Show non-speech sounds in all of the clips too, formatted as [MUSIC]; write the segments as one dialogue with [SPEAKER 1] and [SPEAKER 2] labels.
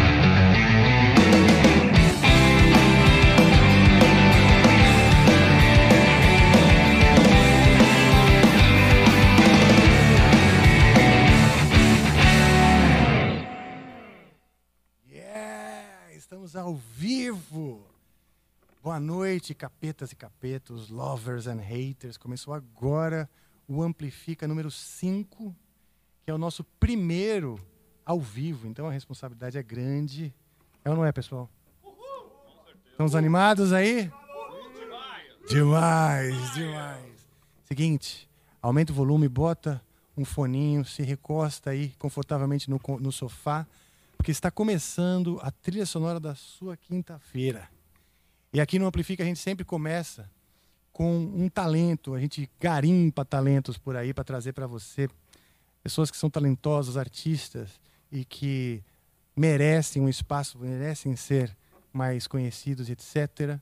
[SPEAKER 1] Yeah! Estamos ao vivo! Boa noite, capetas e capetos, lovers and haters. Começou agora o Amplifica número 5, que é o nosso primeiro ao vivo. Então a responsabilidade é grande. É ou não é, pessoal? Estamos animados aí? Demais, demais. Seguinte, aumenta o volume, bota um foninho, se recosta aí confortavelmente no, co- no sofá, porque está começando a trilha sonora da sua quinta-feira. E aqui no Amplifica a gente sempre começa com um talento, a gente garimpa talentos por aí para trazer para você pessoas que são talentosas, artistas e que merecem um espaço, merecem ser mais conhecidos, etc.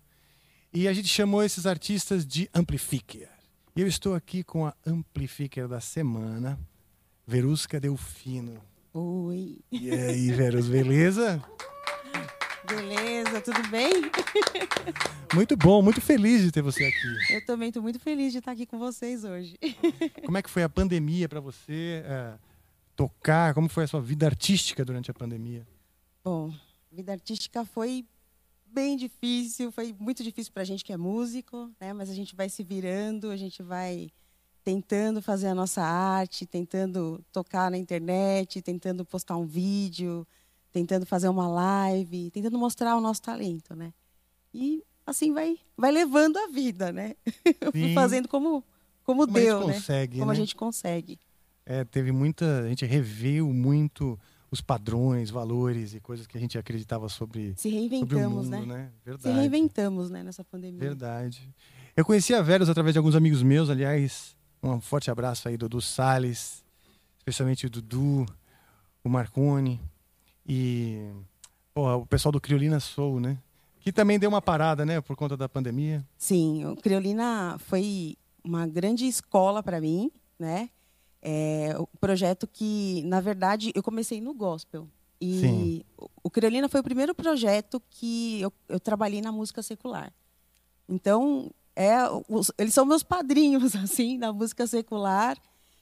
[SPEAKER 1] E a gente chamou esses artistas de Amplifiker. E eu estou aqui com a Amplifiker da semana, Verusca Delfino.
[SPEAKER 2] Oi,
[SPEAKER 1] E aí, Verus, beleza?
[SPEAKER 2] beleza, tudo bem?
[SPEAKER 1] Muito bom, muito feliz de ter você aqui.
[SPEAKER 2] Eu também estou muito feliz de estar aqui com vocês hoje.
[SPEAKER 1] Como é que foi a pandemia para você eh, tocar? Como foi a sua vida artística durante a pandemia?
[SPEAKER 2] Bom, vida artística foi bem difícil, foi muito difícil para a gente que é músico, né? Mas a gente vai se virando, a gente vai tentando fazer a nossa arte, tentando tocar na internet, tentando postar um vídeo, tentando fazer uma live, tentando mostrar o nosso talento, né? E assim vai, vai levando a vida, né? [LAUGHS] Eu
[SPEAKER 1] Sim.
[SPEAKER 2] Fui fazendo como como,
[SPEAKER 1] Como
[SPEAKER 2] deu,
[SPEAKER 1] a gente
[SPEAKER 2] né?
[SPEAKER 1] consegue,
[SPEAKER 2] Como a
[SPEAKER 1] né?
[SPEAKER 2] gente consegue.
[SPEAKER 1] É, teve muita. A gente reviu muito os padrões, valores e coisas que a gente acreditava sobre,
[SPEAKER 2] Se
[SPEAKER 1] sobre o
[SPEAKER 2] reinventamos, né?
[SPEAKER 1] mundo, né?
[SPEAKER 2] Se
[SPEAKER 1] Verdade.
[SPEAKER 2] reinventamos, né, nessa pandemia.
[SPEAKER 1] Verdade. Eu conheci a Verus através de alguns amigos meus, aliás, um forte abraço aí, Dudu Salles, especialmente o Dudu, o Marcone e porra, o pessoal do Criolina Soul, né? Que também deu uma parada, né, por conta da pandemia.
[SPEAKER 2] Sim, o Criolina foi uma grande escola para mim, né? É um projeto que, na verdade, eu comecei no gospel. E
[SPEAKER 1] Sim.
[SPEAKER 2] o- o Criolina foi o primeiro projeto que eu, eu trabalhei na música secular. Então, é, os- eles são meus padrinhos, [LAUGHS] assim, na música secular.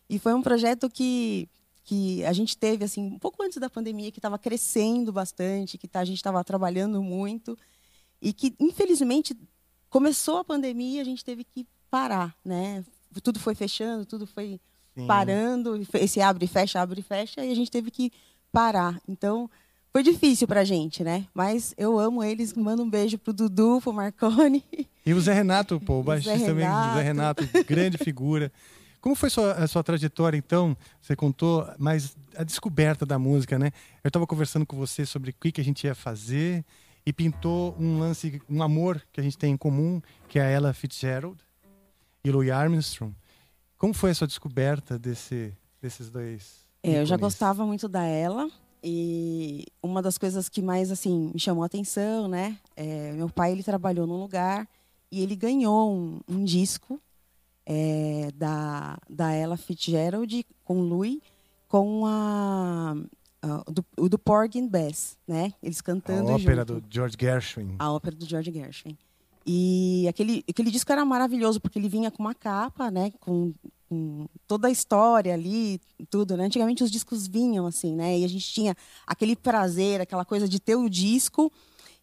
[SPEAKER 2] E foi um projeto que, que a gente teve, assim, um pouco antes da pandemia, que estava crescendo bastante, que tá- a gente estava trabalhando muito. E que, infelizmente, começou a pandemia e a gente teve que parar, né? Tudo foi fechando, tudo foi
[SPEAKER 1] Sim.
[SPEAKER 2] parando, e fe- esse abre e fecha, abre e fecha, e a gente teve que parar. Então, foi difícil pra gente, né? Mas eu amo eles, mando um beijo pro Dudu, pro [LAUGHS] Marcone.
[SPEAKER 1] E o Zé Renato, pô, o baixista também, o Zé
[SPEAKER 2] Renato.
[SPEAKER 1] Renato, grande figura. Como foi sua, a sua trajetória, então? Você contou, mas a descoberta da música, né? Eu estava conversando com você sobre o que, que a gente ia fazer e pintou um lance, um amor que a gente tem em comum, que é a Ella Fitzgerald e o Louis Armstrong. Como foi a sua descoberta desse, desses dois?
[SPEAKER 2] É, eu já
[SPEAKER 1] ícones?
[SPEAKER 2] gostava muito da ela e uma das coisas que mais assim me chamou a atenção, né? É, meu pai ele trabalhou num lugar e ele ganhou um, um disco é, da da Ella Fitzgerald com Louis com a, a- do, o do Porgy and Bess, né? Eles
[SPEAKER 1] A
[SPEAKER 2] cantando
[SPEAKER 1] ópera
[SPEAKER 2] junto.
[SPEAKER 1] do George Gershwin.
[SPEAKER 2] A ópera do George Gershwin. E aquele, aquele disco era maravilhoso, porque ele vinha com uma capa, né? Com, com toda a história ali, tudo, né? Antigamente os discos vinham assim, né? E a gente tinha aquele prazer, aquela coisa de ter o disco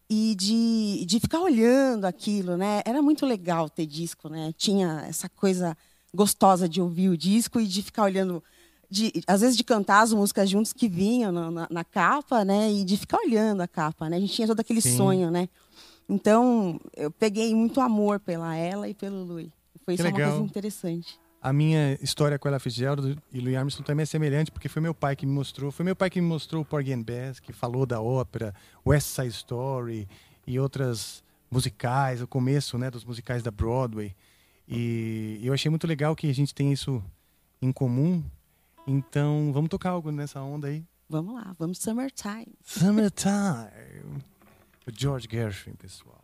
[SPEAKER 2] e de, de ficar olhando aquilo, né? Era muito legal ter disco, né? Tinha essa coisa gostosa de ouvir o disco e de ficar olhando, de, às vezes de cantar as músicas juntos que vinham na, na- na capa, né? E de ficar olhando a capa, né? A gente tinha todo aquele
[SPEAKER 1] Sim.
[SPEAKER 2] sonho, né? Então, eu peguei muito amor pela ela e pelo Lui. Foi
[SPEAKER 1] Que
[SPEAKER 2] isso é uma
[SPEAKER 1] legal.
[SPEAKER 2] coisa interessante.
[SPEAKER 1] A minha história com ela Fitzgerald e Louis Armstrong também é semelhante, porque foi meu pai que me mostrou. Foi meu pai que me mostrou o Porgy and Bess, que falou da ópera, West Side Story e outras musicais, o começo né, dos musicais da Broadway. E eu achei muito legal que a gente tem isso em comum. Então, vamos tocar algo nessa onda aí.
[SPEAKER 3] Vamos lá, vamos summertime.
[SPEAKER 1] Summertime. O George Gershwin, pessoal.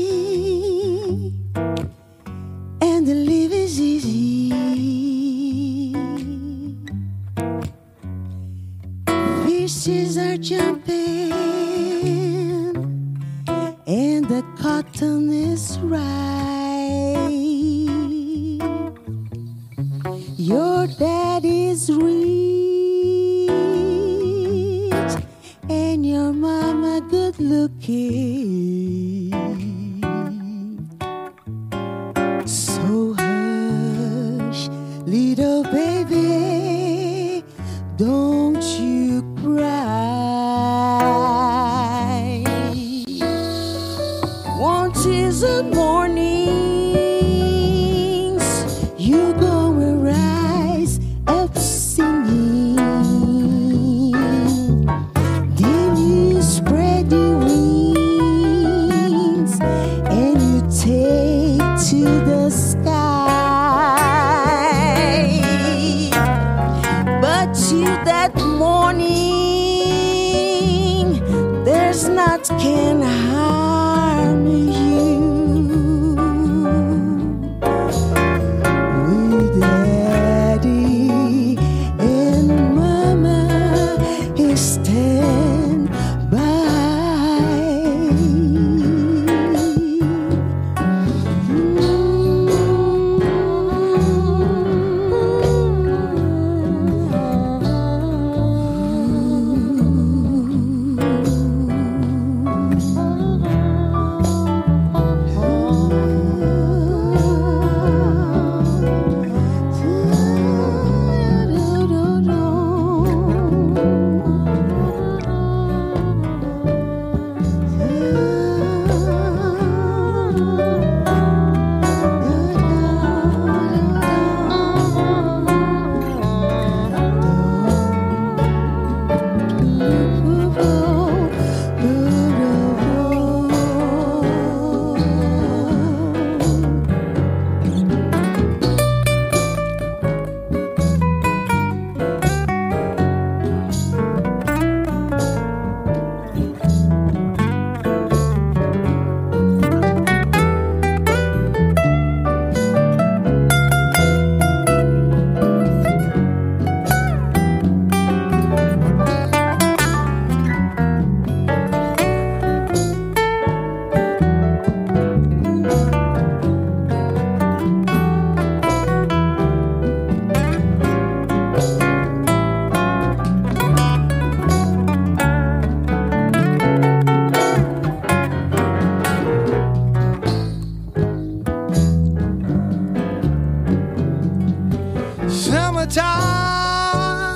[SPEAKER 3] Summertime and the live is easy. Fishes are jumping and the cotton is ripe. Your daddy's rich and your mama good looking. So hush, little baby, don't you cry. Once is the mornings you gonna rise up singing. Then you spread your wings and you take to the sky. But you that morning, there's not can harm you. With daddy and mama stand by.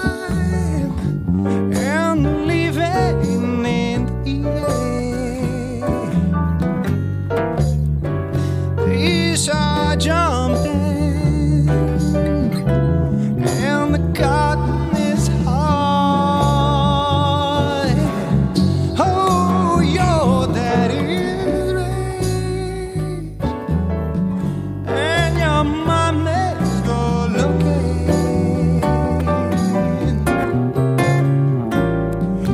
[SPEAKER 3] Summertime and living in the air. These are jumping and the cotton is high. Oh, your daddy is rich and your mom is good looking.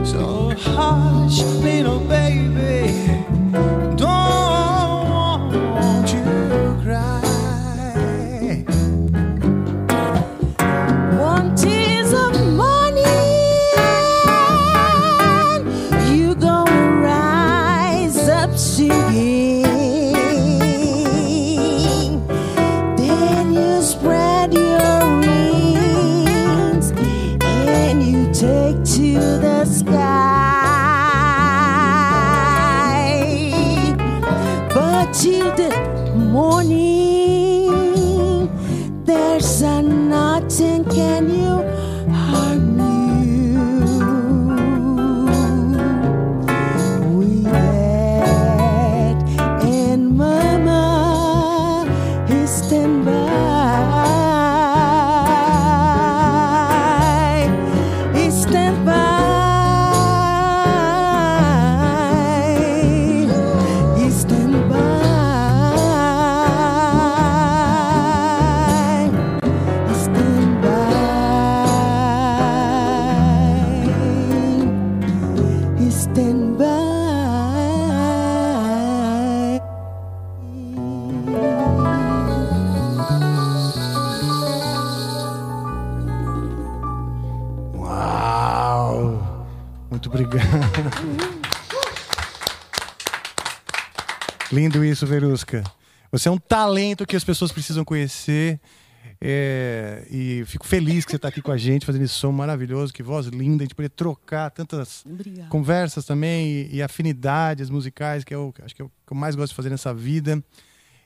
[SPEAKER 3] So hush, little baby, don't you cry. One tears of morning, you gonna rise up singing. Then you spread your wings and you take to the sky. But till the morning, listen, can you hear me? We met and Mama he stand by. He stand by. He stand by. Stand by. Stand by.
[SPEAKER 1] Uau! Muito obrigado. Lindo isso, Verusca. Você é um talento que as pessoas precisam conhecer. É, e fico feliz que você está aqui com a gente, fazendo esse som maravilhoso. Que voz linda, a gente poder trocar tantas conversas também e, e afinidades musicais, que eu acho que é o que eu mais gosto de fazer nessa vida.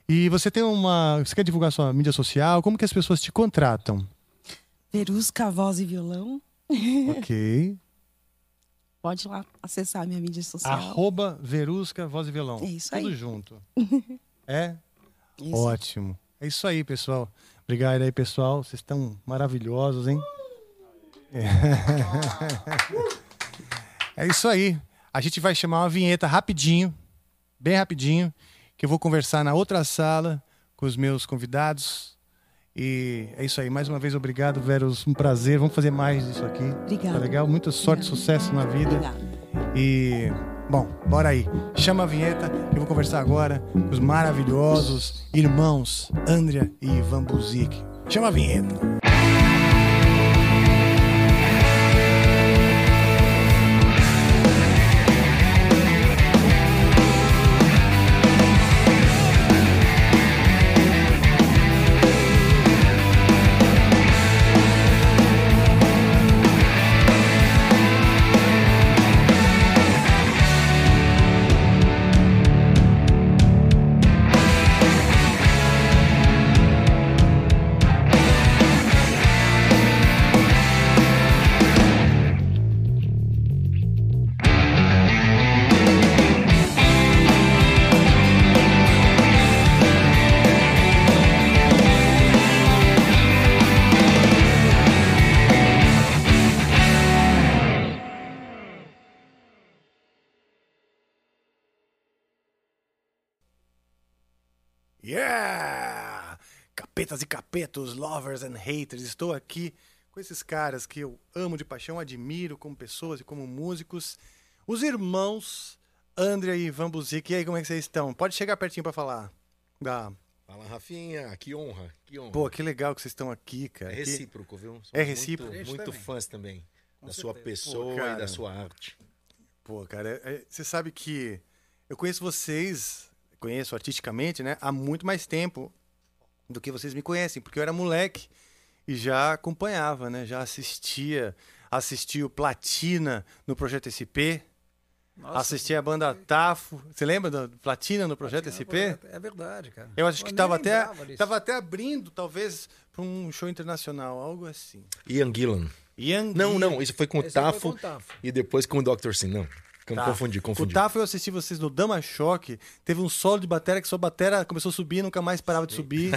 [SPEAKER 1] E você tem uma. Você quer divulgar sua mídia social? Como que as pessoas te contratam?
[SPEAKER 3] Verusca, voz e violão.
[SPEAKER 1] Ok.
[SPEAKER 3] [LAUGHS] Pode ir lá acessar minha mídia social.
[SPEAKER 1] Arroba Verusca Voz e Violão.
[SPEAKER 3] É isso
[SPEAKER 1] Tudo
[SPEAKER 3] aí. [LAUGHS]
[SPEAKER 1] junto. É?
[SPEAKER 3] Isso.
[SPEAKER 1] Ótimo. É isso aí, pessoal. Obrigado aí, pessoal. Vocês estão maravilhosos, hein? [LAUGHS] É. é isso aí. A gente vai chamar uma vinheta rapidinho, bem rapidinho, que eu vou conversar na outra sala com os meus convidados. E é isso aí. Mais uma vez, obrigado, Verus. Um prazer. Vamos fazer mais disso aqui.
[SPEAKER 3] Obrigada.
[SPEAKER 1] Tá legal? Muita sorte, sucesso na vida.
[SPEAKER 3] Obrigada.
[SPEAKER 1] E, bom, bora aí. Chama a vinheta que eu vou conversar agora com os maravilhosos irmãos Andrea e Ivan Buzik. Chama a vinheta. Yeah! Capetas e capetos, lovers and haters, estou aqui com esses caras que eu amo de paixão, admiro como pessoas e como músicos, os irmãos André e Ivan Buzik. E aí, como é que vocês estão? Pode chegar pertinho pra falar. Da...
[SPEAKER 4] Fala, Rafinha, que honra, que honra.
[SPEAKER 1] Pô, que legal que vocês estão aqui, cara.
[SPEAKER 4] é
[SPEAKER 1] Que-
[SPEAKER 4] recíproco, viu?
[SPEAKER 1] É recíproco.
[SPEAKER 4] Muito, muito fãs também. da sua
[SPEAKER 1] Pô,
[SPEAKER 4] pessoa
[SPEAKER 1] cara.
[SPEAKER 4] e da sua arte.
[SPEAKER 1] Pô, cara, é- é- você sabe que eu conheço vocês, conheço artisticamente, né, há muito mais tempo do que vocês me conhecem, porque eu era moleque e já acompanhava, né, já assistia, assistia o Platina no Projeto SP, assistia a banda Tafo, você lembra da Platina no Projeto SP?
[SPEAKER 5] É verdade, cara.
[SPEAKER 1] Eu acho
[SPEAKER 5] nem
[SPEAKER 1] que estava até,
[SPEAKER 5] lembrava disso.
[SPEAKER 1] tava até abrindo, talvez, para um show internacional, algo assim.
[SPEAKER 4] Ian Gillan.
[SPEAKER 1] Ian
[SPEAKER 4] Não,
[SPEAKER 1] Gillan.
[SPEAKER 4] não, isso foi com o
[SPEAKER 5] Esse foi
[SPEAKER 4] Tafo,
[SPEAKER 5] com o Tafo.
[SPEAKER 4] e depois com o Dr. Sim. Não,
[SPEAKER 1] Tá.
[SPEAKER 4] confundi, confundi.
[SPEAKER 1] O Tafo eu assisti vocês no Dama Choque. Teve um solo de bateria que sua bateria começou a subir, nunca mais parava de
[SPEAKER 4] [LAUGHS]
[SPEAKER 1] subir.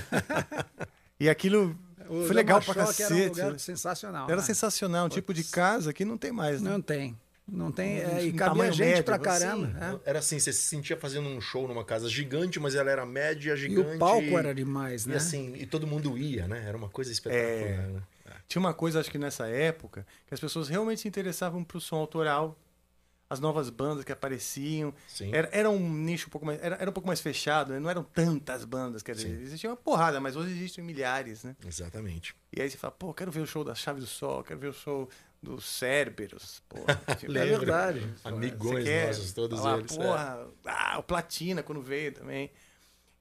[SPEAKER 1] e aquilo
[SPEAKER 5] O
[SPEAKER 1] foi legal pra
[SPEAKER 5] Damachok
[SPEAKER 1] cacete.
[SPEAKER 5] Era um
[SPEAKER 1] Era,
[SPEAKER 5] lugar sensacional. né?
[SPEAKER 1] sensacional, um tipo de casa que não tem mais, né?
[SPEAKER 5] Não tem. Não tem. é, e
[SPEAKER 1] Um
[SPEAKER 5] cabia
[SPEAKER 1] tamanho
[SPEAKER 5] gente
[SPEAKER 1] médio,
[SPEAKER 5] pra
[SPEAKER 1] assim,
[SPEAKER 5] caramba.
[SPEAKER 1] né?
[SPEAKER 5] né?
[SPEAKER 4] Era assim, você se sentia fazendo um show numa casa gigante, mas ela era média,
[SPEAKER 5] E
[SPEAKER 4] gigante.
[SPEAKER 5] o palco era demais,
[SPEAKER 4] E
[SPEAKER 5] né? É.
[SPEAKER 4] assim, e todo mundo ia, né? Era uma coisa espetacular. né?
[SPEAKER 1] Tinha uma coisa, acho que nessa época, que as pessoas realmente se interessavam pro som autoral. As novas bandas que apareciam.
[SPEAKER 4] Sim.
[SPEAKER 1] Era, era um nicho um pouco mais. Era, era um pouco mais fechado, né? Não eram tantas bandas, quer dizer, existia uma porrada, mas hoje existem milhares, né?
[SPEAKER 4] Exatamente.
[SPEAKER 1] E aí você fala, pô, quero ver o show da Chave do Sol, quero ver o show do Cerberus.
[SPEAKER 4] [LAUGHS]
[SPEAKER 1] Pô, tipo,
[SPEAKER 5] É verdade.
[SPEAKER 4] Amigões
[SPEAKER 1] você quer
[SPEAKER 4] nossos, todos
[SPEAKER 1] falar,
[SPEAKER 4] eles. é.
[SPEAKER 1] Porra, ah, o Platina quando veio também.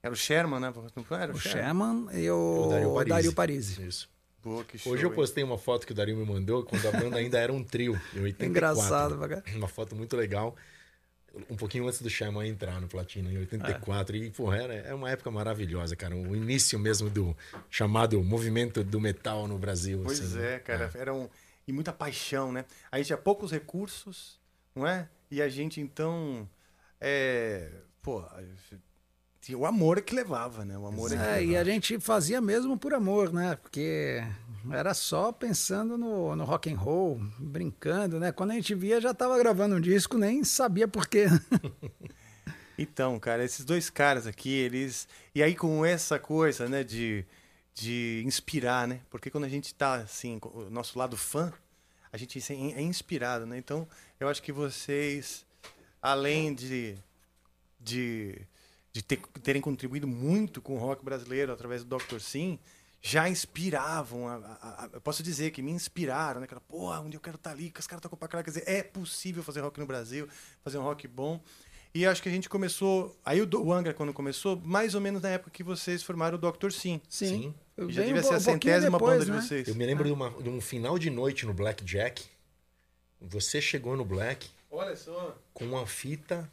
[SPEAKER 1] Era o Sherman, né? Não era o,
[SPEAKER 5] O
[SPEAKER 1] Sherman?
[SPEAKER 5] Sherman e o, o Dario Parisi.
[SPEAKER 4] Isso.
[SPEAKER 1] Pô, que show,
[SPEAKER 4] Hoje eu
[SPEAKER 1] hein?
[SPEAKER 4] postei uma foto que o Dario
[SPEAKER 5] [LAUGHS]
[SPEAKER 4] me mandou quando a banda ainda era um trio, em 84.
[SPEAKER 5] Engraçado, pra caralho.
[SPEAKER 4] Uma foto muito legal. um pouquinho antes do Xamã entrar no Platina, em 84. E, porra, era, era uma época maravilhosa, cara. O início mesmo do chamado movimento do metal no Brasil.
[SPEAKER 1] Pois
[SPEAKER 4] assim.
[SPEAKER 1] é, cara. Era um... E muita paixão, né? A gente tinha poucos recursos, não é? E a gente, então... É... Pô... Tinha o amor que levava, né? O amor é que
[SPEAKER 5] É, e
[SPEAKER 1] levava.
[SPEAKER 5] a gente fazia mesmo por amor, né? Porque era só pensando no, no rock and roll, brincando, né? Quando a gente via, já tava gravando um disco, nem sabia por quê. [LAUGHS]
[SPEAKER 1] Então, cara, esses dois caras aqui, eles. E aí com essa coisa, né, de, de inspirar, né? Porque quando a gente tá assim, com o nosso lado fã, a gente se- é inspirado, né? Então, eu acho que vocês, além de, de, de ter- terem contribuído muito com o rock brasileiro através do Dr. Sim, já inspiravam. A, a- a- eu posso dizer que me inspiraram, né? Cara, porra, onde eu quero estar ali, que os caras tocam pra caralho. Quer dizer, é possível fazer rock no Brasil, fazer um rock bom. E acho que a gente começou. Aí o, do, o Angra, quando começou, mais ou menos na época que vocês formaram o Dr. Sim.
[SPEAKER 4] Sim.
[SPEAKER 5] Eu
[SPEAKER 1] Já
[SPEAKER 5] venho
[SPEAKER 1] devia
[SPEAKER 5] um
[SPEAKER 1] ser a
[SPEAKER 5] po- um pouquinho
[SPEAKER 1] centésima
[SPEAKER 5] depois,
[SPEAKER 1] banda de
[SPEAKER 5] né?
[SPEAKER 1] vocês.
[SPEAKER 4] Eu me lembro de, uma- de um final de noite no Black Jack. Você chegou no Black
[SPEAKER 1] Olha só.
[SPEAKER 4] com uma fita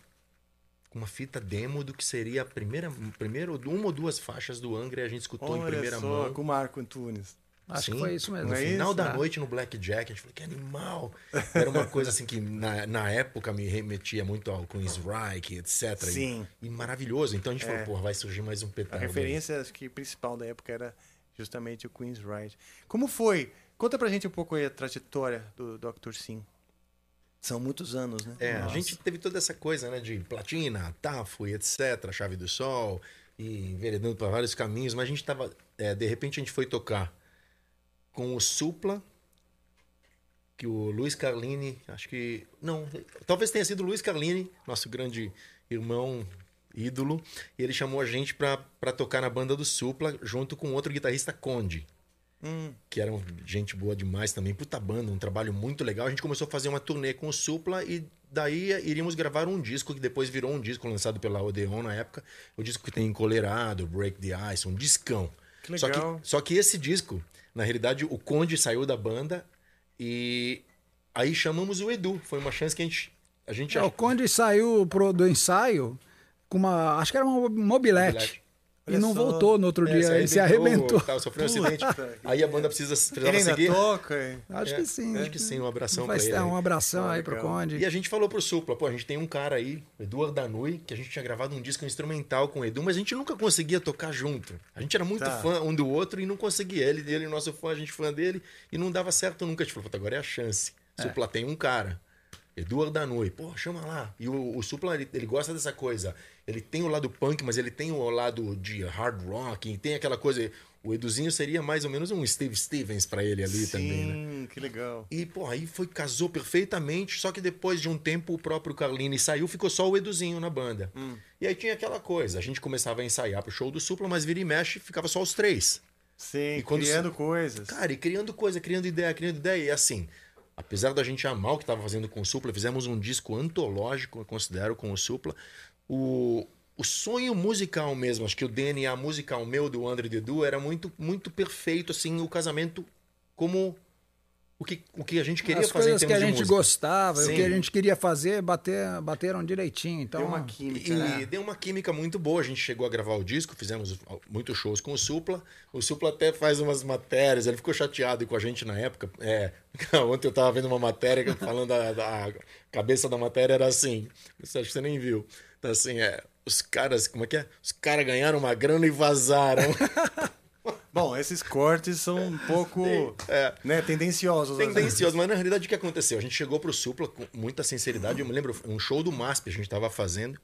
[SPEAKER 4] com uma fita demo do que seria a primeira primeiro uma ou duas faixas do Angra e a gente escutou em
[SPEAKER 1] Olha
[SPEAKER 4] primeira
[SPEAKER 1] só,
[SPEAKER 4] mão.
[SPEAKER 1] com o Marco Antunes.
[SPEAKER 5] Acho que
[SPEAKER 4] Sim,
[SPEAKER 5] foi isso mesmo.
[SPEAKER 4] No
[SPEAKER 1] É
[SPEAKER 4] final
[SPEAKER 1] isso,
[SPEAKER 4] da
[SPEAKER 5] né?
[SPEAKER 4] noite no Black Jack, a gente falou que animal. Era uma coisa assim que na, na época me remetia muito ao Queen's Reich, etc. E-
[SPEAKER 1] Sim.
[SPEAKER 4] E, maravilhoso. Então a gente falou, porra, vai surgir mais um
[SPEAKER 1] A
[SPEAKER 4] petardo. aí.
[SPEAKER 1] referência acho que principal da época era justamente o Queen's Ride. Como foi? Conta pra gente um pouco aí a trajetória do Dr. Sim. São muitos anos, né?
[SPEAKER 4] É, a
[SPEAKER 1] Nossa.
[SPEAKER 4] gente teve toda essa coisa, né, de platina, tafo e etc, chave do sol, e enveredando para vários caminhos, mas a gente tava, é, de repente a gente foi tocar com o Supla, que o Luiz Carlini, acho que, não, talvez tenha sido o Luiz Carlini, nosso grande irmão, ídolo, e ele chamou a gente para tocar na banda do Supla, junto com outro guitarrista, Conde
[SPEAKER 1] Hum.
[SPEAKER 4] que eram gente boa demais também, puta banda, um trabalho muito legal. A gente começou a fazer uma turnê com o Supla e daí iríamos gravar um disco que depois virou um disco lançado pela Odeon na época, o disco que tem Encolerado, Break the Ice, um discão.
[SPEAKER 1] Que
[SPEAKER 4] Só
[SPEAKER 1] legal.
[SPEAKER 4] que, só que esse disco, na realidade, o Conde saiu da banda e aí chamamos o Edu. Foi uma chance que a gente. A gente
[SPEAKER 5] É,
[SPEAKER 4] [LAUGHS]
[SPEAKER 5] O Conde saiu pro- do ensaio com uma. Acho que era uma mobilete.
[SPEAKER 4] Mobilete.
[SPEAKER 5] E
[SPEAKER 1] Olha
[SPEAKER 5] não
[SPEAKER 1] só.
[SPEAKER 5] voltou no outro
[SPEAKER 4] É,
[SPEAKER 5] dia. Ele se arrebentou.
[SPEAKER 4] Tava, sofreu um acidente.
[SPEAKER 1] Puta.
[SPEAKER 4] Aí a banda precisa,
[SPEAKER 1] Ele
[SPEAKER 4] precisava
[SPEAKER 1] ainda
[SPEAKER 4] seguir.
[SPEAKER 1] toca? é?
[SPEAKER 5] Acho
[SPEAKER 4] É,
[SPEAKER 5] que sim.
[SPEAKER 4] Acho que sim, um abração
[SPEAKER 5] Vai
[SPEAKER 4] pra ele.
[SPEAKER 5] dar um abração aí pro
[SPEAKER 1] legal.
[SPEAKER 5] Conde.
[SPEAKER 4] E a gente falou pro Supla, pô, a gente tem um cara aí, Edu Danui, que a gente tinha gravado um disco instrumental com o Edu, mas a gente nunca conseguia tocar junto. A gente era muito
[SPEAKER 1] Tá.
[SPEAKER 4] fã um do outro e não conseguia. Ele, ele, nosso fã, a gente fã dele, e não dava certo nunca. A gente falou, puta, agora é a chance. Supla tem um cara. Edu Danui, pô, chama lá. E o, o Supla, ele, ele gosta dessa coisa. Ele tem o lado punk, mas ele tem o lado de hard rock, e tem aquela coisa. O Eduzinho seria mais ou menos um Steve Stevens pra ele ali
[SPEAKER 1] Sim,
[SPEAKER 4] também, né?
[SPEAKER 1] que legal.
[SPEAKER 4] E, pô, aí foi, casou perfeitamente, só que depois de um tempo o próprio Carlini saiu, ficou só o Eduzinho na banda. E aí tinha aquela coisa, a gente começava a ensaiar pro show do Supla, mas vira e mexe, ficava só os três.
[SPEAKER 1] Sim,
[SPEAKER 4] E quando
[SPEAKER 1] criando
[SPEAKER 4] se-
[SPEAKER 1] coisas.
[SPEAKER 4] Cara, e criando coisa, criando ideia, criando ideia. E assim, apesar da gente amar o que tava fazendo com o Supla, fizemos um disco antológico, eu considero, com o Supla. O, o sonho musical mesmo, acho que o DNA musical meu do André Dedu era muito, muito perfeito, assim, o casamento como... O que, o que a gente queria
[SPEAKER 5] As
[SPEAKER 4] fazer em
[SPEAKER 5] coisas
[SPEAKER 4] termos
[SPEAKER 5] que a
[SPEAKER 4] de
[SPEAKER 5] gente
[SPEAKER 4] música.
[SPEAKER 5] gostava, o
[SPEAKER 4] Sim.
[SPEAKER 5] que a gente queria fazer, bater, bateram direitinho. Então,
[SPEAKER 1] Deu uma
[SPEAKER 4] E
[SPEAKER 1] química. né?
[SPEAKER 4] deu uma química muito boa. A gente chegou a gravar o disco, fizemos muitos shows com o Supla. O Supla até faz umas matérias, ele ficou chateado com a gente na época. É, [LAUGHS] ontem eu tava vendo uma matéria que eu falando da, da- a cabeça da matéria era assim. Você acho que você nem viu. Tá assim, é. Os caras, como é que é? Os caras ganharam uma grana e vazaram.
[SPEAKER 1] [LAUGHS] Bom, esses cortes são um pouco
[SPEAKER 4] É.
[SPEAKER 1] né, tendenciosos. às vezes.
[SPEAKER 4] Tendencioso, mas na realidade o que aconteceu? A gente chegou pro Supla com muita sinceridade. Eu me lembro, um show do MASP a gente tava fazendo.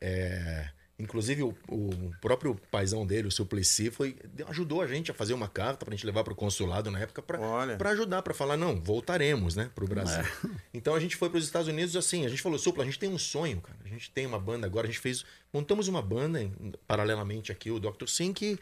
[SPEAKER 4] É, Inclusive, o, o próprio paizão dele, o Suplicy, foi, deu- ajudou a gente a fazer uma carta pra gente levar pro consulado na época pra
[SPEAKER 1] Olha.
[SPEAKER 4] pra ajudar, pra falar, não, voltaremos, né, pro Brasil. [LAUGHS] Então a gente foi pros Estados Unidos assim, a gente falou, Supla, a gente tem um sonho, cara. A gente tem uma banda agora, a gente fez, montamos uma banda em- paralelamente aqui, o Dr. Sim, que,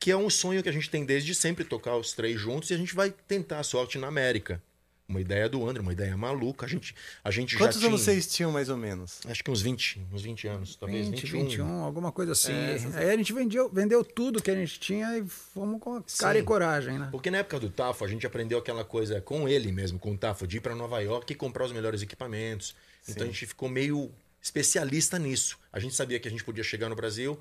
[SPEAKER 4] que é um sonho que a gente tem desde sempre, tocar os três juntos e a gente vai tentar a sorte na América. Uma ideia do André, uma ideia maluca. A gente, a gente
[SPEAKER 1] Quantos
[SPEAKER 4] já tinha...
[SPEAKER 1] anos vocês tinham, mais ou menos?
[SPEAKER 4] Acho que uns 20, uns 20 anos, talvez
[SPEAKER 5] 20,
[SPEAKER 4] 21.
[SPEAKER 5] 21, alguma coisa assim.
[SPEAKER 4] É,
[SPEAKER 5] Aí a gente vendeu, vendeu tudo que a gente tinha e fomos com cara
[SPEAKER 4] Sim.
[SPEAKER 5] e coragem, né?
[SPEAKER 4] Porque na época do Tafo, a gente aprendeu aquela coisa com ele mesmo, com o Tafo, de ir pra Nova York e comprar os melhores equipamentos. Então a gente ficou meio especialista nisso. A gente sabia que a gente podia chegar no Brasil,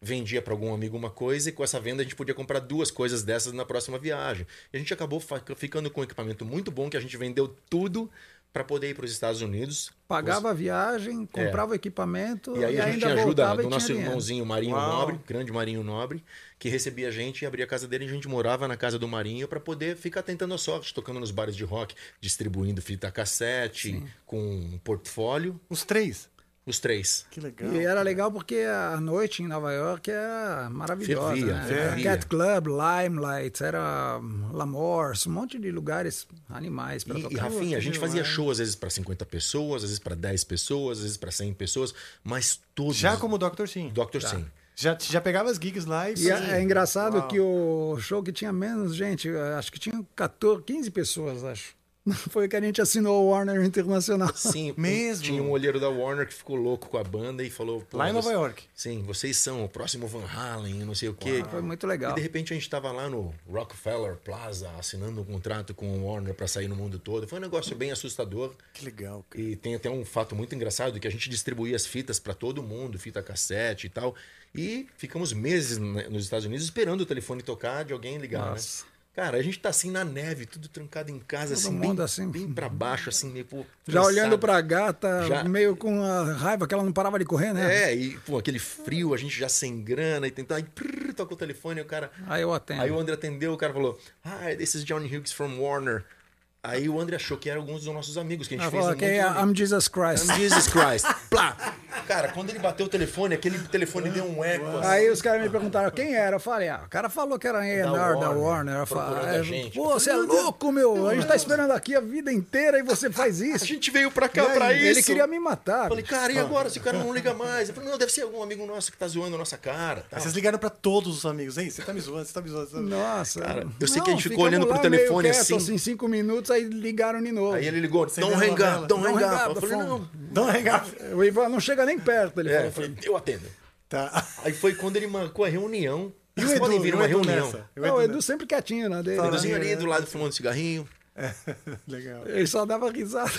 [SPEAKER 4] vendia para algum amigo uma coisa e com essa venda a gente podia comprar duas coisas dessas na próxima viagem. E a gente acabou fa- ficando com um equipamento muito bom que a gente vendeu tudo para poder ir para os Estados Unidos.
[SPEAKER 5] Pagava a viagem, comprava o equipamento
[SPEAKER 4] É. E aí a gente
[SPEAKER 5] ainda
[SPEAKER 4] tinha ajuda né,
[SPEAKER 5] voltava
[SPEAKER 4] do
[SPEAKER 5] e
[SPEAKER 4] nosso
[SPEAKER 5] tinha
[SPEAKER 4] irmãozinho
[SPEAKER 5] dinheiro.
[SPEAKER 4] Marinho
[SPEAKER 5] Uau.
[SPEAKER 4] Nobre, grande Marinho Nobre, que recebia a gente e abria a casa dele. A gente morava na casa do Marinho para poder ficar tentando a sorte, tocando nos bares de rock, distribuindo fita cassete, com um portfólio.
[SPEAKER 1] Os três?
[SPEAKER 4] Os três.
[SPEAKER 1] Que
[SPEAKER 5] E era legal porque a noite em Nova York era maravilhosa.
[SPEAKER 4] Fervia,
[SPEAKER 5] né?
[SPEAKER 4] fervia.
[SPEAKER 5] Cat Club, Limelight, era Lamorse, um monte de lugares animais
[SPEAKER 1] Tá
[SPEAKER 5] para
[SPEAKER 4] E,
[SPEAKER 5] tocar.
[SPEAKER 4] e Rafinha, a gente fazia show às vezes para 50 pessoas, às vezes para 10 pessoas, às vezes para 100 pessoas, mas todos.
[SPEAKER 1] Já como Dr. Sim.
[SPEAKER 4] Dr. Sim.
[SPEAKER 1] Já, já pegava as gigs lá e.
[SPEAKER 5] E é, é engraçado
[SPEAKER 1] Uau.
[SPEAKER 5] que o show que tinha menos gente, eh, acho que tinha 14, 15 pessoas, acho. [LAUGHS] Foi que a gente assinou o Warner Internacional. [LAUGHS]
[SPEAKER 4] Sim,
[SPEAKER 1] Mesmo?
[SPEAKER 4] tinha um olheiro da Warner que ficou louco com a banda e falou. pô,
[SPEAKER 1] Lá em Nova
[SPEAKER 4] você-
[SPEAKER 1] York.
[SPEAKER 4] Sim, vocês são o próximo Van Halen, não sei o quê.
[SPEAKER 5] Foi muito legal.
[SPEAKER 4] E de repente a gente estava lá no Rockefeller Plaza assinando um contrato com o Warner para sair no mundo todo. Foi um negócio bem assustador.
[SPEAKER 1] Que legal, cara.
[SPEAKER 4] E tem até um fato muito engraçado que a gente distribuía as fitas para todo mundo, fita cassete e tal. E ficamos meses né, nos Estados Unidos esperando o telefone tocar de alguém ligar, né?
[SPEAKER 5] Nossa.
[SPEAKER 4] Cara, a gente tá assim na neve, tudo trancado em casa,
[SPEAKER 5] Todo
[SPEAKER 4] assim,
[SPEAKER 5] mundo
[SPEAKER 4] bem,
[SPEAKER 5] assim.
[SPEAKER 4] bem para baixo, assim, meio pô,
[SPEAKER 5] Já olhando
[SPEAKER 4] cansado.
[SPEAKER 5] pra gata,
[SPEAKER 4] Já.
[SPEAKER 5] meio com a raiva que ela não parava de correr, né?
[SPEAKER 4] É, e pô, aquele frio, a gente já sem grana e tentando. Aí prrr, toca o telefone e o cara.
[SPEAKER 5] Aí eu atendo.
[SPEAKER 4] Aí o André atendeu, o cara falou: "Ah, Hi, this is Johnny Hughes from Warner. Aí o André achou que eram alguns dos nossos amigos que a gente
[SPEAKER 5] Ela
[SPEAKER 4] fez.
[SPEAKER 5] falou,
[SPEAKER 4] um
[SPEAKER 5] que
[SPEAKER 4] monte de
[SPEAKER 5] é
[SPEAKER 4] amigo."
[SPEAKER 5] I'm Jesus Christ.
[SPEAKER 4] I'm Jesus Christ. [LAUGHS] Plá! Cara, quando ele bateu o telefone, aquele telefone deu um eco. assim.
[SPEAKER 5] Aí os caras me perguntaram quem era. Eu falei, ah, o cara falou que era a da
[SPEAKER 4] Warner,
[SPEAKER 5] Warner. Da Warner. Eu
[SPEAKER 4] procurando
[SPEAKER 5] falei,
[SPEAKER 4] a gente.
[SPEAKER 5] pô, você é louco, meu. A gente tá esperando aqui a vida inteira e você faz
[SPEAKER 4] A
[SPEAKER 5] isso.
[SPEAKER 4] gente veio pra cá
[SPEAKER 5] E aí,
[SPEAKER 4] pra isso.
[SPEAKER 5] Ele queria me matar.
[SPEAKER 4] Eu Falei, cara, e agora? Se o cara não liga mais? Eu falei, não, deve ser algum amigo nosso que tá zoando a nossa cara. tal.
[SPEAKER 1] Aí vocês ligaram pra todos os amigos, hein? Você tá me zoando, você tá me zoando. você tá me zoando.
[SPEAKER 5] Nossa.
[SPEAKER 4] Cara, eu sei que a gente ficou
[SPEAKER 5] ficamos
[SPEAKER 4] olhando pro
[SPEAKER 5] lá
[SPEAKER 4] telefone
[SPEAKER 5] meio
[SPEAKER 4] assim.
[SPEAKER 5] Em cinco minutos, aí ligaram de novo.
[SPEAKER 4] Aí ele ligou, um
[SPEAKER 1] Você
[SPEAKER 4] don't
[SPEAKER 1] vê a
[SPEAKER 4] hang
[SPEAKER 1] novela?
[SPEAKER 4] up, don't
[SPEAKER 5] Don't
[SPEAKER 4] hang
[SPEAKER 5] hang
[SPEAKER 4] up.
[SPEAKER 5] up,
[SPEAKER 4] Eu falei,
[SPEAKER 5] phone.
[SPEAKER 4] não.
[SPEAKER 1] Don't hang up.
[SPEAKER 5] [LAUGHS] O Ivan não chega nem perto. Ele falou,
[SPEAKER 4] É, eu falei, eu atendo.
[SPEAKER 1] Tá.
[SPEAKER 4] Aí foi quando ele marcou a reunião.
[SPEAKER 1] E
[SPEAKER 4] Vocês podem vir
[SPEAKER 1] Eu
[SPEAKER 4] uma
[SPEAKER 1] entro
[SPEAKER 4] reunião.
[SPEAKER 1] nessa. Eu
[SPEAKER 5] Não, o
[SPEAKER 1] entro
[SPEAKER 5] Edu sempre quietinho na dele. né? É.
[SPEAKER 4] O Eduzinho ali do lado fumando cigarrinho.
[SPEAKER 5] [LAUGHS]
[SPEAKER 1] nessa. Legal.
[SPEAKER 5] Ele só dava risada.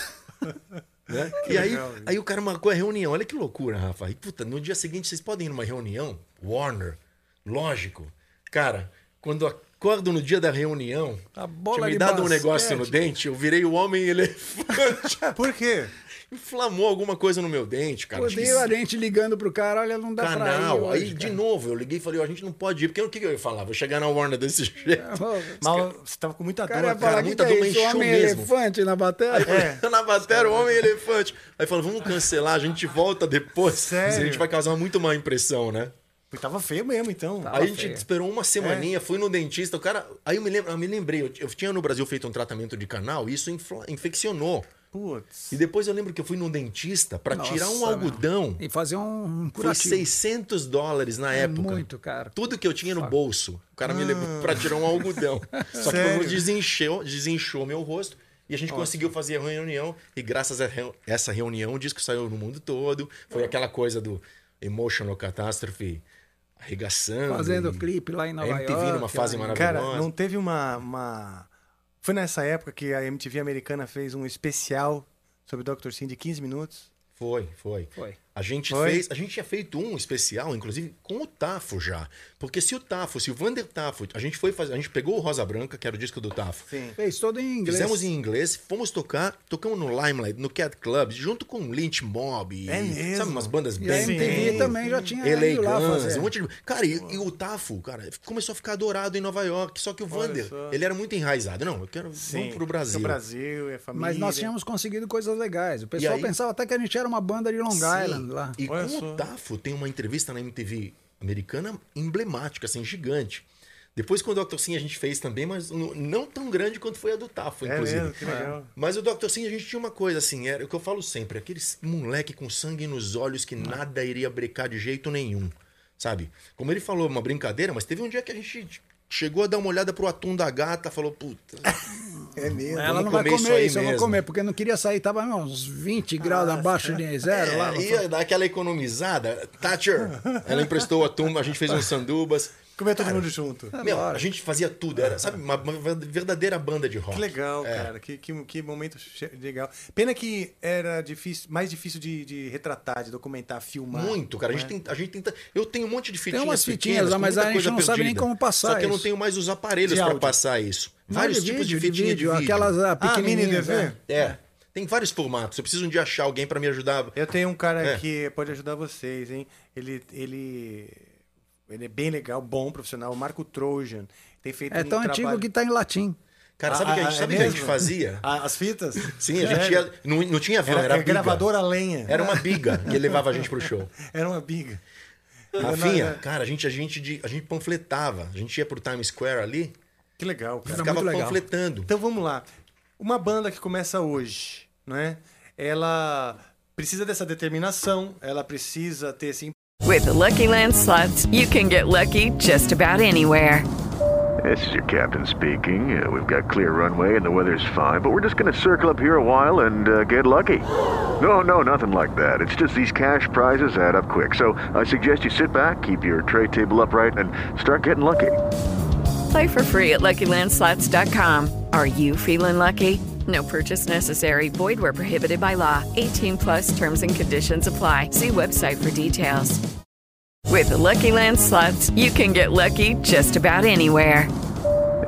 [SPEAKER 4] [LAUGHS] Né? E aí,
[SPEAKER 1] legal,
[SPEAKER 4] aí o cara marcou a reunião. Olha que loucura, Rafa. E, puta, no dia seguinte vocês podem ir numa reunião? Warner. Lógico. Cara, quando eu acordo no dia da reunião,
[SPEAKER 5] A bola
[SPEAKER 4] tinha me
[SPEAKER 5] de
[SPEAKER 4] dado um
[SPEAKER 5] basquete.
[SPEAKER 4] negócio no dente, eu virei o homem elefante.
[SPEAKER 5] [LAUGHS]
[SPEAKER 1] Por quê?
[SPEAKER 4] Inflamou alguma coisa no meu dente, cara. Acho que
[SPEAKER 5] Odeio a gente ligando pro cara, olha, não dá pra ir
[SPEAKER 4] canal.
[SPEAKER 5] hoje,
[SPEAKER 4] Aí, de
[SPEAKER 5] cara.
[SPEAKER 4] novo, eu liguei e falei, ó, a gente não pode ir, porque o que que eu ia falar? Vou chegar na Warner desse
[SPEAKER 5] É,
[SPEAKER 4] [LAUGHS] jeito.
[SPEAKER 1] Mal, você tava com muita
[SPEAKER 5] O
[SPEAKER 1] dor,
[SPEAKER 5] cara ia
[SPEAKER 1] cara.
[SPEAKER 5] falar que
[SPEAKER 4] muita
[SPEAKER 5] que
[SPEAKER 4] dor,
[SPEAKER 5] é
[SPEAKER 4] mas
[SPEAKER 5] isso,
[SPEAKER 4] encheu
[SPEAKER 5] homem
[SPEAKER 4] mesmo. É,
[SPEAKER 5] elefante na bateria.
[SPEAKER 4] [LAUGHS]
[SPEAKER 1] É.
[SPEAKER 4] Na bateria, o homem elefante. Aí falou, vamos cancelar, a gente volta depois.
[SPEAKER 1] Sério?
[SPEAKER 4] A gente vai causar muito má impressão, né?
[SPEAKER 1] Porque Tava feio mesmo, então.
[SPEAKER 4] aí a gente esperou
[SPEAKER 5] É.
[SPEAKER 4] uma semaninha, fui no dentista, o cara. Aí eu me, lembro, eu me lembrei, eu, eu tinha no Brasil feito um tratamento de canal e isso infla- infeccionou.
[SPEAKER 1] Putz.
[SPEAKER 4] E depois eu lembro que eu fui num dentista pra tirar um
[SPEAKER 5] [LAUGHS] Nossa, né?
[SPEAKER 4] algodão.
[SPEAKER 5] E fazer um, um
[SPEAKER 4] Foi
[SPEAKER 5] curativo. É
[SPEAKER 4] 600 dólares na época.
[SPEAKER 5] muito caro. Ah.
[SPEAKER 4] Tudo que eu tinha no bolso. O cara me levou pra tirar
[SPEAKER 5] [LAUGHS]
[SPEAKER 4] um algodão. Só que
[SPEAKER 1] Sério?
[SPEAKER 4] eu desincheu, desinchou meu rosto. E a gente conseguiu fazer a reunião. E graças a reu- essa reunião, o disco saiu no mundo todo. Foi aquela coisa do Emotional Catastrophe arregaçando.
[SPEAKER 5] Fazendo
[SPEAKER 4] e
[SPEAKER 5] clipe lá em Nova
[SPEAKER 4] Uhum. a MTV
[SPEAKER 5] York, né?
[SPEAKER 4] numa fase
[SPEAKER 5] aí.
[SPEAKER 4] maravilhosa.
[SPEAKER 1] Cara, não teve uma, uma. Foi nessa época que a MTV americana fez um especial sobre o Dr. Sim de 15 minutos.
[SPEAKER 4] Foi, foi.
[SPEAKER 5] Foi.
[SPEAKER 4] A gente
[SPEAKER 1] Foi?
[SPEAKER 4] fez, a gente tinha feito um especial, inclusive, com o Tafo já. Porque se o Tafo, se o Vander Tafo, a gente foi fazer, a gente pegou o Rosa Branca, que era o disco do Tafo.
[SPEAKER 1] Sim.
[SPEAKER 5] Fez todo em inglês.
[SPEAKER 4] Fizemos em inglês, fomos tocar, tocamos no Limelight, no Cat Club, junto com o Lynch Mob. e-
[SPEAKER 1] É mesmo?
[SPEAKER 4] Sabe, umas bandas
[SPEAKER 5] E a
[SPEAKER 4] bem.
[SPEAKER 5] MTV
[SPEAKER 1] Sim.
[SPEAKER 5] também já tinha ido
[SPEAKER 4] Elegans,
[SPEAKER 5] lá fazer.
[SPEAKER 4] um monte de... Cara, e, e o Tafo, cara, começou a ficar adorado em Nova York. Só que o Vander,
[SPEAKER 1] só.
[SPEAKER 4] ele era muito enraizado. Não, eu quero... Vamos pro Brasil.
[SPEAKER 1] O Brasil, é família.
[SPEAKER 5] Mas nós tínhamos conseguido coisas legais. O pessoal
[SPEAKER 4] aí-
[SPEAKER 5] pensava até que a gente era uma banda de Long
[SPEAKER 4] Sim.
[SPEAKER 5] Island lá.
[SPEAKER 4] E
[SPEAKER 1] Olha
[SPEAKER 4] com
[SPEAKER 1] só.
[SPEAKER 4] o Tafo tem uma entrevista na MTV americana emblemática, assim, gigante. Depois com o Dr. Sim a gente fez também, mas no- não tão grande quanto foi a do Tafo,
[SPEAKER 1] É
[SPEAKER 4] inclusive.
[SPEAKER 1] mesmo, que legal.
[SPEAKER 4] Mas o Dr. Sim a gente tinha uma coisa, assim, era o que eu falo sempre, aquele moleque com sangue nos olhos que
[SPEAKER 5] Ah.
[SPEAKER 4] nada iria brecar de jeito nenhum, sabe? Como ele falou, uma brincadeira, mas teve um dia que a gente chegou a dar uma olhada pro atum da gata,
[SPEAKER 5] [LAUGHS]
[SPEAKER 4] falou, puta,
[SPEAKER 1] É mesmo.
[SPEAKER 5] Ela
[SPEAKER 4] vamos
[SPEAKER 5] não vai
[SPEAKER 4] comer
[SPEAKER 5] comer
[SPEAKER 4] isso
[SPEAKER 5] isso, eu
[SPEAKER 4] aí
[SPEAKER 5] vou
[SPEAKER 4] mesmo.
[SPEAKER 5] comer, porque não queria sair, tava uns 20
[SPEAKER 4] Ah,
[SPEAKER 5] graus abaixo de zero lá.
[SPEAKER 4] É, ia dar aquela economizada. Thatcher, ela emprestou a tumba, a gente fez uns sandubas.
[SPEAKER 1] Comer todo mundo junto.
[SPEAKER 4] Meu, a gente fazia tudo, era, sabe, uma, uma verdadeira banda de rock.
[SPEAKER 1] Que legal,
[SPEAKER 4] É.
[SPEAKER 1] cara. Que, que, que momento che- legal. Pena que era difícil, mais difícil de, de retratar, de documentar, filmar.
[SPEAKER 4] Muito, cara. A gente,
[SPEAKER 1] né?
[SPEAKER 4] tem, a gente tenta. Eu tenho um monte de fitinhas.
[SPEAKER 5] umas
[SPEAKER 4] pequenas,
[SPEAKER 5] fitinhas lá,
[SPEAKER 4] com
[SPEAKER 5] mas
[SPEAKER 4] muita
[SPEAKER 5] a gente
[SPEAKER 4] coisa
[SPEAKER 5] não sabe
[SPEAKER 4] perdida.
[SPEAKER 5] nem como passar
[SPEAKER 4] Só que eu não
[SPEAKER 5] isso.
[SPEAKER 4] tenho mais os
[SPEAKER 1] De
[SPEAKER 4] aparelhos para
[SPEAKER 1] áudio.
[SPEAKER 4] passar isso.
[SPEAKER 5] Não,
[SPEAKER 4] Vários
[SPEAKER 5] de
[SPEAKER 4] tipos de
[SPEAKER 5] vídeo,
[SPEAKER 4] fitinha de vídeo.
[SPEAKER 5] Aquelas ah,
[SPEAKER 1] Ah, mini
[SPEAKER 5] pequenininhas.
[SPEAKER 1] DV?
[SPEAKER 5] né?
[SPEAKER 4] É. Tem vários formatos. Eu preciso um dia achar alguém para me ajudar.
[SPEAKER 1] Eu tenho um cara
[SPEAKER 4] É.
[SPEAKER 1] que pode ajudar vocês, hein? Ele, ele, ele é bem legal, bom profissional, o Marco Trojan. Tem feito
[SPEAKER 5] É
[SPEAKER 1] um
[SPEAKER 5] tão
[SPEAKER 1] trabalho...
[SPEAKER 5] antigo que tá em latim.
[SPEAKER 4] Cara, sabe o que a
[SPEAKER 1] Ah,
[SPEAKER 4] gente,
[SPEAKER 1] é
[SPEAKER 4] sabe o que a gente
[SPEAKER 1] mesmo?
[SPEAKER 4] fazia?
[SPEAKER 1] Ah, As fitas?
[SPEAKER 4] Sim, a gente ia. Não, não tinha van,
[SPEAKER 1] Era,
[SPEAKER 4] era,
[SPEAKER 1] era
[SPEAKER 4] biga.
[SPEAKER 1] gravadora a lenha.
[SPEAKER 4] Era uma biga que levava a gente pro show.
[SPEAKER 1] Era uma biga.
[SPEAKER 4] Rafinha,
[SPEAKER 1] não.
[SPEAKER 4] cara, a gente, a, gente de- a gente panfletava. A gente ia pro Times Square ali,
[SPEAKER 1] Que legal, cara.
[SPEAKER 4] ficava
[SPEAKER 5] muito legal.
[SPEAKER 4] panfletando.
[SPEAKER 1] Então vamos lá. Uma banda que começa hoje, né? Ela precisa dessa determinação, ela precisa ter esse
[SPEAKER 6] With the Lucky Land slots, you can get lucky just about anywhere.
[SPEAKER 7] This is your captain speaking. Uh, we've got clear runway and the weather's fine, but we're just going to circle up here a while and uh, get lucky. No, no, nothing like that. It's just these cash prizes add up quick. So I suggest you sit back, keep your tray table upright, and start getting lucky.
[SPEAKER 6] Play for free at LuckyLandSlots.com. Are you feeling lucky? No purchase necessary. Void where prohibited by law. 18 plus terms and conditions apply. See website for details. With the Lucky Land slots, you can get lucky just about anywhere.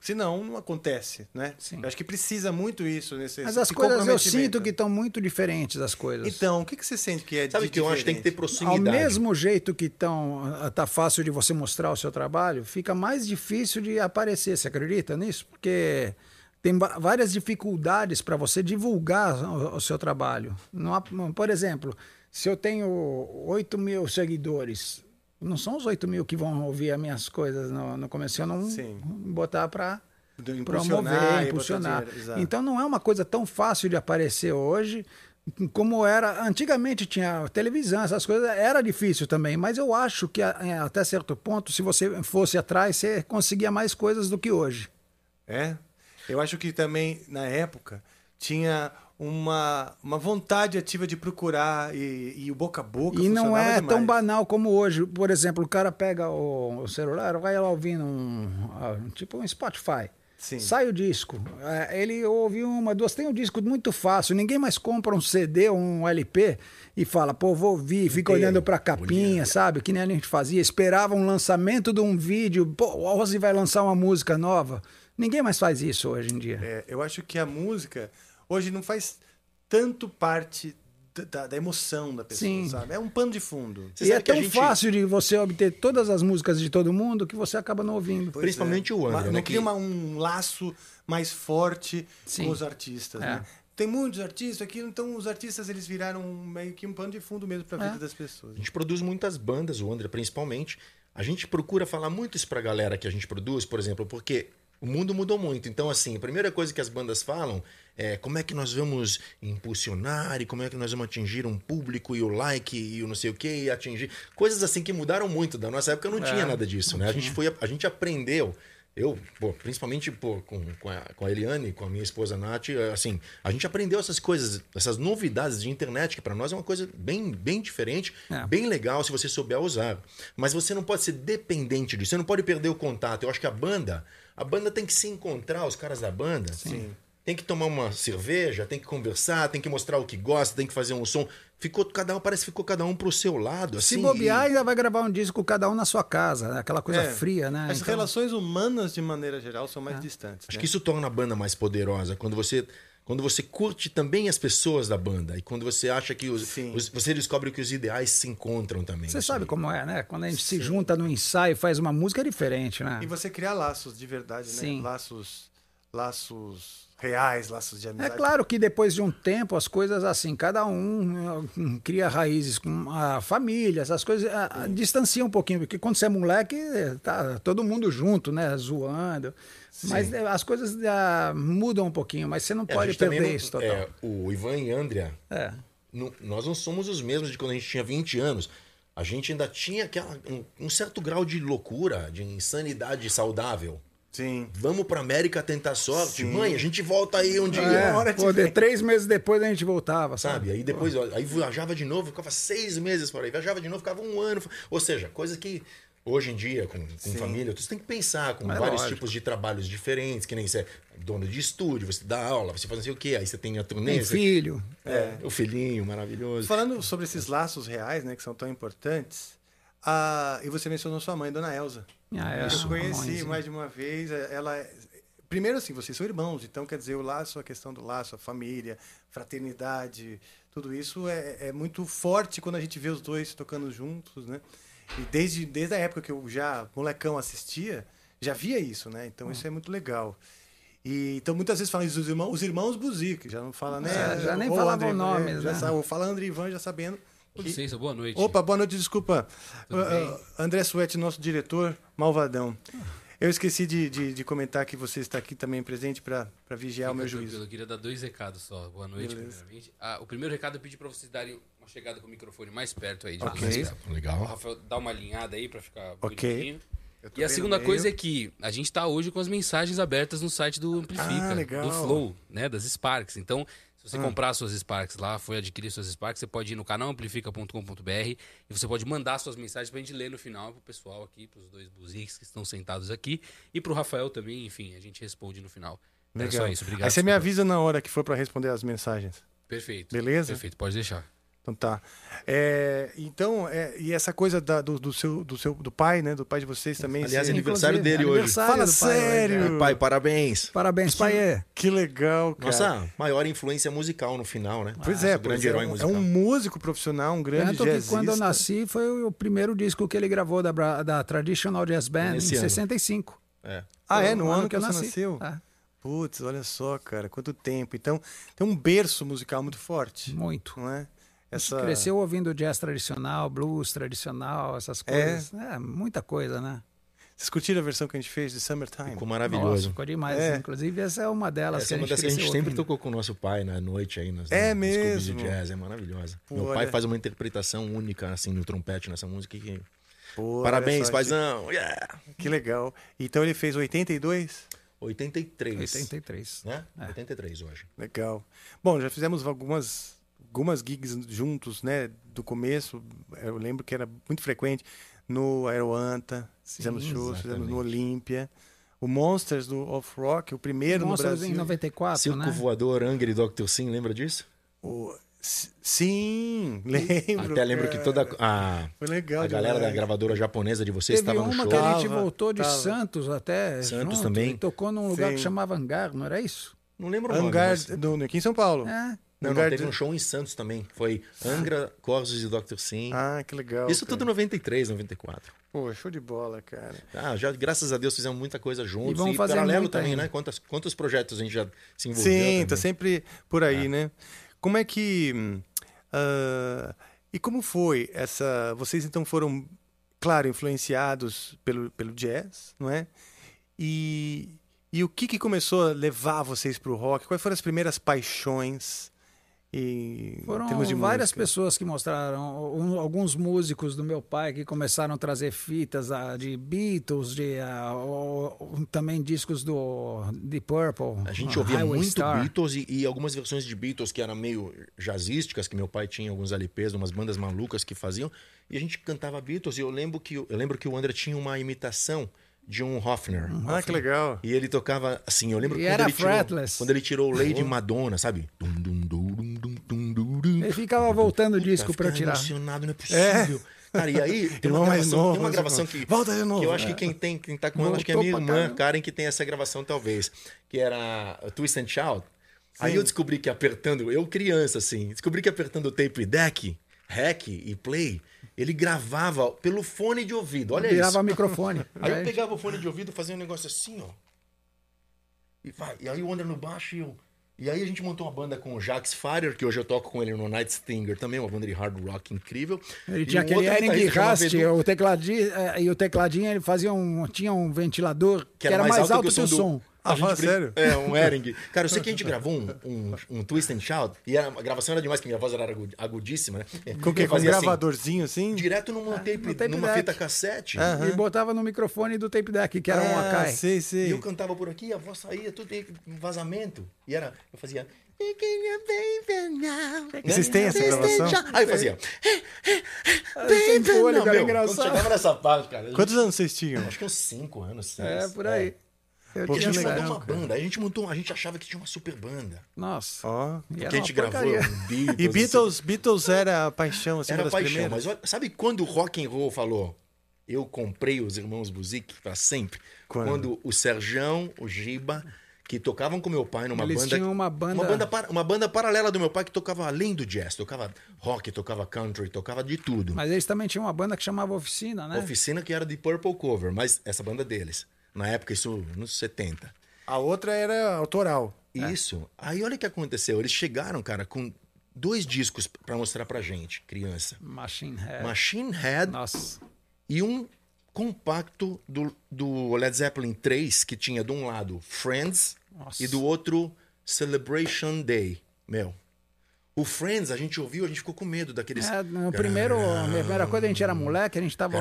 [SPEAKER 1] senão não acontece, né? Eu acho que precisa muito isso nesse
[SPEAKER 5] Mas
[SPEAKER 1] esse
[SPEAKER 5] as coisas eu
[SPEAKER 1] comprometimento.
[SPEAKER 5] sinto que estão muito diferentes as coisas.
[SPEAKER 1] Então, o que, que você sente que é
[SPEAKER 4] Sabe o
[SPEAKER 1] de
[SPEAKER 4] que eu acho? Tem que ter
[SPEAKER 1] diferente?
[SPEAKER 5] Ao
[SPEAKER 4] proximidade.
[SPEAKER 5] mesmo jeito que tão, tá fácil de você mostrar o seu trabalho, fica mais difícil de aparecer. Você acredita nisso? Porque tem va- várias dificuldades para você divulgar o, o seu trabalho. Não há- não- por exemplo, se eu tenho 8 mil seguidores, não são os 8 mil que vão ouvir as minhas coisas no, no começo. Se eu não
[SPEAKER 1] Sim.
[SPEAKER 5] botar para
[SPEAKER 1] Do- impulsionar e botar
[SPEAKER 5] promover, impulsionar.
[SPEAKER 1] dinheiro, exato.
[SPEAKER 5] Então não é uma coisa tão fácil de aparecer hoje como era antigamente tinha televisão essas coisas era difícil também mas eu acho que a- eh, até certo ponto se você fosse atrás você conseguia mais coisas do que hoje
[SPEAKER 1] É. Eu acho que também, na época, tinha uma, uma vontade ativa de procurar e, e o boca a boca.
[SPEAKER 5] e não
[SPEAKER 1] funcionava
[SPEAKER 5] é
[SPEAKER 1] demais.
[SPEAKER 5] tão banal como hoje por exemplo o cara pega o, o celular vai lá ouvindo um ah, tipo um Spotify
[SPEAKER 1] Sim.
[SPEAKER 5] sai o disco Eh, ele ouve uma duas tem um disco muito fácil ninguém mais compra um CD um LP e fala pô vou ouvir fica olhando pra capinha sabe que nem a gente fazia esperava um lançamento de um vídeo pô o Ozzy vai lançar uma música nova ninguém mais faz isso hoje em dia
[SPEAKER 1] É, eu acho que a música hoje não faz tanto parte da- da, da emoção da pessoa,
[SPEAKER 5] Sim.
[SPEAKER 1] sabe? É um pano de fundo.
[SPEAKER 4] Você
[SPEAKER 5] e é
[SPEAKER 4] sabe que a
[SPEAKER 5] tão
[SPEAKER 4] gente-
[SPEAKER 5] fácil de você obter todas as músicas de todo mundo que você acaba não ouvindo
[SPEAKER 1] Pois é.
[SPEAKER 4] Principalmente o André,
[SPEAKER 1] Mas Não
[SPEAKER 4] né,
[SPEAKER 1] cria
[SPEAKER 4] que-
[SPEAKER 1] uma- um laço mais forte
[SPEAKER 5] Sim.
[SPEAKER 1] com os artistas,
[SPEAKER 5] É.
[SPEAKER 1] né? Tem muitos artistas aqui, então os artistas eles viraram meio que um pano de fundo mesmo
[SPEAKER 5] É.
[SPEAKER 1] pra vida das pessoas.
[SPEAKER 4] A gente produz muitas bandas, o André principalmente. A gente procura falar muito isso pra galera que a gente produz, por exemplo, porque o mundo mudou muito. Então, assim, a primeira coisa que as bandas falam é como é que nós vamos impulsionar e como é que nós vamos atingir um público e o like e o não sei o quê e atingir. Coisas assim que mudaram muito. Da nossa época não tinha nada disso, né? A gente, foi, a gente aprendeu. Eu, pô, principalmente pô, com, com, a, com a Eliane, com a minha esposa Nath, eh, assim, a gente aprendeu essas coisas, essas novidades de internet, que pra nós é uma coisa bem, bem diferente, bem legal se você souber usar. Mas você não pode ser dependente disso, você não pode perder o contato. Eu acho que a banda, a banda tem que se encontrar, os caras da banda. Sim. Tem que tomar uma cerveja, tem que conversar, tem que mostrar o que gosta, tem que fazer um som. Ficou cada um, parece que ficou cada um pro seu lado, assim.
[SPEAKER 5] Se bobear,
[SPEAKER 4] e-
[SPEAKER 5] ainda vai gravar um disco cada um na sua casa, né? aquela coisa
[SPEAKER 1] É.
[SPEAKER 5] fria, né?
[SPEAKER 1] As
[SPEAKER 5] Então,
[SPEAKER 1] relações humanas, de maneira geral, são
[SPEAKER 5] É.
[SPEAKER 1] mais distantes.
[SPEAKER 4] Acho
[SPEAKER 1] né?
[SPEAKER 4] que isso torna a banda mais poderosa. Quando você, quando você curte também as pessoas da banda. E quando você acha que os,
[SPEAKER 1] Sim.
[SPEAKER 4] os- você descobre que os ideais se encontram também.
[SPEAKER 5] Você
[SPEAKER 4] Isso
[SPEAKER 5] sabe
[SPEAKER 4] aí.
[SPEAKER 5] como é, né? Quando a gente se junta no ensaio e faz uma música, é diferente, né?
[SPEAKER 1] E você criar laços de verdade, né?
[SPEAKER 5] Sim.
[SPEAKER 1] Laços, laços reais, laços de
[SPEAKER 5] É
[SPEAKER 1] amizade.
[SPEAKER 5] claro que depois de um tempo as coisas assim, cada um eh, cria raízes com a família, essas coisas ah, ah, distanciam um pouquinho, porque quando você é moleque, eh, tá todo mundo junto, né, zoando. Mas
[SPEAKER 4] Sim.
[SPEAKER 5] eh, as coisas ah, mudam um pouquinho, mas você não
[SPEAKER 4] É, a
[SPEAKER 5] pode
[SPEAKER 4] gente também
[SPEAKER 5] perder
[SPEAKER 4] não-
[SPEAKER 5] isso total.
[SPEAKER 4] é, o Ivan e Andrea,
[SPEAKER 5] É.
[SPEAKER 4] não- nós não somos os mesmos de quando a gente tinha 20 anos. A gente ainda tinha aquela, um, um certo grau de loucura, de insanidade saudável.
[SPEAKER 1] Sim.
[SPEAKER 4] Vamos pra América tentar sorte.
[SPEAKER 5] Sim.
[SPEAKER 4] Mãe, a gente volta aí um dia.
[SPEAKER 5] É,
[SPEAKER 4] uma hora
[SPEAKER 5] pô, de
[SPEAKER 4] de...
[SPEAKER 5] três meses depois a gente voltava, sabe?
[SPEAKER 4] Sabe? Aí depois, ó, aí viajava de novo, ficava seis meses por aí. Viajava de novo, ficava um ano. Ou seja, coisa que hoje em dia, com, com
[SPEAKER 1] Sim.
[SPEAKER 4] família, você tem que pensar com
[SPEAKER 1] Mas é
[SPEAKER 4] vários
[SPEAKER 1] lógico.
[SPEAKER 4] tipos de trabalhos diferentes, que nem você é dono de estúdio, você dá aula, você faz não sei o quê, aí você tem a turnê.
[SPEAKER 5] Tem
[SPEAKER 4] você-
[SPEAKER 5] filho.
[SPEAKER 4] É, o filhinho maravilhoso.
[SPEAKER 1] Falando sobre esses laços reais, né, que são tão importantes, ah, e você mencionou sua mãe, Dona Elza.
[SPEAKER 5] Ah, é,
[SPEAKER 1] Eu
[SPEAKER 5] sua
[SPEAKER 1] conheci
[SPEAKER 5] mãe,
[SPEAKER 1] mais de uma vez, eh, ela... é- Primeiro, assim, vocês são irmãos, então quer dizer, o laço, a questão do laço, a família, fraternidade, tudo isso é, é muito forte quando a gente vê os dois tocando juntos, né? E desde, desde a época que eu já, molecão, assistia, já via isso, né? Então isso é muito legal. E, então muitas vezes falam isso, os irmãos, os irmãos Buzik, já não fala, né?
[SPEAKER 5] É, já nem
[SPEAKER 1] Ô,
[SPEAKER 5] falavam
[SPEAKER 1] André,
[SPEAKER 5] nomes,
[SPEAKER 1] é, já
[SPEAKER 5] né?
[SPEAKER 1] sa- ou fala André Ivan já sabendo.
[SPEAKER 8] Com
[SPEAKER 1] que-
[SPEAKER 8] licença, boa noite.
[SPEAKER 1] Opa, boa noite, desculpa.
[SPEAKER 8] Tudo
[SPEAKER 1] Uh,
[SPEAKER 8] bem? Ah.
[SPEAKER 1] André Suete, nosso diretor, malvadão. Eu esqueci de, de, de comentar que você está aqui também presente para vigiar o meu
[SPEAKER 8] Fica tranquilo,
[SPEAKER 1] juízo.
[SPEAKER 8] Eu queria dar dois recados só. Boa noite,
[SPEAKER 1] Beleza.
[SPEAKER 8] primeiramente. Ah, o primeiro recado eu pedi pra vocês darem uma chegada com o microfone mais perto aí. de
[SPEAKER 1] Ok.
[SPEAKER 8] vocês.
[SPEAKER 1] Legal.
[SPEAKER 8] O Rafael dá uma alinhada aí pra ficar
[SPEAKER 1] Ok.
[SPEAKER 8] bonitinho.
[SPEAKER 1] Eu tô
[SPEAKER 8] E a
[SPEAKER 1] bem no
[SPEAKER 8] segunda
[SPEAKER 1] meio.
[SPEAKER 8] coisa é que a gente tá hoje com as mensagens abertas no site do Amplifica,
[SPEAKER 1] Ah, legal.
[SPEAKER 8] do Flow, né, das Sparks. Então, se você
[SPEAKER 1] Ah.
[SPEAKER 8] comprar suas Sparks lá, foi adquirir suas Sparks, você pode ir no canal amplifica.com.br e você pode mandar suas mensagens pra gente ler no final pro pessoal aqui, pros dois buziques que estão sentados aqui e pro Rafael também, enfim, a gente responde no final. Era
[SPEAKER 1] Legal.
[SPEAKER 8] só isso, obrigado.
[SPEAKER 1] Aí você me avisa na hora que for para responder as mensagens.
[SPEAKER 8] Perfeito.
[SPEAKER 1] Beleza?
[SPEAKER 8] Perfeito, pode deixar.
[SPEAKER 1] Então tá. É, então, é, e essa coisa da- do, do seu, do seu do pai, né? Do pai de vocês também.
[SPEAKER 4] Aliás,
[SPEAKER 1] ser-
[SPEAKER 4] é aniversário
[SPEAKER 1] Inclusive,
[SPEAKER 4] dele hoje.
[SPEAKER 1] aniversário Fala
[SPEAKER 4] do pai hoje,
[SPEAKER 1] sério.
[SPEAKER 4] né? Pai, parabéns.
[SPEAKER 5] Parabéns, pai. é.
[SPEAKER 1] Que legal, cara.
[SPEAKER 4] Nossa maior influência musical no final, né?
[SPEAKER 1] Pois
[SPEAKER 4] Ah,
[SPEAKER 1] é,
[SPEAKER 4] nosso
[SPEAKER 1] pois
[SPEAKER 4] grande
[SPEAKER 1] é,
[SPEAKER 4] herói
[SPEAKER 1] um-
[SPEAKER 4] musical.
[SPEAKER 1] É um músico profissional, um grande
[SPEAKER 5] Tanto que
[SPEAKER 1] jazzista.
[SPEAKER 5] quando eu nasci foi o primeiro disco que ele gravou da, Bra- da Traditional Jazz Band,
[SPEAKER 1] Nesse
[SPEAKER 5] em
[SPEAKER 1] ano.
[SPEAKER 5] 65.
[SPEAKER 4] É.
[SPEAKER 1] Ah, é?
[SPEAKER 5] Foi um
[SPEAKER 1] No ano que, você nasceu?
[SPEAKER 5] É.
[SPEAKER 1] Putz, olha só, cara, quanto tempo. Então, tem um berço musical muito forte.
[SPEAKER 5] Muito.
[SPEAKER 1] Não é? Essa...
[SPEAKER 5] Cresceu ouvindo jazz tradicional, blues tradicional, essas coisas. É, muita coisa, né?
[SPEAKER 1] Vocês curtiram a versão que a gente fez de Summertime?
[SPEAKER 4] Ficou maravilhoso.
[SPEAKER 5] Nossa, ficou demais.
[SPEAKER 1] É.
[SPEAKER 5] Inclusive, essa é uma delas.
[SPEAKER 4] Essa é
[SPEAKER 5] que
[SPEAKER 4] uma das que a gente
[SPEAKER 5] cresceu
[SPEAKER 4] sempre
[SPEAKER 5] ouvindo.
[SPEAKER 4] tocou com o nosso pai na noite aí nas
[SPEAKER 1] É
[SPEAKER 4] nos clubes de
[SPEAKER 1] mesmo?
[SPEAKER 4] jazz, é maravilhosa.
[SPEAKER 1] Pô,
[SPEAKER 4] Meu pai
[SPEAKER 1] olha.
[SPEAKER 4] faz uma interpretação única assim no trompete nessa música que
[SPEAKER 1] Pô, olha
[SPEAKER 4] Parabéns,
[SPEAKER 1] só,
[SPEAKER 4] paizão.
[SPEAKER 1] gente.
[SPEAKER 4] Yeah!
[SPEAKER 1] Que legal. Então ele fez 82?
[SPEAKER 4] 83.
[SPEAKER 5] 83.
[SPEAKER 4] Né?
[SPEAKER 1] É.
[SPEAKER 4] 83 hoje.
[SPEAKER 1] Legal. Bom, já fizemos algumas algumas gigs juntos, né, do começo. Eu lembro que era muito frequente no Aeroanta, fizemos shows, fizemos no Olímpia. O Monsters do Off Rock, o primeiro
[SPEAKER 5] Monsters
[SPEAKER 1] no
[SPEAKER 5] em
[SPEAKER 1] Brasil.
[SPEAKER 5] 94,
[SPEAKER 4] Circo
[SPEAKER 5] né?
[SPEAKER 4] voador, Angra e Dr. Sim, lembra disso?
[SPEAKER 1] O- s- Sim, lembro.
[SPEAKER 4] Até lembro que
[SPEAKER 1] cara.
[SPEAKER 4] toda a,
[SPEAKER 1] Foi legal
[SPEAKER 4] a galera
[SPEAKER 1] demais.
[SPEAKER 4] da gravadora japonesa de vocês
[SPEAKER 5] Teve
[SPEAKER 4] estava no
[SPEAKER 5] uma
[SPEAKER 4] show.
[SPEAKER 5] que a gente
[SPEAKER 4] Tava,
[SPEAKER 5] voltou de
[SPEAKER 4] tava.
[SPEAKER 5] Santos até.
[SPEAKER 4] Santos
[SPEAKER 5] junto,
[SPEAKER 4] também.
[SPEAKER 5] e tocou num lugar
[SPEAKER 4] Sim.
[SPEAKER 5] que chamava Hangar, não era isso?
[SPEAKER 4] Não lembro o nome,
[SPEAKER 1] Hangar
[SPEAKER 4] mas-
[SPEAKER 1] do, aqui em São Paulo.
[SPEAKER 5] É.
[SPEAKER 4] Não, não,
[SPEAKER 1] Hangar
[SPEAKER 4] teve
[SPEAKER 1] do-
[SPEAKER 4] um show em Santos também. Foi Angra, Corsos e Dr. Sim.
[SPEAKER 1] Ah, que legal.
[SPEAKER 4] Isso
[SPEAKER 1] cara.
[SPEAKER 4] tudo em 93, 94.
[SPEAKER 1] Pô, show de bola, cara.
[SPEAKER 4] Ah, já, graças a Deus, fizemos muita coisa juntos.
[SPEAKER 1] E vamos fazer
[SPEAKER 4] paralelo
[SPEAKER 1] muita
[SPEAKER 4] também,
[SPEAKER 1] ainda.
[SPEAKER 4] né? Quantas, quantos projetos a gente já se
[SPEAKER 1] Sim,
[SPEAKER 4] envolveu. também.
[SPEAKER 1] tá sempre por aí, né? Como é que. hum, ah, e como foi essa. Vocês então foram, claro, influenciados pelo, pelo jazz, não é? E, e o que, que começou a levar vocês pro rock? Quais foram as primeiras paixões? E, em
[SPEAKER 5] Foram
[SPEAKER 1] termos de
[SPEAKER 5] várias
[SPEAKER 1] música?
[SPEAKER 5] pessoas que mostraram, um- alguns músicos do meu pai que começaram a trazer fitas ah, de Beatles, de ah, o- o- também discos do The Purple. ah,
[SPEAKER 4] A gente ouvia muito Beatles e, e algumas versões de Beatles que eram meio jazzísticas, que meu pai tinha alguns LPs, umas bandas malucas que faziam. E a gente cantava Beatles. E eu lembro que, eu lembro que o André tinha uma imitação de um Hofner.
[SPEAKER 1] Ah, que legal.
[SPEAKER 4] E ele tocava assim, eu lembro
[SPEAKER 5] Hum, E
[SPEAKER 4] quando,
[SPEAKER 5] era
[SPEAKER 4] ele tirou,
[SPEAKER 5] fretless.
[SPEAKER 4] quando ele tirou o Lady
[SPEAKER 5] Oh.
[SPEAKER 4] Madonna, sabe? Dum, dum, dum, dum, dum, dum, dum, dum.
[SPEAKER 5] Ele ficava voltando o disco pra eu
[SPEAKER 4] ficando
[SPEAKER 5] tirar.
[SPEAKER 4] emocionado, não é possível. Cara, e aí tem uma
[SPEAKER 1] Irmão mais
[SPEAKER 4] gravação,
[SPEAKER 1] novo,
[SPEAKER 4] tem uma
[SPEAKER 1] mais
[SPEAKER 4] gravação
[SPEAKER 1] novo.
[SPEAKER 4] que.
[SPEAKER 1] Volta de novo.
[SPEAKER 4] que eu acho
[SPEAKER 1] É.
[SPEAKER 4] que quem tem, quem tá com ela, acho que é minha
[SPEAKER 1] Voltou pra
[SPEAKER 4] irmã,
[SPEAKER 1] caramba.
[SPEAKER 4] Karen, que tem essa gravação, talvez. Que era Twist and Shout. Aí
[SPEAKER 1] Sim.
[SPEAKER 4] eu descobri que apertando, eu criança, assim, descobri que apertando o tape deck, rec e play, ele gravava pelo fone de ouvido. Olha
[SPEAKER 5] Virava
[SPEAKER 4] [LAUGHS] isso.
[SPEAKER 1] É.
[SPEAKER 5] microfone.
[SPEAKER 4] Aí eu
[SPEAKER 5] Aí-
[SPEAKER 4] pegava o fone de ouvido, fazia um negócio assim, ó. E, vai, e aí o André no baixo e eu. E aí a gente montou uma banda com o Jax Farer, que hoje eu toco com ele no Night Stinger também, uma banda de hard rock incrível.
[SPEAKER 5] Ele
[SPEAKER 4] E
[SPEAKER 5] tinha
[SPEAKER 4] um
[SPEAKER 5] aquele
[SPEAKER 4] outro
[SPEAKER 5] Eric
[SPEAKER 4] guitarrista que uma
[SPEAKER 5] Rast,
[SPEAKER 4] vez do-
[SPEAKER 5] o tecladinho, eh, e o tecladinho ele fazia um, tinha um ventilador que era, mais alto que o
[SPEAKER 4] do-
[SPEAKER 5] som.
[SPEAKER 4] A gente brin- É,
[SPEAKER 1] [LAUGHS]
[SPEAKER 4] um Ering. Cara, eu sei que
[SPEAKER 5] [LAUGHS]
[SPEAKER 4] a gente gravou um, um, um Twist and Shout, e a gravação era demais, que minha voz era agu- agudíssima, né?
[SPEAKER 1] Com o quê?
[SPEAKER 4] Eu
[SPEAKER 1] Com um
[SPEAKER 4] fazia assim,
[SPEAKER 1] gravadorzinho assim?
[SPEAKER 4] Direto numa, tape, numa
[SPEAKER 5] deck.
[SPEAKER 4] fita cassete.
[SPEAKER 5] E botava no microfone do tape deck, que era um
[SPEAKER 4] Ah,
[SPEAKER 5] Akai.
[SPEAKER 4] sei, E eu cantava por aqui, a voz saía, tudo e um vazamento. E era, eu fazia. é
[SPEAKER 1] E vocês têm essa gravação?
[SPEAKER 4] Aí eu fazia.
[SPEAKER 5] sem fôlego,
[SPEAKER 4] Não,
[SPEAKER 5] era
[SPEAKER 4] meu,
[SPEAKER 5] engraçado.
[SPEAKER 4] Quando chegava nessa parte, cara. a
[SPEAKER 1] é Quantos
[SPEAKER 4] gente-
[SPEAKER 1] anos vocês tinham?
[SPEAKER 4] Acho que é uns 5 anos, seis.
[SPEAKER 5] É, por aí. É, Eu
[SPEAKER 4] Porque a
[SPEAKER 5] tinha
[SPEAKER 4] gente
[SPEAKER 5] essa
[SPEAKER 4] montou uma
[SPEAKER 5] época.
[SPEAKER 4] banda, a gente montou, a gente achava que tinha uma super banda.
[SPEAKER 5] Nossa.
[SPEAKER 4] Porque a gente gravou Beatles,
[SPEAKER 1] e Beatles, Beatles era a paixão, assim,
[SPEAKER 4] Era
[SPEAKER 1] uma das
[SPEAKER 4] paixão,
[SPEAKER 1] primeiras.
[SPEAKER 4] mas olha, sabe quando o rock and roll falou? Eu comprei os irmãos Buzik pra sempre.
[SPEAKER 1] Quando?
[SPEAKER 4] Quando? o Serjão, o Giba, que tocavam com meu pai numa
[SPEAKER 5] Eles
[SPEAKER 4] banda.
[SPEAKER 5] tinham uma banda-
[SPEAKER 4] Uma banda, para- uma banda paralela do meu pai que tocava além do jazz, tocava rock, tocava country, tocava de tudo.
[SPEAKER 5] Mas eles também tinham uma banda que chamava Oficina, né?
[SPEAKER 4] Oficina que era de Purple Cover, mas essa banda é deles. Na época, isso nos 70.
[SPEAKER 1] A outra era autoral.
[SPEAKER 5] É.
[SPEAKER 4] Isso. Aí olha o que aconteceu. Eles chegaram, cara, com dois discos pra mostrar pra gente, criança.
[SPEAKER 5] Machine Head.
[SPEAKER 4] Machine Head e um compacto do, do Led Zeppelin 3 que tinha de um lado Friends
[SPEAKER 5] Nossa.
[SPEAKER 4] e do outro Celebration Day. Meu, o Friends a gente ouviu, a gente ficou com medo daqueles.
[SPEAKER 5] É, no primeiro, a primeira coisa, a gente era moleque, a gente tava...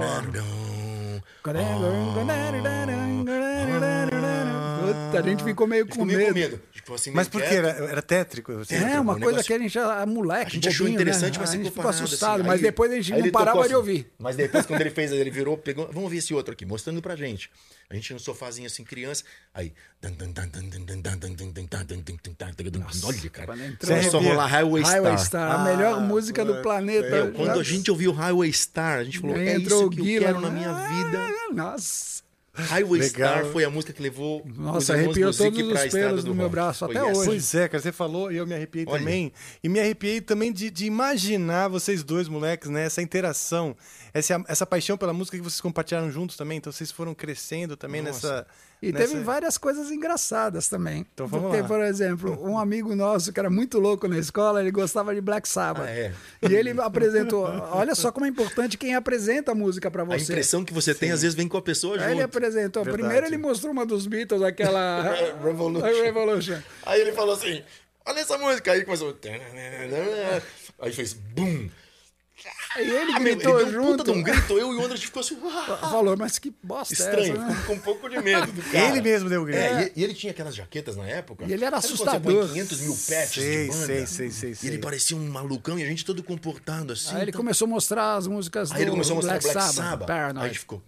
[SPEAKER 5] Puta, a gente ficou meio com
[SPEAKER 4] Ficou meio
[SPEAKER 5] medo.
[SPEAKER 4] com medo. Tipo assim,
[SPEAKER 1] Mas
[SPEAKER 4] meio
[SPEAKER 1] por quê?
[SPEAKER 4] quieto.
[SPEAKER 1] Era, era tétrico? assim?
[SPEAKER 5] É, uma coisa
[SPEAKER 4] um negócio-
[SPEAKER 5] que a gente era moleque,
[SPEAKER 4] A gente achou
[SPEAKER 5] bobinho,
[SPEAKER 4] interessante,
[SPEAKER 5] né?
[SPEAKER 4] mas
[SPEAKER 5] a
[SPEAKER 4] ficou
[SPEAKER 5] gente ficou
[SPEAKER 4] parado, assim.
[SPEAKER 5] assustado,
[SPEAKER 4] Aí-
[SPEAKER 5] mas depois a gente
[SPEAKER 4] aí
[SPEAKER 5] não
[SPEAKER 4] ele tocou
[SPEAKER 5] parava de
[SPEAKER 4] assim.
[SPEAKER 5] ouvir.
[SPEAKER 4] Mas depois, quando ele fez, ele virou, pegou. Vamos ver esse outro aqui, mostrando pra gente. A gente no sofazinho assim, criança. Aí. Olha, cara.
[SPEAKER 5] entrou.
[SPEAKER 4] Começou a rolar Highway Star.
[SPEAKER 5] Highway Star, a melhor música do planeta.
[SPEAKER 4] Meu, quando a gente ouviu Highway Star, a gente falou:
[SPEAKER 5] Aí
[SPEAKER 4] é
[SPEAKER 5] entrou
[SPEAKER 4] isso
[SPEAKER 5] o
[SPEAKER 4] que eu
[SPEAKER 5] Guila,
[SPEAKER 4] quero
[SPEAKER 5] né?
[SPEAKER 4] na minha vida.
[SPEAKER 5] Nossa.
[SPEAKER 4] Highway
[SPEAKER 1] Legal.
[SPEAKER 4] Star foi a música que levou. os
[SPEAKER 5] Nossa,
[SPEAKER 4] irmãos
[SPEAKER 5] arrepiou
[SPEAKER 4] Buzik
[SPEAKER 5] todos os
[SPEAKER 4] pra estrada
[SPEAKER 5] pelos do meu
[SPEAKER 4] rock.
[SPEAKER 5] braço,
[SPEAKER 4] Foi
[SPEAKER 5] até
[SPEAKER 4] essa.
[SPEAKER 5] hoje.
[SPEAKER 1] Pois é, cara, você falou e eu me arrepiei
[SPEAKER 4] Olha.
[SPEAKER 1] também. E me arrepiei também de, de imaginar vocês dois, moleques, né? Essa interação, essa, essa paixão pela música que vocês compartilharam juntos também. Então vocês foram crescendo também nessa.
[SPEAKER 5] E
[SPEAKER 1] nessa...
[SPEAKER 5] teve várias coisas engraçadas também.
[SPEAKER 1] Então vamos
[SPEAKER 5] Porque,
[SPEAKER 1] lá.
[SPEAKER 5] por exemplo, um amigo nosso que era muito louco na escola, ele gostava de Black Sabbath.
[SPEAKER 4] Ah, é.
[SPEAKER 5] E ele apresentou. Olha só como é importante quem apresenta a música pra
[SPEAKER 4] A
[SPEAKER 5] você.
[SPEAKER 4] impressão que você tem, às vezes, vem com a pessoa junto.
[SPEAKER 5] Aí ele apresentou.
[SPEAKER 4] Verdade.
[SPEAKER 5] Primeiro ele mostrou uma dos Beatles, aquela
[SPEAKER 4] [LAUGHS] Revolution.
[SPEAKER 5] A Revolution.
[SPEAKER 4] Aí ele falou assim: olha essa música. Aí começou. Aí fez bum.
[SPEAKER 5] E ele
[SPEAKER 4] Ah, meu,
[SPEAKER 5] gritou
[SPEAKER 4] ele deu um
[SPEAKER 5] junto.
[SPEAKER 4] puta de um grito, eu e o André ficou assim. "Ah".
[SPEAKER 5] Falou, mas que bosta é
[SPEAKER 4] Estranho,
[SPEAKER 5] essa, né?
[SPEAKER 4] ficou com um pouco de [LAUGHS] medo do cara.
[SPEAKER 1] Ele mesmo deu o grito.
[SPEAKER 4] É, e, e ele tinha aquelas jaquetas na época.
[SPEAKER 5] E ele era
[SPEAKER 4] Sabe quando Você
[SPEAKER 5] assustador.
[SPEAKER 4] põe 500 mil patches
[SPEAKER 1] Sei,
[SPEAKER 4] de banda.
[SPEAKER 1] sei, sei, sei,
[SPEAKER 4] E
[SPEAKER 1] sei.
[SPEAKER 4] ele parecia um malucão e a gente todo comportado assim.
[SPEAKER 5] Aí ele
[SPEAKER 4] tá?
[SPEAKER 5] começou a mostrar as músicas
[SPEAKER 4] Aí
[SPEAKER 5] do
[SPEAKER 4] ele começou a mostrar
[SPEAKER 5] Black,
[SPEAKER 4] Black, Black
[SPEAKER 5] Sabbath.
[SPEAKER 4] Sabbath. Aí a
[SPEAKER 5] Paranoid.
[SPEAKER 4] gente ficou.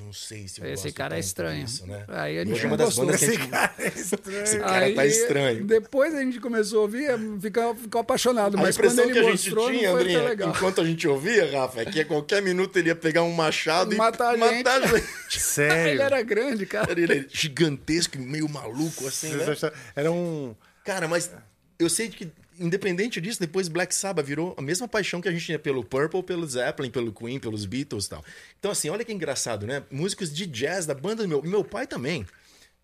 [SPEAKER 4] Não sei se eu
[SPEAKER 5] Esse
[SPEAKER 4] gosto
[SPEAKER 5] cara é
[SPEAKER 4] tanto
[SPEAKER 5] estranho.
[SPEAKER 4] disso, né?
[SPEAKER 5] Aí a
[SPEAKER 4] E
[SPEAKER 5] gente
[SPEAKER 4] hoje é
[SPEAKER 5] não
[SPEAKER 4] uma das
[SPEAKER 5] gostou.
[SPEAKER 4] bandas que a
[SPEAKER 5] Esse
[SPEAKER 4] gente...
[SPEAKER 1] cara é estranho.
[SPEAKER 4] Esse cara tá estranho.
[SPEAKER 5] Depois a gente começou a ouvir, ficou, ficou apaixonado.
[SPEAKER 4] A
[SPEAKER 5] Mas quando
[SPEAKER 4] impressão
[SPEAKER 5] ele
[SPEAKER 4] que a gente
[SPEAKER 5] mostrou,
[SPEAKER 4] tinha,
[SPEAKER 5] não foi tão
[SPEAKER 4] Andrinha,
[SPEAKER 5] legal.
[SPEAKER 4] enquanto a gente ouvia, Rafa, é que a qualquer minuto ele ia pegar um machado
[SPEAKER 5] Matar a
[SPEAKER 4] e matar a
[SPEAKER 5] gente.
[SPEAKER 4] gente.
[SPEAKER 5] Ele
[SPEAKER 1] [LAUGHS] Sério.
[SPEAKER 5] era grande, cara.
[SPEAKER 4] Ele era gigantesco, e meio maluco, assim, né?
[SPEAKER 1] Vocês acharam- Era um.
[SPEAKER 4] Cara, mas eu sei que, independente disso, depois Black Sabbath virou a mesma paixão que a gente tinha pelo Purple, pelo Zeppelin, pelo Queen, pelos Beatles e tal. Então, assim, olha que engraçado, né? Músicos de jazz da banda do meu, meu pai também.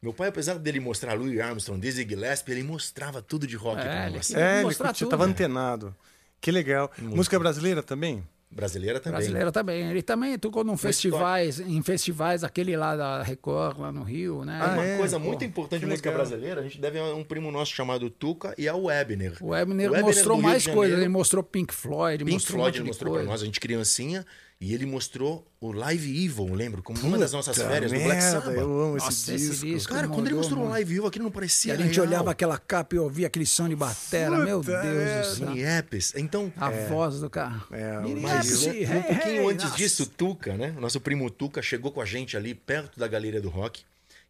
[SPEAKER 4] Meu pai, apesar dele mostrar Louis Armstrong, Dizzy Gillespie, ele mostrava tudo de rock
[SPEAKER 5] É,
[SPEAKER 4] pra
[SPEAKER 5] ele
[SPEAKER 4] nós.
[SPEAKER 5] queria
[SPEAKER 1] É, ele
[SPEAKER 5] mostrar
[SPEAKER 1] curtiu,
[SPEAKER 5] tudo,
[SPEAKER 1] tava
[SPEAKER 5] né?
[SPEAKER 1] antenado. Que legal. Música brasileira também?
[SPEAKER 4] Brasileira também.
[SPEAKER 5] Brasileiro também. Ele também tocou num festivais, em festivais, aquele lá da Record, lá no Rio, né?
[SPEAKER 4] Uma
[SPEAKER 1] é?
[SPEAKER 4] coisa
[SPEAKER 5] Pô,
[SPEAKER 4] muito importante
[SPEAKER 1] que
[SPEAKER 4] de música
[SPEAKER 1] legal.
[SPEAKER 4] brasileira, a gente deve a um primo nosso chamado Tuca e ao Webner.
[SPEAKER 5] O Ebner
[SPEAKER 4] Webner
[SPEAKER 5] mostrou
[SPEAKER 4] é do Rio
[SPEAKER 5] mais
[SPEAKER 4] de
[SPEAKER 5] coisas. Ele
[SPEAKER 4] Janeiro.
[SPEAKER 5] mostrou Pink Floyd,
[SPEAKER 4] Pink
[SPEAKER 5] mostrou
[SPEAKER 4] Floyd
[SPEAKER 5] um monte de
[SPEAKER 4] mostrou
[SPEAKER 5] coisa.
[SPEAKER 4] pra nós, a gente criancinha, e ele mostrou o Live Evil, eu lembro, como uma das nossas férias do Black
[SPEAKER 1] merda,
[SPEAKER 4] Sabbath.
[SPEAKER 1] Eu amo
[SPEAKER 5] Nossa,
[SPEAKER 1] esse
[SPEAKER 5] esse
[SPEAKER 1] disco.
[SPEAKER 5] disco. é
[SPEAKER 4] Cara, quando ele
[SPEAKER 5] mandou,
[SPEAKER 4] mostrou o
[SPEAKER 5] mano.
[SPEAKER 4] Live Evil, aquilo não parecia
[SPEAKER 5] E a gente
[SPEAKER 4] real.
[SPEAKER 5] olhava aquela capa e ouvia aquele som de batera. Meu
[SPEAKER 1] é Puta
[SPEAKER 5] Deus do céu.
[SPEAKER 4] Zini Epes. Então,
[SPEAKER 5] A voz do cara.
[SPEAKER 1] É,
[SPEAKER 5] Miriam
[SPEAKER 4] mas,
[SPEAKER 5] Epsi,
[SPEAKER 4] né, um
[SPEAKER 5] hey,
[SPEAKER 4] pouquinho
[SPEAKER 5] hey, assim,
[SPEAKER 4] antes
[SPEAKER 5] é, nossa.
[SPEAKER 4] disso, o Tuca, né? O nosso primo Tuca chegou com a gente ali perto da galeria do rock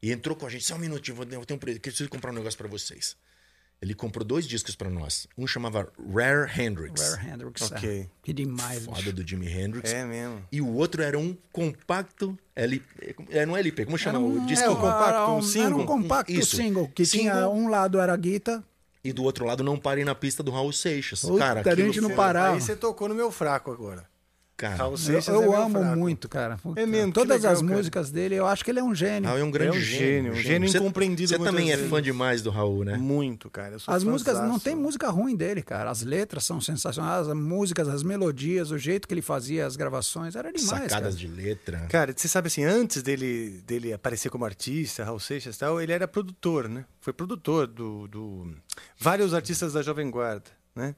[SPEAKER 4] e entrou com a gente. Só um minutinho, vou, eu tenho um pre- eu preciso comprar um negócio pra vocês. Ele comprou dois discos pra nós. Um chamava Rare Hendrix.
[SPEAKER 5] Rare Hendrix.
[SPEAKER 1] Ok.
[SPEAKER 5] é. Que demais,
[SPEAKER 4] Foda
[SPEAKER 5] bicho.
[SPEAKER 4] do Jimi Hendrix.
[SPEAKER 1] É mesmo.
[SPEAKER 4] E o outro era um compacto LP. É, não é LP, como chama? o disco
[SPEAKER 1] é, um compacto,
[SPEAKER 5] Era
[SPEAKER 1] um
[SPEAKER 5] Era
[SPEAKER 1] single.
[SPEAKER 5] um compacto
[SPEAKER 4] Isso.
[SPEAKER 5] single, que tinha
[SPEAKER 4] Single.
[SPEAKER 5] um lado era a guita,
[SPEAKER 4] E do outro lado, não parem na pista do Raul Seixas.
[SPEAKER 5] Puta,
[SPEAKER 4] Cara,
[SPEAKER 5] a gente
[SPEAKER 4] aquilo
[SPEAKER 5] não
[SPEAKER 4] foi-
[SPEAKER 5] parava.
[SPEAKER 1] Aí você tocou no meu fraco agora.
[SPEAKER 4] Cara,
[SPEAKER 5] Raul Seixas eu, eu
[SPEAKER 4] é meu
[SPEAKER 5] amo
[SPEAKER 4] fraco.
[SPEAKER 5] muito, cara. Puta,
[SPEAKER 1] É mesmo, que
[SPEAKER 5] Todas
[SPEAKER 1] legal,
[SPEAKER 5] as
[SPEAKER 1] cara.
[SPEAKER 5] músicas dele, eu acho que ele é um gênio.
[SPEAKER 4] Raul é um grande gênio.
[SPEAKER 1] um gênio
[SPEAKER 4] Você-
[SPEAKER 1] incompreendido
[SPEAKER 4] Você
[SPEAKER 1] muitas
[SPEAKER 4] também é
[SPEAKER 1] vezes.
[SPEAKER 4] fã demais do Raul, né?
[SPEAKER 1] Muito, cara. Eu sou
[SPEAKER 5] As músicas, não
[SPEAKER 1] fãzaço.
[SPEAKER 5] tem música ruim dele, cara. As letras são sensacionais, as músicas, as melodias, o jeito que ele fazia as gravações, era demais.
[SPEAKER 4] Sacadas
[SPEAKER 5] cara.
[SPEAKER 4] de letra.
[SPEAKER 1] Cara, você sabe assim, antes dele, dele aparecer como artista, Raul Seixas e tal, ele era produtor, né? Foi produtor do, do- vários artistas da Jovem Guarda, né?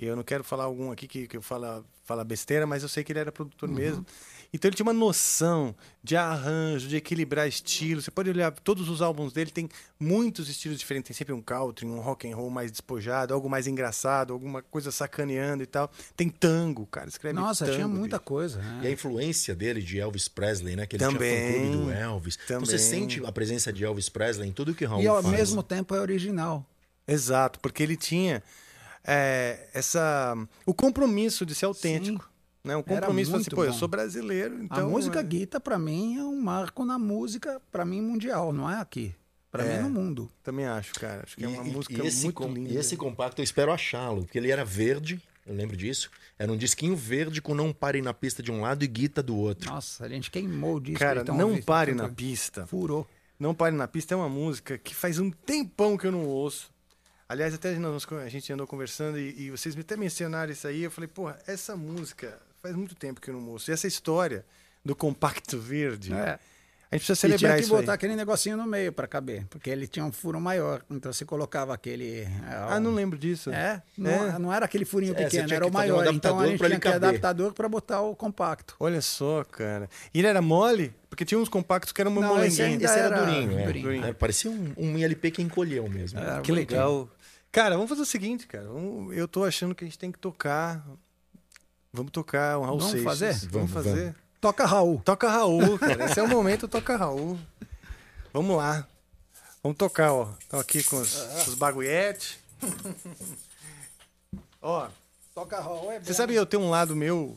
[SPEAKER 1] E eu não quero falar algum aqui que, que eu fala, fala besteira, mas eu sei que ele era
[SPEAKER 4] Uhum.
[SPEAKER 1] produtor mesmo. Então ele tinha uma noção de arranjo, de equilibrar estilo. Você pode olhar todos os álbuns dele, tem muitos estilos diferentes. Tem sempre um country, um rock and roll mais despojado, algo mais engraçado, alguma coisa sacaneando e tal. Tem tango, cara. Escreve
[SPEAKER 5] Nossa,
[SPEAKER 1] tango,
[SPEAKER 5] tinha muita
[SPEAKER 1] bicho.
[SPEAKER 5] coisa.
[SPEAKER 4] E a influência dele de Elvis Presley, né? Que ele
[SPEAKER 1] Também.
[SPEAKER 4] tinha fã-clube do Elvis. Então você
[SPEAKER 1] Também.
[SPEAKER 4] sente a presença de Elvis Presley em tudo que o Raul
[SPEAKER 5] E ao
[SPEAKER 4] faz.
[SPEAKER 5] mesmo tempo é original.
[SPEAKER 1] Exato, porque ele tinha é, essa o compromisso de ser autêntico, né? O
[SPEAKER 5] Era
[SPEAKER 1] compromisso de
[SPEAKER 5] muito
[SPEAKER 1] assim, pô, eu
[SPEAKER 5] bom.
[SPEAKER 1] sou brasileiro, então
[SPEAKER 5] a música
[SPEAKER 1] é,
[SPEAKER 5] guita, pra mim, é um marco na música, pra mim, mundial, não é aqui. Pra
[SPEAKER 1] É.
[SPEAKER 5] mim, no mundo.
[SPEAKER 1] também acho, cara. Acho que é uma
[SPEAKER 4] E- e-
[SPEAKER 1] música
[SPEAKER 4] e esse
[SPEAKER 1] muito
[SPEAKER 4] com-
[SPEAKER 1] linda.
[SPEAKER 4] E esse compacto eu espero achá-lo, porque ele era verde, eu lembro disso. Era um disquinho verde com Não Pare na Pista de um lado e Guita do outro.
[SPEAKER 5] Nossa, a gente queimou o disco.
[SPEAKER 1] é, Cara,
[SPEAKER 5] então,
[SPEAKER 1] não
[SPEAKER 5] ouvi-
[SPEAKER 1] pare na pista.
[SPEAKER 5] Furou.
[SPEAKER 1] Não pare na pista é uma música que faz um tempão que eu não ouço. Aliás, até nós, a gente andou conversando e, e vocês até mencionaram isso aí. Eu falei, porra, essa música faz muito tempo que eu não ouço. E essa história do compacto verde,
[SPEAKER 5] É.
[SPEAKER 1] a gente precisa
[SPEAKER 5] Você tinha
[SPEAKER 1] celebrar
[SPEAKER 5] que
[SPEAKER 1] isso aí.
[SPEAKER 5] botar aquele negocinho no meio pra caber, porque ele tinha um furo maior. Então você colocava aquele. é,
[SPEAKER 1] Ah,
[SPEAKER 5] um-
[SPEAKER 1] não lembro disso.
[SPEAKER 5] É, não,
[SPEAKER 1] É.
[SPEAKER 5] não era aquele furinho
[SPEAKER 4] É, você
[SPEAKER 5] pequeno,
[SPEAKER 4] tinha
[SPEAKER 5] era o
[SPEAKER 4] que fazer um
[SPEAKER 5] maior. então
[SPEAKER 4] adaptador
[SPEAKER 5] a gente
[SPEAKER 4] pra ele
[SPEAKER 5] tinha que
[SPEAKER 4] caber.
[SPEAKER 5] adaptador pra botar o compacto.
[SPEAKER 1] Olha só, cara. E ele era mole? Porque tinha uns compactos que eram uma
[SPEAKER 5] Não, esse
[SPEAKER 1] molenguinha.
[SPEAKER 5] ainda
[SPEAKER 4] Esse era,
[SPEAKER 5] era
[SPEAKER 4] durinho, é.
[SPEAKER 5] durinho.
[SPEAKER 1] Durinho.
[SPEAKER 4] É, parecia um, um LP que encolheu mesmo.
[SPEAKER 5] É,
[SPEAKER 1] Que legal. Cara, vamos fazer o seguinte, cara. Vamos- Eu tô achando que a gente tem que tocar. Vamos tocar um Raul
[SPEAKER 5] Vamos
[SPEAKER 1] Seixas.
[SPEAKER 5] fazer?
[SPEAKER 4] Vamos,
[SPEAKER 1] Vamos, fazer.
[SPEAKER 5] Toca Raul.
[SPEAKER 1] Toca Raul, cara. Esse é o momento, toca Raul. Vamos lá. Vamos tocar, ó. Tô aqui com os, os bagulhetes. [LAUGHS] ó,
[SPEAKER 5] Toca Raul é
[SPEAKER 1] você sabe eu tenho um lado meu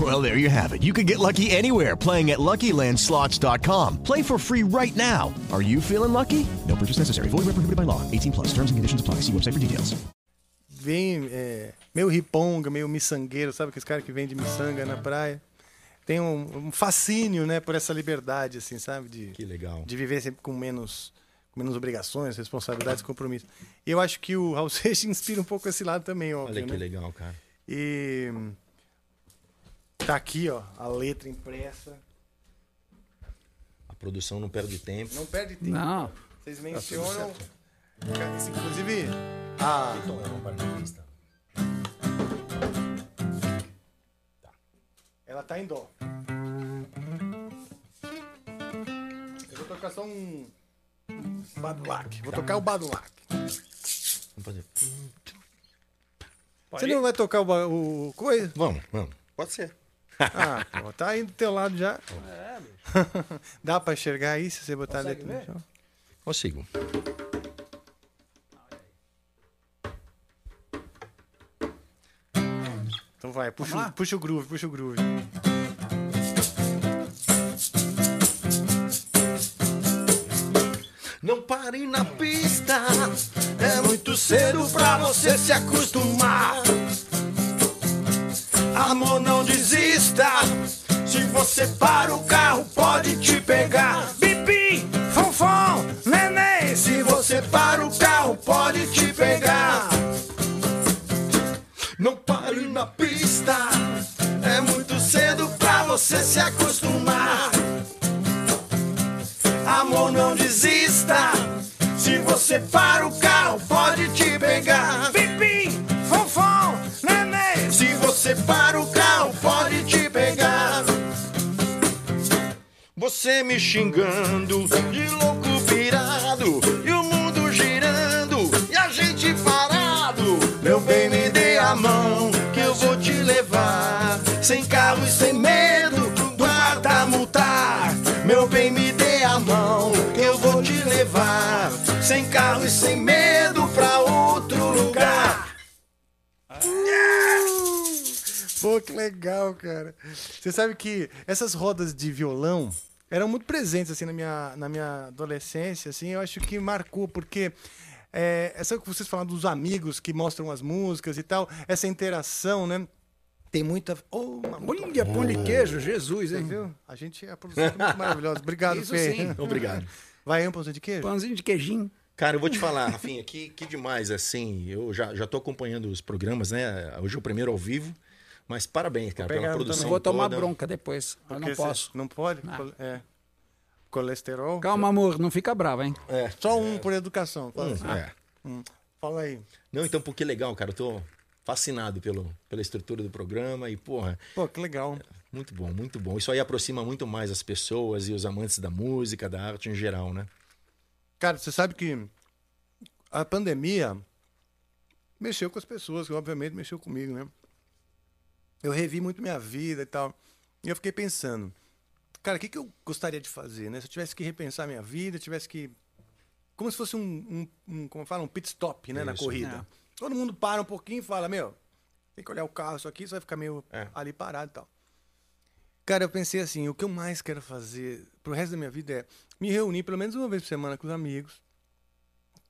[SPEAKER 9] Well, there you have it. You can get lucky anywhere playing at LuckyLandSlots.com. Play for free right now. Are you feeling lucky? No purchase necessary. Void where prohibited by law. 18 plus. Terms and conditions apply. See website for details.
[SPEAKER 1] vem é, meio riponga, meio miçangueiro, sabe aqueles caras que vende miçanga na praia? Tem um, um fascínio, né, por essa liberdade, assim, sabe? De,
[SPEAKER 4] Que legal.
[SPEAKER 1] de viver sempre com menos, com menos obrigações, responsabilidades, compromissos. E eu acho que o Raul [LAUGHS] Seixas inspira um pouco esse lado também, óbvio,
[SPEAKER 4] Olha que
[SPEAKER 1] né?
[SPEAKER 4] legal, cara.
[SPEAKER 1] E hum, tá aqui, ó, a letra impressa.
[SPEAKER 4] A produção não perde tempo.
[SPEAKER 1] Não perde tempo.
[SPEAKER 5] Não.
[SPEAKER 1] Vocês mencionam. Cara, isso, Inclusive, a,
[SPEAKER 4] Então, não para na pista.
[SPEAKER 1] ela tá em dó. Eu vou tocar só um. um Badulac.
[SPEAKER 4] Tá
[SPEAKER 1] Vou tocar o Badulac.
[SPEAKER 4] Vamos fazer.
[SPEAKER 1] Você não vai tocar o, ba- o coisa?
[SPEAKER 4] Vamos, vamos. Pode ser. É,
[SPEAKER 1] Ah, pô, tá aí do teu lado já. [LAUGHS] Dá pra enxergar aí se você botar a letra no chão?
[SPEAKER 4] Consigo.
[SPEAKER 1] Então vai, puxa, o- puxa o groove, puxa o groove.
[SPEAKER 4] Não pare na pista, é muito cedo pra você se acostumar. Amor, não desista, se você para o carro pode te pegar. Bibi, fonfon, neném, se você para o carro pode te pegar. Não pare na pista, é muito cedo pra você se acostumar. Amor, não desista. Se você para o carro, pode te pegar. Pipim, fofão, neném. Se você para o carro, pode te pegar. Você me xingando de louco virado. E o mundo girando e a gente parado. Meu bem, me dê a mão que eu vou te levar. Sem carro e sem medo do guarda multar. Meu bem, me dê a mão que eu vou te levar. Sem carro e sem medo pra outro lugar.
[SPEAKER 1] Pô, que legal, cara. Você sabe que essas rodas de violão eram muito presentes assim na minha, na minha adolescência, assim, eu acho que marcou porque é, essa que vocês falaram dos amigos que mostram as músicas e tal, essa interação, né? Tem muita. Oh, uma...
[SPEAKER 5] Olha, pão de queijo, Jesus, hein?
[SPEAKER 1] Viu? A gente é produção muito maravilhosa. Obrigado,
[SPEAKER 5] Isso
[SPEAKER 1] Fê.
[SPEAKER 5] sim.
[SPEAKER 4] Obrigado.
[SPEAKER 1] Vai, um pãozinho de queijo?
[SPEAKER 5] Pãozinho de queijinho.
[SPEAKER 4] Cara, eu vou te falar, Rafinha, que, que demais, assim. Eu já, já tô acompanhando os programas, né? Hoje é o primeiro ao vivo. Mas parabéns, cara, pela produção.
[SPEAKER 5] vou tomar
[SPEAKER 4] toda.
[SPEAKER 5] bronca depois. Eu
[SPEAKER 1] Porque
[SPEAKER 5] não
[SPEAKER 1] você-
[SPEAKER 5] posso. Ah.
[SPEAKER 1] Não pode? Col- É. Colesterol?
[SPEAKER 5] Calma, amor, não fica brava, hein? Ah.
[SPEAKER 4] É.
[SPEAKER 1] Só um por educação. Fala,
[SPEAKER 4] Hum,
[SPEAKER 1] assim.
[SPEAKER 4] é.
[SPEAKER 1] Hum. Fala aí.
[SPEAKER 4] Não, então, porque legal, cara. Eu tô fascinado pelo, pela estrutura do programa e, porra,
[SPEAKER 1] Pô, que legal.
[SPEAKER 4] muito bom, muito bom. Isso aí aproxima muito mais as pessoas e os amantes da música, da arte em geral, né?
[SPEAKER 1] Cara, você sabe que a pandemia mexeu com as pessoas, que obviamente mexeu comigo, né? Eu revi muito minha vida e tal. E eu fiquei pensando, cara, o que, que eu gostaria de fazer, né? Se eu tivesse que repensar minha vida, eu tivesse que. Como se fosse um, um- um- como fala, um pit stop, né? na
[SPEAKER 4] Isso. É.
[SPEAKER 1] corrida. Todo mundo para um pouquinho e fala, meu, tem que olhar o carro, isso aqui, isso vai ficar meio
[SPEAKER 4] É.
[SPEAKER 1] ali parado e tal. Cara, eu pensei assim, o que eu mais quero fazer pro resto da minha vida é me reunir pelo menos uma vez por semana com os amigos,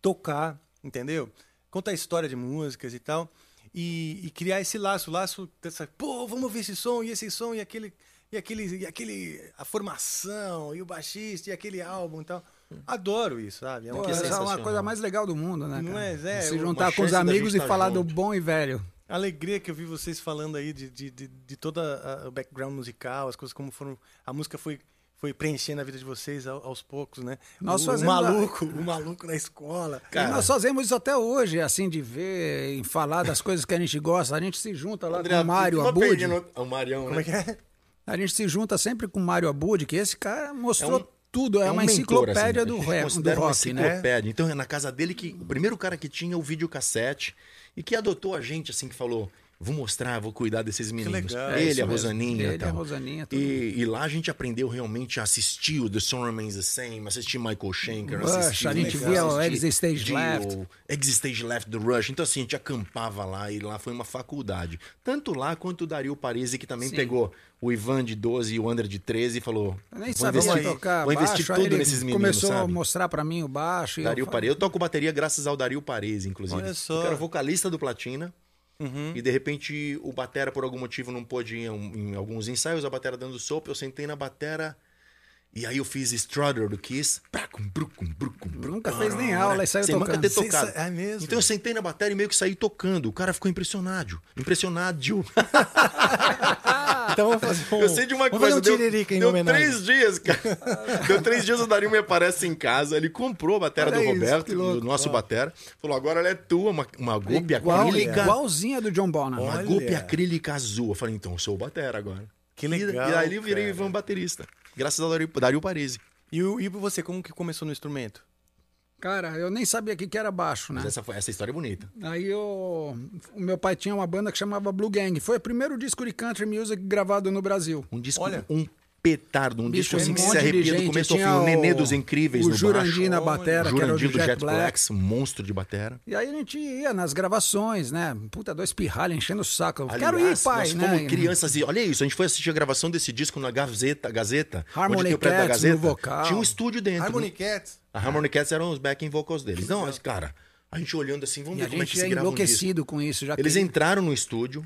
[SPEAKER 1] tocar, entendeu? Contar história de músicas e tal. E, e criar esse laço, laço dessa, pô, vamos ouvir esse som, e esse som, e aquele, e aquele, e aquele, a formação, e o baixista, e aquele álbum e tal. Adoro isso, sabe? É
[SPEAKER 4] um
[SPEAKER 5] Pô,
[SPEAKER 1] uma
[SPEAKER 5] essa é
[SPEAKER 1] sensacional.
[SPEAKER 5] uma coisa mais legal do mundo, né?
[SPEAKER 1] Não
[SPEAKER 5] cara?
[SPEAKER 1] é, Zé?
[SPEAKER 5] Se
[SPEAKER 1] Uma
[SPEAKER 5] juntar com
[SPEAKER 1] chance
[SPEAKER 5] os
[SPEAKER 1] da
[SPEAKER 5] amigos e
[SPEAKER 1] gente tá
[SPEAKER 5] falar do
[SPEAKER 1] junto.
[SPEAKER 5] bom e velho.
[SPEAKER 1] A alegria que eu vi vocês falando aí de, de, de, de toda a- o background musical, as coisas como foram. A música foi, foi preenchendo a vida de vocês ao- aos poucos, né?
[SPEAKER 5] Nós
[SPEAKER 1] o,
[SPEAKER 5] fazemos
[SPEAKER 1] o
[SPEAKER 5] a-
[SPEAKER 1] maluco, o maluco na escola.
[SPEAKER 5] E nós fazemos isso até hoje, assim, de ver e falar das coisas que a gente gosta. A gente se junta lá com o Mário
[SPEAKER 4] tô
[SPEAKER 5] Abud.
[SPEAKER 4] tá perdendo o Marião,
[SPEAKER 1] Como
[SPEAKER 4] né?
[SPEAKER 1] é que é?
[SPEAKER 5] A gente se junta sempre com o Mário Abud, que esse cara mostrou
[SPEAKER 4] É um-
[SPEAKER 5] tudo. É,
[SPEAKER 4] um
[SPEAKER 5] uma
[SPEAKER 4] mentor,
[SPEAKER 5] enciclopédia
[SPEAKER 4] assim, a
[SPEAKER 5] do,
[SPEAKER 4] gente
[SPEAKER 5] rap- do
[SPEAKER 4] considera uma
[SPEAKER 5] rock, né?
[SPEAKER 4] enciclopédia. Então é na casa dele que o primeiro cara que tinha é o videocassete e que adotou a gente assim que falou vou mostrar, vou cuidar desses meninos.
[SPEAKER 1] legal.
[SPEAKER 5] É
[SPEAKER 4] né? Ele,
[SPEAKER 5] isso
[SPEAKER 4] a
[SPEAKER 5] mesmo.
[SPEAKER 4] Rosaninha,
[SPEAKER 5] Ele,
[SPEAKER 4] tal.
[SPEAKER 5] a Rosaninha, É tudo.
[SPEAKER 4] e, e lá a gente aprendeu realmente a assistir o The Song Remains the Same, assistir Michael Schenker,
[SPEAKER 5] Rush,
[SPEAKER 4] assistir
[SPEAKER 5] a gente
[SPEAKER 4] legal,
[SPEAKER 5] via o
[SPEAKER 4] assistir
[SPEAKER 5] Exit Stage
[SPEAKER 4] Dio,
[SPEAKER 5] Left.
[SPEAKER 4] Exit Stage Left do Rush. Então assim, a gente acampava lá e lá foi uma faculdade. Tanto lá quanto o Dario Parisi que também pegou o Ivan de 12 e o André de 13 e falou,
[SPEAKER 5] Eu nem
[SPEAKER 4] vou
[SPEAKER 5] sabia
[SPEAKER 4] investir-
[SPEAKER 5] tocar
[SPEAKER 4] Vou
[SPEAKER 5] baixo.
[SPEAKER 4] investir
[SPEAKER 5] aí
[SPEAKER 4] tudo
[SPEAKER 5] ele
[SPEAKER 4] nesses meninos,
[SPEAKER 5] começou
[SPEAKER 4] sabe?
[SPEAKER 5] a mostrar pra mim o baixo. e eu
[SPEAKER 4] Dario
[SPEAKER 5] falei,
[SPEAKER 4] Paredes. Eu toco bateria graças ao Dario Paredes, inclusive.
[SPEAKER 1] Olha só.
[SPEAKER 4] Eu era vocalista do Platina.
[SPEAKER 1] Uhum.
[SPEAKER 4] E de repente o batera, por algum motivo, não pôde ir em, em alguns ensaios, a batera dando sopa, eu sentei na batera. E aí eu fiz Strutter do Kiss. Bracum, brucum, brucum, brucum.
[SPEAKER 5] Nunca fez nem aula e saiu
[SPEAKER 4] Sem nunca
[SPEAKER 5] tocando.
[SPEAKER 4] ter
[SPEAKER 1] Sem
[SPEAKER 4] tocado.
[SPEAKER 1] sa- é mesmo?
[SPEAKER 4] Então eu sentei na bateria e meio que saí tocando. O cara ficou impressionado. Impressionado.
[SPEAKER 1] [LAUGHS] Então vamos fazer um.
[SPEAKER 4] Eu sei de uma
[SPEAKER 1] vamos
[SPEAKER 4] coisa.
[SPEAKER 1] Fazer
[SPEAKER 4] deu
[SPEAKER 1] um tiririca em
[SPEAKER 4] deu
[SPEAKER 1] homenagem.
[SPEAKER 4] três dias, cara. deu três dias o Dario me aparece em casa. Ele comprou a batera
[SPEAKER 1] Olha
[SPEAKER 4] do
[SPEAKER 1] isso,
[SPEAKER 4] Roberto,
[SPEAKER 1] que louco,
[SPEAKER 4] do nosso
[SPEAKER 1] ó.
[SPEAKER 4] batera. Falou: agora ela é tua, uma, uma golpe
[SPEAKER 5] Igual,
[SPEAKER 4] acrílica.
[SPEAKER 5] igualzinha do John Bonham.
[SPEAKER 4] Uma
[SPEAKER 1] Olha.
[SPEAKER 4] golpe acrílica azul. Eu falei, então eu sou o batera agora.
[SPEAKER 1] Que
[SPEAKER 4] E-
[SPEAKER 1] legal,
[SPEAKER 4] E aí eu virei
[SPEAKER 1] cara.
[SPEAKER 4] Ivan baterista. Graças ao Dario, Dario Parisi.
[SPEAKER 1] E, o- e você, como que começou no instrumento?
[SPEAKER 5] Cara, eu nem sabia o que, que era baixo, né?
[SPEAKER 4] Mas essa, foi- essa história é bonita.
[SPEAKER 5] Aí eu, o meu pai tinha uma banda que chamava Blue Gang. Foi o primeiro disco de country music gravado no Brasil.
[SPEAKER 4] Um disco,
[SPEAKER 1] Olha.
[SPEAKER 4] um petardo, um
[SPEAKER 5] Bicho,
[SPEAKER 4] disco assim
[SPEAKER 5] um
[SPEAKER 4] que
[SPEAKER 5] monte de
[SPEAKER 4] se arrepia
[SPEAKER 5] gente.
[SPEAKER 4] do começo ao fim.
[SPEAKER 5] Tinha
[SPEAKER 4] O Nenê
[SPEAKER 5] o-
[SPEAKER 4] dos Incríveis
[SPEAKER 5] o
[SPEAKER 4] no
[SPEAKER 5] Jurandir
[SPEAKER 4] baixo.
[SPEAKER 5] na
[SPEAKER 4] Olha.
[SPEAKER 5] batera, que era o
[SPEAKER 4] Jurandir
[SPEAKER 5] do
[SPEAKER 4] do
[SPEAKER 5] Jet
[SPEAKER 4] Jet
[SPEAKER 5] Black.
[SPEAKER 4] Blacks, um monstro de batera.
[SPEAKER 5] E aí a gente ia nas gravações, né? Puta, dois pirralhos enchendo o saco. Eu
[SPEAKER 4] Aliás,
[SPEAKER 5] Quero ir, pai,
[SPEAKER 4] nós
[SPEAKER 5] né?
[SPEAKER 4] fomos crianças e olha isso, a gente foi assistir a gravação desse disco na Gazeta, Gazeta,
[SPEAKER 5] Harmony
[SPEAKER 4] onde tem o prédio da
[SPEAKER 5] Cats
[SPEAKER 4] Gazeta,
[SPEAKER 5] no vocal.
[SPEAKER 4] tinha um estúdio dentro.
[SPEAKER 1] Harmony
[SPEAKER 4] né?
[SPEAKER 1] Cats.
[SPEAKER 4] A Harmony Cats eram os backing vocals deles. Não, mas cara, a gente olhando assim, vamos
[SPEAKER 5] E
[SPEAKER 4] ver
[SPEAKER 5] a
[SPEAKER 4] como é que
[SPEAKER 5] gente
[SPEAKER 4] se
[SPEAKER 5] é
[SPEAKER 4] grava um disco.
[SPEAKER 5] enlouquecido com isso. Já
[SPEAKER 4] Eles
[SPEAKER 5] que-
[SPEAKER 4] entraram no estúdio,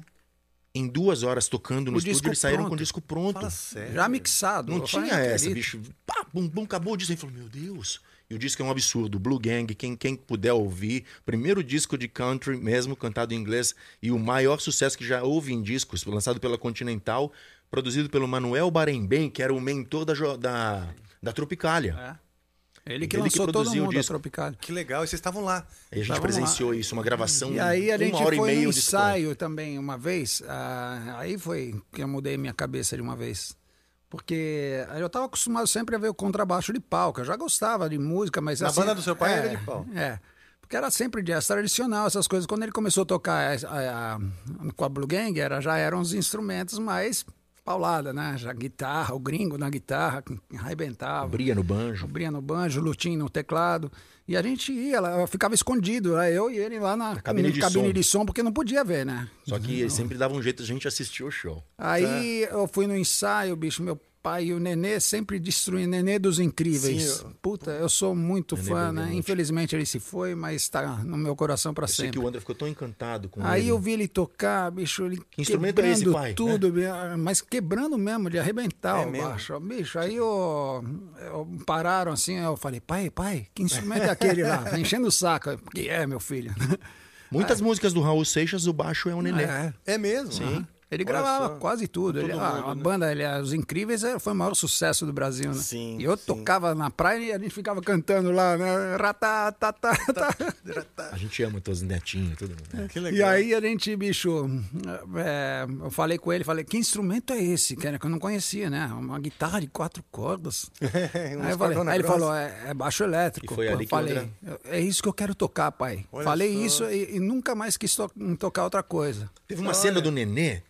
[SPEAKER 4] em duas horas tocando no
[SPEAKER 5] O
[SPEAKER 4] estúdio,
[SPEAKER 5] disco
[SPEAKER 4] eles saíram com o
[SPEAKER 5] pronto.
[SPEAKER 4] disco pronto.
[SPEAKER 1] Fala sério.
[SPEAKER 5] Já mixado.
[SPEAKER 4] Não
[SPEAKER 5] Eu falei,
[SPEAKER 4] tinha
[SPEAKER 5] "Não
[SPEAKER 4] essa,
[SPEAKER 5] acredito."
[SPEAKER 4] bicho. Pá, bum, bum, acabou o disco. Ele falou, meu Deus. E o disco é um absurdo. Blue Gang, quem, quem puder ouvir. Primeiro disco de country mesmo, cantado em inglês. E o maior sucesso que já houve em discos, lançado pela Continental, produzido pelo Manuel Barembem, que era o mentor da, jo- da, da Tropicália.
[SPEAKER 5] É. Ele que
[SPEAKER 4] Ele que
[SPEAKER 5] lançou todo
[SPEAKER 4] produziu o
[SPEAKER 5] mundo da
[SPEAKER 4] disco.
[SPEAKER 5] Tropical.
[SPEAKER 1] Que legal, e vocês estavam lá.
[SPEAKER 4] E a gente
[SPEAKER 5] Tá, vamos lá.
[SPEAKER 4] presenciou isso, uma
[SPEAKER 1] Então,
[SPEAKER 4] gravação
[SPEAKER 5] E aí a
[SPEAKER 4] de
[SPEAKER 5] gente
[SPEAKER 4] uma hora
[SPEAKER 5] foi
[SPEAKER 4] e meia.
[SPEAKER 5] num
[SPEAKER 4] o disco pronto.
[SPEAKER 5] ensaio também uma vez. ah, aí foi que eu mudei minha cabeça de uma vez. Porque eu estava acostumado sempre a ver o contrabaixo de palco. Eu já gostava de música, mas
[SPEAKER 1] Na
[SPEAKER 5] assim,
[SPEAKER 1] banda do seu pai
[SPEAKER 5] é,
[SPEAKER 1] era de palco.
[SPEAKER 5] É. Porque era sempre jazz tradicional, essas coisas. é, um Quando ele começou a tocar a- a- a- com a Blue Gang, era, já eram os instrumentos mais paulada, né? Já guitarra, o gringo na guitarra, que arrebentava.
[SPEAKER 4] Bria no banjo.
[SPEAKER 5] Bria no banjo, Lutinho no teclado. E a gente ia, ela ela ficava escondido, né? eu e ele lá na,
[SPEAKER 4] cabine
[SPEAKER 5] na
[SPEAKER 4] de
[SPEAKER 5] cabine
[SPEAKER 4] som.
[SPEAKER 5] de som, porque não podia ver, né?
[SPEAKER 4] Só que ele sempre dava um jeito de a gente assistir o show. Tá?
[SPEAKER 5] Aí
[SPEAKER 4] É.
[SPEAKER 5] eu fui no ensaio, bicho, meu pai e o Nenê sempre destruindo. Nenê dos Incríveis.
[SPEAKER 4] Sim, eu-
[SPEAKER 5] Puta, eu sou muito
[SPEAKER 4] Nenê
[SPEAKER 5] fã, né?
[SPEAKER 4] Benevenuti.
[SPEAKER 5] Infelizmente ele se foi, mas tá no meu coração pra
[SPEAKER 4] Eu sei que
[SPEAKER 5] sempre.
[SPEAKER 4] o André ficou tão encantado com
[SPEAKER 5] Aí
[SPEAKER 4] ele.
[SPEAKER 5] eu vi ele tocar, bicho, ele
[SPEAKER 4] Que instrumento é esse,
[SPEAKER 5] quebrando
[SPEAKER 4] pai?
[SPEAKER 5] tudo, bi- mas quebrando mesmo, de arrebentar
[SPEAKER 4] É
[SPEAKER 5] o
[SPEAKER 4] mesmo?
[SPEAKER 5] baixo. Bicho, aí eu, eu- pararam assim, eu falei, pai, pai, que instrumento é aquele lá?
[SPEAKER 4] [LAUGHS]
[SPEAKER 5] Tá Enchendo o saco. Eu, Que é, meu filho?
[SPEAKER 4] Muitas músicas do Raul Seixas, o baixo é o Nenê.
[SPEAKER 5] É.
[SPEAKER 1] mesmo?
[SPEAKER 4] Sim.
[SPEAKER 5] Ele
[SPEAKER 4] Olha
[SPEAKER 5] gravava
[SPEAKER 4] só.
[SPEAKER 5] quase tudo. Ele-
[SPEAKER 4] Todo
[SPEAKER 5] a,
[SPEAKER 4] mundo,
[SPEAKER 5] a
[SPEAKER 4] né?
[SPEAKER 5] banda, ele- Os Incríveis, eh, foi o maior sucesso do Brasil, né?
[SPEAKER 1] Sim,
[SPEAKER 5] E eu tocava na praia e a gente ficava cantando lá, né? Ratatatata.
[SPEAKER 4] [LAUGHS] A gente ama todos os netinhos, todo mundo.
[SPEAKER 1] Que
[SPEAKER 5] E aí a gente, bicho, eh, eu falei com ele, falei, que instrumento é esse? Que era que eu não conhecia, né? Uma guitarra de quatro cordas. [LAUGHS] aí, eu falei-
[SPEAKER 1] cordona
[SPEAKER 5] aí ele
[SPEAKER 1] grossa.
[SPEAKER 5] falou, é, é baixo elétrico.
[SPEAKER 1] E foi
[SPEAKER 5] Pô,
[SPEAKER 1] ali
[SPEAKER 5] eu
[SPEAKER 1] que o
[SPEAKER 5] falei,
[SPEAKER 1] André-
[SPEAKER 5] é isso que eu quero tocar, pai.
[SPEAKER 1] Olha
[SPEAKER 5] falei
[SPEAKER 1] só.
[SPEAKER 5] isso e, e nunca mais quis to- tocar outra coisa.
[SPEAKER 4] Teve uma cena do Nenê.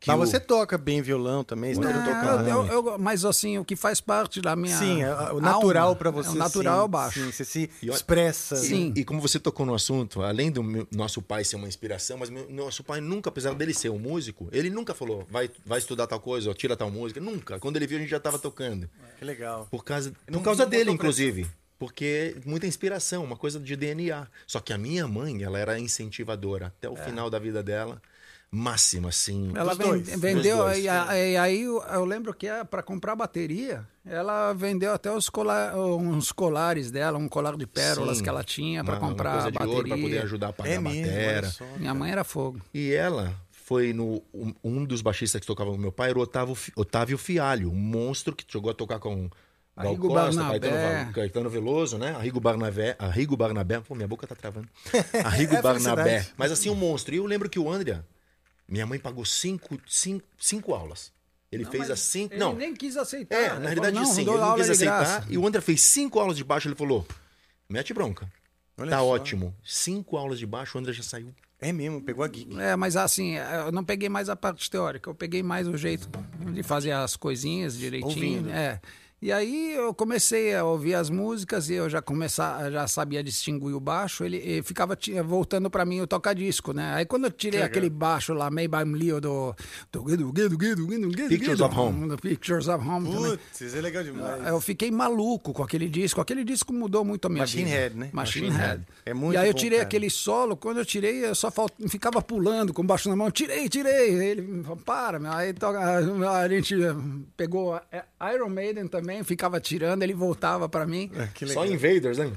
[SPEAKER 4] que
[SPEAKER 1] Mas
[SPEAKER 4] o-
[SPEAKER 1] você toca bem violão também? Não,
[SPEAKER 5] Não, eu- eu- eu- mas assim, o que faz parte da minha.
[SPEAKER 1] Sim, é o natural
[SPEAKER 5] alma,
[SPEAKER 1] pra você.
[SPEAKER 5] é O natural
[SPEAKER 1] sim,
[SPEAKER 5] é o baixo.
[SPEAKER 1] Sim, você se
[SPEAKER 4] E olha-
[SPEAKER 1] expressa.
[SPEAKER 4] E-
[SPEAKER 1] Sim.
[SPEAKER 4] E, como você tocou no assunto, além do meu- nosso pai ser uma inspiração, mas meu- nosso pai nunca, apesar dele ser um músico, ele nunca falou, vai, vai estudar tal coisa, ou tira tal música. Nunca. Quando ele viu, a gente já estava tocando.
[SPEAKER 1] Que legal.
[SPEAKER 4] Por causa, por
[SPEAKER 1] não-
[SPEAKER 4] causa
[SPEAKER 1] não
[SPEAKER 4] dele,
[SPEAKER 1] botou pressão.
[SPEAKER 4] inclusive. Porque muita inspiração, uma coisa de DNA. Só que a minha mãe, ela era incentivadora até o final da vida dela. Máxima, assim.
[SPEAKER 5] Ela
[SPEAKER 4] É. dos
[SPEAKER 5] ven-
[SPEAKER 4] dois, dos
[SPEAKER 5] vendeu,
[SPEAKER 4] dois. é.
[SPEAKER 5] e, a- e aí eu, eu lembro que para comprar bateria, ela vendeu até os cola- uns colares dela, um colar de pérolas
[SPEAKER 4] Sim. é
[SPEAKER 5] que ela tinha para
[SPEAKER 4] Uma- uma
[SPEAKER 5] comprar
[SPEAKER 4] coisa de
[SPEAKER 5] bateria.
[SPEAKER 4] ouro pra poder ajudar a pagar
[SPEAKER 5] É
[SPEAKER 4] a
[SPEAKER 5] mesmo,
[SPEAKER 4] batera.
[SPEAKER 5] olha só, Minha mãe era fogo.
[SPEAKER 4] E ela foi no. Um, um dos baixistas que tocava com meu pai era o Otávio, Fi- Otávio Fialho, um monstro que chegou a tocar com. Gal
[SPEAKER 5] Arrigo
[SPEAKER 4] Costa,
[SPEAKER 5] Barnabé.
[SPEAKER 4] Caetano, Val- Caetano Veloso, né? Arrigo Barnabé. Arrigo Barnabé. Pô, minha boca tá
[SPEAKER 5] [LAUGHS]
[SPEAKER 4] travando. Arrigo
[SPEAKER 1] É a
[SPEAKER 4] Barnabé.
[SPEAKER 1] felicidade.
[SPEAKER 4] Mas assim, um monstro. E eu lembro que o André, minha mãe pagou cinco, cinco, cinco aulas. Ele fez as cinco.
[SPEAKER 5] Ele
[SPEAKER 4] Não,
[SPEAKER 5] nem quis
[SPEAKER 1] Ah,
[SPEAKER 5] aceitar.
[SPEAKER 4] é, na realidade
[SPEAKER 5] não,
[SPEAKER 4] sim.
[SPEAKER 5] dou
[SPEAKER 4] Ele não
[SPEAKER 5] aula
[SPEAKER 4] quis
[SPEAKER 5] de
[SPEAKER 4] aceitar.
[SPEAKER 5] graça.
[SPEAKER 4] E o André fez cinco aulas de baixo. Ele falou: mete bronca.
[SPEAKER 1] Olha
[SPEAKER 4] tá
[SPEAKER 1] só.
[SPEAKER 4] ótimo. Cinco aulas de baixo, o André já saiu.
[SPEAKER 1] É mesmo, pegou a gig.
[SPEAKER 5] É, mas assim, eu não peguei mais a parte teórica, eu peguei mais o jeito de fazer as coisinhas direitinho.
[SPEAKER 1] Ouvindo.
[SPEAKER 5] É. E aí eu comecei a ouvir as músicas e eu já começava, já sabia distinguir o baixo, ele, eh, ficava ti- voltando pra mim o toca-disco, né? Aí quando eu tirei
[SPEAKER 1] Que legal.
[SPEAKER 5] aquele baixo lá, meio by Leo do, do, do, do, do, do, do
[SPEAKER 4] Pictures of Home.
[SPEAKER 5] do Pictures of Home também.
[SPEAKER 1] Putz, isso é legal demais.
[SPEAKER 5] Eu fiquei maluco com aquele disco. Aquele disco mudou muito a minha
[SPEAKER 1] Machine
[SPEAKER 5] vida.
[SPEAKER 1] Head, né?
[SPEAKER 5] Machine,
[SPEAKER 1] Machine
[SPEAKER 5] Head.
[SPEAKER 1] Head. É muito
[SPEAKER 5] E aí eu
[SPEAKER 1] bom,
[SPEAKER 5] tirei
[SPEAKER 1] cara.
[SPEAKER 5] aquele solo. Quando eu tirei, eu só falt... ficava pulando com o baixo na mão. Tirei, tirei. Ele falou, para, meu. Aí toca- a gente pegou é, Iron Maiden também, ficava tirando. Ele voltava pra mim.
[SPEAKER 1] É, Que
[SPEAKER 4] É, Só
[SPEAKER 1] legal.
[SPEAKER 4] Invaders, né?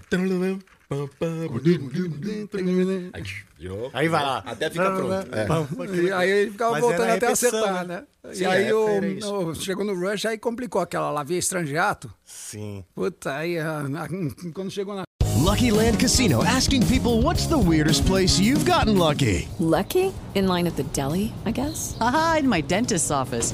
[SPEAKER 4] Aí,
[SPEAKER 1] Aí vai lá.
[SPEAKER 4] Até fica pronto. É.
[SPEAKER 5] E aí ele ficava
[SPEAKER 1] Mas
[SPEAKER 5] voltando
[SPEAKER 10] é
[SPEAKER 1] era
[SPEAKER 5] até
[SPEAKER 1] repetição,
[SPEAKER 5] acertar,
[SPEAKER 1] né?
[SPEAKER 5] né?
[SPEAKER 4] Sim,
[SPEAKER 5] e aí
[SPEAKER 4] na época era
[SPEAKER 5] eu,
[SPEAKER 4] isso.
[SPEAKER 5] eu- chegou no Rush, aí complicou aquela lá, via estrangeato.
[SPEAKER 1] Sim.
[SPEAKER 5] Puta, aí ah, na- quando chegou na
[SPEAKER 9] Lucky Land Casino asking people what's the weirdest place you've gotten lucky?
[SPEAKER 6] Lucky? In line at the deli, I guess?
[SPEAKER 11] Aha, in my dentist's office.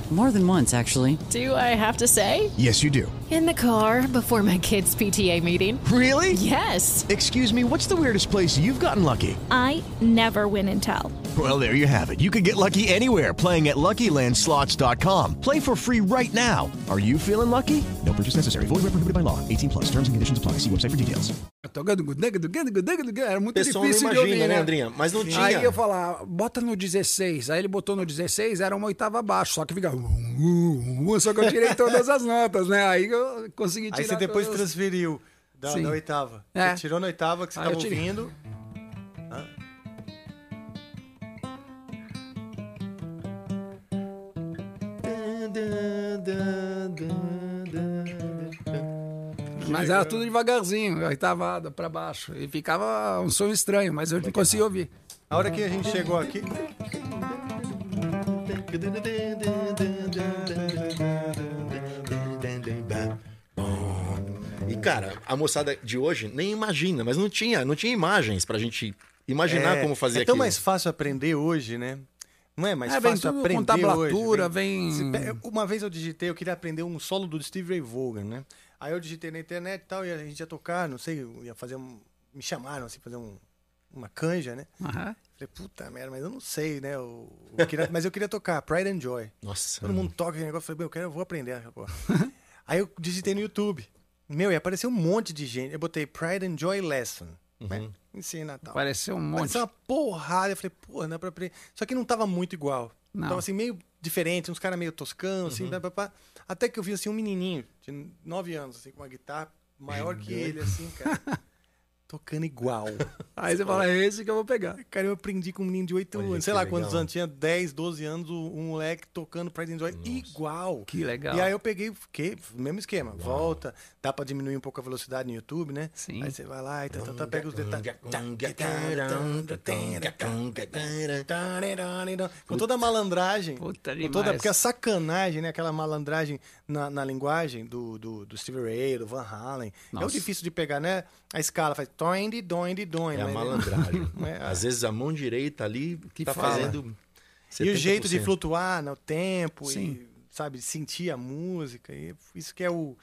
[SPEAKER 11] More than once, actually.
[SPEAKER 12] Do I have to say?
[SPEAKER 9] Yes, you do.
[SPEAKER 12] In the car before my kids' PTA meeting.
[SPEAKER 9] Really?
[SPEAKER 12] Yes.
[SPEAKER 9] Excuse me, what's the weirdest place you've gotten lucky?
[SPEAKER 13] I never win and tell.
[SPEAKER 9] Well, there you have it. You can get lucky anywhere playing at LuckyLandSlots.com. Play for free right now. Are you feeling lucky? No purchase necessary. Void where prohibited by law. 18 plus. Terms and conditions apply. See website for details.
[SPEAKER 5] Era muito
[SPEAKER 4] pessoal não
[SPEAKER 5] difícil de
[SPEAKER 4] imagina,
[SPEAKER 5] ouvir,
[SPEAKER 4] né, Andrinha? Mas não tinha.
[SPEAKER 5] Aí eu falava, bota no 16. Aí ele botou no 16, era uma oitava abaixo, só que fica... "Uh, Só que eu
[SPEAKER 4] [LAUGHS]
[SPEAKER 5] tirei todas as notas, né? Aí eu consegui tirar
[SPEAKER 1] Aí você depois
[SPEAKER 5] todas.
[SPEAKER 1] transferiu da,
[SPEAKER 5] Sim.
[SPEAKER 1] da oitava.
[SPEAKER 5] É.
[SPEAKER 1] Você tirou na oitava que você
[SPEAKER 5] Aí eu
[SPEAKER 1] estava
[SPEAKER 5] tirei.
[SPEAKER 1] ouvindo.
[SPEAKER 5] Mas era tudo devagarzinho, oitavada pra baixo. E ficava um som estranho, mas eu não conseguia ouvir.
[SPEAKER 1] A hora que a gente chegou aqui.
[SPEAKER 4] E cara, a moçada de hoje nem imagina, mas não tinha, não tinha imagens pra gente imaginar
[SPEAKER 1] É,
[SPEAKER 4] como fazer
[SPEAKER 1] É tão
[SPEAKER 4] aquilo.
[SPEAKER 1] mais fácil aprender hoje, né? Não é mais
[SPEAKER 5] É, vem
[SPEAKER 1] fácil
[SPEAKER 5] tudo com
[SPEAKER 1] aprender
[SPEAKER 5] tablatura,
[SPEAKER 1] hoje,
[SPEAKER 5] vem-
[SPEAKER 1] Se pe- Uma vez eu digitei, eu queria aprender um solo do Steve Ray Vaughan, né? Aí eu digitei na internet e tal, e a gente ia tocar, não sei, eu ia fazer um... Me chamaram, assim, fazer um- uma canja, né?
[SPEAKER 5] Aham.
[SPEAKER 1] Falei, puta merda, mas eu não sei, né? Eu- eu queria- [LAUGHS] mas eu queria tocar Pride and Joy.
[SPEAKER 4] Nossa. um
[SPEAKER 1] Todo mundo toca aquele negócio, eu falei, meu, eu quero, eu vou aprender essa porra. [LAUGHS] Aí eu digitei no YouTube. Meu, e apareceu um monte de gente. Eu botei Pride and Joy Lesson. Né? Ensina tal.
[SPEAKER 5] Apareceu um monte.
[SPEAKER 1] Apareceu uma porrada. Eu falei, porra, dá pra aprender. Só que não tava muito igual.
[SPEAKER 5] Não.
[SPEAKER 1] Tava assim, meio diferente, uns caras meio toscão, assim,
[SPEAKER 5] Uhum.
[SPEAKER 1] pá, pá, pá. Até que eu vi assim um menininho de 9 anos, assim, com uma guitarra maior que
[SPEAKER 5] Gigante.
[SPEAKER 1] ele, assim, cara. Tocando [LAUGHS] igual.
[SPEAKER 5] Aí você fala, é esse que eu vou pegar.
[SPEAKER 1] Cara, eu aprendi com um menino de 8
[SPEAKER 5] Olha
[SPEAKER 1] anos. Sei
[SPEAKER 5] que
[SPEAKER 1] lá quantos
[SPEAKER 5] legal.
[SPEAKER 1] anos, tinha 10, 12 anos, o- um moleque tocando Pride and Joy igual.
[SPEAKER 5] Que legal.
[SPEAKER 1] E aí eu peguei, fiquei, mesmo esquema, volta, dá pra diminuir um pouco a velocidade no YouTube, né? Sim. Aí você vai lá e tá, tá, tá, pega os detalhes. Com toda a malandragem. com toda,
[SPEAKER 5] demais.
[SPEAKER 1] porque a sacanagem, né? Aquela malandragem na, na linguagem do, do, do Steve Ray, do Van Halen. É o
[SPEAKER 4] Nossa.
[SPEAKER 1] difícil de pegar, né? A escala faz doinde, doinde, doinde.
[SPEAKER 4] É a
[SPEAKER 1] né?
[SPEAKER 4] malandragem.
[SPEAKER 1] Não [LAUGHS] é?
[SPEAKER 4] Às vezes a mão direita ali tá
[SPEAKER 1] fala.
[SPEAKER 4] fazendo.
[SPEAKER 1] E o jeito de
[SPEAKER 4] 70%.
[SPEAKER 1] flutuar no tempo,
[SPEAKER 5] Sim.
[SPEAKER 1] E, sabe, sentir a música. E isso que é o.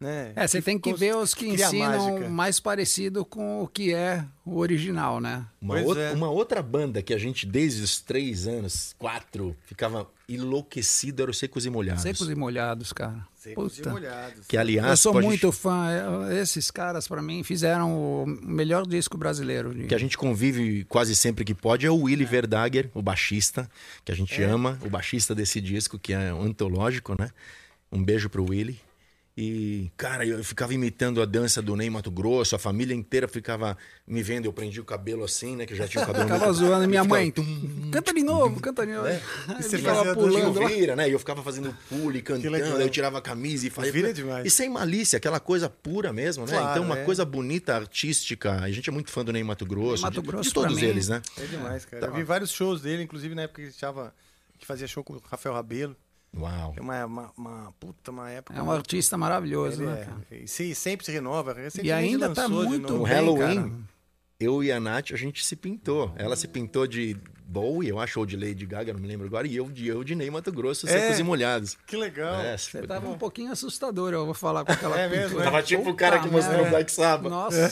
[SPEAKER 1] Né,
[SPEAKER 5] É, você tem que
[SPEAKER 1] cons-
[SPEAKER 5] ver os que
[SPEAKER 1] cria
[SPEAKER 5] ensinam
[SPEAKER 1] mágica.
[SPEAKER 5] mais parecido com o que é o original, né?
[SPEAKER 4] Uma, outra,
[SPEAKER 1] é.
[SPEAKER 4] uma outra banda que a gente, desde os três anos, quatro, ficava enlouquecido era o Secos e Molhados.
[SPEAKER 5] Secos e molhados, cara.
[SPEAKER 1] Secos e molhados.
[SPEAKER 4] Que, aliás,
[SPEAKER 5] eu sou
[SPEAKER 4] Ah, pode-
[SPEAKER 5] muito fã. Eu- Esses caras, pra mim, fizeram o melhor disco brasileiro. de-
[SPEAKER 4] que a gente convive quase sempre que pode é o Willy Verdaguer, o baixista, que a gente
[SPEAKER 5] É.
[SPEAKER 4] ama, o baixista desse disco que é antológico, né? Um beijo pro Willy. E, cara, eu ficava imitando a dança do Ney Mato Grosso, a família inteira ficava me vendo, eu prendi o cabelo assim, né? Que eu já tinha
[SPEAKER 5] [LAUGHS]
[SPEAKER 4] o cabelo.
[SPEAKER 5] Ficava
[SPEAKER 4] muito-
[SPEAKER 5] zoando minha
[SPEAKER 4] Eu
[SPEAKER 5] mãe. Canta de novo, canta de [LAUGHS] novo.
[SPEAKER 4] né? E
[SPEAKER 5] Ele
[SPEAKER 4] você
[SPEAKER 5] ficava
[SPEAKER 4] fazia
[SPEAKER 5] pulando. lá.
[SPEAKER 4] Vira, né? E eu ficava fazendo pule, cantando,
[SPEAKER 5] legal.
[SPEAKER 4] aí eu tirava a camisa e fazia.
[SPEAKER 1] Vira demais.
[SPEAKER 4] E sem malícia, aquela coisa pura mesmo, né?
[SPEAKER 1] Claro,
[SPEAKER 4] então, uma
[SPEAKER 1] é.
[SPEAKER 4] coisa bonita, artística. A gente é muito fã do Ney Mato Grosso.
[SPEAKER 1] Mato
[SPEAKER 4] de,
[SPEAKER 1] Grosso,
[SPEAKER 4] de todos
[SPEAKER 1] pra mim,
[SPEAKER 4] eles, né?
[SPEAKER 1] É demais, cara.
[SPEAKER 4] Tá.
[SPEAKER 1] Eu vi vários shows dele, inclusive na época que ele estava. Que fazia show com o Rafael Rabelo.
[SPEAKER 4] Uau.
[SPEAKER 1] É uma, uma, uma- puta, uma época.
[SPEAKER 5] É um artista maravilhoso,
[SPEAKER 1] Ele
[SPEAKER 5] né,
[SPEAKER 1] é.
[SPEAKER 5] cara?
[SPEAKER 1] E se- sempre se renova. Recentemente
[SPEAKER 5] ainda tá
[SPEAKER 1] lançou de
[SPEAKER 5] muito
[SPEAKER 1] novo.
[SPEAKER 4] No
[SPEAKER 5] bem,
[SPEAKER 4] Halloween, eu e a Nath, a gente se pintou. Ela se pintou de Bowie, eu acho, ou de Lady Gaga, não me lembro agora. E eu de, eu de Ney Mato Grosso,
[SPEAKER 5] É.
[SPEAKER 4] secos e molhados.
[SPEAKER 1] Que legal.
[SPEAKER 4] É,
[SPEAKER 5] Você tava um pouquinho assustador, eu vou
[SPEAKER 4] [LAUGHS]
[SPEAKER 5] falar com aquela
[SPEAKER 1] É mesmo,
[SPEAKER 5] pintura.
[SPEAKER 1] né? Tava
[SPEAKER 4] tipo o cara que mostrou
[SPEAKER 5] merda.
[SPEAKER 4] o Black Sabbath. [LAUGHS]
[SPEAKER 5] Nossa.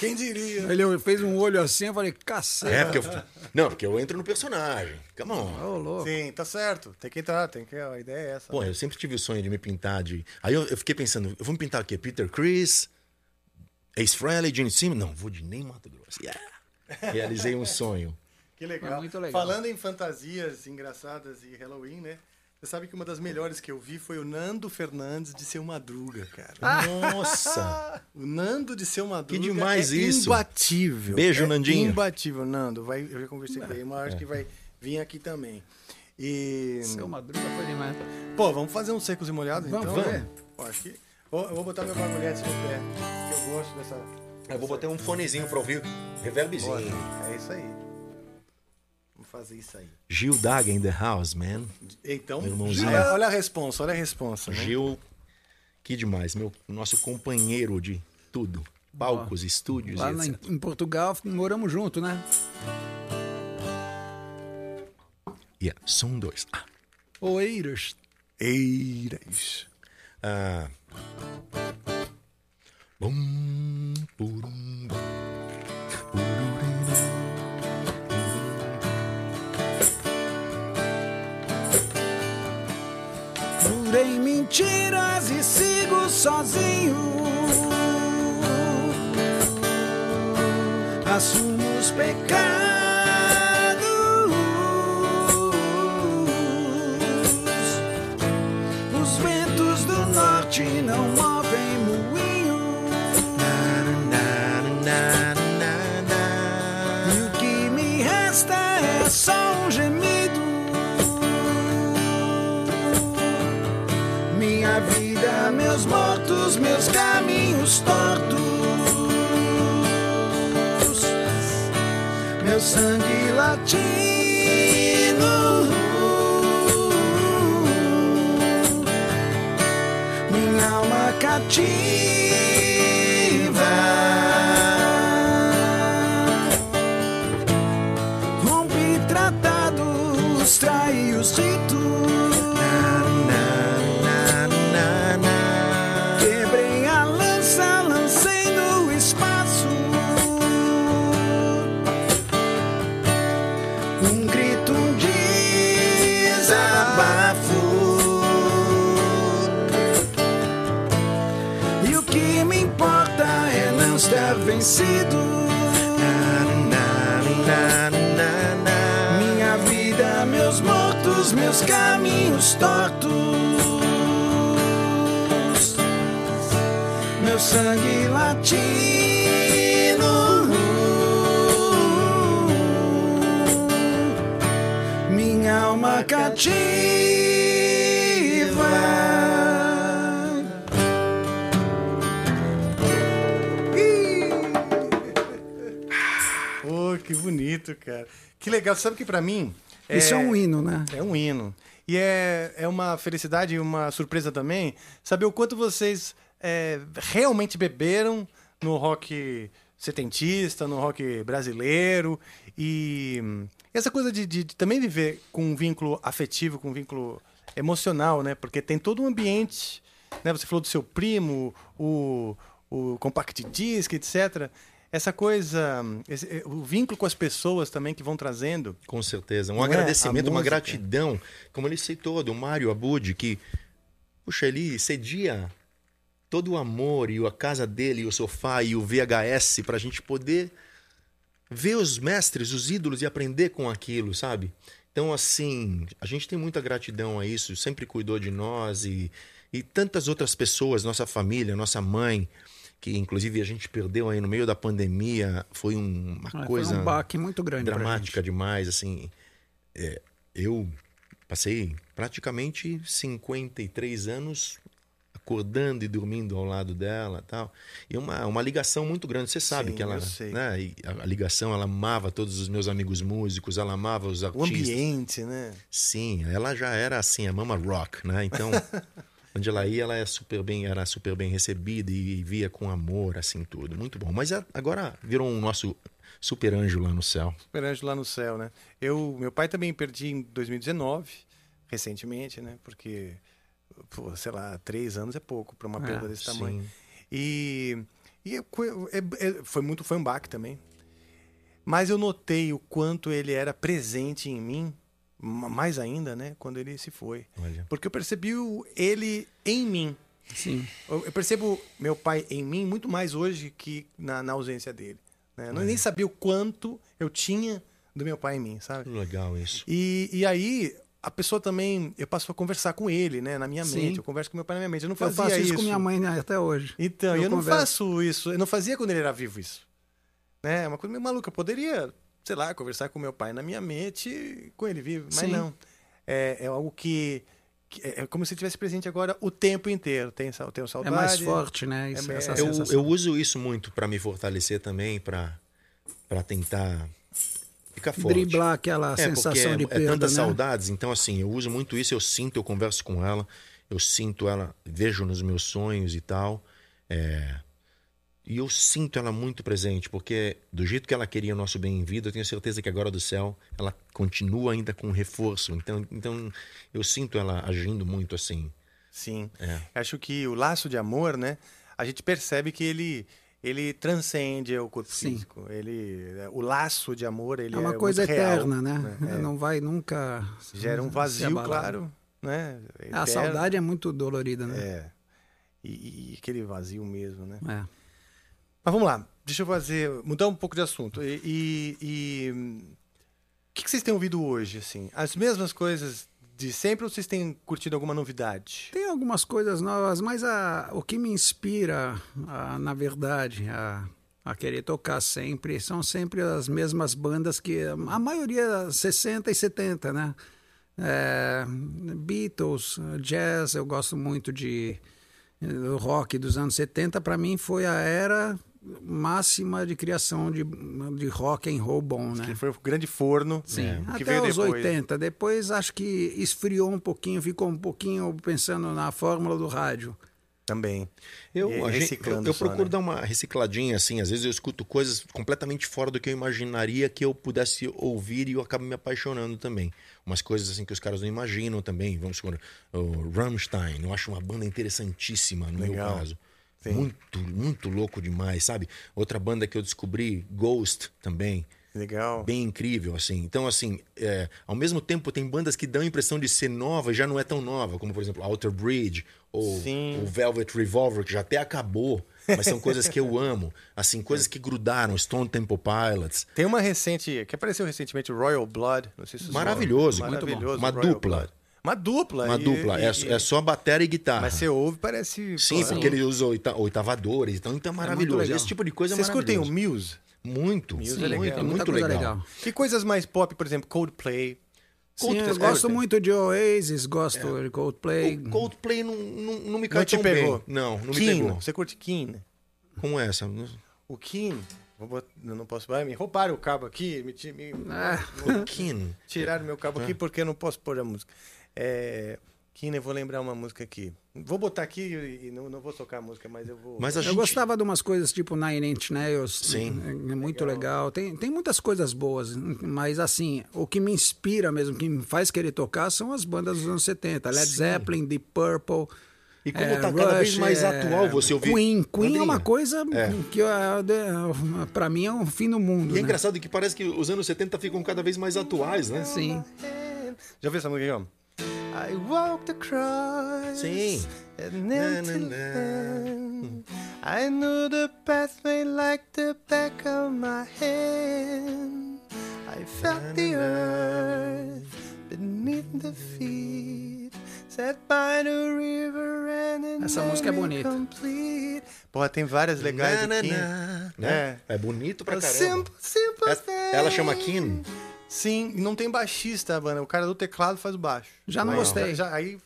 [SPEAKER 1] Quem diria?
[SPEAKER 5] Ele fez um olho assim, eu falei, cacete.
[SPEAKER 4] É, porque eu, não, porque eu entro no personagem. Come on.
[SPEAKER 1] Sim, tá certo. Tem que entrar, tem que. A ideia é essa.
[SPEAKER 4] Pô, eu sempre tive o sonho de me pintar de. Aí eu, eu fiquei pensando, eu vou me pintar o quê? Peter Chris, Ace Frehley, Gene Simmons? Não, vou de Ney Mato Grosso. Yeah. Realizei um sonho.
[SPEAKER 1] Que legal.
[SPEAKER 5] É muito legal.
[SPEAKER 1] Falando em fantasias engraçadas e Halloween, né? Você sabe que uma das melhores que eu vi foi o Nando Fernandes de Seu Madruga, cara.
[SPEAKER 5] Ah! [LAUGHS]
[SPEAKER 4] Nossa!
[SPEAKER 1] o Nando de Seu Madruga.
[SPEAKER 4] Que demais
[SPEAKER 1] é
[SPEAKER 4] isso.
[SPEAKER 1] Imbatível.
[SPEAKER 4] Beijo,
[SPEAKER 1] É
[SPEAKER 4] Nandinho.
[SPEAKER 1] Imbatível, Nando. Vai, eu já conversei com ele, mas acho
[SPEAKER 4] É.
[SPEAKER 1] que vai vir aqui também. E.
[SPEAKER 5] Seu Madruga foi demais.
[SPEAKER 1] Pô, vamos fazer uns secos e molhados
[SPEAKER 5] Vamos,
[SPEAKER 1] então?
[SPEAKER 5] vamos.
[SPEAKER 1] né? Pô, acho que. Ó, Eu vou botar meu bagulhete no pé, que eu gosto dessa.
[SPEAKER 4] Eu vou botar um fonezinho pra ouvir, reverbzinho.
[SPEAKER 1] Bora. É isso aí. Vamos fazer isso aí.
[SPEAKER 4] Gil Daga in the house, man.
[SPEAKER 1] Então,
[SPEAKER 4] Meu irmãozinho.
[SPEAKER 1] olha, olha a responsa, olha a responsa. né?
[SPEAKER 4] Gil, que demais, meu nosso companheiro de tudo. Palcos, estúdios
[SPEAKER 5] Lá
[SPEAKER 4] e
[SPEAKER 5] na-
[SPEAKER 4] etc.
[SPEAKER 5] em Portugal f- moramos junto, né?
[SPEAKER 4] Yeah, som dois. Ah.
[SPEAKER 5] Oeiras.
[SPEAKER 1] Eiras.
[SPEAKER 4] Ah. Bum, purum, bum.
[SPEAKER 5] Jurei mentiras e sigo sozinho. Assumo os pecados. Os ventos do norte não movem moinho. E o que me resta é só um gemido. Minha vida, meus mortos, meus caminhos tortos, meu sangue latino.
[SPEAKER 10] nativa. Rompe tratados, trai os ritos. Quebrei a lança, lancei no espaço. Um grito, um desabafo. E o que me importa é não estar vencido. Minha vida, meus mortos, meus caminhos tortos. Meu sangue latino. Minha alma cativa.
[SPEAKER 1] Ô, que bonito, cara. Que legal. Sabe que pra mim.
[SPEAKER 5] Isso é um hino, né?
[SPEAKER 1] É um hino. E é, é uma felicidade e uma surpresa também saber o quanto vocês é, realmente beberam no rock setentista, no rock brasileiro. E hum, essa coisa de, de- de também viver com um vínculo afetivo, com um vínculo emocional, né? Porque tem todo um ambiente. Né? Você falou do seu primo, o, o compact disc, etc. Essa coisa, hum, esse- eh, o vínculo com as pessoas também que vão trazendo.
[SPEAKER 4] Com certeza. Um
[SPEAKER 1] Não é? A
[SPEAKER 4] agradecimento, uma
[SPEAKER 1] música.
[SPEAKER 4] gratidão. Como ele citou, do Mário Abud, que, puxa, ele cedia todo o amor e a casa dele, e o sofá e o VHS para a gente poder ver os mestres, os ídolos e aprender com aquilo, sabe? Então, assim, a gente tem muita gratidão a isso, sempre cuidou de nós e, e tantas outras pessoas, nossa família, nossa mãe, que inclusive a gente perdeu aí no meio da pandemia, foi um- uma
[SPEAKER 5] Ah, foi
[SPEAKER 4] coisa
[SPEAKER 5] um baque muito grande pra
[SPEAKER 4] dramática demais, assim. É, eu passei praticamente 53 anos acordando e dormindo ao lado dela, tal. E é uma, uma ligação muito grande, você sabe
[SPEAKER 1] Sim,
[SPEAKER 4] que ela,
[SPEAKER 1] eu sei.
[SPEAKER 4] né, e a, a ligação, ela amava todos os meus amigos músicos, ela amava os
[SPEAKER 1] O
[SPEAKER 4] artistas.
[SPEAKER 1] ambiente, né?
[SPEAKER 4] Sim, ela já era assim, a mama rock, né? Então,
[SPEAKER 1] [LAUGHS]
[SPEAKER 4] onde ela ia, ela é super bem, era super bem recebida e via com amor assim tudo, muito bom. Mas a- agora virou um nosso super anjo lá no céu.
[SPEAKER 1] Super anjo lá no céu, né? Eu, meu pai também perdi em 2019, recentemente, né? Porque, pô, sei lá, três anos é pouco para uma
[SPEAKER 5] É,
[SPEAKER 1] perda desse
[SPEAKER 5] sim.
[SPEAKER 1] tamanho. E, e é co- é- é- foi muito, foi um baque também. Mas eu notei o quanto ele era presente em mim, ma- mais ainda, né? Quando ele se foi.
[SPEAKER 4] Olha.
[SPEAKER 1] Porque eu percebi o- ele em mim.
[SPEAKER 5] Sim.
[SPEAKER 1] Eu, eu percebo meu pai em mim muito mais hoje que na, na ausência dele. né? Eu
[SPEAKER 4] É.
[SPEAKER 1] nem sabia o quanto eu tinha do meu pai em mim, sabe?
[SPEAKER 4] Legal isso.
[SPEAKER 1] E, e aí a pessoa também, eu passo a conversar com ele, né? Na minha
[SPEAKER 5] Sim.
[SPEAKER 1] mente, eu converso com meu pai na minha mente. Eu não
[SPEAKER 5] Eu
[SPEAKER 1] fazia
[SPEAKER 5] faço isso, com minha mãe né, até hoje.
[SPEAKER 1] Então, eu, não
[SPEAKER 5] converso.
[SPEAKER 1] faço isso. Eu não fazia quando ele era vivo isso. Né? É uma coisa meio maluca. Eu poderia, sei lá, conversar com meu pai na minha mente com ele vivo, mas
[SPEAKER 5] Sim.
[SPEAKER 1] não. É, é algo que, que é é como se tivesse presente agora o tempo inteiro. Tem, sa- eu tenho saudade.
[SPEAKER 5] né?
[SPEAKER 1] É- é-
[SPEAKER 4] eu, eu uso isso muito para me fortalecer também, para tentar ficar forte.
[SPEAKER 5] Driblar aquela
[SPEAKER 4] porque
[SPEAKER 5] sensação de
[SPEAKER 4] é
[SPEAKER 5] perda,
[SPEAKER 4] tantas
[SPEAKER 5] né?
[SPEAKER 4] saudades, então assim, eu uso muito isso, eu sinto, eu converso com ela, eu sinto ela, vejo nos meus sonhos e tal. é, E eu sinto ela muito presente, porque do jeito que ela queria o nosso bem em vida, eu tenho certeza que agora do céu ela continua ainda com reforço. Então, então eu sinto ela agindo muito assim.
[SPEAKER 1] Sim.
[SPEAKER 4] É.
[SPEAKER 1] Acho que o laço de amor, né? A gente percebe que ele ele transcende o corpo físico. Ele o laço de amor, ele
[SPEAKER 5] É uma
[SPEAKER 1] muito
[SPEAKER 5] coisa
[SPEAKER 1] real,
[SPEAKER 5] eterna, né?
[SPEAKER 1] É.
[SPEAKER 5] Não vai nunca.
[SPEAKER 1] Gera um
[SPEAKER 5] se
[SPEAKER 1] vazio,
[SPEAKER 5] abalar.
[SPEAKER 1] claro, né?
[SPEAKER 5] A
[SPEAKER 1] Eterno.
[SPEAKER 5] saudade é muito dolorida, né?
[SPEAKER 1] É. E, e aquele vazio mesmo, né?
[SPEAKER 5] É.
[SPEAKER 1] Mas vamos lá, deixa eu fazer, mudar um pouco de assunto. E, e- e, hum, o que, que vocês têm ouvido hoje, assim? As mesmas coisas de sempre ou vocês têm curtido alguma novidade?
[SPEAKER 5] Tem algumas coisas novas, mas a, o que me inspira, a- na verdade, a, a querer tocar sempre, são sempre as mesmas bandas que a maioria 60 e 70, né? É, Beatles, jazz, eu gosto muito de eh, do rock dos anos 70. Para mim foi a era máxima de criação de, de rock and roll bom, né?
[SPEAKER 1] Que foi o grande forno
[SPEAKER 5] Sim,
[SPEAKER 1] né, que
[SPEAKER 5] até
[SPEAKER 1] veio
[SPEAKER 5] os
[SPEAKER 1] depois.
[SPEAKER 5] 80. Depois acho que esfriou um pouquinho, ficou um pouquinho pensando na fórmula do rádio.
[SPEAKER 1] Também.
[SPEAKER 4] Eu, a gente-
[SPEAKER 1] reciclando
[SPEAKER 4] eu, eu
[SPEAKER 1] só,
[SPEAKER 4] procuro
[SPEAKER 1] né?
[SPEAKER 4] dar uma recicladinha, assim. Às vezes eu escuto coisas completamente fora do que eu imaginaria que eu pudesse ouvir e eu acabo me apaixonando também. Umas coisas assim que os caras não imaginam também. Vamos supor, o Rammstein, eu acho uma banda interessantíssima no meu
[SPEAKER 1] Legal.
[SPEAKER 4] caso.
[SPEAKER 1] Sim.
[SPEAKER 4] Muito, muito louco demais, sabe? Outra banda que eu descobri, Ghost, também.
[SPEAKER 1] Legal.
[SPEAKER 4] Bem incrível, assim. Então, assim, é, ao mesmo tempo tem bandas que dão a impressão de ser nova e já não é tão nova, como, por exemplo, Outer Bridge ou
[SPEAKER 1] Sim.
[SPEAKER 4] o Velvet Revolver, que já até acabou, mas são coisas que eu [LAUGHS] amo. Assim, coisas que grudaram, Stone Temple Pilots.
[SPEAKER 1] Tem uma recente, que apareceu recentemente, Royal Blood. Não sei se vocês
[SPEAKER 4] Maravilhoso,
[SPEAKER 1] falam.
[SPEAKER 4] muito bom.
[SPEAKER 1] Maravilhoso,
[SPEAKER 4] Uma
[SPEAKER 1] Royal
[SPEAKER 4] dupla.
[SPEAKER 1] Blood. Uma dupla.
[SPEAKER 4] Uma
[SPEAKER 1] e-
[SPEAKER 4] dupla,
[SPEAKER 1] e-
[SPEAKER 4] é,
[SPEAKER 1] e-
[SPEAKER 4] é só bateria e guitarra.
[SPEAKER 1] Mas você ouve, parece... é um
[SPEAKER 4] Sim, porque ele usa oita- oitavadores, então, então é
[SPEAKER 1] muito
[SPEAKER 4] maravilhoso.
[SPEAKER 1] legal.
[SPEAKER 4] Esse tipo de coisa é
[SPEAKER 1] Vocês curtem
[SPEAKER 4] maravilhoso.
[SPEAKER 1] o Muse?
[SPEAKER 4] Muito, sim,
[SPEAKER 1] Muse é legal.
[SPEAKER 4] muito,
[SPEAKER 1] Muita
[SPEAKER 4] muito
[SPEAKER 1] coisa
[SPEAKER 4] legal.
[SPEAKER 1] E coisas mais pop, por exemplo, Coldplay.
[SPEAKER 5] Sim, eu
[SPEAKER 1] Coldplay. É.
[SPEAKER 5] gosto muito de Oasis, gosto de Coldplay.
[SPEAKER 4] O Coldplay não, não, não me cai
[SPEAKER 1] Não te
[SPEAKER 4] tão
[SPEAKER 1] pegou?
[SPEAKER 4] bem. Não, não
[SPEAKER 1] Keane,
[SPEAKER 4] me pegou.
[SPEAKER 1] Você curte Keane?
[SPEAKER 4] Como essa?
[SPEAKER 1] O Keane... Vou bot- eu não posso... Vai, me roubaram o cabo aqui. Me, ti-
[SPEAKER 5] É.
[SPEAKER 1] me,
[SPEAKER 5] Ah. [LAUGHS]
[SPEAKER 4] O Keane.
[SPEAKER 1] Tiraram meu cabo
[SPEAKER 4] É.
[SPEAKER 1] aqui porque eu não posso pôr a música. É... Keane, eu vou lembrar uma música aqui. Vou botar aqui e e não, não vou tocar a música, mas eu vou...
[SPEAKER 4] Mas a
[SPEAKER 5] eu
[SPEAKER 4] gente-
[SPEAKER 5] gostava de umas coisas tipo Nine Inch Nails.
[SPEAKER 4] Sim.
[SPEAKER 5] É muito legal. Tem, tem muitas coisas boas, mas assim, o que me inspira mesmo, o que me faz querer tocar são as bandas dos anos 70. Led
[SPEAKER 4] Sim.
[SPEAKER 5] Zeppelin, Deep Purple. eh,
[SPEAKER 4] E como tá cada vez mais atual você ouvir-
[SPEAKER 5] Queen. Queen é uma
[SPEAKER 4] Andrinha.
[SPEAKER 5] coisa
[SPEAKER 4] É.
[SPEAKER 5] que é, pra mim é o fim do mundo.
[SPEAKER 4] E é
[SPEAKER 5] né?
[SPEAKER 4] engraçado que parece que os anos 70 ficam cada vez mais atuais, né?
[SPEAKER 5] Sim.
[SPEAKER 1] Já viu essa música aqui,
[SPEAKER 4] [LAUGHS]
[SPEAKER 1] ó? I walked across
[SPEAKER 4] Sim.
[SPEAKER 1] an empty land. I knew the pathway like the back of my hand. I felt the earth beneath the feet. Set by the river and it
[SPEAKER 5] Essa música é
[SPEAKER 1] made me
[SPEAKER 5] bonita.
[SPEAKER 1] complete. Pô, tem várias legais
[SPEAKER 4] Na, na,
[SPEAKER 1] aqui.
[SPEAKER 4] na,
[SPEAKER 1] É.
[SPEAKER 4] né? É. bonito pra
[SPEAKER 1] O
[SPEAKER 4] caramba.
[SPEAKER 1] simple, simple
[SPEAKER 4] É- Ela chama
[SPEAKER 1] thing.
[SPEAKER 4] Kim.
[SPEAKER 1] Sim, e não tem baixista, mano. O cara do teclado faz o baixo.
[SPEAKER 5] Já não
[SPEAKER 1] Mas
[SPEAKER 5] gostei.
[SPEAKER 1] Já, já- aí...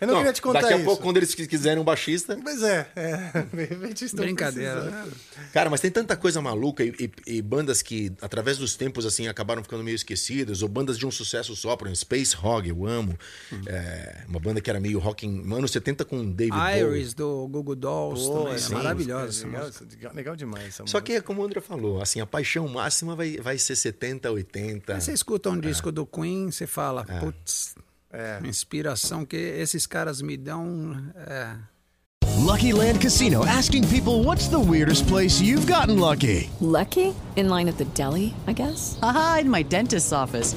[SPEAKER 1] Eu não, queria te contar
[SPEAKER 4] Daqui a
[SPEAKER 1] isso.
[SPEAKER 4] pouco, quando eles quiserem um baixista.
[SPEAKER 1] Mas é, é. [LAUGHS] de repente estão
[SPEAKER 5] Brincadeira,
[SPEAKER 1] precisando.
[SPEAKER 5] né?
[SPEAKER 4] Cara, mas tem tanta coisa maluca e, e- e bandas que, através dos tempos, assim, acabaram ficando meio esquecidas, ou bandas de um sucesso só, por exemplo, Space Hog, eu amo.
[SPEAKER 1] Hum.
[SPEAKER 4] É, uma banda que era meio rock em anos 70 com David Bowie.
[SPEAKER 5] Iris do Google Dolls
[SPEAKER 1] Pô,
[SPEAKER 5] também.
[SPEAKER 1] sim,
[SPEAKER 5] é maravilhosa
[SPEAKER 1] é
[SPEAKER 5] essa
[SPEAKER 1] legal,
[SPEAKER 5] música.
[SPEAKER 1] legal, legal demais essa
[SPEAKER 4] Só
[SPEAKER 1] música.
[SPEAKER 4] que, é como o André falou, assim, a paixão máxima vai, vai ser 70, 80.
[SPEAKER 5] Aí você escuta
[SPEAKER 4] É.
[SPEAKER 5] um disco do Queen, você fala, putz,
[SPEAKER 1] É.
[SPEAKER 5] inspiração que esses caras me dão. é,
[SPEAKER 9] Lucky Land Casino asking people what's the weirdest place you've gotten lucky?
[SPEAKER 6] Lucky? In line at the deli, I guess?
[SPEAKER 11] Aha, in my dentist's office.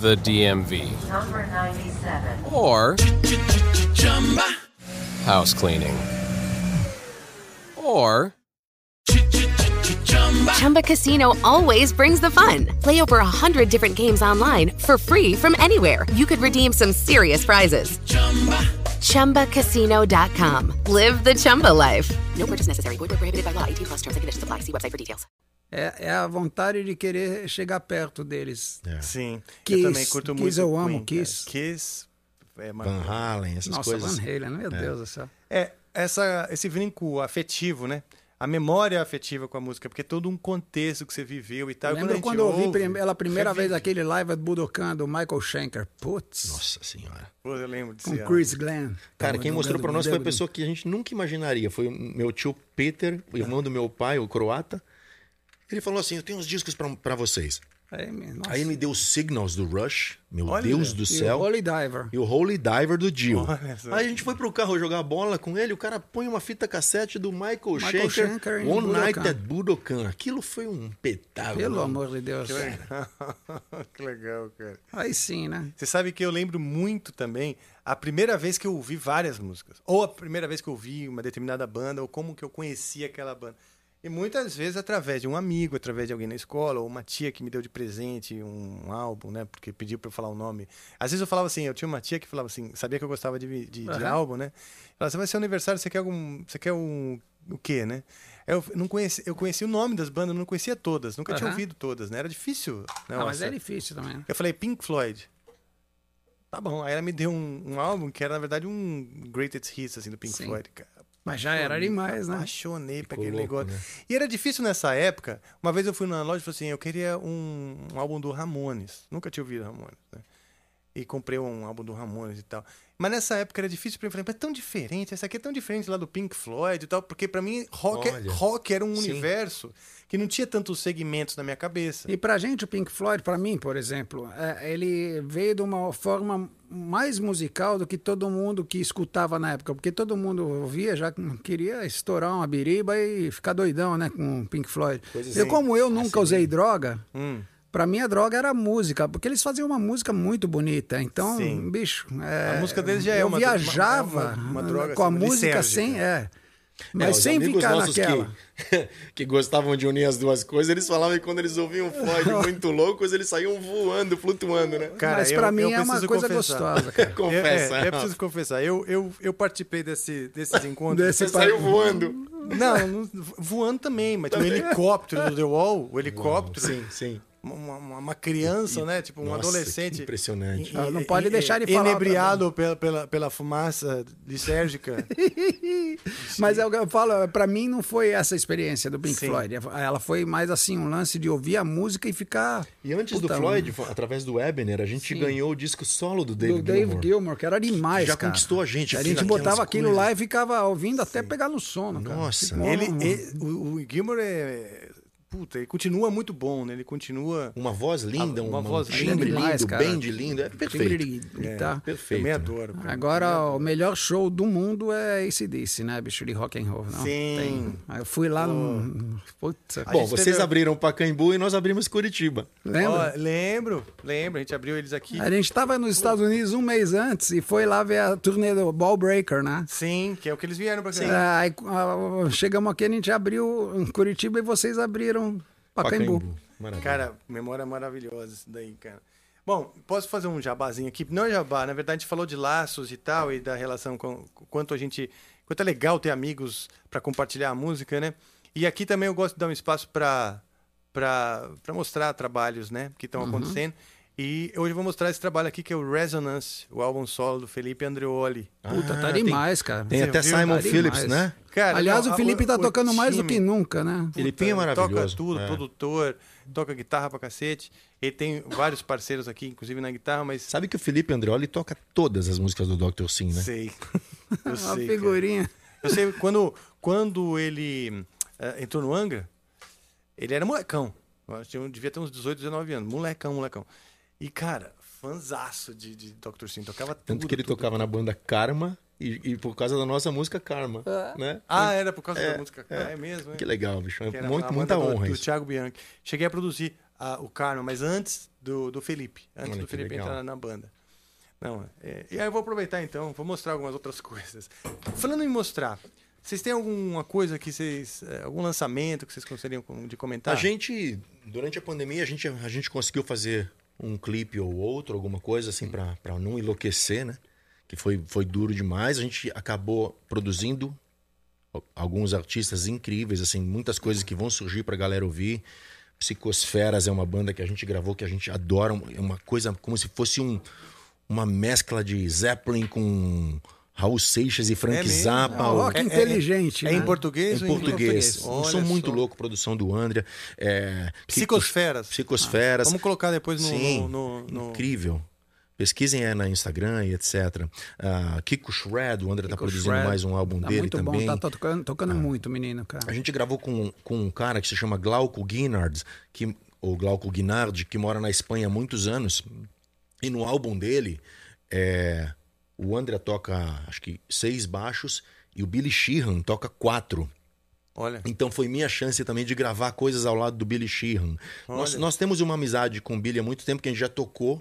[SPEAKER 14] the DMV,
[SPEAKER 15] Number 97.
[SPEAKER 14] or house cleaning, or
[SPEAKER 16] Chumba Casino always brings the fun. Play over a hundred different games online for free from anywhere. You could redeem some serious prizes. ChumbaCasino.com. Live the Chumba life. No purchase necessary. Void where prohibited by law. 18 plus terms and conditions apply. See website for details.
[SPEAKER 5] é, é a vontade de querer chegar perto deles.
[SPEAKER 4] É.
[SPEAKER 1] Sim.
[SPEAKER 5] Kiss,
[SPEAKER 1] eu também curto
[SPEAKER 5] Kiss
[SPEAKER 1] muito
[SPEAKER 5] eu amo,
[SPEAKER 1] Queen,
[SPEAKER 5] Kiss.
[SPEAKER 1] cara. Kiss. É uma...
[SPEAKER 4] Van Halen, essas
[SPEAKER 5] Nossa,
[SPEAKER 4] coisas.
[SPEAKER 5] Van Halen, meu
[SPEAKER 4] É.
[SPEAKER 5] Deus do céu.
[SPEAKER 1] É, essa, esse vínculo afetivo, né? A memória afetiva com a música, porque é todo um contexto que você viveu e tal. E
[SPEAKER 5] Lembro
[SPEAKER 1] a gente
[SPEAKER 5] quando eu ouvi
[SPEAKER 1] ouve,
[SPEAKER 5] prim- pela primeira
[SPEAKER 1] revive.
[SPEAKER 5] vez aquele live at Budokan do Michael Schenker. Putz,
[SPEAKER 4] Nossa senhora.
[SPEAKER 1] Pô, eu lembro disso.
[SPEAKER 5] com Chris Glenn.
[SPEAKER 4] é. Cara, quem mostrou pra nós foi a
[SPEAKER 5] pessoa
[SPEAKER 4] pessoa que a gente nunca imaginaria. Foi o meu tio Peter, o irmão do meu pai, o croata. Ele falou assim: Eu tenho uns discos pra- pra vocês.
[SPEAKER 5] Aí, meu, nossa.
[SPEAKER 4] Aí ele me deu os Signals do Rush, meu
[SPEAKER 5] Olha,
[SPEAKER 4] Deus
[SPEAKER 5] e
[SPEAKER 4] do
[SPEAKER 5] o
[SPEAKER 4] céu.
[SPEAKER 5] Holy Diver.
[SPEAKER 4] E o Holy Diver do Dio.
[SPEAKER 1] Olha só.
[SPEAKER 4] Aí a gente foi pro carro jogar bola com ele, o cara põe uma fita cassete do Michael,
[SPEAKER 5] Michael
[SPEAKER 4] Schenker,
[SPEAKER 5] Schenker em
[SPEAKER 4] One
[SPEAKER 5] Budokan.
[SPEAKER 4] Night at Budokan. Aquilo foi um petável.
[SPEAKER 5] Pelo amor de Deus.
[SPEAKER 1] Que legal. que legal, [LAUGHS] cara.
[SPEAKER 5] Aí sim, né?
[SPEAKER 1] Você sabe que eu lembro muito também a primeira vez que eu ouvi várias músicas. Ou a primeira vez que eu ouvi uma determinada banda, ou como que eu conheci aquela banda. E muitas vezes através de um amigo, através de alguém na escola, ou uma tia que me deu de presente um álbum, né? Porque pediu para eu falar o nome. Às vezes eu falava assim, eu tinha uma tia que falava assim, sabia que eu gostava de, vi- de, de
[SPEAKER 5] Aham.
[SPEAKER 1] álbum, né? Ela disse, vai ser aniversário, você quer algum. Você quer um. O quê, né? Eu não conheci, eu conheci o nome das bandas, não conhecia todas, nunca tinha
[SPEAKER 5] Aham.
[SPEAKER 1] ouvido todas, né? Era difícil.
[SPEAKER 5] Ah, mas é difícil também.
[SPEAKER 1] Eu falei, Pink Floyd. Tá bom. Aí ela me deu um, um álbum que era, na verdade, um Greatest Hits, assim, do Pink
[SPEAKER 5] Sim.
[SPEAKER 1] Floyd, cara.
[SPEAKER 5] Mas já era
[SPEAKER 1] Apaixonei-
[SPEAKER 5] demais, né?
[SPEAKER 1] Apaixonei pra
[SPEAKER 5] Ficou
[SPEAKER 1] aquele
[SPEAKER 5] louco,
[SPEAKER 1] negócio.
[SPEAKER 5] né?
[SPEAKER 1] E era difícil nessa época. Uma vez eu fui na loja e falei assim: eu queria um, um álbum do Ramones. Nunca tinha ouvido Ramones, né? E comprei um álbum do Ramones e tal. Mas nessa época era difícil pra mim. Falei, mas é tão diferente. Essa aqui é tão diferente lá do Pink Floyd e tal. Porque pra mim, rock, é-
[SPEAKER 5] Olha.
[SPEAKER 1] rock era um
[SPEAKER 5] Sim.
[SPEAKER 1] universo que não tinha tantos segmentos na minha cabeça.
[SPEAKER 5] E pra gente, o Pink Floyd, pra mim, por exemplo, é, ele veio de uma forma mais musical do que todo mundo que escutava na época, porque todo mundo ouvia, já queria estourar uma biriba e ficar doidão, né, com o Pink Floyd.
[SPEAKER 1] Coisa
[SPEAKER 5] Eu,
[SPEAKER 1] assim,
[SPEAKER 5] como eu nunca usei droga,
[SPEAKER 1] Hum.
[SPEAKER 5] pra mim a droga era a música, porque eles faziam uma música muito bonita. Então,
[SPEAKER 1] Sim.
[SPEAKER 5] bicho, é,
[SPEAKER 1] A música deles já é
[SPEAKER 5] eu
[SPEAKER 1] uma-
[SPEAKER 5] viajava
[SPEAKER 1] uma- uma droga,
[SPEAKER 5] com a
[SPEAKER 1] assim,
[SPEAKER 5] música
[SPEAKER 1] lisérgica.
[SPEAKER 5] sem, é,
[SPEAKER 4] É,
[SPEAKER 5] mas
[SPEAKER 4] os
[SPEAKER 5] sem
[SPEAKER 4] amigos
[SPEAKER 5] ficar
[SPEAKER 4] nossos
[SPEAKER 5] naquela.
[SPEAKER 4] Que, [LAUGHS] que gostavam de unir as duas coisas, eles falavam que quando eles ouviam
[SPEAKER 5] [LAUGHS]
[SPEAKER 4] Floyd muito loucos, eles saíam voando, flutuando, né?
[SPEAKER 1] Cara, eu- eu
[SPEAKER 5] é
[SPEAKER 1] preciso confessar.
[SPEAKER 4] [LAUGHS] Confessa.
[SPEAKER 1] Eu, [LAUGHS] é, eu preciso confessar. Eu, eu, eu participei desse, desses
[SPEAKER 5] [LAUGHS]
[SPEAKER 1] encontros.
[SPEAKER 4] Desse Você pa- saiu voando.
[SPEAKER 1] Não, não- voando também, mas
[SPEAKER 4] Também.
[SPEAKER 1] o helicóptero do The Wall, o helicóptero.
[SPEAKER 4] Sim, sim.
[SPEAKER 1] Uma, uma- uma criança, né? Tipo, um
[SPEAKER 4] Nossa, que
[SPEAKER 1] adolescente.
[SPEAKER 4] impressionante.
[SPEAKER 1] E-
[SPEAKER 5] Ah, não pode deixar ele falar
[SPEAKER 1] Inebriado pela, pela, pela fumaça lisérgica.
[SPEAKER 5] [LAUGHS] Mas é o que eu falo, pra mim não foi essa a experiência do Pink
[SPEAKER 1] Sim.
[SPEAKER 5] Floyd. Ela foi mais assim, um lance de ouvir a música e ficar.
[SPEAKER 4] E antes
[SPEAKER 5] Puta,
[SPEAKER 4] do Floyd, foi através do Webner, a gente
[SPEAKER 5] Sim.
[SPEAKER 4] ganhou o disco solo do
[SPEAKER 5] do
[SPEAKER 4] David
[SPEAKER 5] Dave
[SPEAKER 4] Gilmour.
[SPEAKER 5] Gilmour, que era demais.
[SPEAKER 4] Já
[SPEAKER 5] cara.
[SPEAKER 4] conquistou a gente,
[SPEAKER 5] A
[SPEAKER 4] assim,
[SPEAKER 5] gente
[SPEAKER 4] naquelas
[SPEAKER 5] botava aquilo lá e
[SPEAKER 4] coisas.
[SPEAKER 5] ficava ouvindo até pegar no sono. cara.
[SPEAKER 4] Nossa. é
[SPEAKER 5] Ficou- um
[SPEAKER 1] Ele, ele- o, o Gilmore é. Puta, ele continua muito bom, né? Ele continua. Ah,
[SPEAKER 4] Uma voz linda,
[SPEAKER 1] uma,
[SPEAKER 4] uma-
[SPEAKER 1] voz
[SPEAKER 4] um
[SPEAKER 1] linda.
[SPEAKER 4] timbre
[SPEAKER 5] demais,
[SPEAKER 4] lindo,
[SPEAKER 5] cara.
[SPEAKER 4] bem de lindo, é
[SPEAKER 5] Timbre de
[SPEAKER 4] perfeito.
[SPEAKER 5] guitarra.
[SPEAKER 4] É, perfeito.
[SPEAKER 1] tá? Também adoro. cara.
[SPEAKER 5] Agora, o melhor show do mundo é esse desse, né, bicho? De rock and roll. Não?
[SPEAKER 1] Sim.
[SPEAKER 5] Tem. Eu fui lá no. Putz,
[SPEAKER 4] Bom, vocês abriram Pacaembu e nós abrimos Curitiba.
[SPEAKER 5] Lembra?
[SPEAKER 1] Ó, lembro, lembro. A gente abriu eles aqui.
[SPEAKER 5] A gente estava nos Estados Unidos um mês antes e foi lá ver a turnê do Ball Breaker, né?
[SPEAKER 1] Sim, que é o que eles vieram pra
[SPEAKER 5] É,
[SPEAKER 1] cá.
[SPEAKER 5] aí, ah, chegamos aqui, a gente abriu em Curitiba e vocês abriram Pacaembu.
[SPEAKER 4] Maravilha.
[SPEAKER 1] Cara, memória maravilhosa isso daí, cara. Bom, posso fazer um jabazinho aqui? Não é jabá, na verdade a gente falou de laços e tal e da relação com com quanto a gente, quanto é legal ter amigos pra compartilhar a música, né? E aqui também eu gosto de dar um espaço pra para mostrar trabalhos, né, que estão
[SPEAKER 5] Uhum.
[SPEAKER 1] acontecendo. E hoje eu vou mostrar esse trabalho aqui que é o Resonance, o álbum solo do Felipe Andreoli.
[SPEAKER 5] Puta, tá
[SPEAKER 1] Ah, tem-
[SPEAKER 5] demais, cara.
[SPEAKER 4] tem até
[SPEAKER 1] Você viu?
[SPEAKER 4] Simon
[SPEAKER 1] Tá
[SPEAKER 4] Phillips,
[SPEAKER 1] demais.
[SPEAKER 4] né?
[SPEAKER 1] Cara,
[SPEAKER 5] Aliás,
[SPEAKER 1] não,
[SPEAKER 5] o Felipe tá
[SPEAKER 1] a- o
[SPEAKER 5] tocando mais do
[SPEAKER 1] time-
[SPEAKER 5] que nunca, né?
[SPEAKER 4] Ele
[SPEAKER 1] Puta,
[SPEAKER 4] Filipinho é
[SPEAKER 1] Toca
[SPEAKER 4] maravilhoso,
[SPEAKER 1] tudo,
[SPEAKER 4] é.
[SPEAKER 1] produtor, toca guitarra pra cacete. Ele tem vários parceiros aqui, inclusive na guitarra, mas.
[SPEAKER 4] Sabe que o Felipe Andreoli toca todas as músicas do Dr. Sim, né? [LAUGHS]
[SPEAKER 1] Sei.
[SPEAKER 5] Uma
[SPEAKER 1] Eu sei. cara.
[SPEAKER 5] figurinha.
[SPEAKER 1] Eu sei, quando, quando ele eh, entrou no Angra, ele era molecão. Eu acho que eu devia ter uns 18, 19 anos. Molecão, molecão. E, cara, fanzaço de, de Dr. Sim. Tocava tudo.
[SPEAKER 4] Tanto que ele tocava na banda Karma e, e por causa da nossa música Karma, né?
[SPEAKER 1] Ah, era por causa
[SPEAKER 4] É,
[SPEAKER 1] da música.
[SPEAKER 4] é.
[SPEAKER 1] É, mesmo. é.
[SPEAKER 4] Que legal, bicho. É
[SPEAKER 1] Que era
[SPEAKER 4] muito-
[SPEAKER 1] a banda
[SPEAKER 4] muita
[SPEAKER 1] do-
[SPEAKER 4] honra
[SPEAKER 1] Do,
[SPEAKER 4] isso.
[SPEAKER 1] Thiago Bianchi. Cheguei a produzir ah, o Carmo, mas antes do, do Felipe. Antes
[SPEAKER 4] Olha
[SPEAKER 1] do
[SPEAKER 4] que
[SPEAKER 1] Felipe
[SPEAKER 4] legal.
[SPEAKER 1] entrar na banda. Não, é, e aí eu vou aproveitar então, vou mostrar algumas outras [LAUGHS] coisas. Falando em mostrar, vocês têm alguma coisa que vocês. eh, algum lançamento que vocês gostariam com- de comentar?
[SPEAKER 4] A gente, durante a pandemia, a gente, a gente conseguiu fazer um clipe ou outro, alguma coisa assim, pra pra não enlouquecer, né? Que foi, foi duro demais. A gente acabou produzindo al- alguns artistas incríveis, assim, muitas coisas que vão surgir pra galera ouvir. Psicosferas é uma banda que a gente gravou, que a gente adora. um- É uma coisa como se fosse um, uma mescla de Zeppelin com Raul Seixas e Frank
[SPEAKER 1] É mesmo?
[SPEAKER 4] Zappa.
[SPEAKER 1] É um
[SPEAKER 4] ou-
[SPEAKER 1] rock inteligente,
[SPEAKER 4] é,
[SPEAKER 1] né?
[SPEAKER 4] em português?
[SPEAKER 1] Em
[SPEAKER 4] ou
[SPEAKER 1] português.
[SPEAKER 4] Um som
[SPEAKER 1] Olha
[SPEAKER 4] muito
[SPEAKER 1] só.
[SPEAKER 4] louco, produção do André. É,
[SPEAKER 1] Psicosferas. Ah,
[SPEAKER 4] Psicosferas.
[SPEAKER 1] Vamos colocar depois no.
[SPEAKER 4] Sim,
[SPEAKER 1] no- no- no-
[SPEAKER 4] incrível. Pesquisem é na Instagram e etc. Ah, Kiko Shred, o André tá
[SPEAKER 5] Kiko
[SPEAKER 4] produzindo
[SPEAKER 5] Shred.
[SPEAKER 4] mais um álbum
[SPEAKER 5] Tá
[SPEAKER 4] dele
[SPEAKER 5] muito
[SPEAKER 4] também. Ah.
[SPEAKER 5] bom, tá tocando, tocando muito, menino, cara.
[SPEAKER 4] A gente gravou com, com um cara que se chama Glauco Guinard, que, ou Glauco Guinard, que mora na Espanha há muitos anos. E no álbum dele, é, o André toca, acho que, seis baixos e o Billy Sheehan toca quatro.
[SPEAKER 1] Olha.
[SPEAKER 4] Então foi minha chance também de gravar coisas ao lado do Billy Sheehan. Nós,
[SPEAKER 1] Olha.
[SPEAKER 4] nós temos uma amizade com o Billy há muito tempo que a gente já tocou.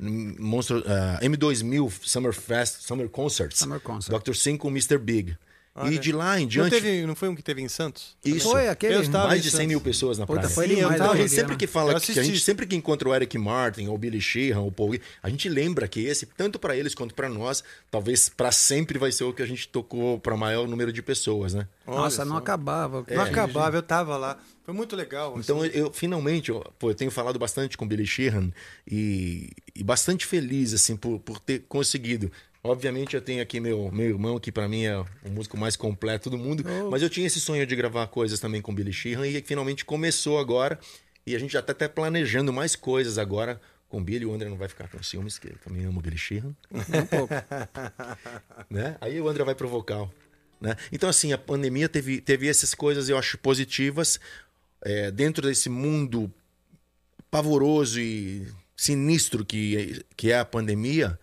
[SPEAKER 4] em Monstro, ah, M2000 Summer Fest, Summer Concerts.
[SPEAKER 5] Summer Concert.
[SPEAKER 4] Dr. Sim com Mr. Big.
[SPEAKER 1] Olha.
[SPEAKER 4] E de lá em
[SPEAKER 1] Não
[SPEAKER 4] diante.
[SPEAKER 1] teve- não foi um que teve em Santos?
[SPEAKER 4] Isso.
[SPEAKER 1] Foi aquele-
[SPEAKER 4] Eu estava
[SPEAKER 1] Mais
[SPEAKER 4] em
[SPEAKER 1] de 100
[SPEAKER 4] Santos.
[SPEAKER 1] mil pessoas na
[SPEAKER 4] Puta,
[SPEAKER 1] praia.
[SPEAKER 4] foi
[SPEAKER 1] Sim,
[SPEAKER 4] demais,
[SPEAKER 1] eu tava,
[SPEAKER 4] a gente
[SPEAKER 1] Juliana.
[SPEAKER 4] sempre que fala
[SPEAKER 1] né? Eu
[SPEAKER 4] que a gente
[SPEAKER 1] assisti.
[SPEAKER 4] sempre que encontra o Eric Martin, ou o Billy Sheehan, ou o Paul, Gui- a gente lembra que esse tanto pra eles quanto pra nós, talvez pra sempre vai ser o que a gente tocou pra maior número de pessoas, né?
[SPEAKER 5] Nossa, não acabava.
[SPEAKER 1] Não acabava, eu tava lá. Foi muito legal.
[SPEAKER 4] Então, eu, eu, finalmente, eu, pô, eu tenho falado bastante com o Billy Sheehan e, e bastante feliz, assim, por, por ter conseguido. Obviamente, eu tenho aqui meu, meu irmão, que pra mim é o músico mais completo do mundo, mas eu tinha esse sonho de gravar coisas também com o Billy Sheehan e finalmente começou agora. E a gente já tá até planejando mais coisas agora com o Billy. O André não vai ficar com ciúmes, que eu também amo o Billy Sheehan. [LAUGHS] né? Aí o André vai pro vocal. Né? Então, assim, a pandemia teve, teve essas coisas, eu acho, positivas. é, dentro desse mundo pavoroso e sinistro que, que é a pandemia,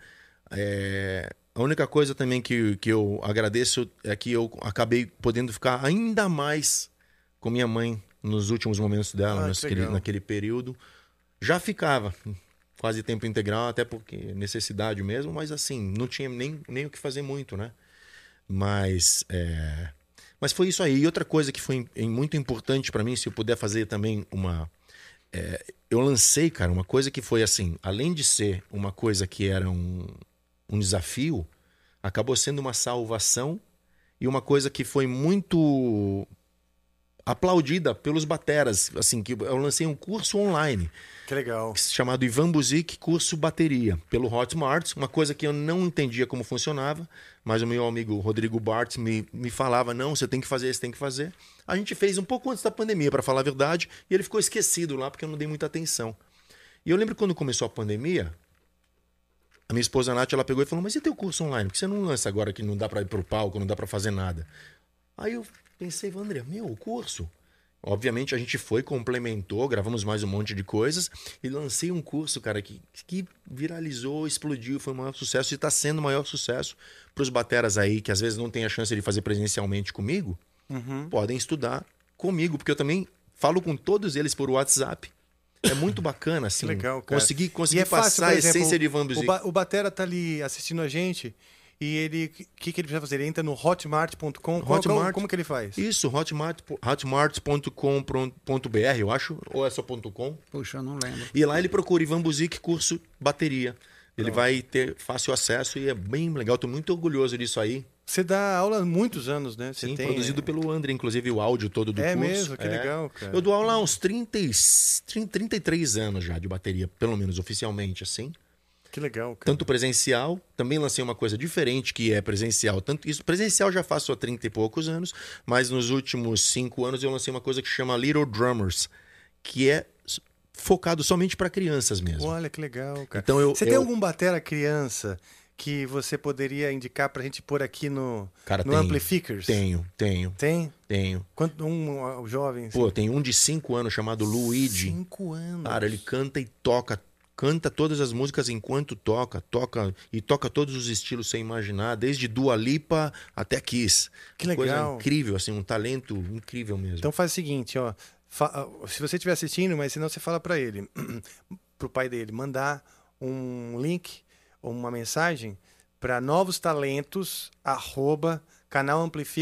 [SPEAKER 4] é, a única coisa também que, que eu agradeço é que eu acabei podendo ficar ainda mais com minha mãe nos últimos momentos dela,
[SPEAKER 1] Ah,
[SPEAKER 4] nos-
[SPEAKER 1] que
[SPEAKER 4] aquele-
[SPEAKER 1] legal.
[SPEAKER 4] naquele período. Já ficava quase tempo integral, até porque necessidade mesmo, mas assim, não tinha nem, nem o que fazer muito, né? Mas, é, mas foi isso aí. E outra coisa que foi im- em- muito importante pra mim, se eu puder fazer também uma. é, eu lancei, cara, uma coisa que foi assim, além de ser uma coisa que era um, um desafio, acabou sendo uma salvação e uma coisa que foi muito aplaudida pelos bateras, assim, que eu lancei um curso online
[SPEAKER 1] Que legal.
[SPEAKER 4] chamado Ivan Buzik Curso Bateria, pelo Hotmart, uma coisa que eu não entendia como funcionava, mas o meu amigo Rodrigo Bart me, me falava, não, você tem que fazer, você tem que fazer. A gente fez um pouco antes da pandemia, para falar a verdade, e ele ficou esquecido lá porque eu não dei muita atenção. E eu lembro quando começou a pandemia, a minha esposa Nath, ela pegou e falou, mas e teu curso online? Por que você não lança agora que não dá para ir pro palco, não dá para fazer nada? Aí eu pensei, André, meu, o curso? Obviamente a gente foi, complementou, gravamos mais um monte de coisas e lancei um curso, cara, que, que viralizou, explodiu, foi o maior sucesso e está sendo o maior sucesso para os bateras aí que às vezes não tem a chance de fazer presencialmente comigo, podem estudar comigo, porque eu também falo com todos eles por WhatsApp. É muito bacana, assim,
[SPEAKER 1] legal, cara.
[SPEAKER 4] conseguir, conseguir
[SPEAKER 1] E é fácil,
[SPEAKER 4] passar
[SPEAKER 1] por
[SPEAKER 4] a
[SPEAKER 1] exemplo,
[SPEAKER 4] essência de Van
[SPEAKER 1] o,
[SPEAKER 4] Buzik.
[SPEAKER 1] ba- o Batera tá ali assistindo a gente e ele. O que, que ele precisa fazer? Ele entra no hotmart.com. Como- Como,
[SPEAKER 4] Hotmart.
[SPEAKER 1] como que ele faz?
[SPEAKER 4] Isso, hotmart, hotmart.com.br, eu acho, ou é só ponto .com.
[SPEAKER 5] Puxa, eu não lembro.
[SPEAKER 4] E lá ele procura Ivan Buzik curso bateria. Ele vai ter fácil acesso e é bem legal. Tô muito orgulhoso disso aí.
[SPEAKER 1] Você dá aula há muitos anos, né? Você
[SPEAKER 4] Sim,
[SPEAKER 1] tem,
[SPEAKER 4] produzido pelo André, inclusive o áudio todo do
[SPEAKER 1] É
[SPEAKER 4] curso.
[SPEAKER 1] mesmo? Que legal, cara.
[SPEAKER 4] Eu dou aula há uns 30, e- 30, 33 anos já de bateria, pelo menos oficialmente, assim.
[SPEAKER 1] Que legal, cara.
[SPEAKER 4] Tanto presencial, também lancei uma coisa diferente que é presencial. Tanto isso, presencial já faço há 30 e poucos anos, mas nos últimos cinco anos eu lancei uma coisa que chama Little Drummers, que é s- focado somente para crianças mesmo.
[SPEAKER 1] Olha que legal, cara.
[SPEAKER 4] Então eu-
[SPEAKER 1] você tem
[SPEAKER 4] eu-
[SPEAKER 1] algum batera criança que você poderia indicar pra gente pôr aqui no,
[SPEAKER 4] Cara,
[SPEAKER 1] no
[SPEAKER 4] tenho,
[SPEAKER 1] Amplificers?
[SPEAKER 4] Tenho, tenho.
[SPEAKER 1] Tem?
[SPEAKER 4] Tenho.
[SPEAKER 1] Quanto um uh, jovem?
[SPEAKER 4] Pô, tem um de cinco anos chamado Luigi.
[SPEAKER 1] Cinco anos.
[SPEAKER 4] Cara, ele canta e toca. Canta todas as músicas enquanto toca, toca e toca todos os estilos sem imaginar, desde Dua Lipa até Kiss.
[SPEAKER 1] Que
[SPEAKER 4] Coisa
[SPEAKER 1] legal.
[SPEAKER 4] incrível, assim, um talento incrível mesmo.
[SPEAKER 1] Então faz o seguinte, ó. Fa- Se você estiver assistindo, mas se não, você fala para ele, [CLEARS THROAT] pro pai dele, mandar um link ou uma mensagem para novos talentos arroba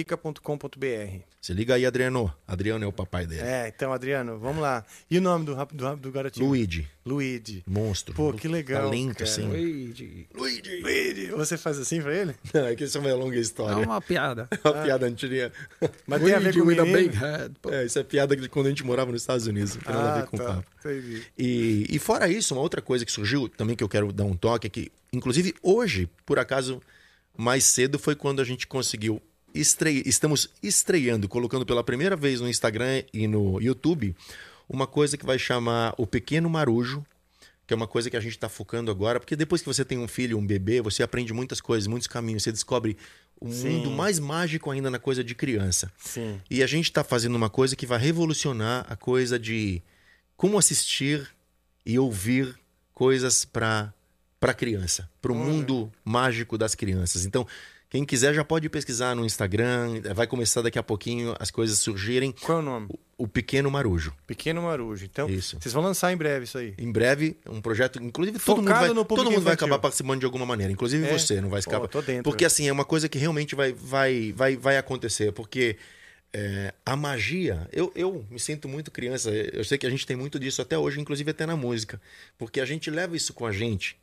[SPEAKER 1] canalamplifica.com.br.
[SPEAKER 4] Se liga aí, Adriano. Adriano é o papai dele.
[SPEAKER 1] É, então, Adriano, vamos lá. E o nome do, rap- do, rap- do garotinho?
[SPEAKER 4] Luigi.
[SPEAKER 1] Luigi.
[SPEAKER 4] Monstro.
[SPEAKER 1] Pô, que legal.
[SPEAKER 4] Talento,
[SPEAKER 1] cara.
[SPEAKER 4] assim.
[SPEAKER 5] Luigi.
[SPEAKER 4] Luigi.
[SPEAKER 1] Luigi. Você faz assim pra ele?
[SPEAKER 4] Não, é que isso é uma longa história.
[SPEAKER 5] É uma
[SPEAKER 4] [LAUGHS]
[SPEAKER 5] piada.
[SPEAKER 4] uma piada antiga.
[SPEAKER 1] Mas tem a ver
[SPEAKER 4] Luigi
[SPEAKER 1] com o
[SPEAKER 4] with Ah. a
[SPEAKER 1] menino?
[SPEAKER 4] big head. Ah, tá. É, isso é piada de quando a gente morava nos Estados Unidos. Não tem nada a ver com o papo.
[SPEAKER 1] Entendi.
[SPEAKER 4] E, e fora isso, uma outra coisa que surgiu também que eu quero dar um toque é que, inclusive hoje, por acaso, mais cedo foi quando a gente conseguiu. Estre... Estamos estreando, colocando pela primeira vez no Instagram e no YouTube, uma coisa que vai chamar O Pequeno Marujo, que é uma coisa que a gente está focando agora, porque depois que você tem um filho, um bebê, você aprende muitas coisas, muitos caminhos, você descobre um
[SPEAKER 1] Sim.
[SPEAKER 4] mundo mais mágico ainda na coisa de criança.
[SPEAKER 1] Sim.
[SPEAKER 4] E a gente está fazendo uma coisa que vai revolucionar a coisa de como assistir e ouvir coisas para para criança, para o mundo mágico das crianças. Então, Quem quiser já pode pesquisar no Instagram. Vai começar daqui a pouquinho as coisas surgirem.
[SPEAKER 1] Qual é o nome?
[SPEAKER 4] O Pequeno Marujo.
[SPEAKER 1] Pequeno Marujo. Então,
[SPEAKER 4] Isso.
[SPEAKER 1] vocês vão lançar em breve isso aí.
[SPEAKER 4] Em breve, um projeto. Inclusive, todo mundo,
[SPEAKER 1] Focado
[SPEAKER 4] vai,
[SPEAKER 1] no público
[SPEAKER 4] todo mundo vai
[SPEAKER 1] infantil.
[SPEAKER 4] acabar participando de alguma maneira. Inclusive
[SPEAKER 1] É?
[SPEAKER 4] você, não vai
[SPEAKER 1] Pô,
[SPEAKER 4] escapar.
[SPEAKER 1] tô dentro.
[SPEAKER 4] Porque assim, é uma coisa que realmente vai, vai, vai, vai acontecer. Porque é, a magia. Eu, eu me sinto muito criança. Eu sei que a gente tem muito disso até hoje, inclusive até na música. Porque a gente leva isso com a gente.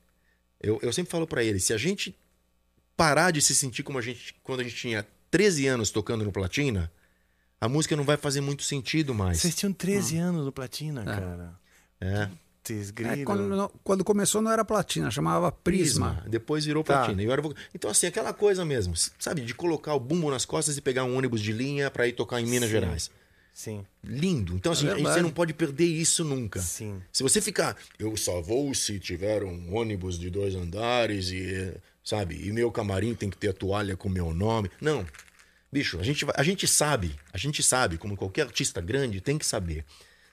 [SPEAKER 4] Eu, eu sempre falo pra ele: se a gente parar de se sentir como a gente quando a gente tinha 13 anos tocando no Platina, a música não vai fazer muito sentido mais.
[SPEAKER 1] Vocês tinham 13
[SPEAKER 4] Ah.
[SPEAKER 1] anos no Platina, cara.
[SPEAKER 4] É.
[SPEAKER 1] Vocês
[SPEAKER 5] É, quando, não- quando começou não era platina, chamava prisma.
[SPEAKER 4] Prisma. Depois virou
[SPEAKER 5] Tá.
[SPEAKER 4] platina. E eu era vocal- Então, assim, aquela coisa mesmo, s- sabe? De colocar o bumbo nas costas e pegar um ônibus de linha pra ir tocar em Minas
[SPEAKER 1] Sim.
[SPEAKER 4] Gerais.
[SPEAKER 1] Sim.
[SPEAKER 4] Lindo. Então, assim,
[SPEAKER 1] É
[SPEAKER 4] a gente- você
[SPEAKER 1] verdade.
[SPEAKER 4] não pode perder isso nunca.
[SPEAKER 1] Sim.
[SPEAKER 4] Se você ficar, eu só vou se tiver um ônibus de dois andares e, eh, sabe? E meu camarim tem que ter a toalha com meu nome. Não. Bicho, a gente, vai- a gente sabe, a gente sabe, como qualquer artista grande tem que saber.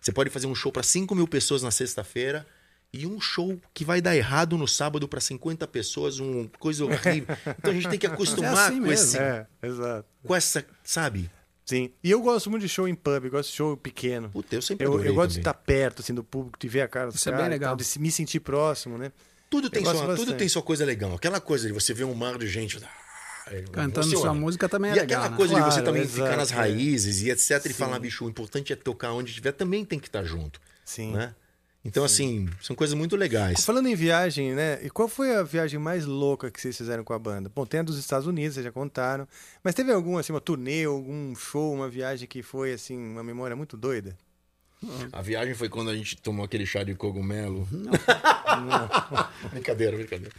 [SPEAKER 4] Você pode fazer um show pra 5 mil pessoas na sexta-feira e um show que vai dar errado no sábado pra 50 pessoas, uma coisa horrível. Então a gente tem que acostumar
[SPEAKER 1] [LAUGHS] É assim
[SPEAKER 4] com
[SPEAKER 1] mesmo.
[SPEAKER 4] esse.
[SPEAKER 1] É, exato.
[SPEAKER 4] Com essa, sabe?
[SPEAKER 1] Sim. E eu gosto muito de show em pub, eu gosto de show pequeno.
[SPEAKER 4] Puta, eu sempre
[SPEAKER 1] Eu,
[SPEAKER 4] adorei
[SPEAKER 1] gosto
[SPEAKER 4] também.
[SPEAKER 1] de estar perto, assim, do público, de ver a cara dos
[SPEAKER 5] Isso é bem
[SPEAKER 1] caras. e
[SPEAKER 5] legal.
[SPEAKER 1] tal, de se- me sentir próximo, né?
[SPEAKER 4] Tudo tem,
[SPEAKER 1] Eu gosto
[SPEAKER 4] sua, tudo
[SPEAKER 1] bastante.
[SPEAKER 4] tem sua coisa legal. Aquela coisa de você ver um mar de gente. ah, é,
[SPEAKER 5] Cantando
[SPEAKER 4] emociona.
[SPEAKER 5] sua música também é
[SPEAKER 4] E
[SPEAKER 5] legal,
[SPEAKER 4] aquela
[SPEAKER 5] né?
[SPEAKER 4] coisa de você
[SPEAKER 5] Claro,
[SPEAKER 4] também
[SPEAKER 5] exato,
[SPEAKER 4] ficar nas
[SPEAKER 5] é.
[SPEAKER 4] raízes e etc. E
[SPEAKER 5] Sim.
[SPEAKER 4] falar, bicho, o importante é tocar onde estiver, também tem que estar junto.
[SPEAKER 1] Sim.
[SPEAKER 4] né? Então, assim, são coisas muito legais.
[SPEAKER 1] Falando em viagem, né? E qual foi a viagem mais louca que vocês fizeram com a banda? Bom, tem a dos Estados Unidos, vocês já contaram. Mas teve algum, assim, uma turnê, algum show, uma viagem que foi, assim, uma memória muito doida?
[SPEAKER 5] Uhum.
[SPEAKER 4] A viagem foi quando a gente tomou aquele chá de cogumelo. [LAUGHS] brincadeira, brincadeira.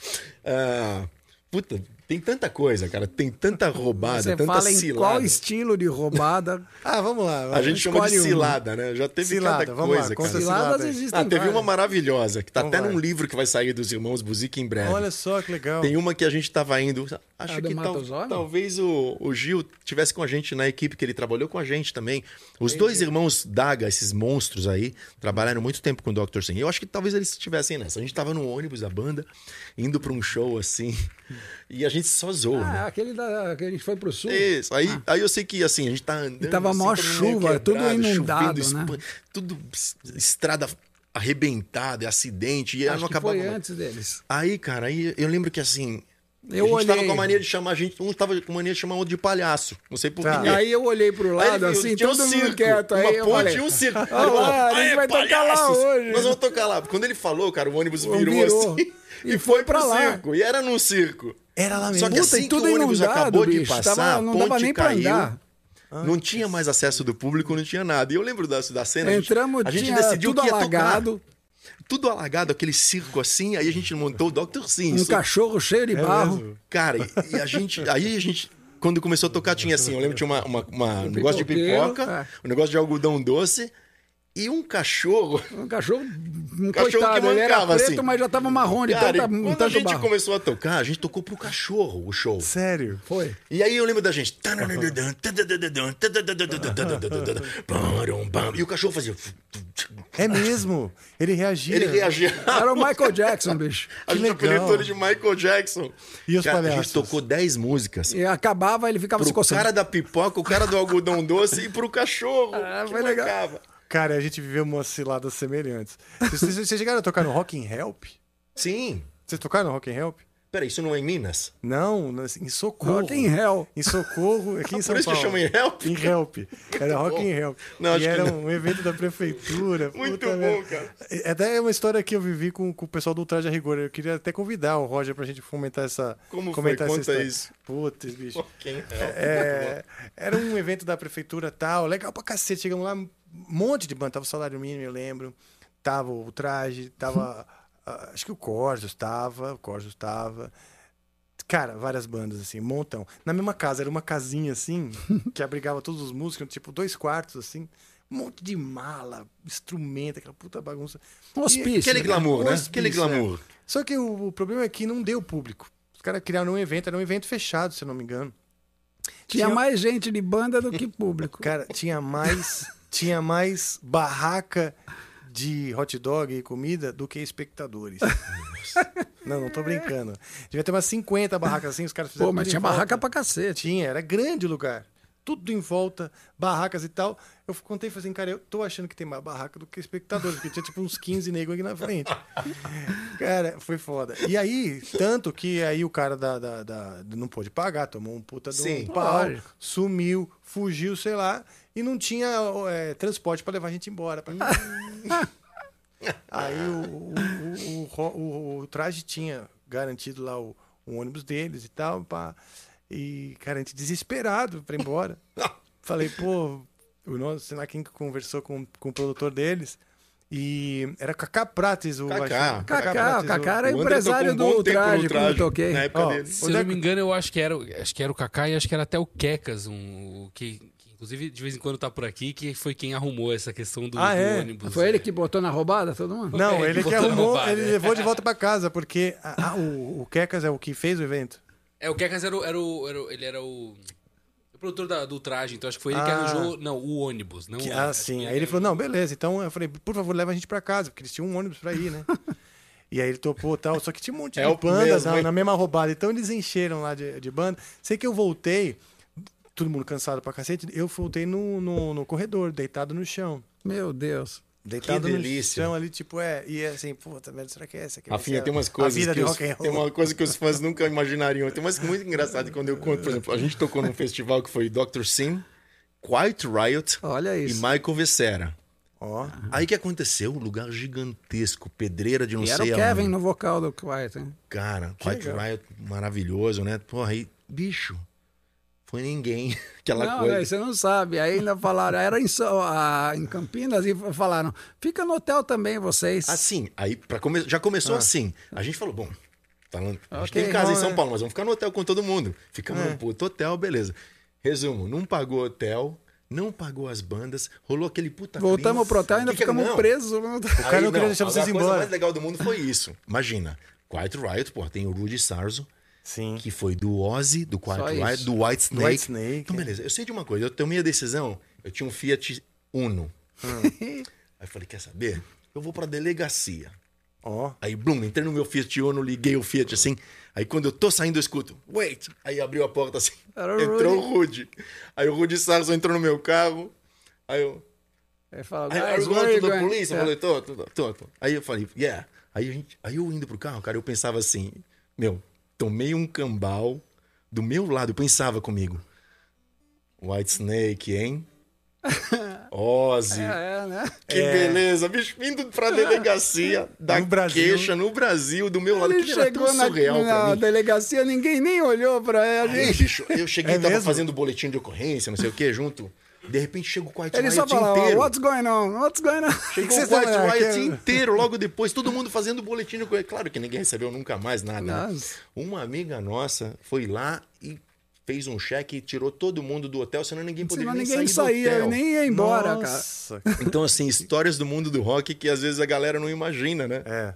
[SPEAKER 4] Ah, puta, tem tanta coisa, cara. Tem tanta roubada,
[SPEAKER 5] Você
[SPEAKER 4] tanta
[SPEAKER 5] fala em
[SPEAKER 4] cilada.
[SPEAKER 5] qual estilo de
[SPEAKER 4] [LAUGHS]
[SPEAKER 5] roubada?
[SPEAKER 1] ah, vamos lá.
[SPEAKER 4] A gente chama de cilada, né? Já teve
[SPEAKER 5] um, Cilada,
[SPEAKER 4] cada
[SPEAKER 5] vamos lá,
[SPEAKER 4] coisa,
[SPEAKER 5] conta
[SPEAKER 4] cara.
[SPEAKER 5] ciladas existem
[SPEAKER 4] Ah, teve
[SPEAKER 5] várias.
[SPEAKER 4] uma maravilhosa, que tá
[SPEAKER 1] Então
[SPEAKER 4] até
[SPEAKER 1] vai.
[SPEAKER 4] num livro que vai sair dos Irmãos Buzica em breve.
[SPEAKER 1] Olha só que legal.
[SPEAKER 4] Tem uma que a gente tava indo. Acho
[SPEAKER 5] Ah, do
[SPEAKER 4] que tal-
[SPEAKER 5] Matozoico?
[SPEAKER 4] talvez o, o Gil tivesse com a gente na equipe, que ele trabalhou com a gente também. Os dois irmãos Daga, esses monstros aí, trabalharam muito tempo com o Dr. Sim. Eu acho que talvez eles estivessem nessa. A gente tava no ônibus da banda, indo pra um show assim. [LAUGHS] E a gente só zoou, né?
[SPEAKER 5] Ah, aquele da, que a gente foi pro sul. Ah.
[SPEAKER 4] Isso. Aí, aí eu sei que assim, a gente tá andando.
[SPEAKER 5] E tava
[SPEAKER 4] assim,
[SPEAKER 5] maior
[SPEAKER 4] todo mundo meio
[SPEAKER 5] chuva, tudo
[SPEAKER 4] quebrado,
[SPEAKER 5] inundado,
[SPEAKER 4] chovendo,
[SPEAKER 5] né?
[SPEAKER 4] Tudo es- estrada arrebentada, é acidente, e
[SPEAKER 5] Acho
[SPEAKER 4] não
[SPEAKER 5] que
[SPEAKER 4] acabava.
[SPEAKER 5] foi
[SPEAKER 4] mais.
[SPEAKER 5] antes deles.
[SPEAKER 4] Aí, cara, aí eu lembro que assim.
[SPEAKER 5] Eu
[SPEAKER 4] a gente tava
[SPEAKER 5] olhei.
[SPEAKER 4] com a mania de chamar a gente. Um tava com a mania de chamar o outro de palhaço. Não sei por
[SPEAKER 5] Tá.
[SPEAKER 4] quê.
[SPEAKER 5] Aí eu olhei pro lado,
[SPEAKER 4] ele viu,
[SPEAKER 5] assim,
[SPEAKER 4] tinha um
[SPEAKER 5] todo mundo
[SPEAKER 4] circo,
[SPEAKER 5] quieto.
[SPEAKER 4] Uma
[SPEAKER 5] Aí eu
[SPEAKER 4] ponte
[SPEAKER 5] falei,
[SPEAKER 4] e um circo.
[SPEAKER 5] "Ah lá, a gente
[SPEAKER 4] "Aê,
[SPEAKER 5] vai tocar lá
[SPEAKER 4] palhaços,
[SPEAKER 5] hoje."
[SPEAKER 4] Nós vamos tocar lá. Quando ele falou, cara, o ônibus virou,
[SPEAKER 5] Virou.
[SPEAKER 4] assim.
[SPEAKER 5] E foi pra
[SPEAKER 4] pro
[SPEAKER 5] lá.
[SPEAKER 4] circo. E era num circo.
[SPEAKER 1] Era lá
[SPEAKER 4] Só
[SPEAKER 1] mesmo.
[SPEAKER 4] que
[SPEAKER 5] Puta,
[SPEAKER 4] assim
[SPEAKER 5] e tudo
[SPEAKER 4] que o ônibus
[SPEAKER 5] inundado,
[SPEAKER 4] acabou de
[SPEAKER 5] bicho.
[SPEAKER 4] passar,
[SPEAKER 5] Tava- não
[SPEAKER 4] a ponte
[SPEAKER 5] dava nem pra
[SPEAKER 4] caiu,
[SPEAKER 5] andar.
[SPEAKER 4] Não tinha mais acesso do público, não tinha nada. E eu lembro da, da cena. a gente-
[SPEAKER 5] Entramos,
[SPEAKER 4] a gente,
[SPEAKER 5] tinha
[SPEAKER 4] decidiu
[SPEAKER 5] tudo
[SPEAKER 4] que ia
[SPEAKER 5] alagado.
[SPEAKER 4] Tocar. Tudo alagado, aquele circo assim. Aí a gente montou o Dr. Sim.
[SPEAKER 5] Um
[SPEAKER 4] isso- É
[SPEAKER 5] cachorro cheio de barro.
[SPEAKER 4] Cara, e- e a gente. Aí a gente. Quando começou a tocar, tinha assim, eu lembro que tinha uma, uma- uma- um negócio de
[SPEAKER 5] pipoqueiro,
[SPEAKER 4] pipoca,
[SPEAKER 5] é.
[SPEAKER 4] um negócio de algodão doce e um cachorro.
[SPEAKER 5] Um cachorro, um
[SPEAKER 4] Cachorro
[SPEAKER 5] coitado,
[SPEAKER 4] que
[SPEAKER 5] ele era
[SPEAKER 4] mancava,
[SPEAKER 5] preto,
[SPEAKER 4] assim.
[SPEAKER 5] mas já tava marrom de
[SPEAKER 4] Cara, e
[SPEAKER 5] tanta, um
[SPEAKER 4] quando
[SPEAKER 5] tanto
[SPEAKER 4] a gente
[SPEAKER 5] barro.
[SPEAKER 4] começou a tocar, a gente tocou pro cachorro o show.
[SPEAKER 1] Sério?
[SPEAKER 5] Foi.
[SPEAKER 4] E aí eu lembro da gente. tananadadam, tadadadadam, tadadadadadadadadadadam, parum, pam. E o cachorro fazia.
[SPEAKER 1] É mesmo. Ele reagia.
[SPEAKER 4] Ele reagia.
[SPEAKER 5] Era o Michael Jackson, bicho.
[SPEAKER 4] [LAUGHS] A gente apelidou ele de Michael Jackson.
[SPEAKER 1] E os
[SPEAKER 4] Cara, a
[SPEAKER 1] palhaços?
[SPEAKER 4] gente tocou 10 músicas.
[SPEAKER 5] E acabava, ele ficava se
[SPEAKER 4] Pro
[SPEAKER 5] coçando.
[SPEAKER 4] cara da pipoca, o cara do algodão doce e pro cachorro.
[SPEAKER 5] Ah,
[SPEAKER 4] que
[SPEAKER 5] foi legal.
[SPEAKER 4] mancava.
[SPEAKER 1] Cara, a gente viveu umas ciladas semelhantes. Vocês, vocês- vocês chegaram a tocar no Rock in Help?
[SPEAKER 4] Sim.
[SPEAKER 1] Vocês tocaram no Rock in Help?
[SPEAKER 4] Peraí, isso não é em Minas?
[SPEAKER 1] Não, nas- em Socorro.
[SPEAKER 5] Rock in Hell.
[SPEAKER 1] Em
[SPEAKER 4] [LAUGHS]
[SPEAKER 1] Socorro, aqui em São
[SPEAKER 4] isso que
[SPEAKER 1] Paulo.
[SPEAKER 4] chama em Help?
[SPEAKER 1] Em Help. Era Rock in Help.
[SPEAKER 4] Não, acho que
[SPEAKER 1] e era
[SPEAKER 4] não.
[SPEAKER 1] um evento da prefeitura.
[SPEAKER 4] [LAUGHS] Muito
[SPEAKER 1] puta
[SPEAKER 4] bom,
[SPEAKER 1] merda.
[SPEAKER 4] cara.
[SPEAKER 1] É- Até é uma história que eu vivi com, com o pessoal do Traje a Rigor. Eu queria até convidar o Roger pra gente fomentar essa...
[SPEAKER 4] Como foi?
[SPEAKER 1] comentar
[SPEAKER 4] Conta
[SPEAKER 1] essa história.
[SPEAKER 4] isso. [LAUGHS]
[SPEAKER 1] Putz, bicho.
[SPEAKER 4] Rock in
[SPEAKER 5] É,
[SPEAKER 4] Help.
[SPEAKER 1] É, era um evento da prefeitura tal, legal pra cacete. Chegamos lá, um monte de banda. Tava o salário mínimo, eu lembro. Tava o traje,
[SPEAKER 5] Uhum.
[SPEAKER 1] tava. ah, acho que o Corsos tava, o Corsos tava. Cara, várias bandas, assim, um montão. Na mesma casa, era uma casinha,
[SPEAKER 5] [LAUGHS]
[SPEAKER 1] assim, que abrigava todos os músicos, tipo, dois quartos, assim. Um monte de mala, instrumento, aquela puta bagunça.
[SPEAKER 5] Um hospício, é.
[SPEAKER 4] Aquele
[SPEAKER 5] né?
[SPEAKER 4] glamour, né?
[SPEAKER 1] Hospício,
[SPEAKER 4] Aquele glamour.
[SPEAKER 1] Só que o, o problema é que não deu público. Os caras criaram um evento, era um evento fechado, se eu não me engano.
[SPEAKER 5] Tinha
[SPEAKER 1] Tinha-
[SPEAKER 5] mais gente
[SPEAKER 1] [LAUGHS]
[SPEAKER 5] de banda do que público.
[SPEAKER 1] Cara, tinha mais, tinha mais barraca de hot dog e comida do que espectadores. não, não tô brincando. Devia ter umas 50 barracas assim, os caras fizeram.
[SPEAKER 5] Pô, mas
[SPEAKER 1] tudo em
[SPEAKER 5] tinha
[SPEAKER 1] volta.
[SPEAKER 5] barraca pra cacete.
[SPEAKER 1] Tinha, era grande o lugar. Tudo em volta, barracas e tal. Eu contei e falei assim, cara, eu tô achando que tem mais barraca do que espectadores, porque tinha tipo uns 15 negros aqui na frente. Cara, foi foda. E aí, tanto que aí o cara da, da- da- não pôde pagar, tomou um puta de
[SPEAKER 4] Sim,
[SPEAKER 1] um pau,
[SPEAKER 4] lógico.
[SPEAKER 1] sumiu, fugiu, sei lá, e não tinha é, transporte pra levar a gente
[SPEAKER 4] [LAUGHS]
[SPEAKER 1] embora. Pra- aí o, o- o- o ro- o- o traje tinha garantido lá o, o ônibus deles e tal, pá. E, cara, a gente desesperado pra
[SPEAKER 4] [LAUGHS]
[SPEAKER 1] ir embora. Falei, pô, o nosso, sei lá quem que conversou com, com o produtor deles. E era Cacá Prates o
[SPEAKER 4] Cacá.
[SPEAKER 1] baixista.
[SPEAKER 5] Cacá,
[SPEAKER 1] Prates,
[SPEAKER 5] Cacá era
[SPEAKER 1] Anderton
[SPEAKER 5] empresário
[SPEAKER 1] tocou um
[SPEAKER 5] do
[SPEAKER 1] tempo no né,
[SPEAKER 5] Traje, quando eu toquei.
[SPEAKER 1] Na época
[SPEAKER 5] Ó,
[SPEAKER 1] dele.
[SPEAKER 8] Se eu não me engano, eu acho que era, o- acho que era o Kaká e acho que era até o Quecas, um, o que, que inclusive de vez em quando tá por aqui, que foi quem arrumou essa questão do,
[SPEAKER 1] Ah,
[SPEAKER 8] do
[SPEAKER 1] é?
[SPEAKER 8] ônibus.
[SPEAKER 5] Foi ele que botou na roubada todo mundo?
[SPEAKER 1] Não,
[SPEAKER 8] É,
[SPEAKER 1] ele
[SPEAKER 8] que
[SPEAKER 1] que
[SPEAKER 8] botou na
[SPEAKER 1] arrumou,
[SPEAKER 8] roubada.
[SPEAKER 1] ele levou de volta pra casa, porque a- a- o, o Quecas é o que fez o evento.
[SPEAKER 8] É, o Kekas era o, era o- era o- Ele era o. o produtor da- do traje, então acho que foi ele que
[SPEAKER 1] Ah.
[SPEAKER 8] arranjou. Não, o ônibus. Não
[SPEAKER 1] Que-
[SPEAKER 8] o-
[SPEAKER 1] ah,
[SPEAKER 8] acho
[SPEAKER 1] sim.
[SPEAKER 8] que
[SPEAKER 1] Aí ele falou, não, beleza. Então eu falei, por favor, leva a gente pra casa, porque eles tinham um ônibus pra ir, né? e aí ele topou e tal. Só que tinha um monte
[SPEAKER 4] É
[SPEAKER 1] de
[SPEAKER 4] o
[SPEAKER 1] bandas
[SPEAKER 4] mesmo,
[SPEAKER 1] na,
[SPEAKER 4] hein?
[SPEAKER 1] na mesma roubada. Então eles encheram lá de, de banda. Sei que eu voltei, todo mundo cansado pra cacete, eu voltei no, no, no corredor, deitado no chão.
[SPEAKER 5] Meu Deus.
[SPEAKER 1] Deitado
[SPEAKER 4] Que
[SPEAKER 1] um no
[SPEAKER 4] delícia.
[SPEAKER 1] chão ali, tipo, é, e é assim, puta merda, será que é essa? aqui?
[SPEAKER 4] Rafinha,
[SPEAKER 1] Essa-
[SPEAKER 4] tem umas coisas.
[SPEAKER 1] A vida
[SPEAKER 4] que
[SPEAKER 1] de
[SPEAKER 4] os,
[SPEAKER 1] rock and roll.
[SPEAKER 4] Tem
[SPEAKER 1] [LAUGHS]
[SPEAKER 4] uma coisa que os fãs nunca imaginariam. Tem umas muito engraçadas quando eu conto. Por exemplo, a gente tocou num festival que foi Dr. Sim, Quiet Riot e Michael Vessera. Aí que aconteceu? Um lugar gigantesco, pedreira de não
[SPEAKER 5] E era o
[SPEAKER 4] sei
[SPEAKER 5] Kevin
[SPEAKER 4] aonde.
[SPEAKER 5] no vocal do Quiet, hein?
[SPEAKER 4] Cara,
[SPEAKER 5] Que
[SPEAKER 4] Quiet
[SPEAKER 5] legal.
[SPEAKER 4] Riot maravilhoso, né? Porra, aí, bicho, foi ninguém. [LAUGHS] Aquela
[SPEAKER 5] não,
[SPEAKER 4] coisa.
[SPEAKER 5] velho, você não sabe. Aí ainda falaram, era em, São- ah, em Campinas e falaram, fica no hotel também vocês.
[SPEAKER 4] Assim, aí pra come- já começou
[SPEAKER 5] Ah.
[SPEAKER 4] assim. A gente falou, bom, falando, a gente
[SPEAKER 5] Ok,
[SPEAKER 4] tem casa em
[SPEAKER 5] bom,
[SPEAKER 4] São
[SPEAKER 5] é.
[SPEAKER 4] Paulo, mas vamos ficar no hotel com todo mundo. Ficamos
[SPEAKER 5] É.
[SPEAKER 4] num puto hotel, beleza. Resumo, não pagou hotel, não pagou as bandas, rolou aquele puta
[SPEAKER 5] Voltamos
[SPEAKER 4] crise.
[SPEAKER 5] pro hotel e ainda
[SPEAKER 4] Tá Que que-
[SPEAKER 5] ficamos
[SPEAKER 4] não.
[SPEAKER 5] presos. [LAUGHS] O
[SPEAKER 4] Aí, agora A coisa mais legal do mundo foi isso. Imagina, Quiet Riot, pô, tem o Rudy Sarzo. Que foi do Ozzy, do Quiet
[SPEAKER 1] Só
[SPEAKER 4] Riot,
[SPEAKER 1] isso.
[SPEAKER 4] do White
[SPEAKER 1] Do
[SPEAKER 4] Snake.
[SPEAKER 1] White Snake,
[SPEAKER 4] Então,
[SPEAKER 1] é.
[SPEAKER 4] beleza. Eu sei de uma coisa. Eu tomei a decisão. Eu tinha um Fiat Uno.
[SPEAKER 1] Hum.
[SPEAKER 4] [LAUGHS] Aí eu falei, quer saber? Eu vou pra delegacia.
[SPEAKER 1] Ó.
[SPEAKER 4] Aí, blum, entrei no meu Fiat Uno, liguei o Fiat assim. Aí quando eu tô saindo, eu escuto, wait. Aí abriu a porta assim.
[SPEAKER 5] Era o
[SPEAKER 4] entrou
[SPEAKER 5] Rudy.
[SPEAKER 4] o Rudy. Aí o Rudy Sarzo entrou no meu carro. Aí eu,
[SPEAKER 5] Ele fala,
[SPEAKER 4] Aí, aí
[SPEAKER 5] "Guys,
[SPEAKER 4] eu
[SPEAKER 5] where
[SPEAKER 4] conto
[SPEAKER 5] you
[SPEAKER 4] da
[SPEAKER 5] going?"
[SPEAKER 4] polícia, eu
[SPEAKER 5] É.
[SPEAKER 4] falei, tô, tô, tô, tô. Aí eu falei, yeah. Aí, a gente, aí eu indo pro carro, cara, eu pensava assim, meu, tomei um cambal do meu lado, eu pensava comigo. White
[SPEAKER 5] [LAUGHS]
[SPEAKER 4] Snake, hein? Ozzy.
[SPEAKER 5] É, é, né?
[SPEAKER 4] Que
[SPEAKER 5] É.
[SPEAKER 4] beleza, bicho, vindo
[SPEAKER 5] [LAUGHS]
[SPEAKER 4] pra delegacia da queixa no Brasil, do meu lado,
[SPEAKER 5] Ele
[SPEAKER 4] que era
[SPEAKER 5] chegou
[SPEAKER 4] tão
[SPEAKER 5] na,
[SPEAKER 4] surreal
[SPEAKER 5] na
[SPEAKER 4] pra mim.
[SPEAKER 5] delegacia, ninguém nem olhou pra ele.
[SPEAKER 4] Aí, bicho, eu cheguei,
[SPEAKER 5] É
[SPEAKER 4] tava
[SPEAKER 5] mesmo?
[SPEAKER 4] fazendo boletim de ocorrência, não sei o que, junto. De repente chega o White
[SPEAKER 5] Ele
[SPEAKER 4] Riot
[SPEAKER 5] só falava,
[SPEAKER 4] inteiro.
[SPEAKER 5] what's going on? What's going on? [LAUGHS]
[SPEAKER 4] Chegou um o White
[SPEAKER 5] É
[SPEAKER 4] Riot inteiro, logo depois, todo mundo fazendo boletim. de correio. Claro que ninguém recebeu nunca mais nada. né? Uma amiga nossa foi lá e fez um cheque e tirou todo mundo do hotel, senão ninguém poderia
[SPEAKER 5] Senão
[SPEAKER 4] nem
[SPEAKER 5] ninguém
[SPEAKER 4] sair do
[SPEAKER 5] saía,
[SPEAKER 4] hotel.
[SPEAKER 5] nem ia embora, cara.
[SPEAKER 4] Então, assim, histórias do mundo do rock que às vezes a galera não imagina, né?
[SPEAKER 1] É.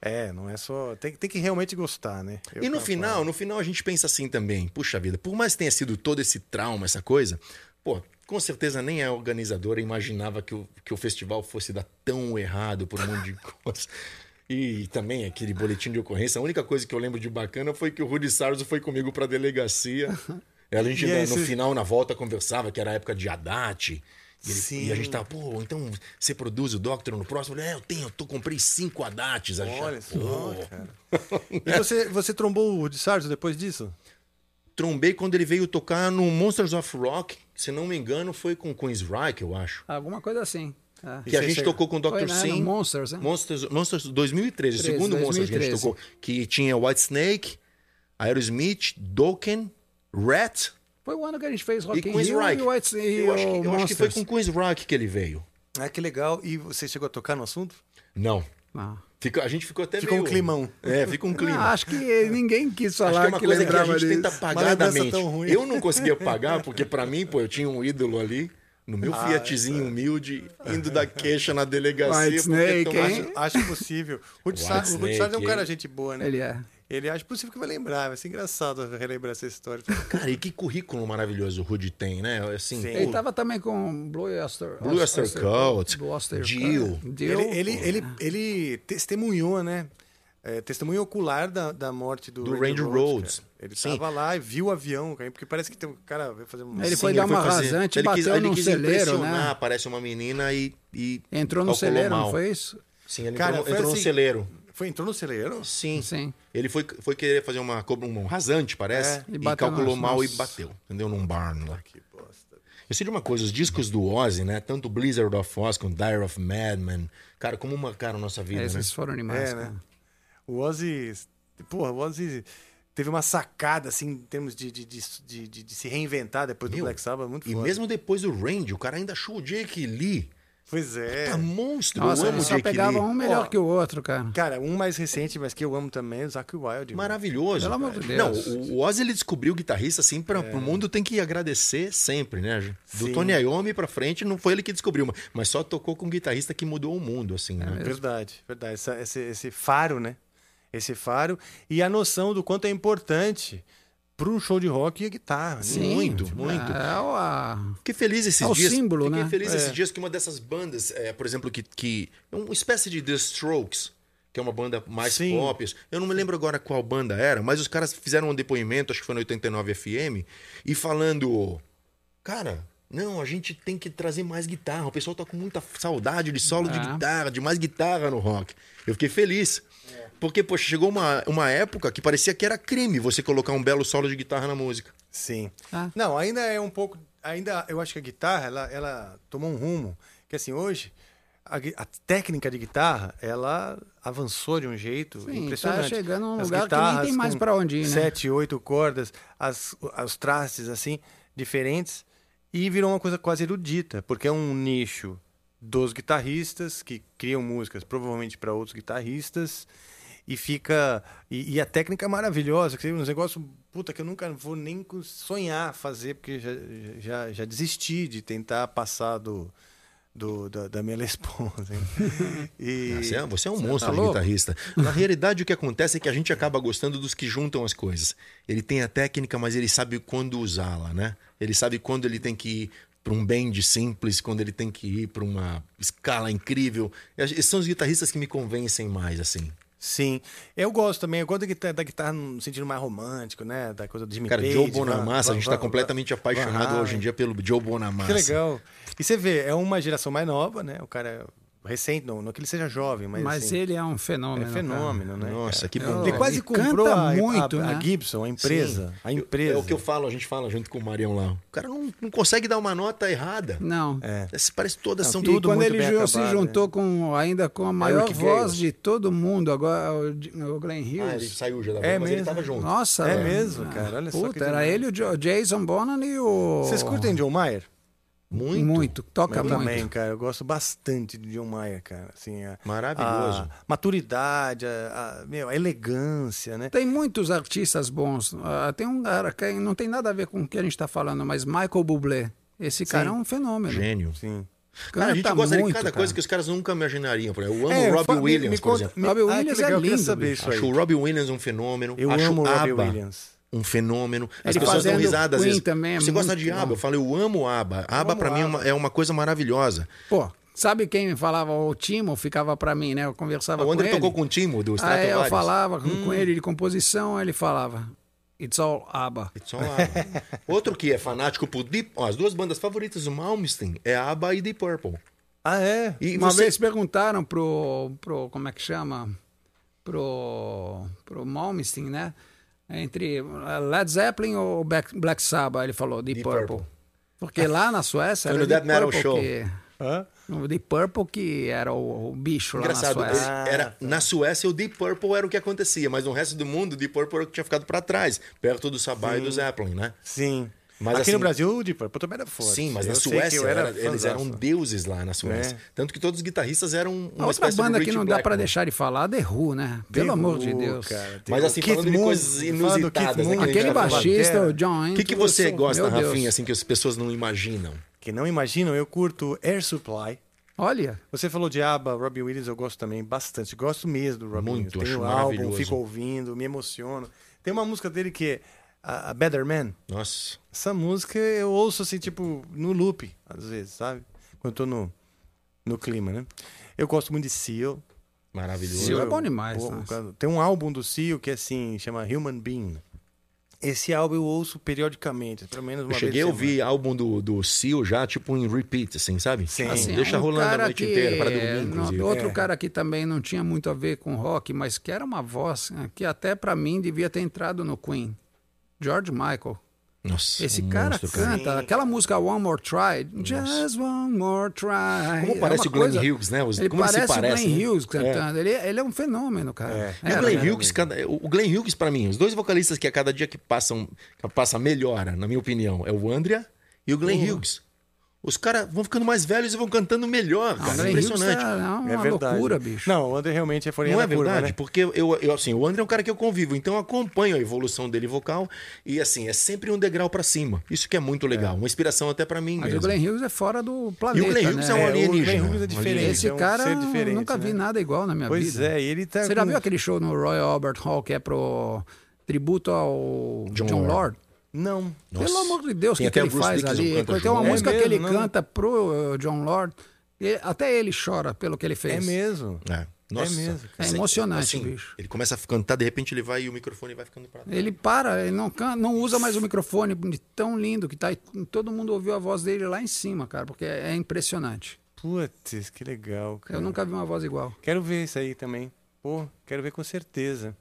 [SPEAKER 1] É, não é só. Tem, tem que realmente gostar, né? Eu
[SPEAKER 4] e no
[SPEAKER 1] tava
[SPEAKER 4] final, no final a gente pensa assim também. Puxa vida, por mais que tenha sido todo esse trauma, essa coisa, pô, com certeza nem a organizadora imaginava que o, que o festival fosse dar tão errado por um monte de [LAUGHS] coisa. E também aquele boletim de ocorrência. A única coisa que eu lembro de bacana foi que o Rudy Sarzo foi comigo pra
[SPEAKER 1] [LAUGHS]
[SPEAKER 4] delegacia. A gente
[SPEAKER 1] E
[SPEAKER 4] ainda,
[SPEAKER 1] aí,
[SPEAKER 4] no
[SPEAKER 1] cês-
[SPEAKER 4] final, na volta, conversava que era a época de Haddad. E, ele-
[SPEAKER 1] Sim.
[SPEAKER 4] e a gente tava, pô, então você produz o Doctor no próximo? Ele, É, eu tenho, eu tô, comprei cinco Haddats.
[SPEAKER 1] Olha só, cara. E você, você trombou o de Sarzo depois disso?
[SPEAKER 4] trombei quando ele veio tocar no Monsters of Rock, se não me engano, foi com Queen's Reich, eu acho.
[SPEAKER 5] Alguma coisa assim. É.
[SPEAKER 4] Que a gente tocou com o
[SPEAKER 5] Foi,
[SPEAKER 4] Dr.
[SPEAKER 5] né?
[SPEAKER 4] Sim.
[SPEAKER 5] No Monsters, né?
[SPEAKER 4] Monsters, Monsters 2013, o
[SPEAKER 5] Treze,
[SPEAKER 4] segundo Monsters que a gente
[SPEAKER 5] 2013.
[SPEAKER 4] tocou. Que tinha White Snake, Aerosmith, Dokken, Rat
[SPEAKER 5] Foi o ano que a gente fez Rock
[SPEAKER 4] e
[SPEAKER 5] in
[SPEAKER 4] Queen's
[SPEAKER 5] Rio
[SPEAKER 4] Reich.
[SPEAKER 5] e White e
[SPEAKER 4] eu acho, que,
[SPEAKER 5] o
[SPEAKER 4] eu acho que foi com
[SPEAKER 5] Monsters.
[SPEAKER 4] Queen's Reich que ele veio.
[SPEAKER 1] Ah, que legal. E você chegou a tocar no assunto?
[SPEAKER 4] Não. Fica- a gente ficou até
[SPEAKER 1] Ficou um
[SPEAKER 4] meio-
[SPEAKER 1] climão.
[SPEAKER 4] É, fica um clima.
[SPEAKER 5] Ah, acho que ninguém quis
[SPEAKER 4] Acho que
[SPEAKER 5] falar
[SPEAKER 4] é uma coisa que a gente
[SPEAKER 5] lembrava
[SPEAKER 4] tenta
[SPEAKER 5] disso.
[SPEAKER 4] pagar da mente. Eu não conseguia pagar, porque pra mim, pô, eu tinha um ídolo ali, no meu
[SPEAKER 1] Ah,
[SPEAKER 4] Fiatzinho humilde, indo da queixa na delegacia.
[SPEAKER 5] é. White
[SPEAKER 4] porque
[SPEAKER 5] Snake,
[SPEAKER 4] tomaram-
[SPEAKER 5] hein?
[SPEAKER 1] Acho, acho possível. O
[SPEAKER 4] White
[SPEAKER 1] Rudy Sarzo o Rudy
[SPEAKER 4] Snake,
[SPEAKER 1] Sarzo é um cara
[SPEAKER 4] hein?
[SPEAKER 1] gente boa, né?
[SPEAKER 5] Ele é.
[SPEAKER 1] Ele acha possível que vai lembrar, vai ser engraçado relembrar essa história.
[SPEAKER 4] Cara, e que currículo maravilhoso o Rudy tem, né? Assim,
[SPEAKER 1] Sim.
[SPEAKER 5] [LAUGHS] Ele tá- tava também com Blue Oyster
[SPEAKER 4] Blue Oyster Cult,
[SPEAKER 5] Blue Oyster
[SPEAKER 4] Jill.
[SPEAKER 5] Cult.
[SPEAKER 1] Ele, ele, ele, ele testemunhou, né? É, testemunho ocular da, da morte do,
[SPEAKER 4] Do Randy Rhoads.
[SPEAKER 1] cara. Ele
[SPEAKER 4] Sim.
[SPEAKER 1] estava lá e viu o avião, cara, porque parece que tem um cara veio fazer um.
[SPEAKER 5] Ele foi dar uma rasante,
[SPEAKER 4] ele quis,
[SPEAKER 5] bateu
[SPEAKER 4] ele
[SPEAKER 5] num
[SPEAKER 4] quis
[SPEAKER 5] celeiro,
[SPEAKER 4] impressionar,
[SPEAKER 5] né?
[SPEAKER 4] aparece uma menina e, e
[SPEAKER 5] Entrou no
[SPEAKER 4] calculou
[SPEAKER 5] celeiro, não
[SPEAKER 4] mal.
[SPEAKER 5] foi isso?
[SPEAKER 4] Sim, ele
[SPEAKER 1] Cara,
[SPEAKER 4] entrou,
[SPEAKER 1] foi
[SPEAKER 4] entrou
[SPEAKER 1] assim-
[SPEAKER 4] no celeiro.
[SPEAKER 1] Foi, entrou no celeiro?
[SPEAKER 4] Sim.
[SPEAKER 5] Sim.
[SPEAKER 4] Ele foi, foi querer fazer uma cobra, um rasante, parece,
[SPEAKER 1] É,
[SPEAKER 4] e,
[SPEAKER 1] e bateu
[SPEAKER 4] calculou
[SPEAKER 1] nas-
[SPEAKER 4] mal e
[SPEAKER 1] nas-
[SPEAKER 4] bateu, entendeu? Num barn lá. Eu sei de uma coisa, os discos do Ozzy, né? Tanto Blizzard of Oz quanto Dire of Madman, cara, como marcaram nossa vida, né?
[SPEAKER 5] É, Esses foram animais,
[SPEAKER 1] É, né?
[SPEAKER 5] cara.
[SPEAKER 1] O Ozzy. Porra, o Ozzy teve uma sacada, assim, em termos de, de, de, de- de- de se reinventar depois do
[SPEAKER 4] Meu,
[SPEAKER 1] Black Sabbath, muito
[SPEAKER 4] E
[SPEAKER 1] foda.
[SPEAKER 4] mesmo depois do Randy, o cara ainda achou o Jake Lee.
[SPEAKER 1] Pois é.
[SPEAKER 4] Tá monstro,
[SPEAKER 5] Nossa,
[SPEAKER 4] eu amo
[SPEAKER 5] ele
[SPEAKER 4] o
[SPEAKER 5] só
[SPEAKER 4] Jake
[SPEAKER 5] pegava
[SPEAKER 4] Lee.
[SPEAKER 5] um melhor
[SPEAKER 1] Ó.
[SPEAKER 5] que o outro, cara.
[SPEAKER 1] Cara, um mais recente, mas que eu amo também, é o Zac Wild.
[SPEAKER 4] Maravilhoso.
[SPEAKER 5] Pelo amor
[SPEAKER 4] cara.
[SPEAKER 5] de Deus.
[SPEAKER 4] é. Não, o- o Ozzy ele descobriu o guitarrista assim para o mundo tem que agradecer sempre, né? Do
[SPEAKER 1] É. Sim.
[SPEAKER 4] Tony Iommi para frente não foi ele que descobriu, mas- mas só tocou com um guitarrista que mudou o mundo assim,
[SPEAKER 5] É
[SPEAKER 4] né?
[SPEAKER 1] Verdade, verdade. Essa- esse, esse faro, né? Esse faro e a noção do quanto é importante para um show de rock a guitarra. né?
[SPEAKER 5] Sim.
[SPEAKER 4] muito, muito.
[SPEAKER 5] É o, a...
[SPEAKER 4] Fiquei feliz esses
[SPEAKER 5] É o
[SPEAKER 4] dias.
[SPEAKER 5] símbolo,
[SPEAKER 4] Fiquei
[SPEAKER 5] né?
[SPEAKER 4] feliz
[SPEAKER 5] É.
[SPEAKER 4] esses dias que uma dessas bandas, é, por exemplo, que, que é uma espécie de The Strokes, que é uma banda mais
[SPEAKER 1] Sim.
[SPEAKER 4] pop. Eu não me lembro agora qual banda era, mas os caras fizeram um depoimento, acho que foi no 89 FM, e falando, cara. Não, a gente tem que trazer mais guitarra. O pessoal tá com muita saudade de solo de
[SPEAKER 5] É.
[SPEAKER 4] guitarra, de mais guitarra no rock. Eu fiquei feliz. Porque, poxa, chegou uma, uma época que parecia que era crime você colocar um belo solo de guitarra na música.
[SPEAKER 1] Sim.
[SPEAKER 5] Ah.
[SPEAKER 1] Não, ainda é um pouco. Ainda eu acho que a guitarra ela, ela tomou um rumo que assim hoje a, gui- a técnica de guitarra ela avançou de um jeito
[SPEAKER 5] Sim,
[SPEAKER 1] impressionante.
[SPEAKER 5] tá chegando a um
[SPEAKER 1] As
[SPEAKER 5] lugar que nem tem
[SPEAKER 1] guitarras
[SPEAKER 5] mais
[SPEAKER 1] com
[SPEAKER 5] pra onde ir, né?
[SPEAKER 1] Sete, oito cordas, as, os trastes assim diferentes e virou uma coisa quase erudita porque é um nicho dos guitarristas que criam músicas provavelmente para outros guitarristas e fica. E, e a técnica é maravilhosa, que tem uns negócios puta que eu nunca vou nem co- sonhar fazer, porque já, já, já desisti de tentar passar do, do- da, da minha [LAUGHS] Les Paul. assim. E-
[SPEAKER 4] Ah, Você é, você é um
[SPEAKER 1] Você tá
[SPEAKER 4] monstro de
[SPEAKER 1] louco?
[SPEAKER 4] guitarrista. Na realidade, o que acontece é que a gente acaba gostando dos que juntam as coisas. Ele tem a técnica, mas ele sabe quando usá-la, né? Ele sabe quando ele tem que ir para um bend simples, quando ele tem que ir para uma escala incrível. Esses são os guitarristas que me convencem mais, assim.
[SPEAKER 1] Sim. Eu gosto também, eu gosto da guitarra, da guitarra no sentido mais romântico, né? Da coisa do Jimmy
[SPEAKER 4] Cara,
[SPEAKER 1] Page,
[SPEAKER 4] Joe
[SPEAKER 1] Van-
[SPEAKER 4] Bonamassa, a gente está
[SPEAKER 1] Van- Van-
[SPEAKER 4] completamente
[SPEAKER 1] Van
[SPEAKER 4] apaixonado
[SPEAKER 1] Halen.
[SPEAKER 4] hoje em dia pelo Joe Bonamassa.
[SPEAKER 1] Que legal. E você vê, é uma geração mais nova, né? O cara recente, não, não que ele seja jovem, mas.
[SPEAKER 5] Mas
[SPEAKER 1] assim,
[SPEAKER 5] ele é um fenômeno.
[SPEAKER 1] É fenômeno, né?
[SPEAKER 4] Nossa, que bom.
[SPEAKER 1] Ele quase
[SPEAKER 5] ele
[SPEAKER 1] comprou
[SPEAKER 5] canta
[SPEAKER 1] a, a-
[SPEAKER 5] muito,
[SPEAKER 1] a
[SPEAKER 5] né?
[SPEAKER 1] Gibson, a empresa.
[SPEAKER 4] Sim.
[SPEAKER 1] a
[SPEAKER 4] Eu-
[SPEAKER 1] empresa.
[SPEAKER 4] É o que eu falo, a gente fala junto com o Marião lá. O cara não, não consegue dar uma nota errada.
[SPEAKER 5] Não.
[SPEAKER 1] É.
[SPEAKER 4] Essas- Parece todas
[SPEAKER 1] Não,
[SPEAKER 4] são
[SPEAKER 1] e
[SPEAKER 5] E
[SPEAKER 4] tudo
[SPEAKER 5] quando
[SPEAKER 4] muito
[SPEAKER 5] ele
[SPEAKER 4] bem
[SPEAKER 5] ju-
[SPEAKER 4] acabadas. né?
[SPEAKER 5] se
[SPEAKER 1] né?
[SPEAKER 5] juntou com ainda com a maior
[SPEAKER 4] Gale.
[SPEAKER 1] é
[SPEAKER 5] voz de todo mundo, agora o Di- o Glenn Hughes.
[SPEAKER 4] Ah, ele saiu já da
[SPEAKER 1] É
[SPEAKER 4] banda, mas ele
[SPEAKER 1] mesmo?
[SPEAKER 4] tava junto.
[SPEAKER 5] Nossa,
[SPEAKER 1] É
[SPEAKER 5] velho.
[SPEAKER 1] mesmo, cara, olha só que
[SPEAKER 5] Puta, era
[SPEAKER 1] demais.
[SPEAKER 5] ele, o Jo- Jason Bonham e o.
[SPEAKER 1] Vocês curtem John Mayer?
[SPEAKER 4] Muito.
[SPEAKER 5] Muito, toca
[SPEAKER 1] eu
[SPEAKER 5] muito.
[SPEAKER 1] também, cara. Eu gosto bastante de John Mayer, cara. Assim, a,
[SPEAKER 4] Maravilhoso.
[SPEAKER 1] A maturidade, a, a- meu, a elegância, né?
[SPEAKER 5] Tem muitos artistas bons. Ah, tem um cara que não tem nada a ver com o que a gente está falando, mas Michael Bublé. Esse cara é um fenômeno.
[SPEAKER 4] Gênio.
[SPEAKER 1] Sim.
[SPEAKER 4] Cara, a gente
[SPEAKER 5] Canta
[SPEAKER 4] gosta de
[SPEAKER 5] muito,
[SPEAKER 4] cada
[SPEAKER 5] cara.
[SPEAKER 4] coisa que os caras nunca imaginariam. Por exemplo, Eu amo
[SPEAKER 1] É,
[SPEAKER 4] o Robbie
[SPEAKER 1] fa- me-
[SPEAKER 4] Williams,
[SPEAKER 1] me
[SPEAKER 4] por
[SPEAKER 1] conta-
[SPEAKER 4] exemplo.
[SPEAKER 1] me-
[SPEAKER 5] Robbie
[SPEAKER 1] ah,
[SPEAKER 5] Williams
[SPEAKER 1] que
[SPEAKER 5] é
[SPEAKER 1] legal, eu queria
[SPEAKER 5] lindo,
[SPEAKER 1] saber
[SPEAKER 5] bicho.
[SPEAKER 1] isso aí.
[SPEAKER 4] Acho o Robbie Williams um fenômeno.
[SPEAKER 1] Eu
[SPEAKER 4] Acho
[SPEAKER 1] amo o Robbie
[SPEAKER 4] ABBA
[SPEAKER 1] Williams.
[SPEAKER 4] um fenômeno. As
[SPEAKER 5] Ele
[SPEAKER 4] pessoas dão
[SPEAKER 5] fazendo
[SPEAKER 4] risada às
[SPEAKER 5] Queen
[SPEAKER 4] vezes.
[SPEAKER 5] também é
[SPEAKER 4] Você gosta
[SPEAKER 5] muito
[SPEAKER 4] de ABBA?
[SPEAKER 5] bom.
[SPEAKER 4] Eu falo, eu amo ABBA. ABBA
[SPEAKER 1] amo
[SPEAKER 4] pra mim é uma, é uma coisa maravilhosa.
[SPEAKER 5] Pô, sabe quem falava o Timo? Ficava pra mim, né? Eu conversava
[SPEAKER 4] O
[SPEAKER 5] com
[SPEAKER 4] André
[SPEAKER 5] ele.
[SPEAKER 4] tocou com o Timo do Hum.
[SPEAKER 5] Aí eu
[SPEAKER 4] Stratovarius.
[SPEAKER 5] falava com- com ele de composição, ele falava. It's all ABBA.
[SPEAKER 4] It's all ABBA. [LAUGHS] Outro que é fanático por Deep... ó, as duas bandas favoritas do Malmsteen é ABBA e Deep Purple.
[SPEAKER 1] [LAUGHS] Ah, é?
[SPEAKER 4] E
[SPEAKER 5] Uma
[SPEAKER 4] você-
[SPEAKER 5] vez perguntaram pro, pro. Como é que chama? Pro. Pro Malmsteen, né? Entre eh, Led Zeppelin ou Black, Black Sabbath? Ele falou Deep,
[SPEAKER 4] Deep
[SPEAKER 5] Purple.
[SPEAKER 4] Purple.
[SPEAKER 5] Porque lá na Suécia.
[SPEAKER 4] Foi
[SPEAKER 5] era
[SPEAKER 4] no Death
[SPEAKER 5] Deep
[SPEAKER 4] Metal
[SPEAKER 5] Purple
[SPEAKER 4] Show.
[SPEAKER 5] Que,
[SPEAKER 1] Hã?
[SPEAKER 5] o Deep Purple que era o, o bicho
[SPEAKER 4] Engraçado,
[SPEAKER 5] lá na
[SPEAKER 4] ele
[SPEAKER 5] Suécia.
[SPEAKER 4] era,
[SPEAKER 1] Ah,
[SPEAKER 4] na Suécia o Deep Purple era o que acontecia, mas no resto do mundo o Deep Purple era o que tinha ficado pra trás, perto do Sabá e do Zeppelin, né?
[SPEAKER 1] Sim.
[SPEAKER 4] Mas
[SPEAKER 1] Aqui no
[SPEAKER 4] assim-
[SPEAKER 1] Brasil, tipo, o Deep Purple também
[SPEAKER 5] é
[SPEAKER 1] era forte.
[SPEAKER 4] Sim, mas na
[SPEAKER 1] Eu sei que
[SPEAKER 4] Suécia
[SPEAKER 1] eu era
[SPEAKER 4] era- eles eram um
[SPEAKER 1] fãzaço.
[SPEAKER 4] deuses lá na Suécia.
[SPEAKER 1] É.
[SPEAKER 4] Tanto que todos os guitarristas eram uma
[SPEAKER 5] A outra
[SPEAKER 4] espécie
[SPEAKER 5] banda
[SPEAKER 4] de né?
[SPEAKER 5] que
[SPEAKER 4] Ritchie
[SPEAKER 5] não dá pra
[SPEAKER 4] Blackmore.
[SPEAKER 5] deixar de falar, The Who, né? Pelo
[SPEAKER 1] The
[SPEAKER 5] amor de
[SPEAKER 1] Who,
[SPEAKER 5] Deus.
[SPEAKER 1] cara, The
[SPEAKER 4] Mas
[SPEAKER 1] Who.
[SPEAKER 4] assim,
[SPEAKER 1] Keith
[SPEAKER 4] falando de
[SPEAKER 1] Moon,
[SPEAKER 4] coisas
[SPEAKER 1] falando do Keith
[SPEAKER 4] inusitadas, né,
[SPEAKER 1] Moon,
[SPEAKER 4] que a gente
[SPEAKER 5] Aquele
[SPEAKER 4] já falou.
[SPEAKER 5] baixista,
[SPEAKER 1] Pantera.
[SPEAKER 5] o John
[SPEAKER 4] O que, que você
[SPEAKER 5] Entwistle,
[SPEAKER 4] gosta, assim,
[SPEAKER 5] meu Deus.
[SPEAKER 4] Rafinha, assim, que as pessoas não imaginam?
[SPEAKER 1] que não imaginam, eu curto Air Supply.
[SPEAKER 5] Olha.
[SPEAKER 1] Você falou de ABBA, Robbie Williams, eu gosto também bastante. Gosto mesmo do Robbie
[SPEAKER 4] Muito,
[SPEAKER 1] Williams.
[SPEAKER 4] acho
[SPEAKER 1] Tenho álbum,
[SPEAKER 4] maravilhoso.
[SPEAKER 1] fico ouvindo, me emociono. Tem uma música dele que é a a Better Man.
[SPEAKER 4] Nossa.
[SPEAKER 1] Essa música eu ouço assim, tipo, no loop, às vezes, sabe? Quando eu tô no, no clima, né? Eu gosto muito de Seal.
[SPEAKER 4] Maravilhoso.
[SPEAKER 5] Seal é bom demais,
[SPEAKER 1] eu-
[SPEAKER 5] nossa.
[SPEAKER 1] Tem um álbum do Seal que é assim, chama Human Being. Esse álbum eu ouço periodicamente, pelo menos uma
[SPEAKER 4] Eu cheguei a
[SPEAKER 1] vez. por semana.
[SPEAKER 4] ouvir álbum do, do Seal já, tipo em repeat, assim, sabe? Sim.
[SPEAKER 5] Assim,
[SPEAKER 4] deixa
[SPEAKER 5] um
[SPEAKER 4] rolando
[SPEAKER 5] cara
[SPEAKER 4] a noite
[SPEAKER 5] que-
[SPEAKER 4] inteira, para dormir,
[SPEAKER 5] é, não-
[SPEAKER 4] inclusive.
[SPEAKER 5] Outro
[SPEAKER 4] É.
[SPEAKER 5] cara que também não tinha muito a ver com rock, mas que era uma voz né, que até pra mim devia ter entrado no Queen. George Michael.
[SPEAKER 4] Nossa,
[SPEAKER 5] Esse
[SPEAKER 4] um
[SPEAKER 5] cara
[SPEAKER 4] monstro, cara.
[SPEAKER 5] canta aquela música One More Try, Just One More Try.
[SPEAKER 4] Como
[SPEAKER 5] É
[SPEAKER 4] parece
[SPEAKER 5] uma
[SPEAKER 4] o Glenn
[SPEAKER 5] coisa-
[SPEAKER 4] Hughes, né? Os-
[SPEAKER 5] Ele
[SPEAKER 4] como ele se
[SPEAKER 5] parece o
[SPEAKER 4] parece,
[SPEAKER 5] Glenn
[SPEAKER 4] né?
[SPEAKER 5] Hughes
[SPEAKER 4] É.
[SPEAKER 5] cantando. Ele, ele é um fenômeno, cara.
[SPEAKER 4] E o
[SPEAKER 5] Era,
[SPEAKER 4] Glenn
[SPEAKER 5] né?
[SPEAKER 4] Hughes, cada- o Glenn Hughes, pra mim, os dois vocalistas que a cada dia que passam, que passa melhora, na minha opinião, é o Andrea e o Glenn Hughes. Os caras vão ficando mais velhos e vão cantando melhor, cara.
[SPEAKER 5] Ah, Glenn Hughes
[SPEAKER 4] Impressionante.
[SPEAKER 5] é uma É verdade. loucura, bicho.
[SPEAKER 1] Não, o André realmente é fora
[SPEAKER 4] Não
[SPEAKER 1] da
[SPEAKER 4] é
[SPEAKER 1] curva,
[SPEAKER 4] verdade,
[SPEAKER 1] né?
[SPEAKER 4] porque eu, eu, assim, o André é um cara que eu convivo, então eu acompanho a evolução dele vocal e assim, é sempre um degrau pra cima. Isso que é muito legal, uma inspiração até pra mim
[SPEAKER 5] Mas
[SPEAKER 4] mesmo.
[SPEAKER 5] o Glenn Hughes é fora do planeta.
[SPEAKER 4] Glenn Hughes
[SPEAKER 5] né?
[SPEAKER 4] é um É, o alienígena.
[SPEAKER 1] Glenn Hughes é diferente,
[SPEAKER 5] Esse
[SPEAKER 1] é um
[SPEAKER 5] cara,
[SPEAKER 1] ser
[SPEAKER 5] eu
[SPEAKER 1] diferente,
[SPEAKER 5] nunca vi
[SPEAKER 1] né?
[SPEAKER 5] nada igual na minha
[SPEAKER 1] Pois
[SPEAKER 5] vida.
[SPEAKER 1] é, e ele tá
[SPEAKER 5] Você já
[SPEAKER 1] com-
[SPEAKER 5] viu aquele show no Royal Albert Hall que é pro tributo ao John,
[SPEAKER 1] Lord.
[SPEAKER 5] Lord?
[SPEAKER 1] Não.
[SPEAKER 5] Pelo amor de Deus, o
[SPEAKER 1] Tem
[SPEAKER 5] que, que
[SPEAKER 1] até
[SPEAKER 5] ele
[SPEAKER 1] o Bruce
[SPEAKER 5] faz
[SPEAKER 1] Dickinson
[SPEAKER 5] ali?
[SPEAKER 1] canta
[SPEAKER 5] Tem uma
[SPEAKER 1] junto. É
[SPEAKER 5] música que
[SPEAKER 1] mesmo,
[SPEAKER 5] ele
[SPEAKER 1] não?
[SPEAKER 5] canta pro uh, John Lord. e até ele chora pelo que ele fez.
[SPEAKER 1] É mesmo.
[SPEAKER 4] É. Nossa,
[SPEAKER 5] mesmo, cara. É
[SPEAKER 4] Assim,
[SPEAKER 5] emocionante,
[SPEAKER 4] assim,
[SPEAKER 5] bicho.
[SPEAKER 4] Ele começa a cantar, de repente ele vai e o microfone vai ficando pra trás.
[SPEAKER 5] Ele para, ele não, can- não usa mais o microfone de tão lindo que tá. E todo mundo ouviu a voz dele lá em cima, cara, porque é é impressionante.
[SPEAKER 1] Putz, que legal, cara.
[SPEAKER 5] Eu nunca vi uma voz igual.
[SPEAKER 1] Quero ver isso aí também. Pô, quero ver com certeza.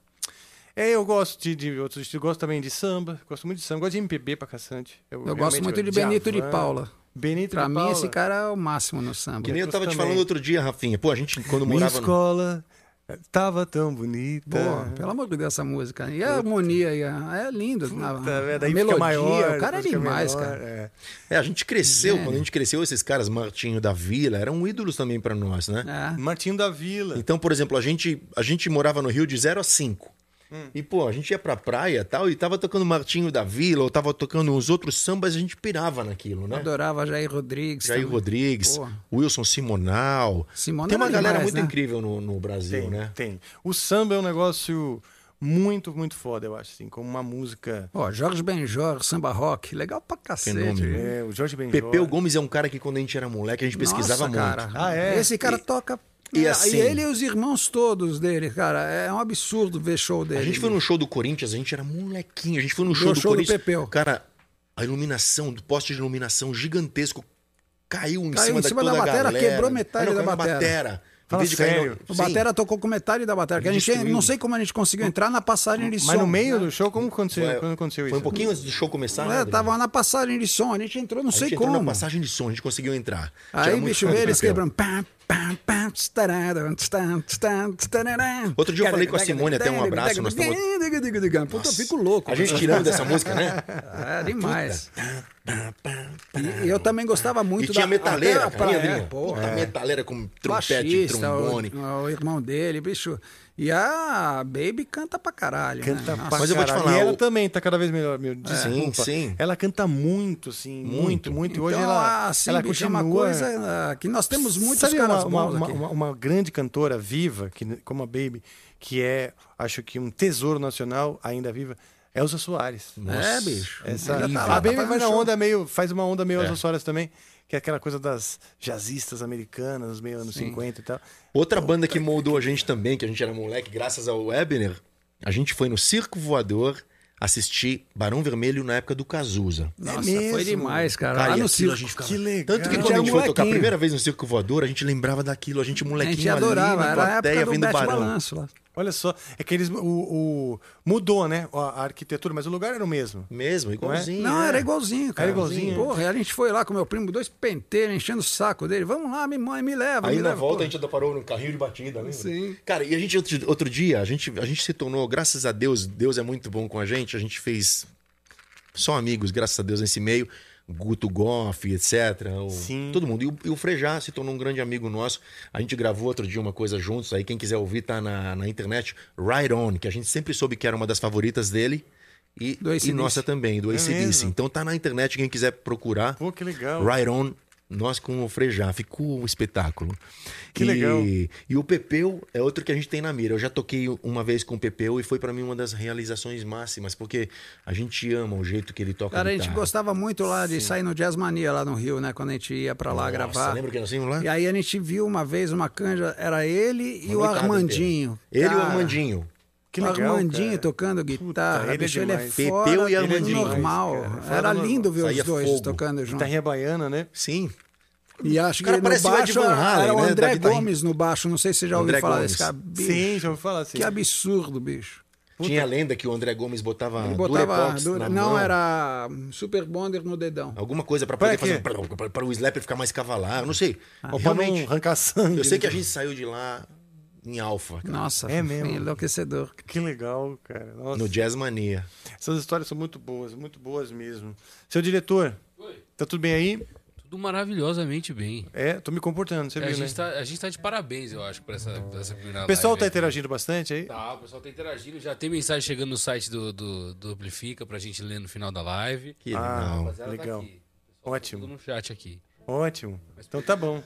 [SPEAKER 1] É, eu gosto de, de outros estilos. Gosto também de samba. Gosto muito de samba. Gosto de MPB pra cacete.
[SPEAKER 5] Eu gosto
[SPEAKER 1] realmente
[SPEAKER 5] muito de
[SPEAKER 1] Djavan,
[SPEAKER 5] Benito de Paula.
[SPEAKER 1] Benito
[SPEAKER 5] pra
[SPEAKER 1] de
[SPEAKER 5] mim,
[SPEAKER 1] Paula.
[SPEAKER 5] esse cara é o máximo no samba.
[SPEAKER 4] Que nem eu tava te
[SPEAKER 1] também.
[SPEAKER 4] falando outro dia, Rafinha. Pô, a gente quando
[SPEAKER 1] Minha
[SPEAKER 4] morava no-
[SPEAKER 1] escola eh, tava tão bonita.
[SPEAKER 5] Boa, pelo amor de Deus, essa música. E a harmonia, e a- é linda. A,
[SPEAKER 1] merda,
[SPEAKER 5] a
[SPEAKER 1] aí fica
[SPEAKER 5] melodia,
[SPEAKER 1] maior,
[SPEAKER 5] o cara é
[SPEAKER 1] depois fica
[SPEAKER 5] demais,
[SPEAKER 1] menor,
[SPEAKER 5] cara.
[SPEAKER 1] é.
[SPEAKER 4] É, a gente cresceu,
[SPEAKER 5] É.
[SPEAKER 4] quando a gente cresceu, esses caras, Martinho da Vila, eram ídolos também pra nós, né?
[SPEAKER 5] É.
[SPEAKER 1] Martinho da Vila.
[SPEAKER 4] Então, por exemplo, a gente, a gente morava no Rio de 0 a 5.
[SPEAKER 1] Hum.
[SPEAKER 4] E, pô, a gente ia pra praia e tal, e tava tocando Martinho da Vila, ou tava tocando uns outros sambas, a gente pirava naquilo, né?
[SPEAKER 5] Adorava Jair Rodrigues.
[SPEAKER 4] Jair
[SPEAKER 5] também.
[SPEAKER 4] Rodrigues,
[SPEAKER 5] Boa.
[SPEAKER 4] Wilson Simonal.
[SPEAKER 5] Ah. Simonal
[SPEAKER 4] Tem uma
[SPEAKER 5] é
[SPEAKER 4] galera
[SPEAKER 5] demais,
[SPEAKER 4] muito
[SPEAKER 5] né?
[SPEAKER 4] incrível no, no Brasil,
[SPEAKER 1] Tem,
[SPEAKER 4] né?
[SPEAKER 1] tem. O samba é um negócio muito, muito foda, eu acho, assim, como uma música.
[SPEAKER 5] Ó, Jorge Benjor, samba rock, legal pra cacete.
[SPEAKER 4] Fenômeno.
[SPEAKER 1] É, o Jorge Benjor.
[SPEAKER 4] Pepeu Gomes é um cara que quando a gente era moleque, a gente pesquisava
[SPEAKER 5] Nossa, cara.
[SPEAKER 4] muito.
[SPEAKER 1] Ah, é?
[SPEAKER 5] Esse cara
[SPEAKER 1] E-
[SPEAKER 5] toca.
[SPEAKER 4] e
[SPEAKER 5] é,
[SPEAKER 4] assim-
[SPEAKER 5] ele e os irmãos todos dele, cara. É um absurdo ver show dele.
[SPEAKER 4] A gente foi num show do Corinthians, a gente era molequinho, a gente foi num
[SPEAKER 5] Meu
[SPEAKER 4] show do
[SPEAKER 5] é show do
[SPEAKER 4] Corinthians.
[SPEAKER 5] Pepeu.
[SPEAKER 4] Cara, a iluminação, do poste de iluminação gigantesco caiu em
[SPEAKER 5] Caiu
[SPEAKER 4] cima,
[SPEAKER 5] em cima
[SPEAKER 4] da,
[SPEAKER 5] da
[SPEAKER 4] toda a
[SPEAKER 5] batera,
[SPEAKER 4] galera.
[SPEAKER 5] quebrou metade
[SPEAKER 4] Não,
[SPEAKER 5] da
[SPEAKER 4] caiu na
[SPEAKER 5] batera.
[SPEAKER 4] Em
[SPEAKER 1] Fala
[SPEAKER 4] vez de cair
[SPEAKER 1] sério.
[SPEAKER 5] O
[SPEAKER 4] no- Sim.
[SPEAKER 5] Batera tocou com metade da batera. Que a gente
[SPEAKER 4] Destruiu.
[SPEAKER 5] não sei como a gente conseguiu entrar na passagem de som.
[SPEAKER 1] Mas no meio do show, como aconteceu,
[SPEAKER 4] Foi-
[SPEAKER 1] quando aconteceu
[SPEAKER 4] Foi
[SPEAKER 1] isso?
[SPEAKER 4] um pouquinho antes do show começar, né,
[SPEAKER 5] É,
[SPEAKER 4] Adriano?
[SPEAKER 5] tava na passagem de som, a gente entrou, não
[SPEAKER 4] a
[SPEAKER 5] sei
[SPEAKER 4] gente
[SPEAKER 5] como.
[SPEAKER 4] entrou na passagem de som, a gente conseguiu entrar.
[SPEAKER 5] Aí,
[SPEAKER 4] Tinha muito
[SPEAKER 5] bicho,
[SPEAKER 4] fã do
[SPEAKER 5] vê eles
[SPEAKER 4] Pepeu.
[SPEAKER 5] quebrando. Pá, pá, pá, tstaradam, tstan, tstan, tstarará.
[SPEAKER 4] Outro dia eu falei com a Simone, até um abraço, nós estamos-
[SPEAKER 5] Puta, eu fico louco.
[SPEAKER 4] A gente tirando dessa música, né?
[SPEAKER 5] [LAUGHS]
[SPEAKER 4] tá,
[SPEAKER 5] É demais. E eu também gostava muito
[SPEAKER 4] E tinha
[SPEAKER 5] da
[SPEAKER 4] metaleira,
[SPEAKER 5] até a
[SPEAKER 4] cara,
[SPEAKER 5] praia,
[SPEAKER 4] Adriano?
[SPEAKER 5] porra.
[SPEAKER 4] Puta, metaleira com trompete,
[SPEAKER 5] Baixista,
[SPEAKER 4] trombone.
[SPEAKER 5] O, o irmão dele, bicho. E a Baby canta pra caralho.
[SPEAKER 1] Canta
[SPEAKER 5] né?
[SPEAKER 1] pra
[SPEAKER 4] Mas eu vou te
[SPEAKER 1] caralho.
[SPEAKER 4] falar,
[SPEAKER 1] E ela
[SPEAKER 4] o-
[SPEAKER 1] também tá cada vez melhor, meu.
[SPEAKER 5] É,
[SPEAKER 1] Desculpa.
[SPEAKER 4] sim.
[SPEAKER 1] Ela canta muito, assim. Muito, muito. E Hoje
[SPEAKER 5] Então,
[SPEAKER 1] ela,
[SPEAKER 5] assim,
[SPEAKER 1] ela
[SPEAKER 5] bicho, é
[SPEAKER 1] continua.
[SPEAKER 5] uma coisa ah, que nós temos muitos
[SPEAKER 1] Sabe
[SPEAKER 5] caras
[SPEAKER 1] uma,
[SPEAKER 5] bons
[SPEAKER 1] uma,
[SPEAKER 5] aqui.
[SPEAKER 1] uma- uma grande cantora viva, que, como a Baby, que é, acho que um tesouro nacional ainda viva, Elza Soares.
[SPEAKER 5] É, bicho.
[SPEAKER 1] Essa,
[SPEAKER 5] Ainda tá lá,
[SPEAKER 1] a
[SPEAKER 5] tá
[SPEAKER 1] Baby
[SPEAKER 5] fazendo
[SPEAKER 1] vai na
[SPEAKER 5] show.
[SPEAKER 1] onda meio, faz uma onda meio
[SPEAKER 4] É.
[SPEAKER 1] Elza Soares também, que é aquela coisa das jazzistas americanas, dos meio anos 50
[SPEAKER 5] Então,
[SPEAKER 1] e tal.
[SPEAKER 4] Outra
[SPEAKER 5] tá
[SPEAKER 4] banda que moldou a gente também, que a gente era moleque, graças ao Webner, a gente foi no Circo Voador assistir Barão Vermelho na época do Cazuza.
[SPEAKER 5] Nossa,
[SPEAKER 1] É mesmo.
[SPEAKER 5] foi demais, cara.
[SPEAKER 4] Cara,
[SPEAKER 5] Lá
[SPEAKER 4] e
[SPEAKER 5] no
[SPEAKER 4] aquilo
[SPEAKER 5] circo.
[SPEAKER 4] a gente ficava- um
[SPEAKER 1] Que legal.
[SPEAKER 4] Tanto
[SPEAKER 5] É A
[SPEAKER 4] que
[SPEAKER 5] gente
[SPEAKER 4] quando a
[SPEAKER 5] era
[SPEAKER 4] gente foi tocar a
[SPEAKER 5] molequinho.
[SPEAKER 4] primeira vez no Circo Voador, a gente lembrava daquilo, a gente
[SPEAKER 5] A
[SPEAKER 4] molequinho
[SPEAKER 5] gente
[SPEAKER 4] ali
[SPEAKER 5] adorava,
[SPEAKER 4] na
[SPEAKER 5] era a época
[SPEAKER 4] plateia
[SPEAKER 5] do
[SPEAKER 4] vendo
[SPEAKER 5] Bete
[SPEAKER 4] Barão.
[SPEAKER 5] Balanço lá.
[SPEAKER 1] Olha só, é que eles o, o- mudou, né, a a arquitetura, mas o lugar era o mesmo.
[SPEAKER 4] Mesmo, igualzinho.
[SPEAKER 5] Não,
[SPEAKER 4] é.
[SPEAKER 5] era igualzinho, cara.
[SPEAKER 1] Era igualzinho.
[SPEAKER 5] Porra, a gente foi lá com meu primo, dois penteiros, enchendo o saco dele. Vamos lá, me, mãe, me leva,
[SPEAKER 4] Aí
[SPEAKER 5] me
[SPEAKER 4] na
[SPEAKER 5] leva.
[SPEAKER 4] volta
[SPEAKER 5] É, Pô,
[SPEAKER 4] a gente ainda parou no carrinho de batida, lembra?
[SPEAKER 5] Sim.
[SPEAKER 4] Cara, e a gente outro, outro dia, a gente, a gente se tornou, graças a Deus, Deus é muito bom com a gente, a gente fez só amigos, graças a Deus, nesse meio. Guto Goff, etc. o-
[SPEAKER 1] Sim.
[SPEAKER 4] Todo mundo. E o, e o Frejá se tornou um grande amigo nosso. A gente gravou outro dia uma coisa juntos. Aí quem quiser ouvir tá na, na internet. Right On, que a gente sempre soube que era uma das favoritas dele. E,
[SPEAKER 5] Do
[SPEAKER 4] e
[SPEAKER 5] AC/DC.
[SPEAKER 4] nossa também, do
[SPEAKER 1] É
[SPEAKER 4] ACDC.
[SPEAKER 1] mesmo?
[SPEAKER 4] Então tá na internet, quem quiser procurar.
[SPEAKER 1] Pô, que legal.
[SPEAKER 4] Right On Nós com o Frejá, ficou um espetáculo.
[SPEAKER 1] Que
[SPEAKER 4] E-
[SPEAKER 1] legal.
[SPEAKER 4] E o Pepeu é outro que a gente tem na mira. Eu já toquei uma vez com o Pepeu e foi pra mim uma das realizações máximas, porque a gente ama o jeito que ele toca
[SPEAKER 5] Cara, a
[SPEAKER 4] guitarra.
[SPEAKER 1] Tá.
[SPEAKER 5] gente gostava muito lá de
[SPEAKER 4] Sim.
[SPEAKER 5] sair no Jazz Mania lá no Rio, né? Quando a gente ia pra lá
[SPEAKER 4] Nossa,
[SPEAKER 5] gravar.
[SPEAKER 4] lembra que nós íamos lá?
[SPEAKER 5] E aí a gente viu uma vez uma canja, era ele e
[SPEAKER 4] Uma
[SPEAKER 5] o
[SPEAKER 4] noitada
[SPEAKER 5] Armandinho.
[SPEAKER 4] inteira. Ele e o
[SPEAKER 5] Cara,
[SPEAKER 4] Armandinho. Que
[SPEAKER 5] o
[SPEAKER 4] legal,
[SPEAKER 5] Armandinho
[SPEAKER 4] cara.
[SPEAKER 5] tocando guitarra.
[SPEAKER 1] ele é
[SPEAKER 5] bicho, ele é
[SPEAKER 1] demais.
[SPEAKER 5] fora
[SPEAKER 4] Pepeu e
[SPEAKER 5] do
[SPEAKER 4] Armandinho.
[SPEAKER 5] normal.
[SPEAKER 1] é Fora
[SPEAKER 5] Era
[SPEAKER 1] do normal.
[SPEAKER 5] lindo ver
[SPEAKER 1] Saía
[SPEAKER 5] os dois
[SPEAKER 1] fogo.
[SPEAKER 5] tocando junto.
[SPEAKER 1] Guitarrinha baiana, né?
[SPEAKER 4] Sim.
[SPEAKER 5] E acho que
[SPEAKER 1] O cara
[SPEAKER 5] no
[SPEAKER 1] parece o Ed
[SPEAKER 5] baixo
[SPEAKER 1] Van
[SPEAKER 5] era,
[SPEAKER 1] Halen,
[SPEAKER 5] o
[SPEAKER 1] né, da
[SPEAKER 5] André
[SPEAKER 1] guitarra.
[SPEAKER 5] Gomes no baixo. Não sei se você já ouviu
[SPEAKER 4] André
[SPEAKER 5] falar
[SPEAKER 4] Gomes.
[SPEAKER 5] desse cara. Bicho,
[SPEAKER 1] Sim, já ouvi falar sim.
[SPEAKER 5] Que absurdo, bicho.
[SPEAKER 4] Tinha a lenda que o André Gomes botava,
[SPEAKER 5] Ele botava.
[SPEAKER 4] Durepox
[SPEAKER 5] dura-
[SPEAKER 4] na
[SPEAKER 5] não,
[SPEAKER 4] mão.
[SPEAKER 5] era Super Bonder no dedão.
[SPEAKER 4] Alguma coisa pra
[SPEAKER 5] Pra
[SPEAKER 4] poder
[SPEAKER 5] quê?
[SPEAKER 4] fazer para, o slapper ficar mais cavalar, eu não sei.
[SPEAKER 5] Ou pra
[SPEAKER 4] Realmente,
[SPEAKER 5] não arrancar sangue,
[SPEAKER 4] Eu sei
[SPEAKER 5] né?
[SPEAKER 4] que a gente saiu de lá em alfa. cara.
[SPEAKER 5] Nossa,
[SPEAKER 1] É mesmo.
[SPEAKER 5] enlouquecedor.
[SPEAKER 1] Que legal, cara. Nossa.
[SPEAKER 4] No Jazz Mania.
[SPEAKER 1] Essas histórias são muito boas, muito boas mesmo. Seu diretor, tá tudo bem aí?
[SPEAKER 8] Tudo maravilhosamente bem.
[SPEAKER 1] É, tô me comportando, você
[SPEAKER 8] É, a,
[SPEAKER 1] viu, né?
[SPEAKER 8] gente tá, Ah, a gente tá de parabéns, eu acho, por essa, por essa primeira
[SPEAKER 1] O pessoal
[SPEAKER 8] live
[SPEAKER 1] tá
[SPEAKER 8] aí.
[SPEAKER 1] interagindo bastante aí?
[SPEAKER 8] Tá, o pessoal tá interagindo. Já tem mensagem chegando no site do, do, do Amplifica pra gente ler no final da live.
[SPEAKER 1] Que legal.
[SPEAKER 8] Rapaziada, tá
[SPEAKER 1] legal.
[SPEAKER 8] aqui.
[SPEAKER 1] Ótimo.
[SPEAKER 8] no chat aqui.
[SPEAKER 1] Ótimo. Então tá bom.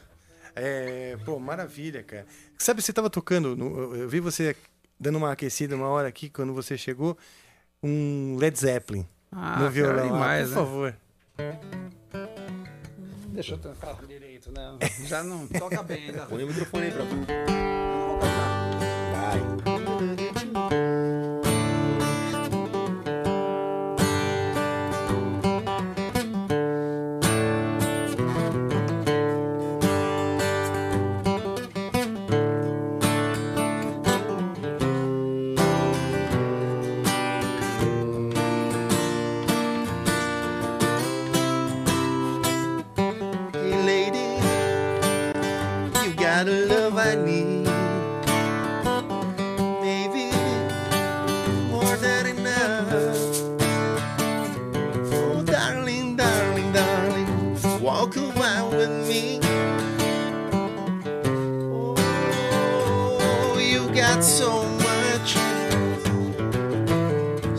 [SPEAKER 1] É, pô, maravilha, cara. Sabe, você tava tocando, no- eu- eu vi você dando uma aquecida uma hora aqui, quando você chegou, um Led Zeppelin
[SPEAKER 5] Ah,
[SPEAKER 1] no violão.
[SPEAKER 5] cara,
[SPEAKER 1] Ah,
[SPEAKER 5] demais,
[SPEAKER 1] por
[SPEAKER 5] né?
[SPEAKER 1] favor.
[SPEAKER 5] Deixa eu tentar direito, né? Já
[SPEAKER 4] [LAUGHS]
[SPEAKER 5] não toca bem. Já.
[SPEAKER 4] Põe o microfone aí pra Hey, lady, you got a love I need. Maybe more than enough. Oh, darling, darling, darling, walk around with me. Oh, you got so much,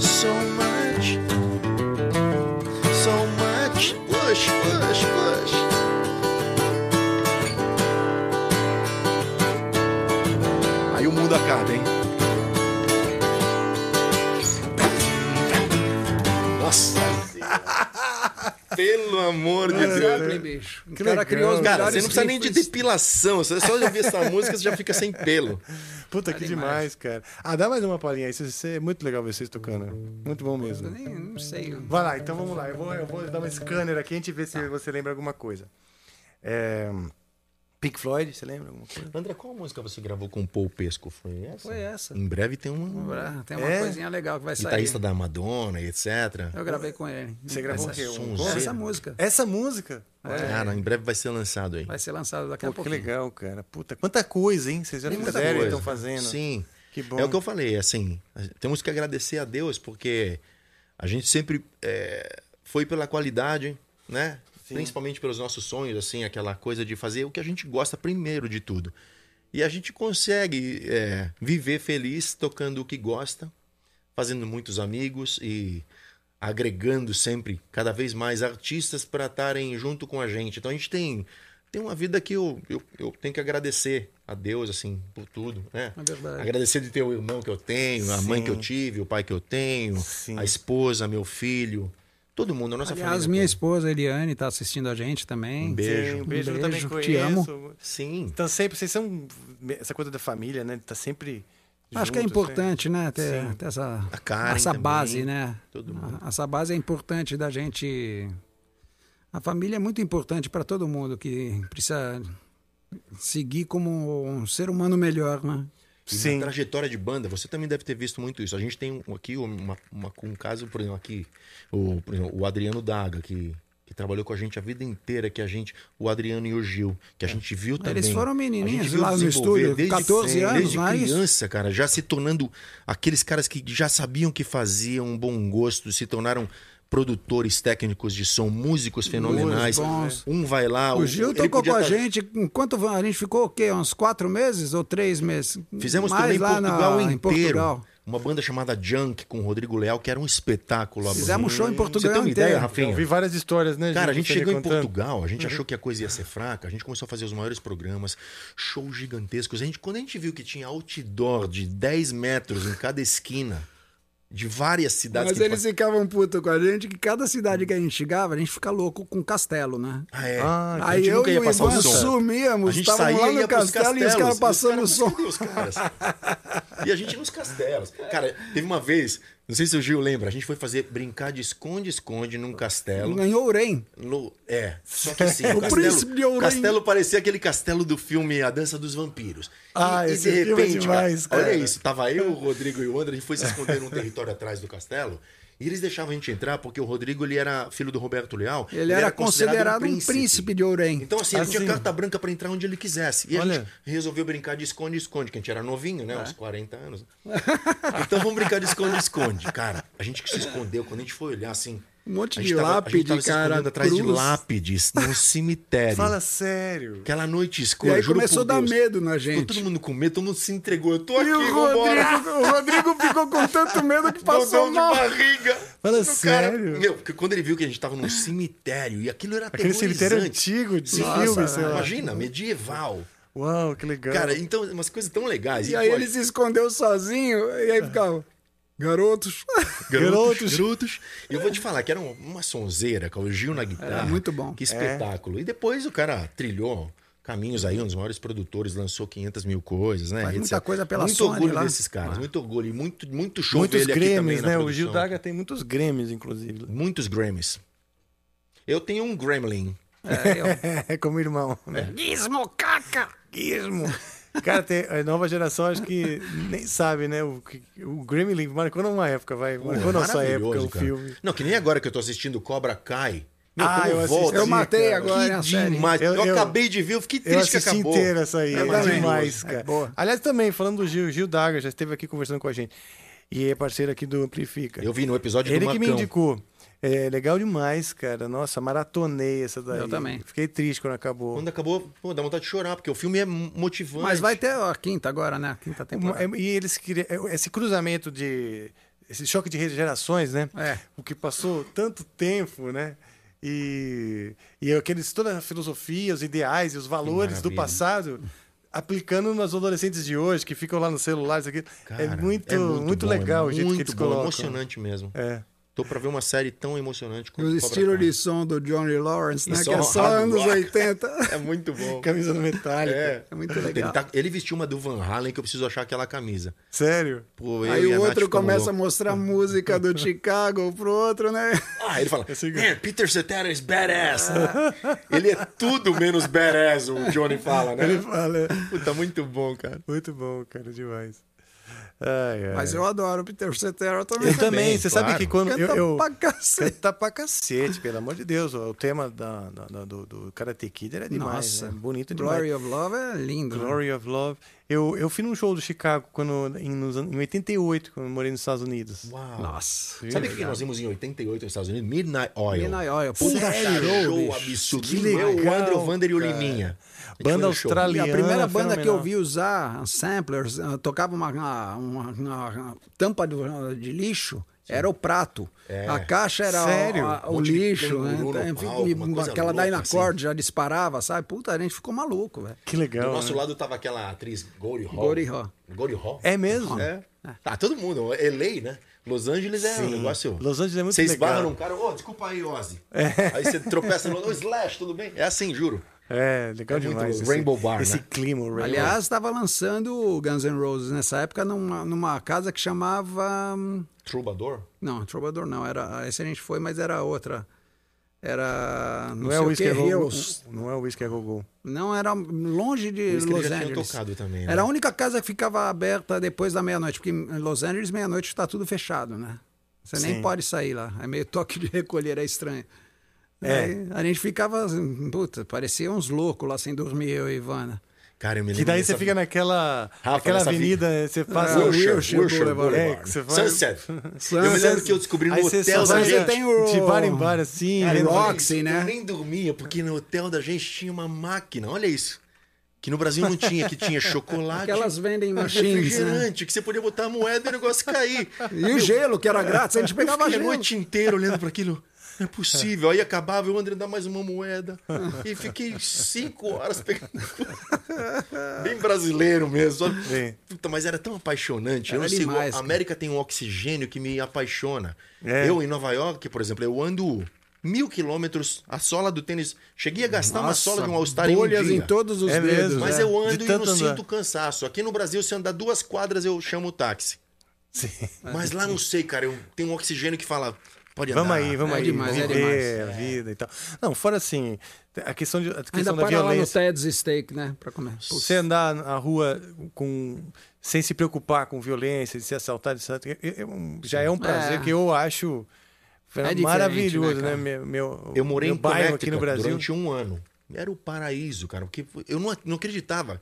[SPEAKER 4] so much, so much. Push, push, push. Aí o mundo acaba, hein? Nossa! Pelo amor de
[SPEAKER 5] Led
[SPEAKER 4] Deus.
[SPEAKER 5] Zeppelin, bicho. O cara criou os
[SPEAKER 4] Cara,
[SPEAKER 5] melhores
[SPEAKER 4] você não precisa nem de
[SPEAKER 5] riffs.
[SPEAKER 4] depilação. Você só de ouvir
[SPEAKER 5] [LAUGHS]
[SPEAKER 4] essa música você já fica sem pelo.
[SPEAKER 1] Puta, que demais, cara. Ah, dá mais uma palhinha aí. Isso- isso é muito legal ver vocês tocando. Muito bom mesmo.
[SPEAKER 5] Nem- Não sei.
[SPEAKER 1] Vai lá, então vamos lá. Eu vou, eu vou dar uma scanner aqui, a gente vê
[SPEAKER 5] Tá.
[SPEAKER 1] se você lembra alguma coisa. É, Pink Floyd, você lembra alguma coisa?
[SPEAKER 4] André, qual música você gravou com o Paul Pesco? Foi essa?
[SPEAKER 5] Foi essa.
[SPEAKER 4] Em breve tem uma.
[SPEAKER 5] Ah, Tem uma
[SPEAKER 4] É?
[SPEAKER 5] coisinha legal que vai sair.
[SPEAKER 4] Guitarrista da Madonna e etc.
[SPEAKER 5] Eu gravei com ele.
[SPEAKER 1] Você gravou
[SPEAKER 5] essa,
[SPEAKER 1] o quê? Um
[SPEAKER 5] essa
[SPEAKER 1] cover?
[SPEAKER 5] música.
[SPEAKER 1] Essa música?
[SPEAKER 4] Cara, Ah, em breve vai ser lançado aí.
[SPEAKER 5] É. Vai ser lançado daqui
[SPEAKER 1] Pô,
[SPEAKER 5] a
[SPEAKER 1] que
[SPEAKER 5] pouco.
[SPEAKER 1] legal, cara. Puta, quanta coisa, hein? Vocês já
[SPEAKER 4] Tem muita
[SPEAKER 1] fizeram e
[SPEAKER 4] coisa.
[SPEAKER 1] estão fazendo.
[SPEAKER 4] Sim.
[SPEAKER 1] Que bom.
[SPEAKER 4] É o que eu falei, assim, temos que agradecer a Deus porque a gente sempre é, foi pela qualidade, né?
[SPEAKER 1] Sim.
[SPEAKER 4] Principalmente pelos nossos sonhos, assim, aquela coisa de fazer o que a gente gosta primeiro de tudo. E a gente consegue é, viver feliz tocando o que gosta, fazendo muitos amigos e agregando sempre cada vez mais artistas para estarem junto com a gente. Então a gente tem, tem uma vida que eu, eu, eu tenho que agradecer a Deus assim por tudo, né?
[SPEAKER 5] É verdade.
[SPEAKER 4] Agradecer de ter o irmão que eu tenho, a mãe que eu
[SPEAKER 1] Sim.
[SPEAKER 4] tive, o pai que eu tenho, a esposa, meu filho, todo mundo, a Então, nossa
[SPEAKER 5] Aliás,
[SPEAKER 4] família.
[SPEAKER 5] minha esposa Eliane está assistindo a gente também.
[SPEAKER 4] Um beijo.
[SPEAKER 1] Sim, um beijo, eu também
[SPEAKER 5] Te amo.
[SPEAKER 1] conheço.
[SPEAKER 4] Sim.
[SPEAKER 1] Então sempre, vocês são essa coisa da família, né? Tá sempre. assim.
[SPEAKER 5] Acho que é
[SPEAKER 1] juntos,
[SPEAKER 5] importante, né,
[SPEAKER 1] Sim.
[SPEAKER 5] ter, ter essa,
[SPEAKER 4] A Karen
[SPEAKER 5] essa
[SPEAKER 4] também,
[SPEAKER 5] base, né?
[SPEAKER 4] todo mundo.
[SPEAKER 5] A- Essa base é importante da gente. A família é muito importante para todo mundo que precisa seguir como um ser humano melhor, né?
[SPEAKER 4] E na trajetória de banda, você também deve ter visto muito isso. A gente tem um- aqui uma- uma- um caso, por exemplo, aqui, o, por exemplo, o Adriano Daga, que, que trabalhou com a gente a vida inteira, que a gente, o Adriano e o Gil, que a gente viu também.
[SPEAKER 5] foram
[SPEAKER 4] A gente
[SPEAKER 5] menininhos
[SPEAKER 4] viu
[SPEAKER 5] lá no
[SPEAKER 4] desenvolver
[SPEAKER 5] estúdio, 14 anos,
[SPEAKER 4] Desde
[SPEAKER 5] não é isso?
[SPEAKER 4] criança, cara, já se tornando aqueles caras que já sabiam que faziam um bom gosto, se tornaram produtores técnicos de som, músicos fenomenais.
[SPEAKER 5] bons.
[SPEAKER 4] Um vai lá,
[SPEAKER 5] o Gil
[SPEAKER 4] ele
[SPEAKER 5] tocou com
[SPEAKER 4] podia
[SPEAKER 5] a
[SPEAKER 4] tá-
[SPEAKER 5] gente. Enquanto a gente ficou o quê? Uns quatro meses ou três meses?
[SPEAKER 4] Fizemos
[SPEAKER 5] Mais
[SPEAKER 4] também
[SPEAKER 5] lá na-
[SPEAKER 4] Portugal
[SPEAKER 5] em
[SPEAKER 4] inteiro.
[SPEAKER 5] Portugal.
[SPEAKER 4] uma banda chamada Junk com o Rodrigo Leal, que era um espetáculo.
[SPEAKER 5] Fizemos um show em Portugal
[SPEAKER 4] Você tem uma
[SPEAKER 5] inteiro.
[SPEAKER 4] ideia, Rafinha?
[SPEAKER 5] Eu
[SPEAKER 1] vi várias histórias, né?
[SPEAKER 4] Cara, a gente
[SPEAKER 1] gente
[SPEAKER 4] chegou em
[SPEAKER 1] contando.
[SPEAKER 4] Portugal, a gente
[SPEAKER 1] Uhum.
[SPEAKER 4] achou que a coisa ia ser fraca, a gente começou a fazer os maiores programas, shows gigantescos. A gente, quando a gente viu que tinha outdoor de 10 metros em cada esquina, de várias cidades
[SPEAKER 5] Mas
[SPEAKER 4] que a gente
[SPEAKER 5] eles ficavam putos com a gente, que cada cidade que a gente chegava, a gente fica louco com castelo, né?
[SPEAKER 4] Ah, é.
[SPEAKER 5] Aí eu e o Ivan
[SPEAKER 4] A
[SPEAKER 5] sumíamos,
[SPEAKER 4] gente
[SPEAKER 5] estávamos
[SPEAKER 4] saía
[SPEAKER 5] lá
[SPEAKER 4] e
[SPEAKER 5] no
[SPEAKER 4] ia pros
[SPEAKER 5] castelo e os
[SPEAKER 4] castelos.
[SPEAKER 5] caras passando o
[SPEAKER 4] Os
[SPEAKER 5] som.
[SPEAKER 4] caras, "Cadê os
[SPEAKER 5] [LAUGHS]
[SPEAKER 4] caras?" E a gente nos castelos. Cara, teve uma vez, não sei se o Gil lembra, a gente foi fazer brincar de esconde-esconde num castelo.
[SPEAKER 5] Ganhou Ourém.
[SPEAKER 4] No, é, só que assim,
[SPEAKER 5] [LAUGHS] O
[SPEAKER 4] o castelo,
[SPEAKER 5] príncipe de Ourém.
[SPEAKER 4] castelo parecia aquele castelo do filme A Dança dos Vampiros. E-
[SPEAKER 5] Ah,
[SPEAKER 4] e,
[SPEAKER 5] esse
[SPEAKER 4] de
[SPEAKER 5] filme é
[SPEAKER 4] repente,
[SPEAKER 5] demais, cara.
[SPEAKER 4] olha isso, tava eu, o Rodrigo e o André, a gente foi se esconder num território atrás do castelo. E eles deixavam a gente entrar porque o Rodrigo ele era filho do Roberto Leal.
[SPEAKER 5] Ele era considerado um príncipe de Ourém.
[SPEAKER 4] Então, assim, ele tinha
[SPEAKER 5] Assim.
[SPEAKER 4] carta branca pra entrar onde ele quisesse. E a
[SPEAKER 5] Olha.
[SPEAKER 4] gente resolveu brincar de esconde-esconde, que a gente era novinho, né? Uns 40
[SPEAKER 5] [LAUGHS]
[SPEAKER 4] anos. Então vamos brincar de esconde-esconde. Cara, a gente que se escondeu, quando a gente foi olhar assim.
[SPEAKER 5] Um monte
[SPEAKER 4] a
[SPEAKER 5] de
[SPEAKER 4] gente tava- a
[SPEAKER 5] lápide,
[SPEAKER 4] gente tava se
[SPEAKER 5] cara.
[SPEAKER 4] escondendo atrás de
[SPEAKER 5] cruz.
[SPEAKER 4] lápides
[SPEAKER 5] [LAUGHS]
[SPEAKER 4] num cemitério.
[SPEAKER 1] Fala sério.
[SPEAKER 4] Aquela noite escura,
[SPEAKER 5] E aí
[SPEAKER 4] juro
[SPEAKER 5] começou
[SPEAKER 4] por
[SPEAKER 5] a dar
[SPEAKER 4] Deus.
[SPEAKER 5] medo na gente.
[SPEAKER 4] Ficou todo mundo com medo, todo mundo se entregou. Eu tô
[SPEAKER 5] E
[SPEAKER 4] aqui,
[SPEAKER 5] o Rodrigo,
[SPEAKER 4] vambora.
[SPEAKER 5] o Rodrigo ficou com tanto medo
[SPEAKER 4] [LAUGHS]
[SPEAKER 5] que passou
[SPEAKER 4] Dodão
[SPEAKER 5] mal.
[SPEAKER 4] de barriga.
[SPEAKER 1] Fala
[SPEAKER 4] O cara-
[SPEAKER 1] sério?
[SPEAKER 4] meu, porque quando ele viu que a gente tava num cemitério e aquilo era
[SPEAKER 1] Aquele cemitério
[SPEAKER 4] aterrorizante.
[SPEAKER 1] antigo de
[SPEAKER 4] Nossa, né?
[SPEAKER 1] filme, sei lá.
[SPEAKER 4] Imagina, medieval.
[SPEAKER 1] Uau, que legal.
[SPEAKER 4] Cara, então, umas coisas tão legais.
[SPEAKER 5] E aí
[SPEAKER 4] pô,
[SPEAKER 5] ele se escondeu sozinho e aí ficava.
[SPEAKER 1] [LAUGHS]
[SPEAKER 5] Garotos.
[SPEAKER 4] Garotos, garotos. E eu vou te falar que era um- uma sonzeira, com o Gil na guitarra.
[SPEAKER 5] Era É, muito bom.
[SPEAKER 4] Que espetáculo. E depois o cara trilhou caminhos aí, um dos maiores produtores, lançou 500 mil coisas, né?
[SPEAKER 5] Faz muita
[SPEAKER 4] etc.
[SPEAKER 5] coisa pela
[SPEAKER 4] Muito
[SPEAKER 5] Sony
[SPEAKER 4] orgulho
[SPEAKER 5] lá.
[SPEAKER 4] desses caras,
[SPEAKER 5] Ah.
[SPEAKER 4] muito orgulho. E muito, muito show
[SPEAKER 1] muitos
[SPEAKER 4] dele aqui também
[SPEAKER 1] Grammys,
[SPEAKER 4] na
[SPEAKER 1] né? O
[SPEAKER 4] produção.
[SPEAKER 1] Gil Daga tem muitos Grammys, inclusive.
[SPEAKER 4] Muitos Grammys. Eu tenho um Gremlin.
[SPEAKER 1] [LAUGHS] É, como irmão. Né?
[SPEAKER 5] É. Gizmo caca!
[SPEAKER 1] Guismo.
[SPEAKER 4] É.
[SPEAKER 1] Cara, tem, a nova geração acho que nem sabe, né? O, que- o Gremlin marcou numa época, vai.
[SPEAKER 4] Pô,
[SPEAKER 1] Marcou nossa
[SPEAKER 4] maravilhoso,
[SPEAKER 1] época, o
[SPEAKER 4] cara.
[SPEAKER 1] filme.
[SPEAKER 4] Não, que nem agora que eu tô assistindo Cobra Kai. Meu,
[SPEAKER 1] Ah,
[SPEAKER 4] como
[SPEAKER 1] eu assisti,
[SPEAKER 4] volta,
[SPEAKER 1] eu
[SPEAKER 4] assim,
[SPEAKER 1] matei
[SPEAKER 4] cara.
[SPEAKER 1] agora
[SPEAKER 4] Que
[SPEAKER 1] a série.
[SPEAKER 4] demais. Eu,
[SPEAKER 1] Eu- eu-
[SPEAKER 4] acabei de ver, eu fiquei
[SPEAKER 1] Eu
[SPEAKER 4] triste que
[SPEAKER 1] assisti
[SPEAKER 4] acabou.
[SPEAKER 1] inteira essa aí.
[SPEAKER 4] É
[SPEAKER 1] É
[SPEAKER 4] maravilhoso.
[SPEAKER 1] demais, cara. Aliás, também, falando do Gil, Gil Daga já esteve aqui conversando com a gente. E é parceiro aqui do Amplifica.
[SPEAKER 4] Eu vi no episódio
[SPEAKER 1] Ele
[SPEAKER 4] do
[SPEAKER 1] que me
[SPEAKER 4] Macão.
[SPEAKER 1] indicou. É legal demais, cara. Nossa, maratonei essa daí.
[SPEAKER 5] Eu também.
[SPEAKER 1] Fiquei triste quando acabou.
[SPEAKER 4] Quando acabou, pô, dá vontade de chorar, porque o filme é motivante.
[SPEAKER 5] Mas vai ter a quinta agora, né? A quinta temporada.
[SPEAKER 1] Uma- é, E eles queriam. Esse cruzamento de. Esse choque de gerações, né?
[SPEAKER 5] É.
[SPEAKER 1] O que passou tanto tempo, né? E, e aqueles, toda a filosofia, os ideais e os valores
[SPEAKER 4] maravilha.
[SPEAKER 1] do
[SPEAKER 4] né?
[SPEAKER 1] passado aplicando nos adolescentes de hoje que ficam lá nos celulares. Aqui. é,
[SPEAKER 4] Cara,
[SPEAKER 1] muito, muito,
[SPEAKER 4] bom, é né?
[SPEAKER 1] legal o jeito
[SPEAKER 4] muito
[SPEAKER 1] que eles
[SPEAKER 4] bom,
[SPEAKER 1] colocam. [LAUGHS]
[SPEAKER 4] emocionante mesmo.
[SPEAKER 1] É.
[SPEAKER 4] Tô pra ver uma série tão emocionante
[SPEAKER 5] E
[SPEAKER 4] quanto
[SPEAKER 5] o
[SPEAKER 4] Cobra
[SPEAKER 5] estilo
[SPEAKER 4] Kai.
[SPEAKER 5] de som do Johnny Lawrence,
[SPEAKER 4] E
[SPEAKER 5] né?
[SPEAKER 4] só
[SPEAKER 5] Que é só
[SPEAKER 4] hard
[SPEAKER 5] anos
[SPEAKER 4] rock.
[SPEAKER 5] 80.
[SPEAKER 4] [LAUGHS] É muito bom.
[SPEAKER 1] Camisa no metálico.
[SPEAKER 4] É.
[SPEAKER 5] É muito
[SPEAKER 4] Ele,
[SPEAKER 5] legal.
[SPEAKER 4] tá- ele vestiu uma do Van Halen que eu preciso achar aquela camisa.
[SPEAKER 1] Sério?
[SPEAKER 4] Pô, eu
[SPEAKER 5] Aí
[SPEAKER 4] e a
[SPEAKER 5] o
[SPEAKER 4] Nath
[SPEAKER 5] outro
[SPEAKER 4] ficamos
[SPEAKER 5] começa a
[SPEAKER 4] loucos.
[SPEAKER 5] mostrar música do Chicago pro outro, né?
[SPEAKER 4] Ah, ele fala,
[SPEAKER 1] É assim
[SPEAKER 4] "Man, Peter Cetera is badass. [LAUGHS] ele é tudo menos badass, o Johnny fala, né?
[SPEAKER 1] Ele fala. é.
[SPEAKER 4] Puta, muito bom, cara.
[SPEAKER 1] Muito bom, cara, demais. Ai, ai.
[SPEAKER 5] Mas eu adoro o Peter Cetera também.
[SPEAKER 1] É. Eu também, você
[SPEAKER 4] claro.
[SPEAKER 1] sabe que quando
[SPEAKER 5] Canta
[SPEAKER 1] eu, eu
[SPEAKER 5] pra cacete.
[SPEAKER 1] canta pra cacete, pelo amor de Deus, ó, o tema da, da- da- do, do Karate Kid era demais,
[SPEAKER 5] Nossa,
[SPEAKER 1] né? bonito demais.
[SPEAKER 5] Glory of Love é lindo. né?
[SPEAKER 1] Glory of Love. Eu, eu fui num show do Chicago quando em, nos an- em 88, quando eu morei nos Estados Unidos.
[SPEAKER 4] Uau.
[SPEAKER 5] Nossa.
[SPEAKER 4] Sabe o que nós vimos em 88 nos Estados Unidos? Midnight Oil.
[SPEAKER 5] Midnight Oil,
[SPEAKER 4] Puta
[SPEAKER 5] puta
[SPEAKER 4] show,
[SPEAKER 5] show, bicho.
[SPEAKER 4] absurdo.
[SPEAKER 1] Que
[SPEAKER 4] Eu, o
[SPEAKER 1] legal,
[SPEAKER 4] André, o Vander e o
[SPEAKER 1] cara.
[SPEAKER 4] Liminha. A gente
[SPEAKER 1] Banda
[SPEAKER 4] foi no show.
[SPEAKER 5] E
[SPEAKER 1] australiana.
[SPEAKER 5] a primeira banda que eu
[SPEAKER 1] fenomenal.
[SPEAKER 5] vi usar samplers, eh, tocava uma, uma- uma- uma- uma tampa do- de lixo, era o prato.
[SPEAKER 4] É.
[SPEAKER 5] A caixa era
[SPEAKER 1] Sério?
[SPEAKER 5] o, a-
[SPEAKER 4] Um
[SPEAKER 5] o
[SPEAKER 4] monte de
[SPEAKER 5] lixo, né?
[SPEAKER 4] canguru no
[SPEAKER 5] Enfim,
[SPEAKER 4] palco, uma coisa
[SPEAKER 5] aquela daí na
[SPEAKER 4] louca, assim.
[SPEAKER 5] corda já disparava, sabe? Puta, a gente ficou maluco, velho.
[SPEAKER 1] Que
[SPEAKER 4] Do
[SPEAKER 1] legal.
[SPEAKER 4] nosso
[SPEAKER 1] né?
[SPEAKER 4] lado tava aquela atriz Gory Hall.
[SPEAKER 5] Gory Hall.
[SPEAKER 4] Gory Hall?
[SPEAKER 1] É mesmo?
[SPEAKER 4] É. Tá, todo mundo. LA, né? Los Angeles é um
[SPEAKER 1] Sim.
[SPEAKER 4] negócio.
[SPEAKER 1] Los Angeles é muito
[SPEAKER 4] Você
[SPEAKER 1] legal.
[SPEAKER 4] esbarra num cara, ô, desculpa aí, Ozzy. Aí você tropeça no. Ô, Slash, tudo bem? É assim, juro.
[SPEAKER 1] É, legal
[SPEAKER 4] É muito
[SPEAKER 1] demais. esse-
[SPEAKER 4] Rainbow Bar,
[SPEAKER 1] Esse
[SPEAKER 4] né?
[SPEAKER 1] clima, o Rainbow
[SPEAKER 5] Aliás, estava lançando o Guns N' Roses nessa época numa, numa casa que chamava. hum,
[SPEAKER 4] Troubadour?
[SPEAKER 5] Não, Troubadour não, era. Essa a gente foi, mas era outra. Era. Não,
[SPEAKER 1] não
[SPEAKER 5] sei
[SPEAKER 1] é o
[SPEAKER 5] o que,
[SPEAKER 1] Whiskey a Go
[SPEAKER 5] Heroes.
[SPEAKER 1] Não é o Whiskey a Go Go.
[SPEAKER 5] Não, era longe de
[SPEAKER 4] Por isso que
[SPEAKER 5] Los
[SPEAKER 4] ele já tinha
[SPEAKER 5] Angeles.
[SPEAKER 4] tocado também, né?
[SPEAKER 5] Era a única casa que ficava aberta depois da meia-noite, porque em Los Angeles, meia-noite está tudo fechado, né? Você
[SPEAKER 1] Sim.
[SPEAKER 5] nem pode sair lá. É meio toque de recolher, é estranho.
[SPEAKER 1] É.
[SPEAKER 5] Aí a gente ficava, assim, puta, parecia uns loucos lá sem dormir, eu e Ivana.
[SPEAKER 4] Cara, eu me lembro.
[SPEAKER 1] Que daí você
[SPEAKER 4] dessa-
[SPEAKER 1] fica naquela,
[SPEAKER 4] Rafa,
[SPEAKER 1] aquela
[SPEAKER 4] nessa
[SPEAKER 1] avenida, eh,
[SPEAKER 5] É.
[SPEAKER 1] você passa o
[SPEAKER 4] Wilshire,
[SPEAKER 1] Wilshire
[SPEAKER 4] Wilshire
[SPEAKER 1] Boulevard.
[SPEAKER 4] Boulevard.
[SPEAKER 1] É, que você vai-
[SPEAKER 4] Sunset. Eu me
[SPEAKER 5] Sunset.
[SPEAKER 4] lembro que eu descobri no
[SPEAKER 1] Aí você
[SPEAKER 4] hotel
[SPEAKER 1] só
[SPEAKER 4] da
[SPEAKER 1] vai
[SPEAKER 4] gente.
[SPEAKER 5] tem o-
[SPEAKER 1] de bar em bar assim,
[SPEAKER 5] né?
[SPEAKER 4] Cara,
[SPEAKER 1] vendo-
[SPEAKER 5] Roxy,
[SPEAKER 4] eu nem-
[SPEAKER 5] né?
[SPEAKER 4] Eu nem dormia, porque no hotel da gente tinha uma máquina. Olha isso. Que no Brasil não tinha, que tinha chocolate. um
[SPEAKER 5] Que elas vendem em machines, né?
[SPEAKER 4] refrigerante, que você podia botar a moeda e o negócio cair.
[SPEAKER 5] E o gelo, que era grátis, a gente
[SPEAKER 4] eu
[SPEAKER 5] pegava
[SPEAKER 4] fiquei a
[SPEAKER 5] gelo.
[SPEAKER 4] noite inteira olhando para aquilo. Não é possível. Aí acabava, eu André dá mais uma moeda. E fiquei cinco horas pegando. [LAUGHS] Bem brasileiro mesmo. sabe? Puta, mas era tão apaixonante. eu
[SPEAKER 5] Era
[SPEAKER 4] não sei,
[SPEAKER 5] demais,
[SPEAKER 4] a
[SPEAKER 5] cara.
[SPEAKER 4] América tem um oxigênio que me apaixona.
[SPEAKER 5] É.
[SPEAKER 4] Eu, em Nova York, por exemplo, eu ando mil quilômetros, a sola do tênis. Cheguei a gastar uma
[SPEAKER 5] Nossa,
[SPEAKER 4] sola de um All-Star em um
[SPEAKER 5] bolhas
[SPEAKER 4] dia.
[SPEAKER 5] em todos os É dedos, mesmo,
[SPEAKER 4] Mas
[SPEAKER 5] é.
[SPEAKER 4] eu
[SPEAKER 5] De
[SPEAKER 4] ando e eu não
[SPEAKER 5] tanto andar.
[SPEAKER 4] sinto cansaço. Aqui no Brasil, se eu andar duas quadras, eu chamo o táxi. Mas lá não sei, cara. Eu tenho um oxigênio que fala. Pode andar.
[SPEAKER 1] Vamos aí, vamos aí. viver
[SPEAKER 5] É demais.
[SPEAKER 1] a vida e tal. Não, fora assim, a questão, de, a
[SPEAKER 5] Ainda
[SPEAKER 1] questão da
[SPEAKER 5] para lá no
[SPEAKER 1] violência.
[SPEAKER 5] Ted's Steak, né? Pra comer.
[SPEAKER 1] Você andar na rua com, sem se preocupar com violência, de ser assaltado, etc., é- é um- já é um prazer
[SPEAKER 5] É.
[SPEAKER 1] que eu acho
[SPEAKER 4] É diferente, né,
[SPEAKER 1] maravilhoso, né?
[SPEAKER 4] cara?
[SPEAKER 1] Meu, meu,
[SPEAKER 4] Eu morei
[SPEAKER 1] meu
[SPEAKER 4] em
[SPEAKER 1] bairro aqui
[SPEAKER 4] Connecticut
[SPEAKER 1] no Brasil.
[SPEAKER 4] durante um ano. Era o paraíso, cara. Porque eu não, não acreditava.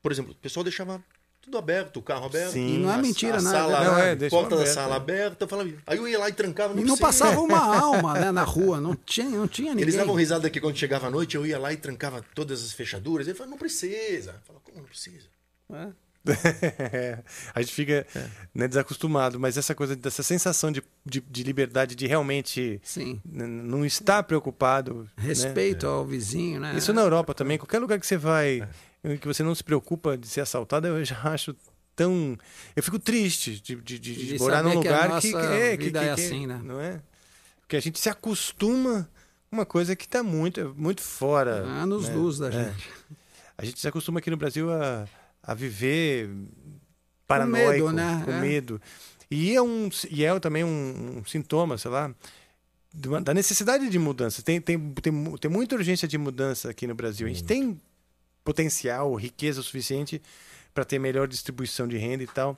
[SPEAKER 4] Por exemplo, o pessoal deixava tudo aberto, o carro aberto.
[SPEAKER 1] Sim. E
[SPEAKER 5] não é
[SPEAKER 4] a-
[SPEAKER 5] mentira,
[SPEAKER 4] a
[SPEAKER 5] né?
[SPEAKER 4] Sala,
[SPEAKER 5] Não, é,
[SPEAKER 4] a
[SPEAKER 5] deixa
[SPEAKER 4] porta da
[SPEAKER 5] aberto,
[SPEAKER 4] sala
[SPEAKER 5] é.
[SPEAKER 4] aberta. eu falava- aí eu ia lá e trancava.
[SPEAKER 5] E não
[SPEAKER 4] precisa.
[SPEAKER 5] passava
[SPEAKER 4] [LAUGHS]
[SPEAKER 5] uma alma né, na rua, não tinha, não tinha ninguém.
[SPEAKER 4] Eles davam risada que quando chegava a noite eu ia lá e trancava todas as fechaduras. Ele falava, não precisa. Eu falava, como não precisa?
[SPEAKER 5] É.
[SPEAKER 1] [LAUGHS] a gente fica né, desacostumado, mas essa coisa dessa sensação de, de, de liberdade, de realmente
[SPEAKER 5] Sim.
[SPEAKER 1] n- não estar preocupado. né?
[SPEAKER 5] Respeito ao vizinho, né?
[SPEAKER 1] Isso na Europa também, qualquer lugar que você vai, em que você não se preocupa de ser assaltado, eu já acho tão. Eu fico triste de, de, de- de
[SPEAKER 5] De
[SPEAKER 1] morar
[SPEAKER 5] saber
[SPEAKER 1] num
[SPEAKER 5] que a
[SPEAKER 1] lugar que,
[SPEAKER 5] nossa
[SPEAKER 1] é, que,
[SPEAKER 5] vida
[SPEAKER 1] que-
[SPEAKER 5] é
[SPEAKER 1] que-
[SPEAKER 5] assim, né?
[SPEAKER 1] Não é? Porque a gente se acostuma a uma coisa que está muito, muito fora.
[SPEAKER 5] Anos
[SPEAKER 1] né?
[SPEAKER 5] Ah, luz da
[SPEAKER 1] É.
[SPEAKER 5] gente.
[SPEAKER 1] A gente se acostuma aqui no Brasil a, a viver paranoico,
[SPEAKER 5] medo, né?
[SPEAKER 1] com
[SPEAKER 5] É.
[SPEAKER 1] medo. E é, um, e é também um, um sintoma, sei lá, de uma- da necessidade de mudança. Tem, tem, tem, mu- tem muita urgência de mudança aqui no Brasil. A gente tem potencial, riqueza suficiente para ter melhor distribuição de renda e tal.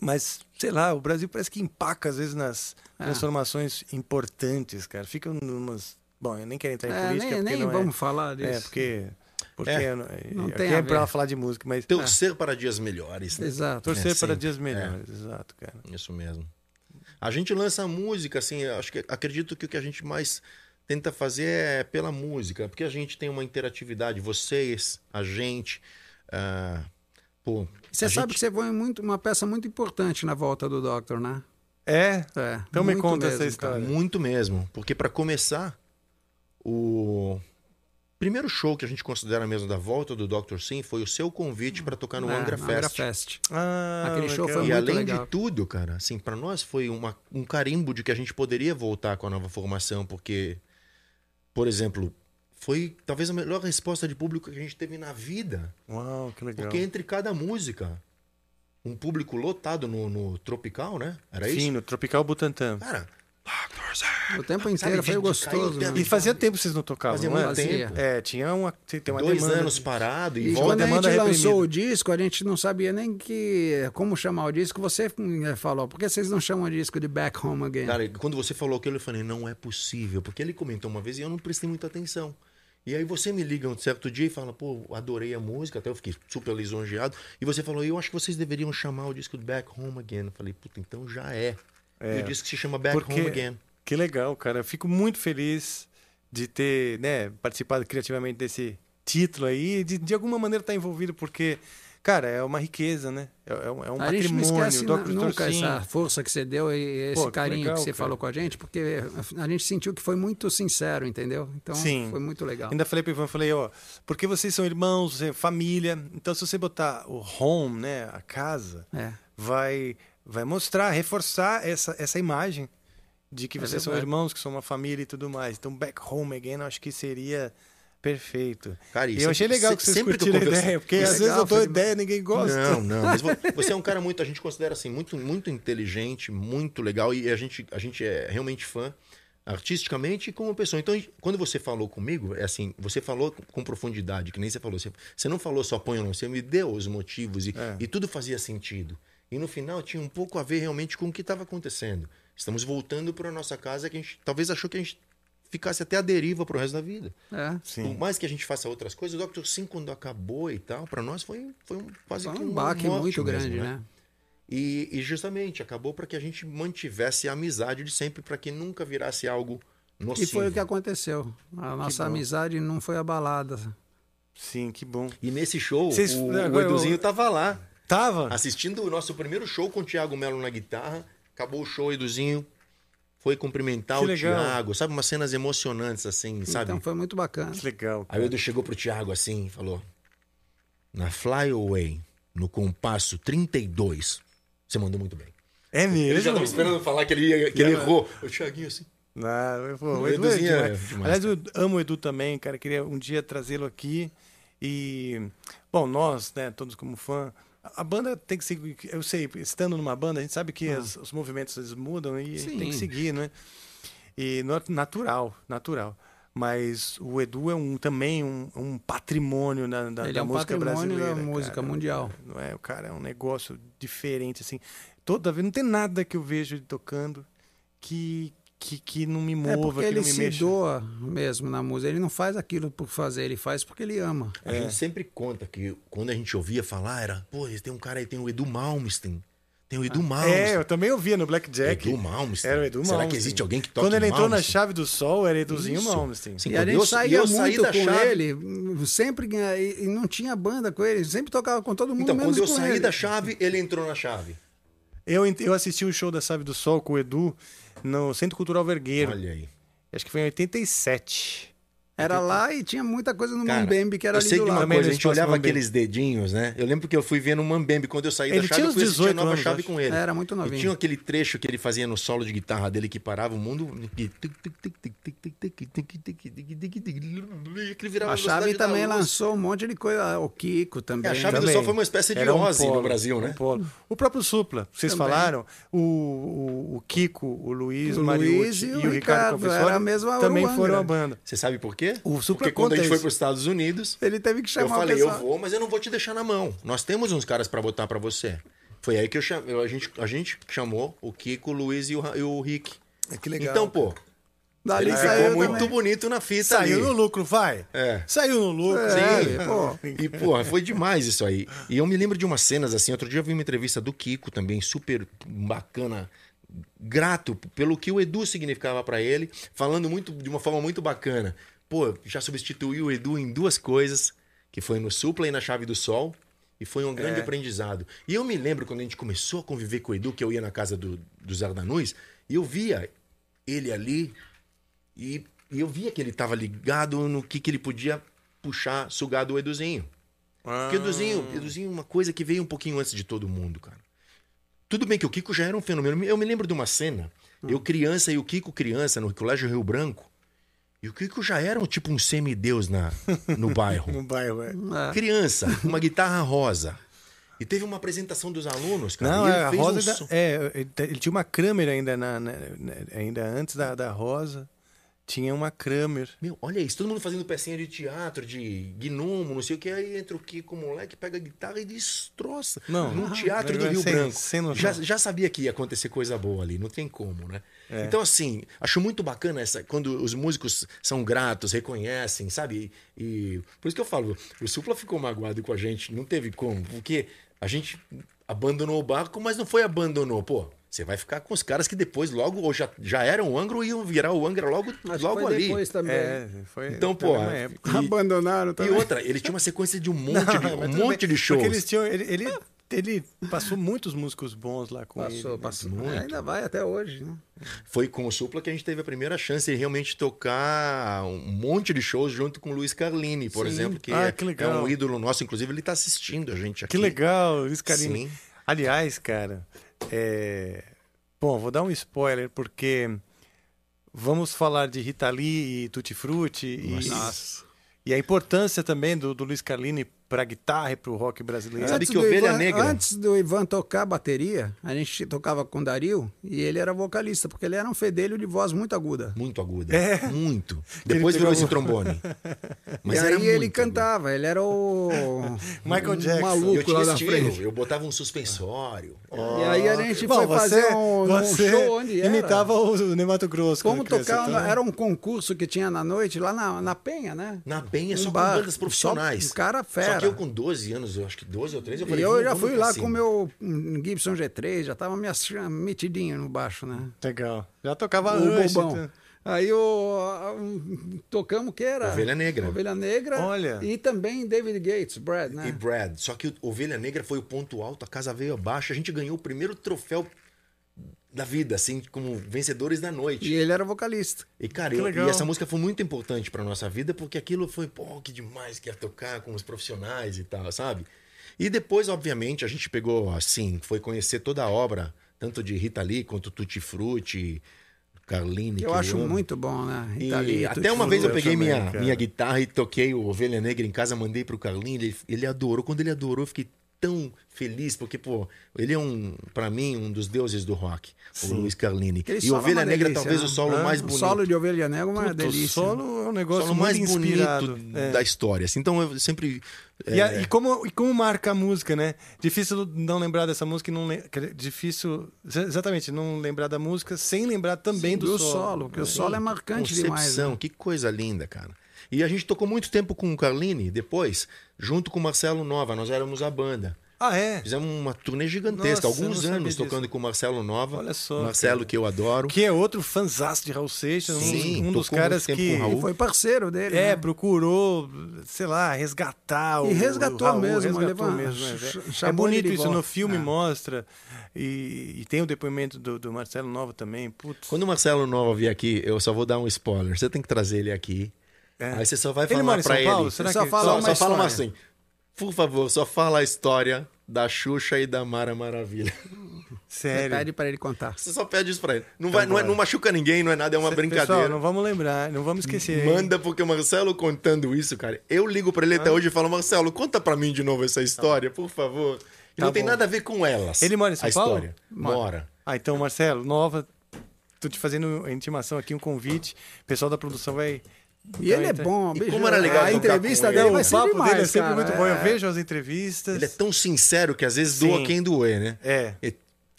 [SPEAKER 1] Mas, sei lá, o Brasil parece que empaca às vezes nas
[SPEAKER 5] É.
[SPEAKER 1] transformações importantes, cara. Fica numas. Bom, eu nem quero entrar em
[SPEAKER 5] É,
[SPEAKER 1] política.
[SPEAKER 5] nem-
[SPEAKER 1] porque
[SPEAKER 5] nem
[SPEAKER 1] não é-
[SPEAKER 5] vamos falar
[SPEAKER 1] É,
[SPEAKER 5] disso.
[SPEAKER 1] porque. Porque
[SPEAKER 4] É.
[SPEAKER 1] eu não, eu-
[SPEAKER 5] Não
[SPEAKER 1] eu
[SPEAKER 5] tem
[SPEAKER 1] quero
[SPEAKER 5] a
[SPEAKER 1] ir pra
[SPEAKER 5] ver.
[SPEAKER 1] lá falar de música, mas. é.
[SPEAKER 4] Torcer para dias melhores. né?
[SPEAKER 5] Exato.
[SPEAKER 1] Torcer
[SPEAKER 4] É,
[SPEAKER 1] para
[SPEAKER 4] sim.
[SPEAKER 1] dias
[SPEAKER 4] É.
[SPEAKER 1] melhores, exato, cara.
[SPEAKER 4] Isso mesmo. A gente lança música, assim, acho que acredito que o que a gente mais tenta fazer é pela música, porque a gente tem uma interatividade, vocês, a gente. ah, pô,
[SPEAKER 5] Você
[SPEAKER 4] a
[SPEAKER 5] sabe
[SPEAKER 4] gente-
[SPEAKER 5] que você foi muito, uma peça muito importante na volta do Doctor, né?
[SPEAKER 1] É?
[SPEAKER 5] É.
[SPEAKER 1] Então me
[SPEAKER 5] muito
[SPEAKER 1] conta essa
[SPEAKER 5] mesmo,
[SPEAKER 1] história.
[SPEAKER 5] cara.
[SPEAKER 4] Muito mesmo, porque para começar, o primeiro show que a gente considera mesmo da volta do Dr. Sim foi o seu convite para tocar no
[SPEAKER 5] É,
[SPEAKER 4] Angra
[SPEAKER 5] no
[SPEAKER 4] Fest.
[SPEAKER 5] Angra Fest.
[SPEAKER 1] Ah,
[SPEAKER 5] Aquele show
[SPEAKER 1] legal.
[SPEAKER 5] foi
[SPEAKER 4] e
[SPEAKER 5] muito
[SPEAKER 4] além
[SPEAKER 5] legal.
[SPEAKER 4] de tudo, cara, assim, para nós foi uma- um carimbo de que a gente poderia voltar com a nova formação, porque, por exemplo, foi talvez a melhor resposta de público que a gente teve na vida.
[SPEAKER 1] Uau, que legal.
[SPEAKER 4] Porque entre cada música, um público lotado no, no Tropical, né? Era
[SPEAKER 1] Sim,
[SPEAKER 4] isso?
[SPEAKER 1] no Tropical Butantan.
[SPEAKER 4] Cara,
[SPEAKER 5] O tempo
[SPEAKER 4] Sabe,
[SPEAKER 5] inteiro
[SPEAKER 4] de-
[SPEAKER 5] foi
[SPEAKER 4] de
[SPEAKER 5] gostoso.
[SPEAKER 4] cair o
[SPEAKER 5] né?
[SPEAKER 1] E fazia tempo que vocês não tocavam,
[SPEAKER 4] Fazia
[SPEAKER 1] não é?
[SPEAKER 4] muito tempo.
[SPEAKER 1] É, tinha uma, tem tem uma
[SPEAKER 4] dois
[SPEAKER 1] demanda.
[SPEAKER 4] anos parado e,
[SPEAKER 5] E
[SPEAKER 4] volta
[SPEAKER 5] quando a gente
[SPEAKER 1] demanda reprimida.
[SPEAKER 5] lançou o disco, a gente não sabia nem que como chamar o disco. Você eh, falou, por que vocês não chamam o disco de Back Home Again?
[SPEAKER 4] Cara, quando você falou aquilo, eu falei, não é possível. Porque ele comentou uma vez e eu não prestei muita atenção. E aí você me liga um certo dia e fala, pô, adorei a música, até eu fiquei super lisonjeado. E você falou, eu acho que vocês deveriam chamar o disco de Back Home Again. Eu falei, puta, então já é.
[SPEAKER 1] É.
[SPEAKER 4] E o disco se chama Back
[SPEAKER 1] Porque-
[SPEAKER 4] Home Again.
[SPEAKER 1] Que legal, cara. Eu fico muito feliz de ter né, participado criativamente desse título aí e de, de alguma maneira estar envolvido, porque, cara, é uma riqueza, né? É, é um, é um
[SPEAKER 5] a gente não
[SPEAKER 1] patrimônio.
[SPEAKER 5] esquece
[SPEAKER 1] o
[SPEAKER 5] nu-
[SPEAKER 1] Dr.
[SPEAKER 5] nunca
[SPEAKER 1] Sim.
[SPEAKER 5] essa força que você deu e esse
[SPEAKER 1] Pô, que
[SPEAKER 5] carinho
[SPEAKER 1] legal,
[SPEAKER 5] que você
[SPEAKER 1] cara.
[SPEAKER 5] falou com a gente, porque a gente sentiu que foi muito sincero, entendeu? Então
[SPEAKER 1] Sim.
[SPEAKER 5] foi muito legal.
[SPEAKER 1] Ainda falei pro Ivan, falei, ó, porque vocês são irmãos, é família, então se você botar o home, né, a casa,
[SPEAKER 5] É.
[SPEAKER 1] vai vai mostrar, reforçar essa, essa imagem de que
[SPEAKER 5] É
[SPEAKER 1] vocês são
[SPEAKER 5] verdade.
[SPEAKER 1] irmãos, que são uma família e tudo mais. Então back home again, eu acho que seria perfeito.
[SPEAKER 4] Cara, e
[SPEAKER 1] e eu achei
[SPEAKER 4] sempre-
[SPEAKER 1] legal que
[SPEAKER 4] se-
[SPEAKER 1] vocês
[SPEAKER 4] sempre que eu
[SPEAKER 1] curtiram a
[SPEAKER 4] converso-
[SPEAKER 1] ideia, porque
[SPEAKER 4] Foi
[SPEAKER 1] às vezes
[SPEAKER 4] legal,
[SPEAKER 1] eu dou
[SPEAKER 4] foi
[SPEAKER 1] ideia e ninguém gosta.
[SPEAKER 4] Não, não. Mas
[SPEAKER 1] [LAUGHS]
[SPEAKER 4] vo- você é um cara muito, a gente considera assim, muito, muito inteligente, muito legal. E a gente, a gente é realmente fã artisticamente e como pessoa. Então, quando você falou comigo, é assim, você falou com profundidade, que nem você falou. Você, você não falou só põe ou não, você me deu os motivos e,
[SPEAKER 1] É.
[SPEAKER 4] e tudo fazia sentido. E no final tinha um pouco a ver realmente com o que estava acontecendo. Estamos voltando para nossa casa que a gente talvez achou que a gente ficasse até à deriva pro resto da vida.
[SPEAKER 5] É.
[SPEAKER 1] Sim.
[SPEAKER 4] Por mais que a gente faça outras coisas, o Dr. Sim, quando acabou e tal, pra nós foi, foi um, quase
[SPEAKER 5] Foi
[SPEAKER 4] que
[SPEAKER 5] um baque
[SPEAKER 4] norte
[SPEAKER 5] muito
[SPEAKER 4] mesmo,
[SPEAKER 5] grande, né?
[SPEAKER 4] E, e justamente acabou pra que a gente mantivesse a amizade de sempre, pra que nunca virasse algo
[SPEAKER 5] E
[SPEAKER 4] nocivo.
[SPEAKER 5] foi o que aconteceu. A nossa
[SPEAKER 4] bom.
[SPEAKER 5] amizade não foi abalada.
[SPEAKER 1] Sim, que bom.
[SPEAKER 4] E nesse show,
[SPEAKER 1] Vocês-
[SPEAKER 4] o, o
[SPEAKER 1] agora eu-
[SPEAKER 4] Eduzinho tava lá.
[SPEAKER 1] Tava?
[SPEAKER 4] Assistindo o nosso primeiro show com o Thiago Melo na guitarra. Acabou o show, Eduzinho foi cumprimentar
[SPEAKER 5] Que
[SPEAKER 4] o
[SPEAKER 5] legal.
[SPEAKER 4] Thiago. Sabe, umas cenas emocionantes, assim, sabe?
[SPEAKER 5] Então foi muito bacana.
[SPEAKER 1] legal.
[SPEAKER 4] Aí o Edu chegou pro Thiago assim e falou: Na Fly Away, no compasso 32, você mandou muito bem.
[SPEAKER 1] É mesmo?
[SPEAKER 4] Ele já tava esperando falar que ele, ia- que ele
[SPEAKER 1] Não,
[SPEAKER 4] errou. O Thiaguinho assim.
[SPEAKER 1] Não, eu, pô,
[SPEAKER 4] O
[SPEAKER 1] o Edu é
[SPEAKER 4] Eduzinho é
[SPEAKER 1] demais.
[SPEAKER 4] demais,
[SPEAKER 1] Aliás, eu amo o Edu também, cara. Queria um dia trazê-lo aqui. E, bom, nós, né, todos como fã, a a banda tem que seguir. Eu sei, estando numa banda, a gente sabe
[SPEAKER 5] Hum.
[SPEAKER 1] que as- os movimentos eles mudam e
[SPEAKER 4] Sim.
[SPEAKER 1] tem que seguir, né? E no- natural, natural. Mas o Edu é um, também um, um patrimônio da, da,
[SPEAKER 5] Ele
[SPEAKER 1] da
[SPEAKER 5] é um
[SPEAKER 1] música
[SPEAKER 5] patrimônio da
[SPEAKER 1] brasileira.
[SPEAKER 5] música
[SPEAKER 1] cara.
[SPEAKER 5] mundial.
[SPEAKER 1] Não é, o cara é um negócio diferente, assim. Toda vez, não tem nada que eu vejo ele tocando que, que, que não me mova,
[SPEAKER 5] É porque
[SPEAKER 1] que
[SPEAKER 5] ele
[SPEAKER 1] não me
[SPEAKER 5] se
[SPEAKER 1] mexa.
[SPEAKER 5] doa mesmo na música. Ele não faz aquilo por fazer, ele faz porque ele ama. É.
[SPEAKER 4] A
[SPEAKER 1] É.
[SPEAKER 4] gente sempre conta que quando a gente ouvia falar era, pô, tem um cara aí, tem o Edu Malmsteen. Tem o Edu Malmsteen.
[SPEAKER 1] É, eu também ouvia no Blackjack.
[SPEAKER 4] Edu Malmsteen.
[SPEAKER 1] Era o Edu
[SPEAKER 4] Um Será que
[SPEAKER 1] Malmsteen.
[SPEAKER 4] existe alguém que toca
[SPEAKER 1] Quando ele entrou na
[SPEAKER 4] Malmsteen?
[SPEAKER 1] Chave do Sol, era Eduzinho
[SPEAKER 4] Isso.
[SPEAKER 1] Malmsteen.
[SPEAKER 4] Sim,
[SPEAKER 5] E a
[SPEAKER 4] quando
[SPEAKER 5] gente
[SPEAKER 4] eu-
[SPEAKER 5] saía
[SPEAKER 4] e eu saí
[SPEAKER 5] muito
[SPEAKER 4] da
[SPEAKER 5] com
[SPEAKER 4] chave-
[SPEAKER 5] ele, sempre ganha- e e não tinha banda com ele, sempre tocava com todo mundo.
[SPEAKER 4] Então,
[SPEAKER 5] menos
[SPEAKER 4] quando eu
[SPEAKER 5] com
[SPEAKER 4] saí
[SPEAKER 5] ele.
[SPEAKER 4] da chave, ele entrou na chave.
[SPEAKER 1] Eu, ent- eu assisti um show da Chave do Sol com o Edu no Centro Cultural Vergueiro.
[SPEAKER 4] Olha aí.
[SPEAKER 1] Acho que foi em 87.
[SPEAKER 5] Era lá e tinha muita coisa no
[SPEAKER 4] Cara,
[SPEAKER 5] Mambembe que era
[SPEAKER 4] eu
[SPEAKER 5] ali
[SPEAKER 4] sei
[SPEAKER 5] do
[SPEAKER 4] que uma
[SPEAKER 5] lado.
[SPEAKER 4] coisa, a gente olhava aqueles dedinhos, né? Eu lembro que eu fui ver no Mambembe. Quando eu saí da
[SPEAKER 5] Ele
[SPEAKER 4] chave,
[SPEAKER 5] tinha
[SPEAKER 4] eu
[SPEAKER 5] uns
[SPEAKER 4] fui assistir a
[SPEAKER 5] 18
[SPEAKER 4] nova
[SPEAKER 5] anos,
[SPEAKER 4] chave
[SPEAKER 5] acho.
[SPEAKER 4] com ele.
[SPEAKER 5] Era muito novinho.
[SPEAKER 4] E tinha aquele trecho que ele fazia no solo de guitarra dele que parava o mundo. e tic, tic, tic, tic, tic, tic, tic, tic, tic, tic, tic, tic, tic, tic, que ele virava
[SPEAKER 5] A chave
[SPEAKER 4] velocidade da
[SPEAKER 5] também
[SPEAKER 4] luz.
[SPEAKER 5] lançou um monte de coisa. O Kiko também.
[SPEAKER 4] É, a chave do
[SPEAKER 1] Também.
[SPEAKER 4] sol foi uma espécie de
[SPEAKER 1] Era um
[SPEAKER 4] Ozzy
[SPEAKER 1] polo,
[SPEAKER 4] no Brasil, né?
[SPEAKER 1] um polo. O próprio Supla, que vocês
[SPEAKER 5] Também.
[SPEAKER 1] falaram, o, o, o Kiko, o Luiz,
[SPEAKER 5] O
[SPEAKER 1] Mariucci
[SPEAKER 5] Luiz
[SPEAKER 1] e, o Ricardo Confessori
[SPEAKER 5] era a mesma
[SPEAKER 1] também
[SPEAKER 5] Uruanga.
[SPEAKER 1] foram a banda.
[SPEAKER 4] Você sabe por quê?
[SPEAKER 1] O Supla
[SPEAKER 4] Porque quando a gente
[SPEAKER 1] conta
[SPEAKER 4] foi
[SPEAKER 1] isso.
[SPEAKER 4] para os Estados Unidos,
[SPEAKER 5] Ele teve que
[SPEAKER 4] eu
[SPEAKER 5] chamar
[SPEAKER 4] falei,
[SPEAKER 5] o
[SPEAKER 4] eu
[SPEAKER 5] pessoal.
[SPEAKER 4] vou, mas eu não vou te deixar na mão. Nós temos uns caras para botar para você. Foi aí que eu cham- eu- a, gente, a gente chamou o Kiko, o Luiz e o, Ra- e o Rick.
[SPEAKER 5] É,
[SPEAKER 1] que legal.
[SPEAKER 4] Então, pô,
[SPEAKER 5] Dali
[SPEAKER 4] ele
[SPEAKER 5] saiu
[SPEAKER 4] ficou muito
[SPEAKER 5] também.
[SPEAKER 4] bonito na fita
[SPEAKER 1] Saiu
[SPEAKER 4] ali.
[SPEAKER 1] no lucro, vai.
[SPEAKER 4] É.
[SPEAKER 1] Saiu no lucro.
[SPEAKER 4] Sim,
[SPEAKER 1] Sim.
[SPEAKER 4] pô. E, porra, foi demais isso aí. E eu me lembro de umas cenas assim. Outro dia eu vi uma entrevista do Kiko também, super bacana. Grato pelo que o Edu significava pra ele, falando muito de uma forma muito bacana. Pô, já substituiu o Edu em duas coisas, que foi no Supla e na Chave do Sol, e foi um grande
[SPEAKER 1] É.
[SPEAKER 4] aprendizado. E eu me lembro quando a gente começou a conviver com o Edu, que eu ia na casa do, do Zardanuz, e eu via ele ali e, e eu via que ele estava ligado no que, que ele podia puxar, sugar do Eduzinho. Porque
[SPEAKER 1] Ah.
[SPEAKER 4] Eduzinho, Eduzinho é uma coisa que veio um pouquinho antes de todo mundo, cara. Tudo bem que o Kiko já era um fenômeno. Eu me lembro de uma cena,
[SPEAKER 1] Hum.
[SPEAKER 4] eu criança e o Kiko criança no Colégio Rio Branco. E o Kiko já era um tipo um semideus na,
[SPEAKER 1] [LAUGHS]
[SPEAKER 4] no bairro.
[SPEAKER 1] No bairro, é.
[SPEAKER 4] Criança, uma guitarra rosa. E teve uma apresentação dos alunos, cara.
[SPEAKER 1] Não, é,
[SPEAKER 4] e ele
[SPEAKER 1] a
[SPEAKER 4] fez um
[SPEAKER 1] Rosa ainda-
[SPEAKER 4] som-
[SPEAKER 1] é, ele te- ele tinha uma câmera ainda, na, na- na- ainda antes da, da Rosa. Tinha uma câmera.
[SPEAKER 4] Meu, olha isso, todo mundo fazendo pecinha de teatro, de gnomo, não sei o que, aí entra o Kiko, o moleque, pega a guitarra e destroça.
[SPEAKER 1] Não,
[SPEAKER 4] no teatro do
[SPEAKER 1] negócio
[SPEAKER 4] Rio
[SPEAKER 1] sem-
[SPEAKER 4] Branco.
[SPEAKER 1] sem noção.
[SPEAKER 4] já, já sabia que ia acontecer coisa boa ali, não tem como, né?
[SPEAKER 1] É.
[SPEAKER 4] Então, assim, acho muito bacana essa, quando os músicos são gratos, reconhecem, sabe? E, e- por isso que eu falo, o Supla ficou magoado com a gente, não teve como, porque a gente abandonou o barco, mas não foi abandonou, pô. Você vai ficar com os caras que depois, logo, ou já, já eram o Angro e iam virar o Angra logo, logo
[SPEAKER 5] foi
[SPEAKER 4] ali.
[SPEAKER 5] depois também.
[SPEAKER 1] É, foi
[SPEAKER 4] Então,
[SPEAKER 1] foi na
[SPEAKER 4] pô,
[SPEAKER 1] mesma época.
[SPEAKER 4] e-
[SPEAKER 5] Abandonaram
[SPEAKER 4] E
[SPEAKER 5] também.
[SPEAKER 4] outra, ele tinha uma sequência
[SPEAKER 1] [LAUGHS]
[SPEAKER 4] de um monte, de,
[SPEAKER 1] Mas
[SPEAKER 4] um
[SPEAKER 1] tudo
[SPEAKER 4] monte
[SPEAKER 1] bem,
[SPEAKER 4] de shows.
[SPEAKER 1] Porque eles tinham, ele, ele, ele passou muitos músicos bons lá com ele.
[SPEAKER 5] Passou,
[SPEAKER 1] né?
[SPEAKER 5] passou.
[SPEAKER 4] Muito.
[SPEAKER 5] Ainda vai até hoje, né?
[SPEAKER 4] Foi com o Supla que a gente teve a primeira chance de realmente tocar um monte de shows junto com o Luiz Carlini, por
[SPEAKER 1] Sim.
[SPEAKER 4] exemplo, que,
[SPEAKER 1] Ah,
[SPEAKER 4] é-
[SPEAKER 1] que legal.
[SPEAKER 4] é um ídolo nosso, inclusive ele está assistindo a gente aqui.
[SPEAKER 1] Que legal, Luiz Carini.
[SPEAKER 4] Sim.
[SPEAKER 1] Aliás, cara, é... bom, vou dar um spoiler, porque vamos falar de Rita Lee e Tutti Frutti e,
[SPEAKER 5] Nossa.
[SPEAKER 1] e a importância também do, do Luiz Carlini para guitarra e para o rock brasileiro.
[SPEAKER 4] Sabe
[SPEAKER 5] Antes
[SPEAKER 4] que
[SPEAKER 5] do
[SPEAKER 4] Ovelha
[SPEAKER 5] Ivan-
[SPEAKER 4] Negra-
[SPEAKER 5] Antes do Ivan tocar bateria, a gente tocava com o Dario e ele era vocalista, porque ele era um fedelho de voz muito aguda. É.
[SPEAKER 4] Muito aguda.
[SPEAKER 5] [LAUGHS]
[SPEAKER 4] Muito.
[SPEAKER 1] ele
[SPEAKER 4] Depois virou
[SPEAKER 1] pegou-
[SPEAKER 4] esse trombone. Mas
[SPEAKER 5] e
[SPEAKER 4] era
[SPEAKER 5] aí ele
[SPEAKER 4] muito aguda.
[SPEAKER 5] cantava, ele era
[SPEAKER 4] [LAUGHS]
[SPEAKER 5] o
[SPEAKER 1] Michael
[SPEAKER 5] um
[SPEAKER 1] Jackson.
[SPEAKER 4] Eu
[SPEAKER 5] maluco
[SPEAKER 4] tinha
[SPEAKER 5] lá na
[SPEAKER 4] estilo,
[SPEAKER 5] frente.
[SPEAKER 4] eu botava um suspensório. Ah.
[SPEAKER 5] E aí a gente
[SPEAKER 1] Bom,
[SPEAKER 5] foi
[SPEAKER 1] você,
[SPEAKER 5] fazer um, um
[SPEAKER 1] você
[SPEAKER 5] show onde era.
[SPEAKER 1] imitava o, o Ney Mato Grosso.
[SPEAKER 5] Como
[SPEAKER 1] quando criança,
[SPEAKER 5] tocar,
[SPEAKER 1] então.
[SPEAKER 5] era um concurso que tinha na noite lá na, na Penha, né?
[SPEAKER 4] Na Penha,
[SPEAKER 5] Um
[SPEAKER 4] só
[SPEAKER 5] bar,
[SPEAKER 4] com bandas profissionais.
[SPEAKER 5] só um cara
[SPEAKER 4] Só
[SPEAKER 5] fera.
[SPEAKER 4] que eu com 12 anos, eu acho que 12 ou 13, eu falei...
[SPEAKER 5] e eu
[SPEAKER 4] "Vamos- assim,
[SPEAKER 5] já
[SPEAKER 4] vamos
[SPEAKER 5] fui
[SPEAKER 4] pra
[SPEAKER 5] lá
[SPEAKER 4] cima."
[SPEAKER 5] com o meu hum, Gibson G3, já tava me ach- metidinho no baixo, né?
[SPEAKER 1] Legal. Já
[SPEAKER 5] O
[SPEAKER 1] tocava antes,
[SPEAKER 5] bobão.
[SPEAKER 1] então.
[SPEAKER 5] Aí o, um, tocamos o que era?
[SPEAKER 4] Ovelha Negra.
[SPEAKER 5] Ovelha Negra.
[SPEAKER 4] Olha.
[SPEAKER 5] E também David Gates, Brad, né?
[SPEAKER 4] E Brad. Só que Ovelha Negra foi o ponto alto, a casa veio abaixo. A gente ganhou o primeiro troféu da vida, assim, como vencedores da noite.
[SPEAKER 5] E ele era vocalista.
[SPEAKER 4] E, cara, eu, e essa música foi muito importante pra nossa vida, porque aquilo foi, pô, que demais que ia tocar com os profissionais e tal, sabe? E depois, obviamente, a gente pegou, assim, foi conhecer toda a obra, tanto de Rita Lee quanto Tutti Frutti, Carline.
[SPEAKER 5] Eu acho muito bom, né?
[SPEAKER 4] E até uma vez eu peguei minha, minha guitarra e toquei o Ovelha Negra em casa, mandei pro Carlinho, ele, ele adorou. Quando ele adorou, eu fiquei tão feliz, porque, pô, ele é um, para mim, um dos deuses do rock,
[SPEAKER 5] Sim.
[SPEAKER 4] o Luiz Carlini.
[SPEAKER 5] Aquele
[SPEAKER 4] E
[SPEAKER 5] solo é
[SPEAKER 4] Ovelha
[SPEAKER 5] uma
[SPEAKER 4] Negra,
[SPEAKER 5] delícia,
[SPEAKER 4] talvez
[SPEAKER 5] né?
[SPEAKER 4] o solo
[SPEAKER 5] Ah,
[SPEAKER 4] mais
[SPEAKER 5] o
[SPEAKER 4] bonito.
[SPEAKER 5] solo de Ovelha Negra é uma
[SPEAKER 4] Puta,
[SPEAKER 5] delícia.
[SPEAKER 4] O solo
[SPEAKER 5] é um negócio
[SPEAKER 4] solo mais
[SPEAKER 5] muito inspirado.
[SPEAKER 4] bonito
[SPEAKER 5] É.
[SPEAKER 4] da história. assim. Então, eu sempre...
[SPEAKER 1] E, a-
[SPEAKER 4] é,
[SPEAKER 1] e como, e como marca a música, né? Difícil não lembrar dessa música e não le- quer dizer, difícil exa- exatamente não lembrar da música sem lembrar também
[SPEAKER 5] Sim,
[SPEAKER 1] do, né?
[SPEAKER 5] do solo, porque o solo é marcante
[SPEAKER 4] né? Concepção,
[SPEAKER 5] demais, né?
[SPEAKER 4] que coisa linda, cara. E a gente tocou muito tempo com o Carlini depois, junto com o Marcelo Nova, nós éramos a banda.
[SPEAKER 1] Ah, é?
[SPEAKER 4] Fizemos uma turnê gigantesca,
[SPEAKER 1] Nossa,
[SPEAKER 4] alguns
[SPEAKER 1] eu não
[SPEAKER 4] anos
[SPEAKER 1] sabia
[SPEAKER 4] tocando com o Marcelo Nova.
[SPEAKER 1] Olha só,
[SPEAKER 4] Marcelo,
[SPEAKER 1] cara.
[SPEAKER 4] que eu adoro.
[SPEAKER 1] Que é outro fanzaço de Raul Seixas, um-
[SPEAKER 4] Sim,
[SPEAKER 1] um, dos
[SPEAKER 4] tocou muito
[SPEAKER 1] caras
[SPEAKER 4] tempo
[SPEAKER 1] que
[SPEAKER 4] com o Raul.
[SPEAKER 5] Foi parceiro dele.
[SPEAKER 1] é,
[SPEAKER 5] né?
[SPEAKER 1] procurou, sei lá, resgatar o
[SPEAKER 5] E resgatou
[SPEAKER 1] o Raul,
[SPEAKER 5] mesmo,
[SPEAKER 1] resgatou
[SPEAKER 5] leva-
[SPEAKER 1] mesmo, é.
[SPEAKER 5] ch-
[SPEAKER 1] É,
[SPEAKER 5] chamou ele
[SPEAKER 1] bonito
[SPEAKER 5] de
[SPEAKER 1] isso,
[SPEAKER 5] volta.
[SPEAKER 1] no filme
[SPEAKER 5] É.
[SPEAKER 1] mostra. E, e tem o depoimento do, do Marcelo Nova também. Putz.
[SPEAKER 4] Quando o Marcelo Nova vier aqui, eu só vou dar um spoiler. Você tem que trazer ele aqui.
[SPEAKER 1] É.
[SPEAKER 4] Aí você só vai
[SPEAKER 1] Ele
[SPEAKER 4] falar
[SPEAKER 1] mora em
[SPEAKER 4] pra
[SPEAKER 1] São Paulo?
[SPEAKER 4] ele.
[SPEAKER 1] Será
[SPEAKER 4] só
[SPEAKER 1] que-
[SPEAKER 4] fala,
[SPEAKER 1] só
[SPEAKER 4] só,
[SPEAKER 1] uma
[SPEAKER 4] fala uma
[SPEAKER 1] história.
[SPEAKER 4] assim. Por favor, só fala a história da Xuxa e da Mara Maravilha.
[SPEAKER 1] Sério.
[SPEAKER 5] Pede pra ele contar.
[SPEAKER 4] Você só pede isso pra ele. Não,
[SPEAKER 1] Então
[SPEAKER 4] vai, não, é-
[SPEAKER 1] bora.
[SPEAKER 4] não machuca ninguém, não é nada, é uma
[SPEAKER 1] Cê-
[SPEAKER 4] brincadeira.
[SPEAKER 1] Pessoal, não vamos lembrar, não vamos esquecer. hein?
[SPEAKER 4] Manda, porque o Marcelo contando isso, cara. Eu ligo pra ele
[SPEAKER 1] Ah.
[SPEAKER 4] até hoje e falo, Marcelo, conta pra mim de novo essa história, por favor. E
[SPEAKER 1] Tá
[SPEAKER 4] não tem
[SPEAKER 1] bom.
[SPEAKER 4] nada a ver com elas.
[SPEAKER 1] Ele mora em São
[SPEAKER 4] a
[SPEAKER 1] Paulo?
[SPEAKER 4] história. Mora.
[SPEAKER 1] Ah, então, Marcelo, nova. Tô te fazendo a intimação aqui, um convite. O pessoal da produção vai.
[SPEAKER 5] E ele é bom, bicho.
[SPEAKER 4] como era legal
[SPEAKER 5] A
[SPEAKER 4] tocar
[SPEAKER 5] entrevista
[SPEAKER 4] com ele,
[SPEAKER 5] dele
[SPEAKER 4] né?
[SPEAKER 5] vai
[SPEAKER 1] O
[SPEAKER 5] ser
[SPEAKER 1] papo
[SPEAKER 5] demais,
[SPEAKER 1] dele é sempre
[SPEAKER 5] cara.
[SPEAKER 1] muito bom. Eu
[SPEAKER 5] É.
[SPEAKER 1] vejo as entrevistas.
[SPEAKER 4] Ele é tão sincero que às vezes
[SPEAKER 1] Sim.
[SPEAKER 4] doa quem doer, né?
[SPEAKER 1] É.
[SPEAKER 4] E-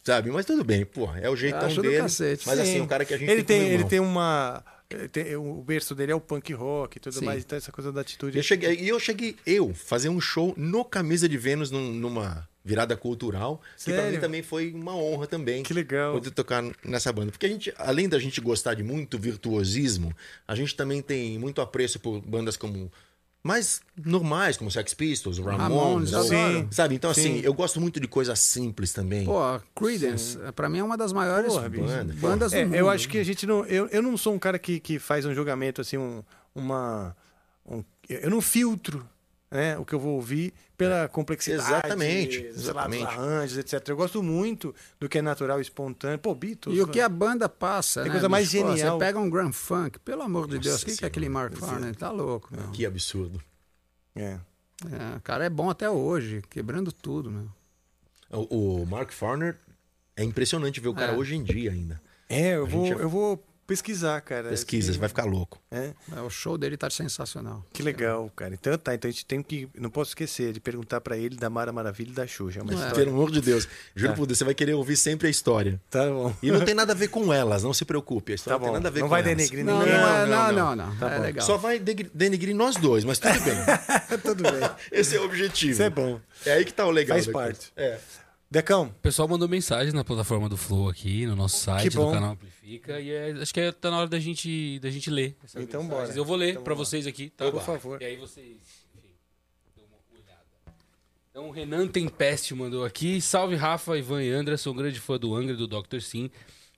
[SPEAKER 4] sabe? Mas tudo bem, porra. É o jeitão
[SPEAKER 5] Acho do
[SPEAKER 4] dele.
[SPEAKER 5] cacete.
[SPEAKER 4] Mas assim,
[SPEAKER 1] Sim.
[SPEAKER 4] o cara que a gente
[SPEAKER 1] ele
[SPEAKER 4] tem,
[SPEAKER 1] tem,
[SPEAKER 4] como
[SPEAKER 1] ele
[SPEAKER 4] irmão.
[SPEAKER 1] tem uma eh, tem- o berço dele é o punk rock e tudo
[SPEAKER 4] Sim.
[SPEAKER 1] mais, então essa coisa da atitude.
[SPEAKER 4] Eu cheguei, e eu cheguei, eu, fazer um show no Camisa de Vênus, num- numa virada cultural, que pra
[SPEAKER 1] Sério?
[SPEAKER 4] mim também foi uma honra também.
[SPEAKER 1] Que legal.
[SPEAKER 4] Poder tocar nessa banda. Porque a gente, além da gente gostar de muito virtuosismo, a gente também tem muito apreço por bandas como mais normais, como Sex Pistols, Ramones,
[SPEAKER 5] Ramones,
[SPEAKER 4] ou-
[SPEAKER 5] adoro.
[SPEAKER 4] sabe? Então assim,
[SPEAKER 1] Sim.
[SPEAKER 4] eu gosto muito de coisa simples também.
[SPEAKER 5] Pô, Creedence, pra mim é uma das maiores
[SPEAKER 1] Porra, bicho.
[SPEAKER 5] bandas, bandas do
[SPEAKER 1] É,
[SPEAKER 5] mundo.
[SPEAKER 1] eu acho que a gente não. Eu, eu não sou um cara que, que faz um julgamento assim, um, uma. um- eu não filtro né, o que eu vou ouvir pela complexidade.
[SPEAKER 4] Exatamente,
[SPEAKER 1] sei lá, dos
[SPEAKER 4] exatamente.
[SPEAKER 1] arranjos, etc. Eu gosto muito do que é natural, espontâneo. Pô, Beatles.
[SPEAKER 5] E o que a banda passa,
[SPEAKER 1] Tem
[SPEAKER 5] né,
[SPEAKER 1] coisa mais
[SPEAKER 5] bicho? Pô,
[SPEAKER 1] genial.
[SPEAKER 5] Você pega um Grand Funk, pelo amor de
[SPEAKER 4] Nossa
[SPEAKER 5] Deus, o que, que é
[SPEAKER 4] Senhora.
[SPEAKER 5] aquele Mark Farner? Tá louco, meu.
[SPEAKER 4] Que absurdo.
[SPEAKER 1] É.
[SPEAKER 5] É, o cara é bom até hoje, quebrando tudo, meu.
[SPEAKER 4] O, o Mark Farner é impressionante ver o cara
[SPEAKER 5] É.
[SPEAKER 4] hoje em dia ainda.
[SPEAKER 1] É, eu
[SPEAKER 4] A
[SPEAKER 1] vou,
[SPEAKER 4] gente-
[SPEAKER 1] eu vou pesquisar, cara.
[SPEAKER 4] Pesquisa, você vai ficar louco.
[SPEAKER 1] É.
[SPEAKER 5] É, O show dele tá sensacional.
[SPEAKER 1] Que legal, cara. Então tá, então a gente tem que. Não posso esquecer de perguntar pra ele da Mara Maravilha e da Xuxa. É uma história.
[SPEAKER 4] Pelo amor de Deus. Juro
[SPEAKER 1] Tá.
[SPEAKER 4] por Deus, você vai querer ouvir sempre a história.
[SPEAKER 1] Tá bom.
[SPEAKER 4] E não tem nada a ver com elas, não se preocupe. A história
[SPEAKER 1] Tá bom.
[SPEAKER 4] não tem nada a ver
[SPEAKER 1] Não
[SPEAKER 4] com
[SPEAKER 1] vai
[SPEAKER 4] elas.
[SPEAKER 1] denegrir
[SPEAKER 5] Não, não,
[SPEAKER 1] ninguém.
[SPEAKER 5] é- não,
[SPEAKER 1] não,
[SPEAKER 5] não,
[SPEAKER 1] não.
[SPEAKER 5] não.
[SPEAKER 1] Tá
[SPEAKER 5] é
[SPEAKER 1] bom.
[SPEAKER 5] legal.
[SPEAKER 4] Só vai degri- denegrir nós dois, mas tudo bem.
[SPEAKER 1] [LAUGHS] Tudo bem.
[SPEAKER 4] Esse é o objetivo.
[SPEAKER 1] Isso é bom.
[SPEAKER 4] É aí que tá o legal.
[SPEAKER 1] Faz
[SPEAKER 4] da coisa.
[SPEAKER 1] parte.
[SPEAKER 4] É.
[SPEAKER 1] Decão,
[SPEAKER 8] O pessoal mandou mensagem na plataforma do Flow aqui, no nosso site, do
[SPEAKER 1] bom.
[SPEAKER 8] canal Amplifica. E é- acho que é, tá na hora da gente, da gente ler. essas
[SPEAKER 1] Então
[SPEAKER 8] mensagens.
[SPEAKER 1] bora.
[SPEAKER 8] Eu vou ler
[SPEAKER 1] Então
[SPEAKER 8] pra
[SPEAKER 1] vamos lá.
[SPEAKER 8] vocês aqui, tá?
[SPEAKER 1] por favor.
[SPEAKER 8] E aí vocês, enfim, dão uma olhada. Então, o Renan Tempeste mandou aqui. Salve, Rafa, Ivan e Andra. Sou um grande fã do Angra e do Dr. Sim.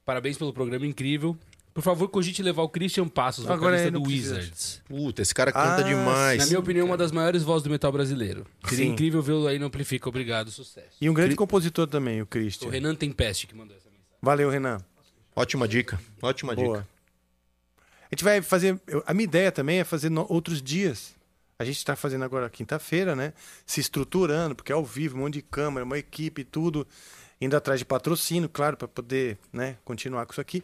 [SPEAKER 8] Parabéns pelo programa incrível. Por favor, cogite levar o Christian Passos,
[SPEAKER 1] [LAUGHS] Agora
[SPEAKER 8] vocalista
[SPEAKER 1] aí não
[SPEAKER 8] do
[SPEAKER 1] precisa.
[SPEAKER 8] Wizards.
[SPEAKER 4] Puta, esse cara canta
[SPEAKER 1] Ah,
[SPEAKER 4] É demais.
[SPEAKER 8] Na minha opinião, uma das maiores vozes do metal brasileiro. Seria
[SPEAKER 1] Sim.
[SPEAKER 8] incrível vê-lo aí no Amplifica. Obrigado, sucesso.
[SPEAKER 1] E um grande
[SPEAKER 4] Cri-
[SPEAKER 1] compositor também, o
[SPEAKER 8] O
[SPEAKER 1] Christian.
[SPEAKER 8] Renan Tempeste que mandou essa mensagem.
[SPEAKER 1] Valeu, Renan.
[SPEAKER 4] Ótima dica. Ótima
[SPEAKER 1] Boa.
[SPEAKER 4] dica.
[SPEAKER 1] A gente vai fazer. eu- A minha ideia também é fazer no- outros dias. A gente está fazendo agora quinta-feira, né? Se estruturando, porque é ao vivo, um monte de câmera, uma equipe, tudo. Indo atrás de patrocínio, claro, para poder né, continuar com isso aqui.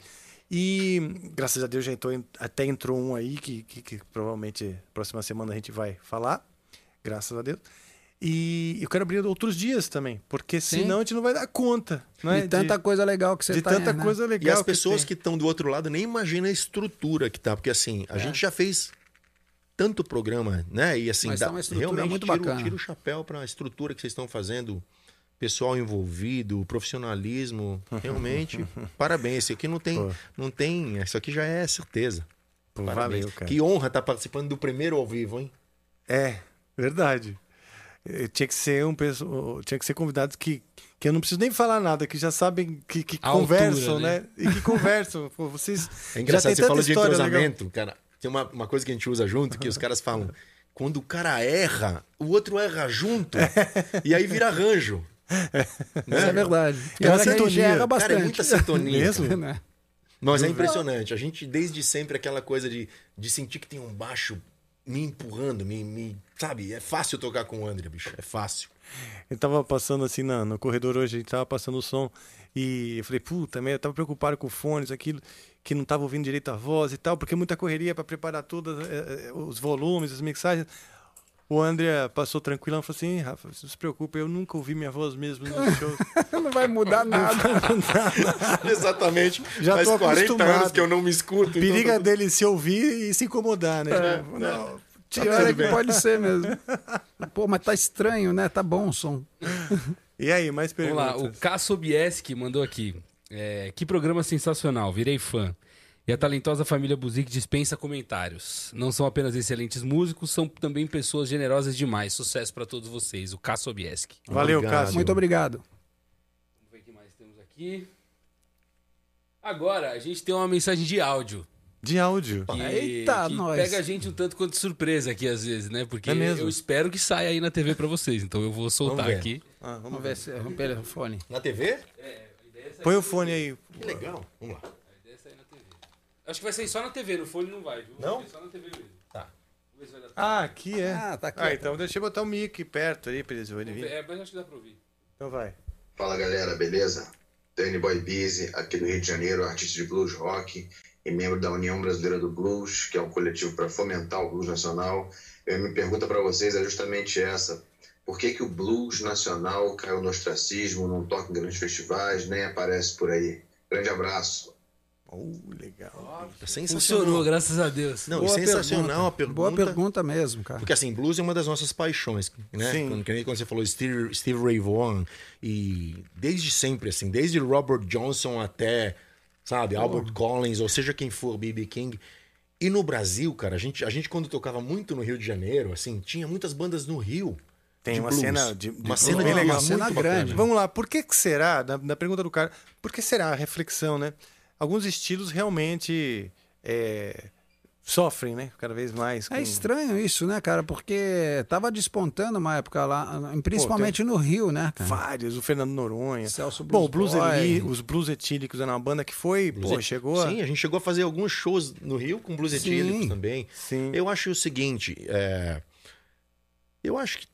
[SPEAKER 1] E graças a Deus já entrou, até entrou um aí que, que, que provavelmente próxima semana a gente vai falar. Graças a Deus. E eu quero abrir outros dias também, porque
[SPEAKER 5] Sim.
[SPEAKER 1] senão a gente não vai dar conta. Não é?
[SPEAKER 5] De tanta coisa legal que você
[SPEAKER 1] de
[SPEAKER 5] tá
[SPEAKER 1] tanta
[SPEAKER 5] aí, né?
[SPEAKER 1] coisa
[SPEAKER 4] E
[SPEAKER 1] legal.
[SPEAKER 4] as pessoas
[SPEAKER 1] tem.
[SPEAKER 4] que estão do outro lado nem imaginam a estrutura que tá. Porque assim,
[SPEAKER 5] É.
[SPEAKER 4] a gente já fez tanto programa, né? E assim,
[SPEAKER 5] Mas tá uma estrutura
[SPEAKER 4] realmente
[SPEAKER 5] muito
[SPEAKER 4] tiro,
[SPEAKER 5] bacana.
[SPEAKER 4] tiro o chapéu pra estrutura que vocês estão fazendo pessoal envolvido, o
[SPEAKER 1] [LAUGHS]
[SPEAKER 4] profissionalismo. Realmente, parabéns. Isso aqui não tem, não tem. Isso aqui já é certeza.
[SPEAKER 1] Pô,
[SPEAKER 4] Parabéns.
[SPEAKER 1] valeu, cara.
[SPEAKER 4] Que honra estar participando do primeiro ao vivo, hein?
[SPEAKER 1] É, verdade. Eu tinha que ser um pessoal, tinha que ser convidado que, que eu não preciso nem falar nada, que já sabem que, que
[SPEAKER 4] A altura,
[SPEAKER 1] conversam,
[SPEAKER 4] né?
[SPEAKER 1] né? E que conversam. Pô, vocês
[SPEAKER 4] É engraçado, você falou de
[SPEAKER 1] legal.
[SPEAKER 4] entrosamento, cara. Tem uma, uma coisa que a gente usa junto, que os caras falam, quando o cara erra, o outro é erra junto, e aí vira arranjo.
[SPEAKER 5] Isso é verdade.
[SPEAKER 4] É uma
[SPEAKER 5] Cara, que
[SPEAKER 4] sintonia.
[SPEAKER 5] gera bastante.
[SPEAKER 4] Cara, é muita sintonia.
[SPEAKER 5] Mesmo?
[SPEAKER 4] Né? Mas é
[SPEAKER 5] Não.
[SPEAKER 4] impressionante. A gente, desde sempre, aquela coisa de, de sentir que tem um baixo me empurrando, me, me- Sabe? É fácil tocar com o André, bicho. É fácil.
[SPEAKER 1] Eu tava passando assim na, no corredor hoje, a gente tava passando o som e eu falei, puta, merda, eu tava preocupado com fones, aquilo, que não tava ouvindo direito a voz e tal, porque é muita correria para preparar todos é, os volumes, as mixagens. O André passou tranquilão e falou assim: "Ih, Rafa, não se preocupe, eu nunca ouvi minha voz mesmo
[SPEAKER 4] [LAUGHS]
[SPEAKER 1] nos shows.
[SPEAKER 5] Não vai
[SPEAKER 1] [LAUGHS]
[SPEAKER 5] mudar nada.
[SPEAKER 1] Tá
[SPEAKER 4] Exatamente.
[SPEAKER 1] Já
[SPEAKER 4] Faz
[SPEAKER 1] tô
[SPEAKER 4] 40 anos
[SPEAKER 1] acostumado.
[SPEAKER 4] que eu não me escuto. então
[SPEAKER 1] Periga
[SPEAKER 4] tá tudo-
[SPEAKER 1] dele se ouvir e se incomodar, né?
[SPEAKER 5] É,
[SPEAKER 1] Tipo,
[SPEAKER 5] é.
[SPEAKER 1] não,
[SPEAKER 5] Pior
[SPEAKER 1] tudo
[SPEAKER 5] é que
[SPEAKER 1] bem.
[SPEAKER 5] pode ser mesmo. Pô, mas tá estranho, né? Tá bom o som.
[SPEAKER 1] E aí, mais
[SPEAKER 8] Vamos lá,
[SPEAKER 1] perguntas?
[SPEAKER 8] o Kassobieski mandou aqui. é, que programa sensacional, virei fã. E a talentosa família Buzik dispensa comentários. Não são apenas excelentes músicos, são também pessoas generosas demais. Sucesso pra todos vocês, o Kassobieski.
[SPEAKER 1] Valeu, Cássio.
[SPEAKER 5] Muito obrigado.
[SPEAKER 8] Aqui. Agora, a gente tem uma mensagem de áudio.
[SPEAKER 1] De áudio.
[SPEAKER 8] que-
[SPEAKER 5] Eita,
[SPEAKER 8] que
[SPEAKER 5] nós.
[SPEAKER 8] Pega a gente um tanto quanto de surpresa aqui às vezes, né? Porque
[SPEAKER 1] É mesmo?
[SPEAKER 8] eu espero que saia aí na TV pra vocês. Então eu vou soltar
[SPEAKER 1] ver.
[SPEAKER 8] aqui.
[SPEAKER 1] Ah, vamos
[SPEAKER 5] Vamos ver se romper o fone.
[SPEAKER 4] Na
[SPEAKER 8] É,
[SPEAKER 4] TV?
[SPEAKER 1] Põe o fone aí.
[SPEAKER 4] Que legal. Vamos lá.
[SPEAKER 8] é Acho que vai sair só na TV, no fone não vai. Viu?
[SPEAKER 4] Não?
[SPEAKER 8] Vai ser Só na TV mesmo.
[SPEAKER 4] Tá.
[SPEAKER 1] Ah, aqui
[SPEAKER 5] [LAUGHS]
[SPEAKER 1] é.
[SPEAKER 5] Ah, tá aqui.
[SPEAKER 1] então deixa eu botar o mic perto aí pra eles ouvirem.
[SPEAKER 8] É, mas acho que dá
[SPEAKER 5] [LAUGHS]
[SPEAKER 8] pra ouvir.
[SPEAKER 1] Então vai.
[SPEAKER 17] [LAUGHS] Fala galera, beleza? Danny Boy Busy, aqui do Rio de Janeiro, artista de blues rock e membro da União Brasileira do Blues, que é um coletivo para fomentar o blues nacional. E a minha pergunta para vocês é justamente essa: por que, que o blues nacional caiu no ostracismo, não toca em grandes festivais, nem aparece por aí? Grande abraço.
[SPEAKER 1] legal.
[SPEAKER 4] Oh, Tá Sensacional.
[SPEAKER 8] Funcionou, graças a Deus.
[SPEAKER 4] Não,
[SPEAKER 5] Boa
[SPEAKER 4] sensacional a pergunta.
[SPEAKER 5] Boa pergunta mesmo, cara.
[SPEAKER 4] Porque assim, blues é uma das nossas paixões, né?
[SPEAKER 1] Sim.
[SPEAKER 4] Quando, que nem quando você falou Steve, Steve Ray Vaughan e desde sempre, assim, desde Robert Johnson até, sabe, Albert Collins, ou seja quem for, B.B. King. E no Brasil, cara, a gente, a gente quando tocava muito no Rio de Janeiro, assim, tinha muitas bandas no Rio.
[SPEAKER 1] Tem
[SPEAKER 4] de
[SPEAKER 1] uma
[SPEAKER 4] blues.
[SPEAKER 1] cena de, de
[SPEAKER 4] uma cena
[SPEAKER 1] bem
[SPEAKER 4] de
[SPEAKER 1] legal,
[SPEAKER 4] uma cena
[SPEAKER 1] muito
[SPEAKER 4] grande.
[SPEAKER 1] bacana. Vamos lá, por que que será, na, na pergunta do cara, por que será a reflexão, né? Alguns estilos realmente é, sofrem, né? Cada vez mais. com-
[SPEAKER 5] É estranho isso, né, cara? Porque tava despontando uma época lá, principalmente
[SPEAKER 1] tem- É.
[SPEAKER 5] no Rio, né, cara?
[SPEAKER 1] Vários, o Fernando Noronha.
[SPEAKER 5] Celso
[SPEAKER 1] Bom, o
[SPEAKER 5] Blues
[SPEAKER 1] Blues é Eli,
[SPEAKER 5] Boy.
[SPEAKER 1] os Blues Etílicos era uma banda que foi,
[SPEAKER 4] Blues
[SPEAKER 1] pô,
[SPEAKER 4] et-
[SPEAKER 1] chegou a...
[SPEAKER 4] Sim, a gente chegou a fazer alguns shows no Rio com blues
[SPEAKER 1] Sim.
[SPEAKER 4] etílicos também.
[SPEAKER 1] Sim.
[SPEAKER 4] Eu acho o seguinte, é, eu acho que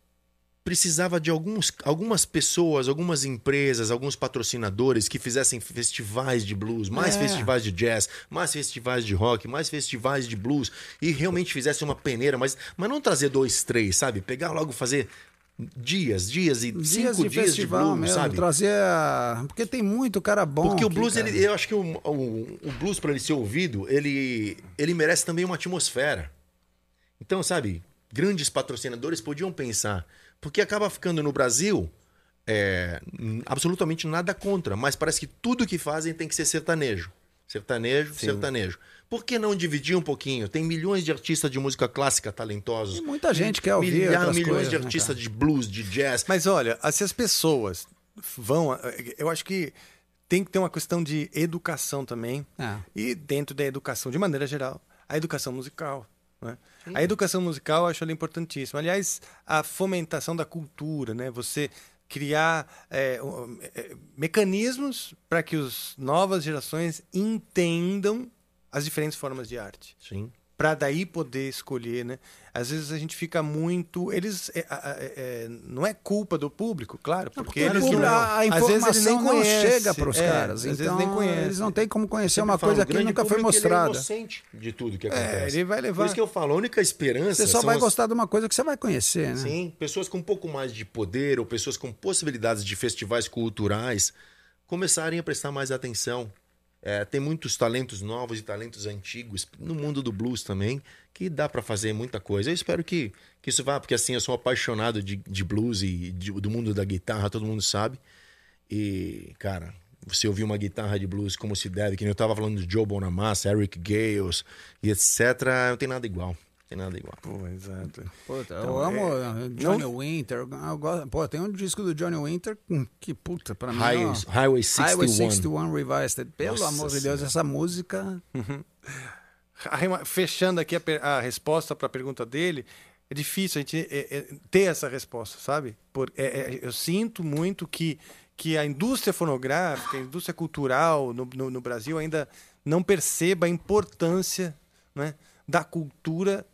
[SPEAKER 4] precisava de alguns, algumas pessoas, algumas empresas, alguns patrocinadores que fizessem festivais de blues, mais
[SPEAKER 5] É.
[SPEAKER 4] festivais de jazz, mais festivais de rock, mais festivais de blues e realmente fizesse uma peneira, mas, mas não trazer dois, três, sabe? Pegar logo fazer dias, dias e
[SPEAKER 5] Dias de
[SPEAKER 4] cinco dias de
[SPEAKER 5] festival
[SPEAKER 4] blues,
[SPEAKER 5] mesmo,
[SPEAKER 4] sabe?
[SPEAKER 5] trazer a... Porque tem muito cara bom
[SPEAKER 4] Porque o
[SPEAKER 5] aqui,
[SPEAKER 4] blues,
[SPEAKER 5] cara.
[SPEAKER 4] ele, eu acho que o, o- o blues, para ele ser ouvido, ele, ele merece também uma atmosfera. Então, sabe, grandes patrocinadores podiam pensar. Porque acaba ficando no Brasil é, n- absolutamente nada contra, mas parece que tudo que fazem tem que ser sertanejo. Sertanejo, sertanejo. Por que não dividir um pouquinho? Tem milhões de artistas de música clássica talentosos.
[SPEAKER 5] E muita gente quer ouvir outras
[SPEAKER 4] milhões
[SPEAKER 5] coisas,
[SPEAKER 4] de
[SPEAKER 5] né,
[SPEAKER 4] artistas
[SPEAKER 5] cara?
[SPEAKER 4] de blues, de jazz.
[SPEAKER 1] Mas olha, ah, se as pessoas vão. ah, Eu acho que tem que ter uma questão de educação também.
[SPEAKER 5] Ah.
[SPEAKER 1] E dentro da educação, de maneira geral, a educação musical. Né? A educação musical eu acho ela importantíssima. Aliás, a fomentação da cultura, né? Você criar é, um, é, mecanismos para que as novas gerações entendam as diferentes formas de arte
[SPEAKER 4] Sim.
[SPEAKER 1] para daí poder escolher, né? Às vezes a gente fica muito, eles é, é, é, não é culpa do público, claro, porque,
[SPEAKER 5] Porque
[SPEAKER 1] eles
[SPEAKER 5] a-
[SPEAKER 1] não,
[SPEAKER 5] a
[SPEAKER 1] às vezes
[SPEAKER 5] informação
[SPEAKER 1] eles nem
[SPEAKER 5] não
[SPEAKER 1] conhecem,
[SPEAKER 5] chega para os
[SPEAKER 1] é,
[SPEAKER 5] caras.
[SPEAKER 1] às vezes
[SPEAKER 5] então,
[SPEAKER 1] nem conhecem.
[SPEAKER 5] eles não têm como conhecer
[SPEAKER 4] Sempre
[SPEAKER 5] uma
[SPEAKER 4] falo,
[SPEAKER 5] coisa
[SPEAKER 4] o
[SPEAKER 5] que
[SPEAKER 4] grande
[SPEAKER 5] nunca foi
[SPEAKER 4] público, ele É
[SPEAKER 5] mostrada.
[SPEAKER 1] né?
[SPEAKER 5] É,
[SPEAKER 4] inocente de tudo que acontece.
[SPEAKER 1] ele vai levar.
[SPEAKER 4] Por isso que eu falo, a única esperança.
[SPEAKER 5] Você só
[SPEAKER 4] são
[SPEAKER 5] vai
[SPEAKER 4] as-
[SPEAKER 5] gostar de uma coisa que você vai conhecer, né?
[SPEAKER 4] Sim, pessoas com um pouco mais de poder ou pessoas com possibilidades de festivais culturais começarem a prestar mais atenção. É, tem muitos talentos novos e talentos antigos no mundo do blues também, que dá para fazer muita coisa. Eu espero que, que isso vá, porque assim, eu sou apaixonado de, de blues e de- do mundo da guitarra, todo mundo sabe. E, cara, você ouvir uma guitarra de blues como se deve, que nem eu tava falando de Joe Bonamassa, Eric Gales e etc., não tem nada igual. Não tem nada igual.
[SPEAKER 1] Pô, exato.
[SPEAKER 5] Puta,
[SPEAKER 1] Então,
[SPEAKER 5] eu amo
[SPEAKER 1] é,
[SPEAKER 5] eh, Johnny Winter. Eu gosto, pô, tem um disco do Johnny Winter hum, que, puta, pra mim.
[SPEAKER 4] Highway-
[SPEAKER 5] ó,
[SPEAKER 4] Highway 61.
[SPEAKER 5] Highway 61 Revisited. Pelo
[SPEAKER 1] Nossa
[SPEAKER 5] amor de Deus,
[SPEAKER 1] Senhora.
[SPEAKER 5] essa música.
[SPEAKER 1] Arrema- Fechando aqui a, per- a resposta para a pergunta dele, é difícil a gente é, é, ter essa resposta, sabe? Por, é, é, eu sinto muito que, que a indústria fonográfica, a indústria cultural no, no, no Brasil ainda não perceba a importância né, da cultura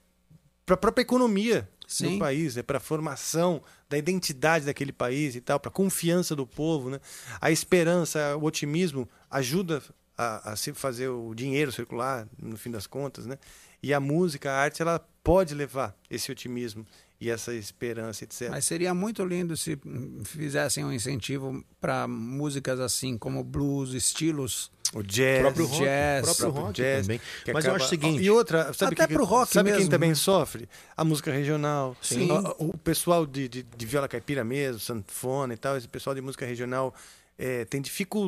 [SPEAKER 1] para a própria economia
[SPEAKER 5] Sim.
[SPEAKER 1] do país, é para a formação da identidade daquele país e tal, para a confiança do povo, né? A esperança, o otimismo ajuda a, a se fazer o dinheiro circular no fim das contas, né? E a música, a arte, ela pode levar esse otimismo e essa esperança, etc.
[SPEAKER 5] Mas seria muito lindo se hum, fizessem um incentivo para músicas assim, como blues, estilos.
[SPEAKER 1] O jazz,
[SPEAKER 4] O próprio rock,
[SPEAKER 5] jazz,
[SPEAKER 4] o próprio rock
[SPEAKER 1] jazz,
[SPEAKER 4] também.
[SPEAKER 1] que
[SPEAKER 4] Mas eu acho o seguinte-
[SPEAKER 1] E outra, sabe,
[SPEAKER 5] Até
[SPEAKER 1] quem,
[SPEAKER 5] pro rock
[SPEAKER 1] sabe quem
[SPEAKER 5] mesmo,
[SPEAKER 1] também
[SPEAKER 5] né?
[SPEAKER 1] sofre? A música regional. Então,
[SPEAKER 5] Sim.
[SPEAKER 1] O, o pessoal de, de, de viola caipira mesmo, sanfona e tal, esse pessoal de música regional eh, tem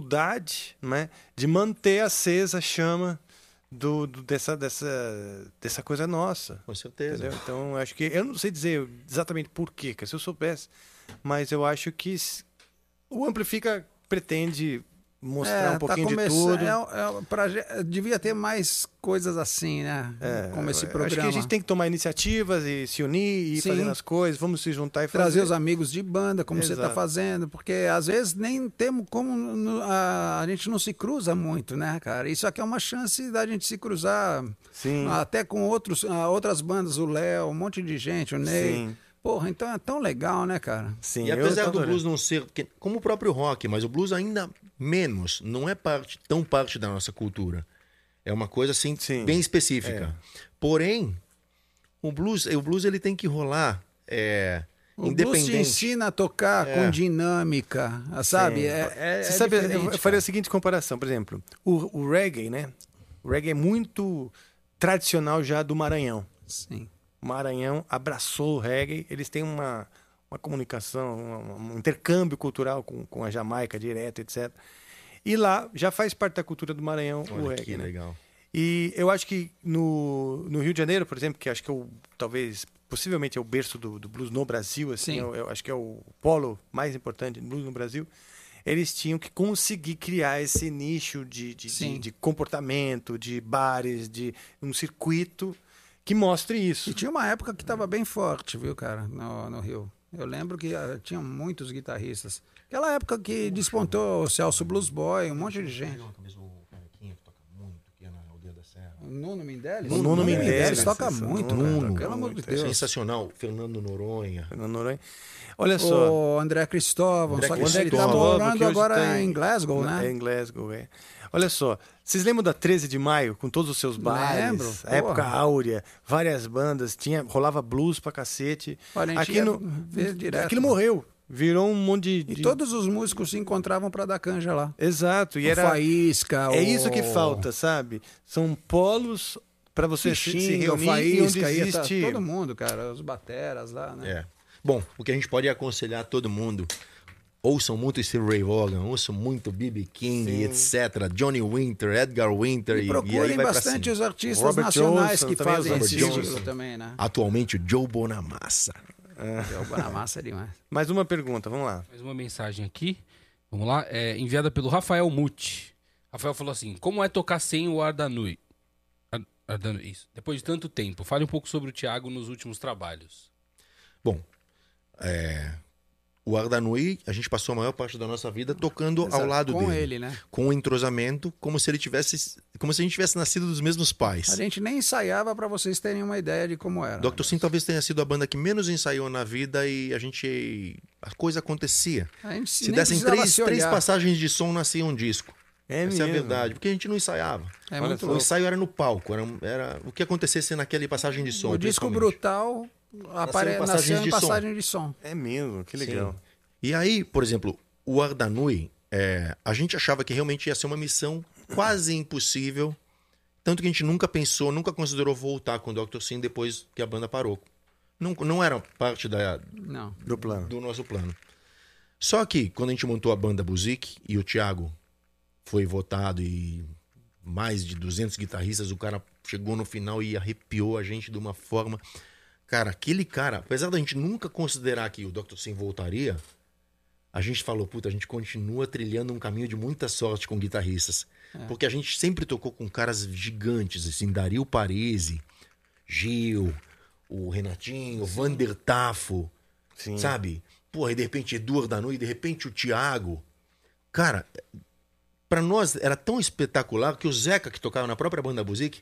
[SPEAKER 1] dificuldade né, de manter acesa a chama do, do- dessa, dessa, dessa coisa nossa.
[SPEAKER 4] Com certeza.
[SPEAKER 1] Entendeu? Então, eu acho que. Eu não sei dizer exatamente por quê, cara, se eu soubesse, mas eu acho que s- o Amplifica pretende mostrar
[SPEAKER 5] tá
[SPEAKER 1] um pouquinho de
[SPEAKER 5] começando-
[SPEAKER 1] tudo.
[SPEAKER 5] é- é um proje- devia ter mais coisas assim, né?
[SPEAKER 1] É,
[SPEAKER 5] como esse
[SPEAKER 1] eu
[SPEAKER 5] programa.
[SPEAKER 1] Acho que a gente tem que tomar iniciativas e se unir e ir
[SPEAKER 5] Sim.
[SPEAKER 1] fazendo as coisas, vamos se juntar e fazer.
[SPEAKER 5] trazer os amigos de banda, como você está
[SPEAKER 1] Exato.
[SPEAKER 5] fazendo, porque às vezes nem temos como no- a, a gente não se cruza muito, né, cara? Isso aqui é uma chance da gente se cruzar,
[SPEAKER 1] Sim.
[SPEAKER 5] até com outros, ah, outras bandas, o Léo, um monte de gente, o Ney.
[SPEAKER 1] Sim.
[SPEAKER 5] Porra, então é tão legal, né, cara?
[SPEAKER 1] Sim,
[SPEAKER 4] E apesar do blues não ser, porque- como o próprio rock, mas o blues ainda menos, não é parte, tão parte da nossa cultura. É uma coisa assim bem específica. Porém, o blues, o blues ele tem que rolar é,
[SPEAKER 5] O blues te
[SPEAKER 4] independente.
[SPEAKER 5] ensina a tocar
[SPEAKER 4] É.
[SPEAKER 5] com dinâmica, sabe?
[SPEAKER 1] Sim.
[SPEAKER 5] É, é-
[SPEAKER 1] Você
[SPEAKER 5] é
[SPEAKER 1] sabe, eu-
[SPEAKER 5] diferente,
[SPEAKER 1] eu faria a seguinte comparação, por exemplo, o, o reggae, né? O reggae é muito tradicional já do Maranhão.
[SPEAKER 5] Sim.
[SPEAKER 1] O Maranhão abraçou o reggae, eles têm uma, uma comunicação, um, um intercâmbio cultural com, com a Jamaica direto, etc. E lá já faz parte da cultura do Maranhão o
[SPEAKER 4] Olha
[SPEAKER 1] reggae.
[SPEAKER 4] que
[SPEAKER 1] né?
[SPEAKER 4] legal.
[SPEAKER 1] E eu acho que no, no Rio de Janeiro, por exemplo, que acho que é o, talvez, possivelmente é o berço do, do blues no Brasil, assim,
[SPEAKER 5] Sim.
[SPEAKER 1] eu, eu acho que é o polo mais importante do blues no Brasil, eles tinham que conseguir criar esse nicho de, de, de-
[SPEAKER 5] Sim.
[SPEAKER 1] de comportamento, de bares, de um circuito que mostre isso.
[SPEAKER 5] E tinha uma época que estava bem forte, viu, cara, no, no Rio. Eu lembro que ah, tinha muitos guitarristas. Aquela época que despontou o Celso Blues Boy, um monte de gente. Nuno Mendes?
[SPEAKER 1] O Nuno Mendes,
[SPEAKER 5] toca
[SPEAKER 1] essa,
[SPEAKER 5] muito,
[SPEAKER 1] Nuno,
[SPEAKER 5] Nuno.
[SPEAKER 1] toca
[SPEAKER 5] Pelo amor de
[SPEAKER 1] muito, é
[SPEAKER 5] Deus.
[SPEAKER 4] Sensacional, Fernando Noronha.
[SPEAKER 1] Fernando Noronha. Olha só.
[SPEAKER 5] O André Cristóvão,
[SPEAKER 1] André
[SPEAKER 5] só que ele tá
[SPEAKER 1] Cristóvão, que
[SPEAKER 5] morando
[SPEAKER 1] hoje
[SPEAKER 5] agora
[SPEAKER 1] tá
[SPEAKER 5] em Glasgow,
[SPEAKER 1] É,
[SPEAKER 5] né?
[SPEAKER 1] em Glasgow, é. Olha só, vocês lembram da 13 de maio, com todos os seus bares?
[SPEAKER 5] Lembro,
[SPEAKER 1] A época
[SPEAKER 5] porra.
[SPEAKER 1] áurea, várias bandas, tinha, rolava blues pra cacete.
[SPEAKER 5] Olha, a gente
[SPEAKER 1] Aqui
[SPEAKER 5] ia
[SPEAKER 1] no-
[SPEAKER 5] ver direto. né?
[SPEAKER 1] Aquilo morreu, virou um monte de...
[SPEAKER 5] E
[SPEAKER 1] de-
[SPEAKER 5] todos os músicos se encontravam para dar canja lá.
[SPEAKER 1] Exato, e
[SPEAKER 5] O
[SPEAKER 1] era...
[SPEAKER 5] Faísca,
[SPEAKER 1] É
[SPEAKER 5] o-
[SPEAKER 1] isso que falta, sabe? São polos pra você se- se
[SPEAKER 5] Fichinga, o
[SPEAKER 1] reunir
[SPEAKER 5] Faísca,
[SPEAKER 1] e
[SPEAKER 5] ia
[SPEAKER 1] onde
[SPEAKER 5] tá
[SPEAKER 1] existe...
[SPEAKER 5] todo mundo, cara, os bateras lá, né?
[SPEAKER 4] É. Bom, o que a gente pode aconselhar a todo mundo. Ouçam muito Steve Ray Vaughan, ouçam muito B.B. King, e etc. Johnny Winter, Edgar Winter.
[SPEAKER 5] E procurem
[SPEAKER 4] aí vai pra
[SPEAKER 5] bastante
[SPEAKER 4] cima.
[SPEAKER 5] os artistas nacionais que
[SPEAKER 4] também
[SPEAKER 5] fazem
[SPEAKER 4] os
[SPEAKER 5] esse
[SPEAKER 4] Robert
[SPEAKER 5] estilo também, né?
[SPEAKER 4] Atualmente o Joe Bonamassa.
[SPEAKER 5] É o Bonamassa é demais.
[SPEAKER 1] Mais uma pergunta, vamos lá.
[SPEAKER 8] Mais uma mensagem aqui. Vamos lá. É, enviada pelo Rafael Muti. Rafael falou assim: Como é tocar sem o Ardanui? Ar- Ardanui, isso. Depois de tanto tempo, fale um pouco sobre o Thiago nos últimos trabalhos.
[SPEAKER 4] Bom, é, o Ardanui, a gente passou a maior parte da nossa vida tocando ao
[SPEAKER 5] Exato,
[SPEAKER 4] lado
[SPEAKER 5] com
[SPEAKER 4] dele.
[SPEAKER 5] ele, né?
[SPEAKER 4] Com o entrosamento, como se ele tivesse. Como se a gente tivesse nascido dos mesmos pais.
[SPEAKER 5] A gente nem ensaiava pra vocês terem uma ideia de como era.
[SPEAKER 4] Dr. Sim talvez tenha sido a banda que menos ensaiou na vida e a gente. A coisa acontecia.
[SPEAKER 5] A gente
[SPEAKER 4] Se
[SPEAKER 5] nem
[SPEAKER 4] dessem
[SPEAKER 5] precisava
[SPEAKER 4] três,
[SPEAKER 5] se
[SPEAKER 4] três
[SPEAKER 5] olhar.
[SPEAKER 4] passagens de som, nascia um disco.
[SPEAKER 1] É
[SPEAKER 4] Essa é a
[SPEAKER 1] mesmo.
[SPEAKER 4] verdade, porque a gente não ensaiava.
[SPEAKER 5] É muito
[SPEAKER 4] o
[SPEAKER 5] louco.
[SPEAKER 4] ensaio era no palco, era, um, era o que acontecesse naquela passagem de som.
[SPEAKER 5] o disco
[SPEAKER 4] principalmente.
[SPEAKER 5] brutal apare...
[SPEAKER 4] em passagens
[SPEAKER 5] nasceu em
[SPEAKER 4] de som.
[SPEAKER 5] passagem de som.
[SPEAKER 1] É mesmo, que
[SPEAKER 4] Sim.
[SPEAKER 1] legal.
[SPEAKER 4] E aí, por exemplo, o Ardanui, é, a gente achava que realmente ia ser uma missão quase impossível. Tanto que a gente nunca pensou, nunca considerou voltar com o Dr. Sim depois que a banda parou. Não, não era parte da,
[SPEAKER 5] Não.
[SPEAKER 4] do, plano. do nosso plano. Só que quando a gente montou a banda Buzik e o Thiago foi votado e mais de 200 guitarristas, o cara chegou no final e arrepiou a gente de uma forma. Cara, aquele cara, apesar da gente nunca considerar que o Dr. Sim voltaria, a gente falou, puta, a gente continua trilhando um caminho de muita sorte com guitarristas.
[SPEAKER 5] É.
[SPEAKER 4] Porque a gente sempre tocou com caras gigantes, assim, Dario Parisi, Gil, o Renatinho, o Vander Tafo, sabe? Porra, e de repente Eduardo Danu, e de repente o Thiago. Cara, pra nós era tão espetacular que o Zeca, que tocava na própria banda Buzik,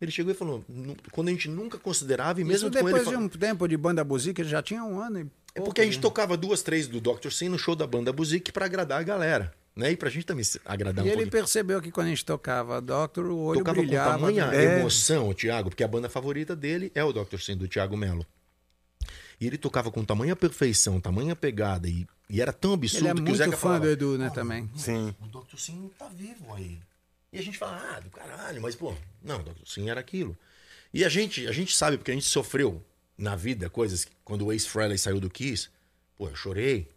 [SPEAKER 4] ele chegou e falou, "Nu- quando a gente nunca considerava, e mesmo
[SPEAKER 5] Isso
[SPEAKER 4] com ele...
[SPEAKER 5] depois de
[SPEAKER 4] fal-
[SPEAKER 5] um tempo de banda buzica, já tinha um ano. E
[SPEAKER 4] É porque a gente tocava duas, três do Dr. Sim no show da banda Buzik pra agradar a galera, né? E pra gente também se agradar
[SPEAKER 5] E
[SPEAKER 4] um
[SPEAKER 5] ele
[SPEAKER 4] pouquinho.
[SPEAKER 5] percebeu que quando a gente tocava Doctor, o olho
[SPEAKER 4] Tocava com
[SPEAKER 5] brilhava.
[SPEAKER 4] tamanha
[SPEAKER 5] É.
[SPEAKER 4] emoção, o Thiago, porque a banda favorita dele é o Dr. Sim, do Thiago Mello. E ele tocava com tamanha perfeição, tamanha pegada, e, e era tão absurdo
[SPEAKER 5] Ele é
[SPEAKER 4] que o
[SPEAKER 5] muito
[SPEAKER 4] Zeca
[SPEAKER 5] fã
[SPEAKER 4] falava, "Ah,
[SPEAKER 5] do Edu, né, também.
[SPEAKER 1] Sim.
[SPEAKER 4] O Dr. Sim tá vivo aí. E a gente fala, ah, do caralho, mas pô, não, Dr. Sim era aquilo. E a gente, a gente sabe, porque a gente sofreu na vida coisas que quando o Ace Frehley saiu do Kiss, pô, eu chorei.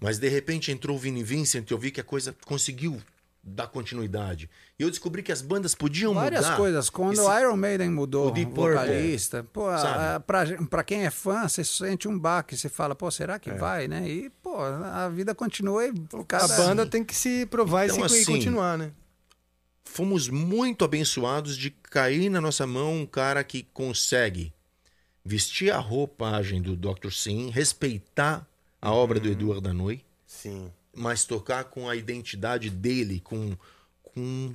[SPEAKER 4] mas de repente entrou o Vinnie Vincent e eu vi que a coisa conseguiu dar continuidade. E eu descobri que as bandas podiam
[SPEAKER 5] Várias
[SPEAKER 4] mudar.
[SPEAKER 5] coisas. Quando
[SPEAKER 4] Esse-
[SPEAKER 5] o Iron Maiden mudou, o
[SPEAKER 4] Deep Purple,
[SPEAKER 5] vocalista, pô, a-
[SPEAKER 4] sabe?
[SPEAKER 5] a- pra, gen- pra quem é fã, você sente um baque, você fala, pô, será
[SPEAKER 4] É.
[SPEAKER 5] que vai, né? E, pô, a vida continua e cada...
[SPEAKER 1] Então, A banda tem que se provar
[SPEAKER 4] Então,
[SPEAKER 1] e, se, e
[SPEAKER 4] assim,
[SPEAKER 1] continuar, né?
[SPEAKER 4] fomos muito abençoados de cair na nossa mão um cara que consegue vestir a roupagem do Dr. Sim, respeitar a obra do Eduardo Danoi,
[SPEAKER 1] Uhum. Sim.
[SPEAKER 4] mas tocar com a identidade dele, com, com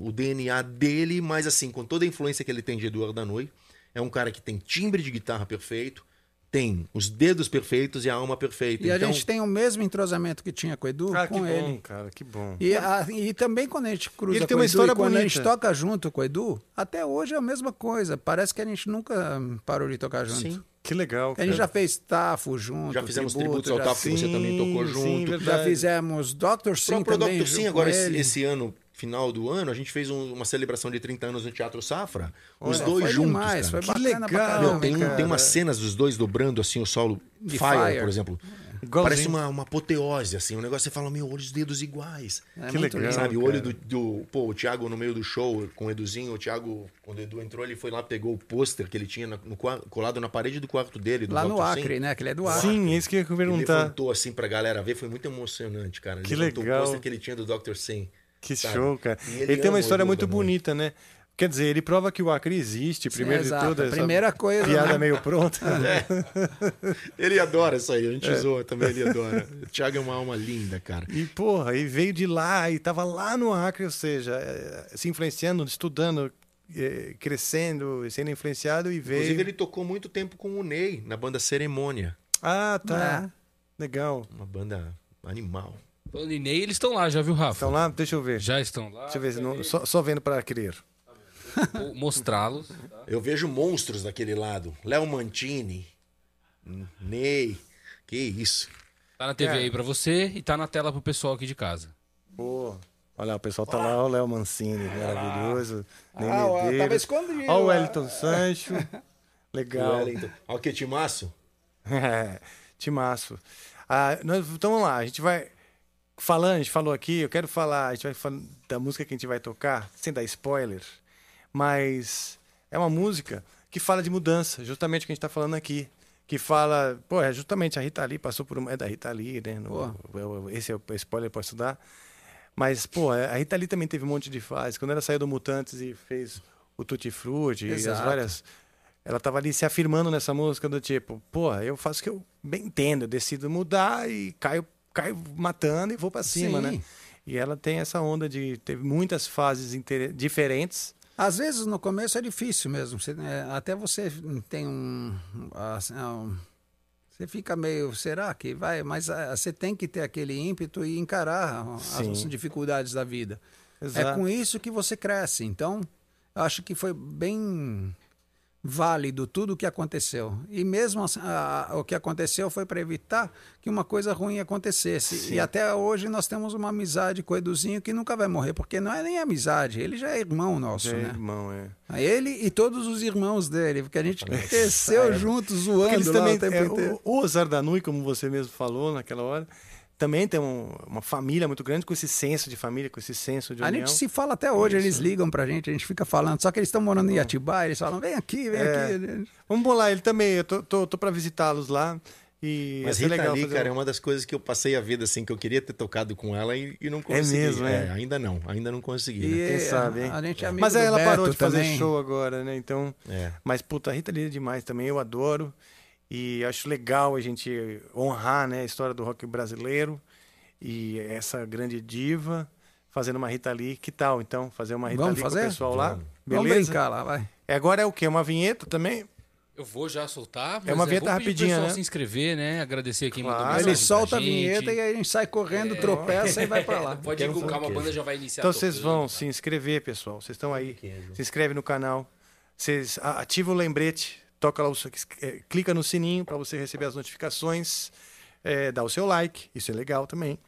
[SPEAKER 4] o DNA dele, mas assim, com toda a influência que ele tem de Eduardo Danoi. É um cara que tem timbre de guitarra perfeito, tem os dedos perfeitos e a alma perfeita.
[SPEAKER 5] E a
[SPEAKER 4] Então,
[SPEAKER 5] gente tem o mesmo entrosamento que tinha com o Edu,
[SPEAKER 1] Ah, que
[SPEAKER 5] com
[SPEAKER 1] bom,
[SPEAKER 5] ele.
[SPEAKER 1] cara, que bom.
[SPEAKER 5] E, a- e também quando a gente cruza
[SPEAKER 1] Ele tem
[SPEAKER 5] com
[SPEAKER 1] uma
[SPEAKER 5] o Edu,
[SPEAKER 1] história
[SPEAKER 5] e quando a gente
[SPEAKER 1] bonita.
[SPEAKER 5] toca junto com o Edu, até hoje é a mesma coisa. Parece que a gente nunca hum, parou de tocar junto.
[SPEAKER 1] Sim. Que legal,
[SPEAKER 5] A gente
[SPEAKER 1] cara.
[SPEAKER 5] já fez Tafo junto.
[SPEAKER 4] Já fizemos tributos
[SPEAKER 5] tributo,
[SPEAKER 4] ao
[SPEAKER 5] já-
[SPEAKER 4] Tafo, que você também tocou
[SPEAKER 5] Sim,
[SPEAKER 4] junto.
[SPEAKER 5] já fizemos Dr. Sim
[SPEAKER 4] Pro- pro
[SPEAKER 5] também.
[SPEAKER 4] Dr.
[SPEAKER 5] junto
[SPEAKER 4] Sim,
[SPEAKER 5] com
[SPEAKER 4] agora esse,
[SPEAKER 5] ele.
[SPEAKER 4] esse ano, final do ano, a gente fez um- uma celebração de 30 anos no Teatro Safra. os
[SPEAKER 5] Olha,
[SPEAKER 4] dois
[SPEAKER 5] foi
[SPEAKER 4] juntos.
[SPEAKER 5] demais,
[SPEAKER 4] cara.
[SPEAKER 5] foi Que bacana pra legal,
[SPEAKER 4] Meu,
[SPEAKER 5] caramba,
[SPEAKER 4] tem, um-
[SPEAKER 5] cara.
[SPEAKER 4] tem umas cenas dos dois dobrando assim o solo
[SPEAKER 5] De
[SPEAKER 4] Fire,
[SPEAKER 5] Fire. É.
[SPEAKER 4] por exemplo.
[SPEAKER 5] Igualzinho.
[SPEAKER 4] Parece uma, uma apoteose, assim. Um negócio que você fala, meu, olha os dedos iguais.
[SPEAKER 5] É Que muito legal, lindo.
[SPEAKER 4] Sabe, o
[SPEAKER 5] cara.
[SPEAKER 4] olho do, do- Pô, o Thiago no meio do show com o Eduzinho, o Thiago, quando o Edu entrou, ele foi lá, pegou o pôster que ele tinha na- no quar- colado na parede do quarto dele. do
[SPEAKER 5] Lá no
[SPEAKER 4] Dr. Sim.
[SPEAKER 5] Acre, né? Que ele é do Acre.
[SPEAKER 1] Sim, é isso que eu ia
[SPEAKER 4] Ele
[SPEAKER 1] perguntar.
[SPEAKER 4] levantou assim pra galera ver, foi muito emocionante, cara. Ele
[SPEAKER 1] Que
[SPEAKER 4] levantou
[SPEAKER 1] legal.
[SPEAKER 4] O pôster que ele tinha do Dr. Sim.
[SPEAKER 1] Que
[SPEAKER 4] sabe?
[SPEAKER 1] show, cara.
[SPEAKER 4] E é
[SPEAKER 1] Ele, tem
[SPEAKER 4] ama
[SPEAKER 1] uma
[SPEAKER 4] o
[SPEAKER 1] história
[SPEAKER 4] Edu
[SPEAKER 1] muito
[SPEAKER 4] Danone.
[SPEAKER 1] bonita, né? Quer dizer, ele prova que o Acre existe, primeiro de
[SPEAKER 5] exato.
[SPEAKER 1] tudo. essa
[SPEAKER 5] Primeira coisa,
[SPEAKER 1] Piada
[SPEAKER 5] né?
[SPEAKER 1] meio
[SPEAKER 4] [LAUGHS]
[SPEAKER 1] pronta.
[SPEAKER 4] É. Ele adora isso aí, a gente
[SPEAKER 1] É.
[SPEAKER 4] zoa também, ele adora.
[SPEAKER 1] [LAUGHS]
[SPEAKER 4] O Thiago é uma alma linda, cara.
[SPEAKER 1] E, porra, e veio de lá e tava lá no Acre, ou seja, eh, se influenciando, estudando, eh, crescendo, sendo influenciado e veio.
[SPEAKER 4] Inclusive, ele tocou muito tempo com o Ney, na banda Cerimônia.
[SPEAKER 1] Ah,
[SPEAKER 5] É.
[SPEAKER 1] tá. Legal.
[SPEAKER 4] Uma banda animal.
[SPEAKER 8] Falando em Ney, eles estão lá, já viu, Rafa?
[SPEAKER 1] Estão lá? Deixa eu ver.
[SPEAKER 8] Já estão lá.
[SPEAKER 1] Deixa eu ver, se não- só, só vendo para crer.
[SPEAKER 8] Vou mostrá-los. tá?
[SPEAKER 4] Eu vejo monstros daquele lado. Léo Mantini, Ney, que isso.
[SPEAKER 8] Tá na TV
[SPEAKER 1] É.
[SPEAKER 4] Cara.
[SPEAKER 8] aí pra você e tá na tela pro pessoal aqui de casa.
[SPEAKER 1] Pô, olha lá, o pessoal tá lá, o Léo Mancini, maravilhoso. Ney
[SPEAKER 5] Ah, ó, tava
[SPEAKER 1] Medeiros.
[SPEAKER 5] escondido,
[SPEAKER 1] Ó o
[SPEAKER 5] ó. [LAUGHS]
[SPEAKER 1] Wellington Sancho. Legal.
[SPEAKER 4] Wellington. Olha o que timaço.
[SPEAKER 1] É, [LAUGHS] Timaço. Ah, nós, então vamos lá, a gente vai. Falando, a gente falou aqui, eu quero falar, a gente vai falar da música que a gente vai tocar, sem dar spoiler, mas é uma música que fala de mudança, justamente o que a gente tá falando aqui. Que fala, pô, é justamente a Rita Lee passou por uma. É da Rita Lee, né? No- eu- eu- esse é o spoiler, posso dar. Mas, pô, a Rita Lee também teve um monte de fase. Quando ela saiu do Mutantes e fez o Tutti Frutti e as
[SPEAKER 5] Exato.
[SPEAKER 1] várias ela tava ali se afirmando nessa música do tipo, porra, eu faço o que eu bem entendo, eu decido mudar e caio, caio matando e vou para cima,
[SPEAKER 5] Sim.
[SPEAKER 1] né? E ela tem essa onda de teve muitas fases inter- diferentes.
[SPEAKER 5] Às vezes no começo é difícil mesmo. Você, né, até você tem um, assim, um- Você fica meio, será que vai? Mas ah, você tem que ter aquele ímpeto e encarar ah,
[SPEAKER 1] Sim.
[SPEAKER 5] as dificuldades da vida. É
[SPEAKER 1] Exato.
[SPEAKER 5] com isso que você cresce. Então, eu acho que foi bem válido tudo o que aconteceu. E mesmo assim, a, o que aconteceu foi para evitar que uma coisa ruim acontecesse.
[SPEAKER 1] Sim.
[SPEAKER 5] E até hoje nós temos uma amizade com o Eduzinho que nunca vai morrer, porque não é nem amizade, ele já é irmão nosso,
[SPEAKER 1] É
[SPEAKER 5] né?
[SPEAKER 1] irmão, é.
[SPEAKER 5] Ele e todos os irmãos dele, porque a gente
[SPEAKER 1] Rapaz,
[SPEAKER 5] cresceu
[SPEAKER 1] é.
[SPEAKER 5] juntos
[SPEAKER 1] Porque
[SPEAKER 5] zoando lá o tempo
[SPEAKER 1] é,
[SPEAKER 5] inteiro.
[SPEAKER 1] o, o Osar Danui, como você mesmo falou naquela hora, também tem um- uma família muito grande com esse senso de família, com esse senso de
[SPEAKER 5] A
[SPEAKER 1] união.
[SPEAKER 5] gente se fala até hoje, eles ligam pra gente, a gente fica falando, só que eles estão morando em Atibaia, eles falam, vem aqui, vem
[SPEAKER 1] É.
[SPEAKER 5] aqui. né?
[SPEAKER 1] Vamos bolar ele também, eu tô, tô, tô pra visitá-los lá. E
[SPEAKER 4] Mas
[SPEAKER 1] ia ser
[SPEAKER 4] Rita
[SPEAKER 1] legal
[SPEAKER 4] Lee,
[SPEAKER 1] fazer
[SPEAKER 4] cara, é
[SPEAKER 1] um-
[SPEAKER 4] uma das coisas que eu passei a vida assim, que eu queria ter tocado com ela e, e não consegui.
[SPEAKER 1] mesmo, é?
[SPEAKER 4] Ainda não, ainda não consegui.
[SPEAKER 5] E
[SPEAKER 4] né?
[SPEAKER 5] Quem sabe, hein? a gente é amigo
[SPEAKER 1] Mas aí
[SPEAKER 5] do
[SPEAKER 1] ela parou
[SPEAKER 5] Beto
[SPEAKER 1] de fazer
[SPEAKER 5] também.
[SPEAKER 1] show agora, né? Então.
[SPEAKER 4] É.
[SPEAKER 1] Mas, puta, a Rita Lee é demais também, eu adoro. E acho legal a gente honrar né, a história do rock brasileiro e essa grande diva fazendo uma Rita Lee. Que tal, então? Fazer uma Rita
[SPEAKER 5] Vamos
[SPEAKER 1] Lee
[SPEAKER 5] fazer?
[SPEAKER 1] com o pessoal lá?
[SPEAKER 5] Vamos.
[SPEAKER 1] Beleza?
[SPEAKER 5] Vamos brincar lá, vai.
[SPEAKER 1] Agora é o quê? Uma vinheta também?
[SPEAKER 8] Eu vou já soltar. Mas
[SPEAKER 1] É uma vinheta
[SPEAKER 8] bom pedir pro
[SPEAKER 1] rapidinha,
[SPEAKER 8] pessoal
[SPEAKER 1] né?
[SPEAKER 8] se inscrever, né? Agradecer quem mandou
[SPEAKER 1] Claro.
[SPEAKER 8] mensagem
[SPEAKER 1] Ele
[SPEAKER 8] pra
[SPEAKER 1] solta a
[SPEAKER 8] gente.
[SPEAKER 5] vinheta e aí a gente sai correndo, tropeça e vai pra lá.
[SPEAKER 8] É. [LAUGHS] Pode ir com calma, a tá. banda já vai iniciar.
[SPEAKER 1] Então vocês
[SPEAKER 8] tocando.
[SPEAKER 1] vão se inscrever, pessoal. Vocês estão aí. Se inscreve no canal. Vocês a- ativa o lembrete, toca lá o seu- eh, clica no sininho para você receber as notificações. eh, dá o seu like, isso é legal também.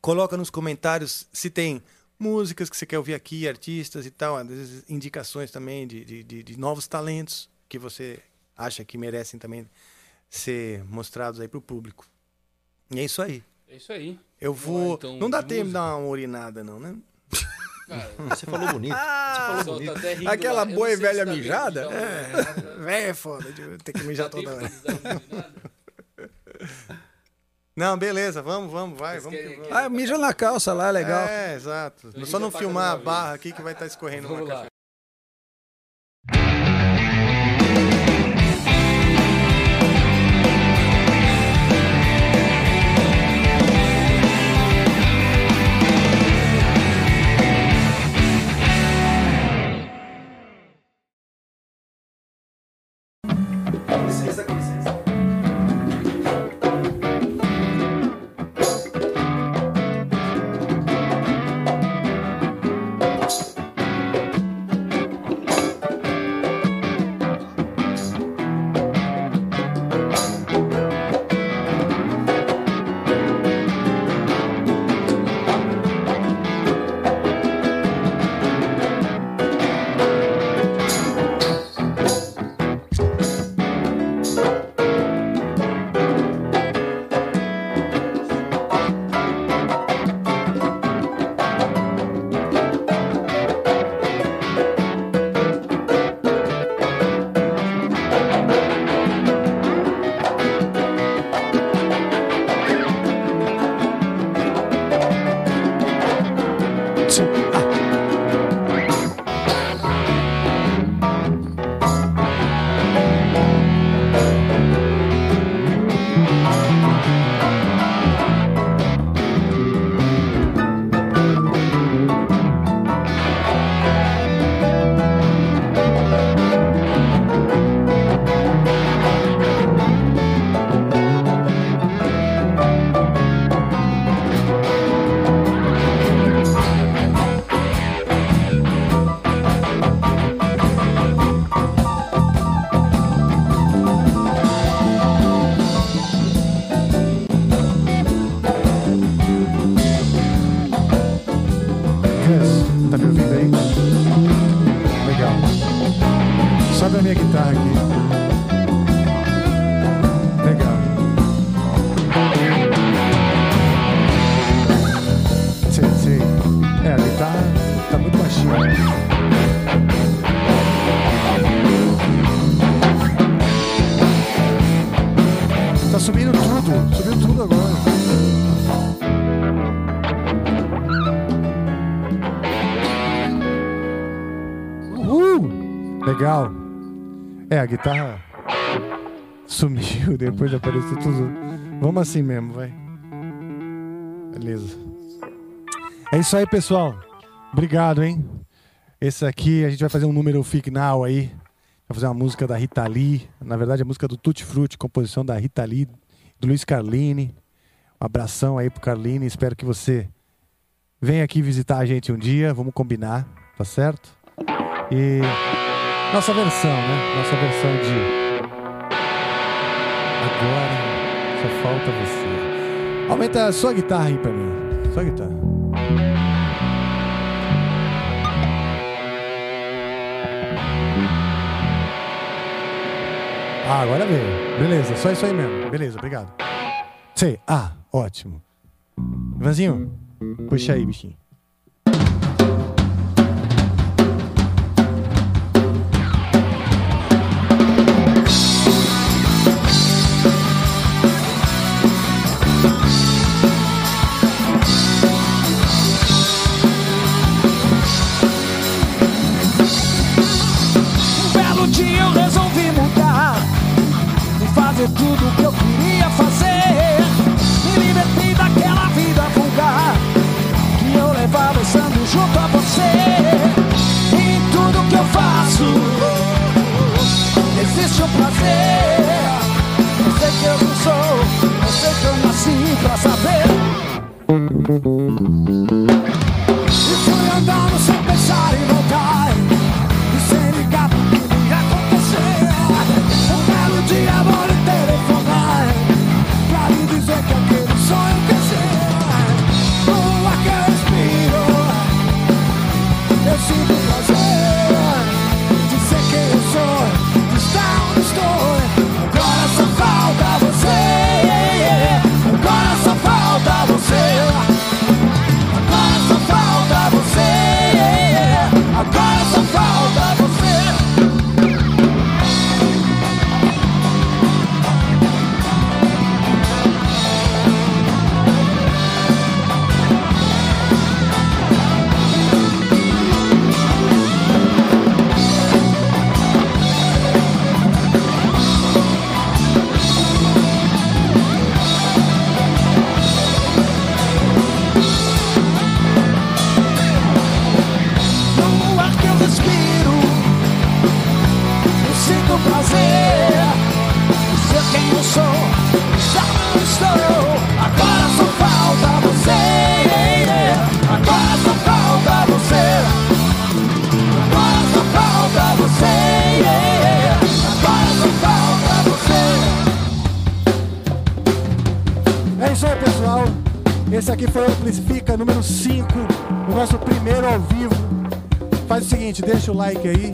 [SPEAKER 1] Coloca nos comentários se tem músicas que você quer ouvir aqui, artistas e tal, às vezes indicações também de, de- de- de novos talentos que você acha que merecem também ser mostrados aí para o público. E é isso aí.
[SPEAKER 8] É isso aí.
[SPEAKER 1] Eu
[SPEAKER 8] Vamos lá,
[SPEAKER 1] vou.
[SPEAKER 8] então,
[SPEAKER 1] não dá
[SPEAKER 8] de
[SPEAKER 1] tempo de
[SPEAKER 8] música.
[SPEAKER 1] dar uma urinada, não, né?
[SPEAKER 4] Você falou bonito.
[SPEAKER 8] Só
[SPEAKER 4] Você falou
[SPEAKER 8] tá
[SPEAKER 4] bonito.
[SPEAKER 8] até rindo
[SPEAKER 5] Aquela
[SPEAKER 8] lá. Eu
[SPEAKER 5] boa e
[SPEAKER 8] não sei se tá
[SPEAKER 5] velha
[SPEAKER 8] dá tempo de
[SPEAKER 5] mijada?
[SPEAKER 8] dar uma
[SPEAKER 5] É.
[SPEAKER 8] olhada.
[SPEAKER 1] Véia é foda, de ter que mijar
[SPEAKER 8] Dá tempo
[SPEAKER 1] toda hora.
[SPEAKER 8] de dar uma olhada.
[SPEAKER 1] Não, beleza, vamos, vamos, vai, vamos que vamos.
[SPEAKER 5] Ah, mija na calça lá, é legal.
[SPEAKER 1] É, exato.
[SPEAKER 5] Então
[SPEAKER 1] Só
[SPEAKER 5] a
[SPEAKER 1] não
[SPEAKER 5] gente ataca
[SPEAKER 1] filmar
[SPEAKER 5] de
[SPEAKER 1] a
[SPEAKER 5] uma vez.
[SPEAKER 1] barra aqui que vai estar escorrendo
[SPEAKER 8] Vamos
[SPEAKER 1] uma
[SPEAKER 8] lá.
[SPEAKER 1] café.
[SPEAKER 2] Cans, tá me ouvindo aí? Legal. Sobe a minha guitarra aqui. Legal. Sei, sei. É, a guitarra tá muito baixinha. Tá subindo tudo, subiu tudo agora. Uhul! Legal. É, a guitarra sumiu [LAUGHS] depois apareceu tudo. Vamos assim mesmo, vai. Beleza. É isso aí, pessoal. Obrigado, hein? Esse aqui a gente vai fazer um número final aí. Vai fazer uma música da Rita Lee. Na verdade, a música do Tutti Frutti, composição da Rita Lee, do Luiz Carlini. Um abração aí pro Carlini. Espero que você venha aqui visitar a gente um dia. Vamos combinar, tá certo? E
[SPEAKER 1] Nossa versão, né? Nossa versão de. Agora só falta você. Aumenta só a guitarra aí pra mim. Só a guitarra. Ah, agora veio. Beleza, só isso aí mesmo. Beleza, obrigado. Sei. Ah, ótimo. Ivanzinho, puxa aí, bichinho.
[SPEAKER 10] Um belo dia eu resolvi mudar E fazer tudo o que eu queria fazer Me libertei daquela vida vulgar Que eu levava estando junto a você Em tudo que eu faço Existe um prazer Eu sei que eu não sou Eu sei que eu nasci pra saber E fui andando sem pensar em voltar e sem ligar pro que ia acontecer Um belo dia vou lhe telefonar Pra lhe dizer que aquele sonho quer ser No ar que eu respiro Eu sinto prazer De ser quem eu sou De estar onde estou Agora só falta você Agora só falta você Agora só falta você. Agora só falta você. No ar que eu respiro, eu sinto prazer. Ser quem eu sou, já não estou. Agora só falta você. Agora só falta você. Agora só falta você. Agora só falta você.
[SPEAKER 1] É isso aí, pessoal. Esse aqui foi o Amplifica número 5, o nosso primeiro ao vivo. Faz o seguinte, deixa o like aí.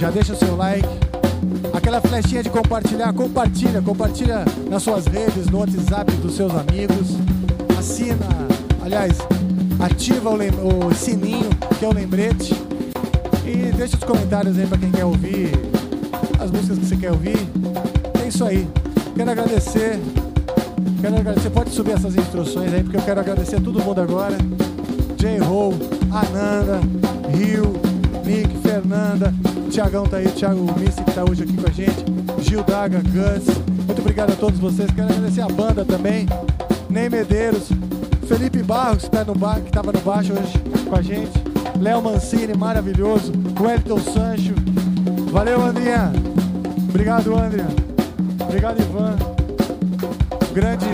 [SPEAKER 1] Já deixa o seu like. Aquela flechinha de compartilhar, compartilha, compartilha nas suas redes, no WhatsApp dos seus amigos. Assina, aliás, ativa o, lem- o sininho, que é o lembrete. E deixa os comentários aí pra quem quer ouvir as músicas que você quer ouvir. É isso aí. Quero agradecer Quero agradecer, pode subir essas instruções aí, porque eu quero agradecer todo mundo agora. J-Ho, Ananda, Rio, Nick, Fernanda, Tiagão tá aí, Thiago Missi que tá hoje aqui com a gente, Gil Daga, Gus. Muito obrigado a todos vocês. Quero agradecer a banda também, Ney Medeiros, Felipe Barros, que, tá no ba que tava no baixo hoje com a gente, Léo Mancini, maravilhoso, Wellington Sancho. Valeu, Andrinha. Obrigado, Andrinha. Obrigado, Ivan. Grande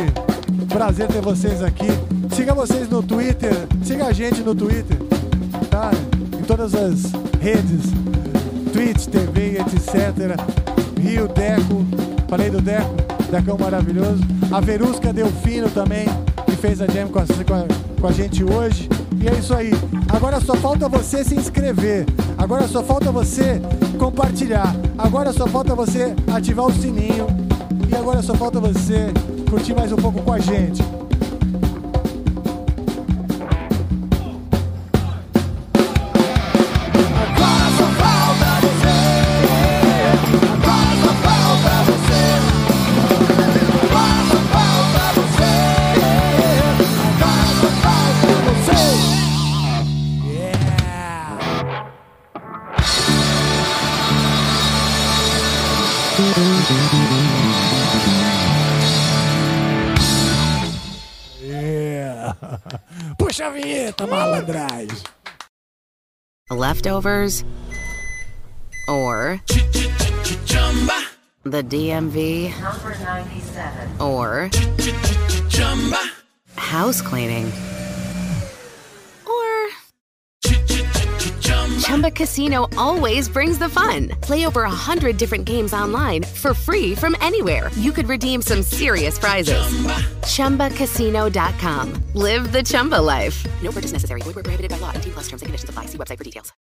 [SPEAKER 1] prazer ter vocês aqui. Siga vocês no Twitter, siga a gente no Twitter, tá? Em todas as redes, Twitch, TV, etc. Rio Deco, falei do Deco, Decão maravilhoso. A Verusca Delfino também, que fez a jam com a, com a- com a gente hoje. E é isso aí. Agora só falta você se inscrever. Agora só falta você compartilhar. Agora só falta você ativar o sininho e agora só falta você curtir mais um pouco com a gente.
[SPEAKER 10] Agora só falta você. Agora só falta você. Agora só falta você. Agora só falta você.
[SPEAKER 1] Yeah.
[SPEAKER 4] assim.
[SPEAKER 1] Puxa a vinheta, malandragem!
[SPEAKER 16] Leftovers or the DMV
[SPEAKER 14] Number 97.
[SPEAKER 16] or house cleaning or Chumba Casino always brings the fun. Play over a hundred different games online for free from anywhere. You could redeem some serious prizes. ChumbaCasino.com. Live the Chumba life. No purchase necessary. Void where prohibited by law. 18 plus terms and conditions apply. See website for details.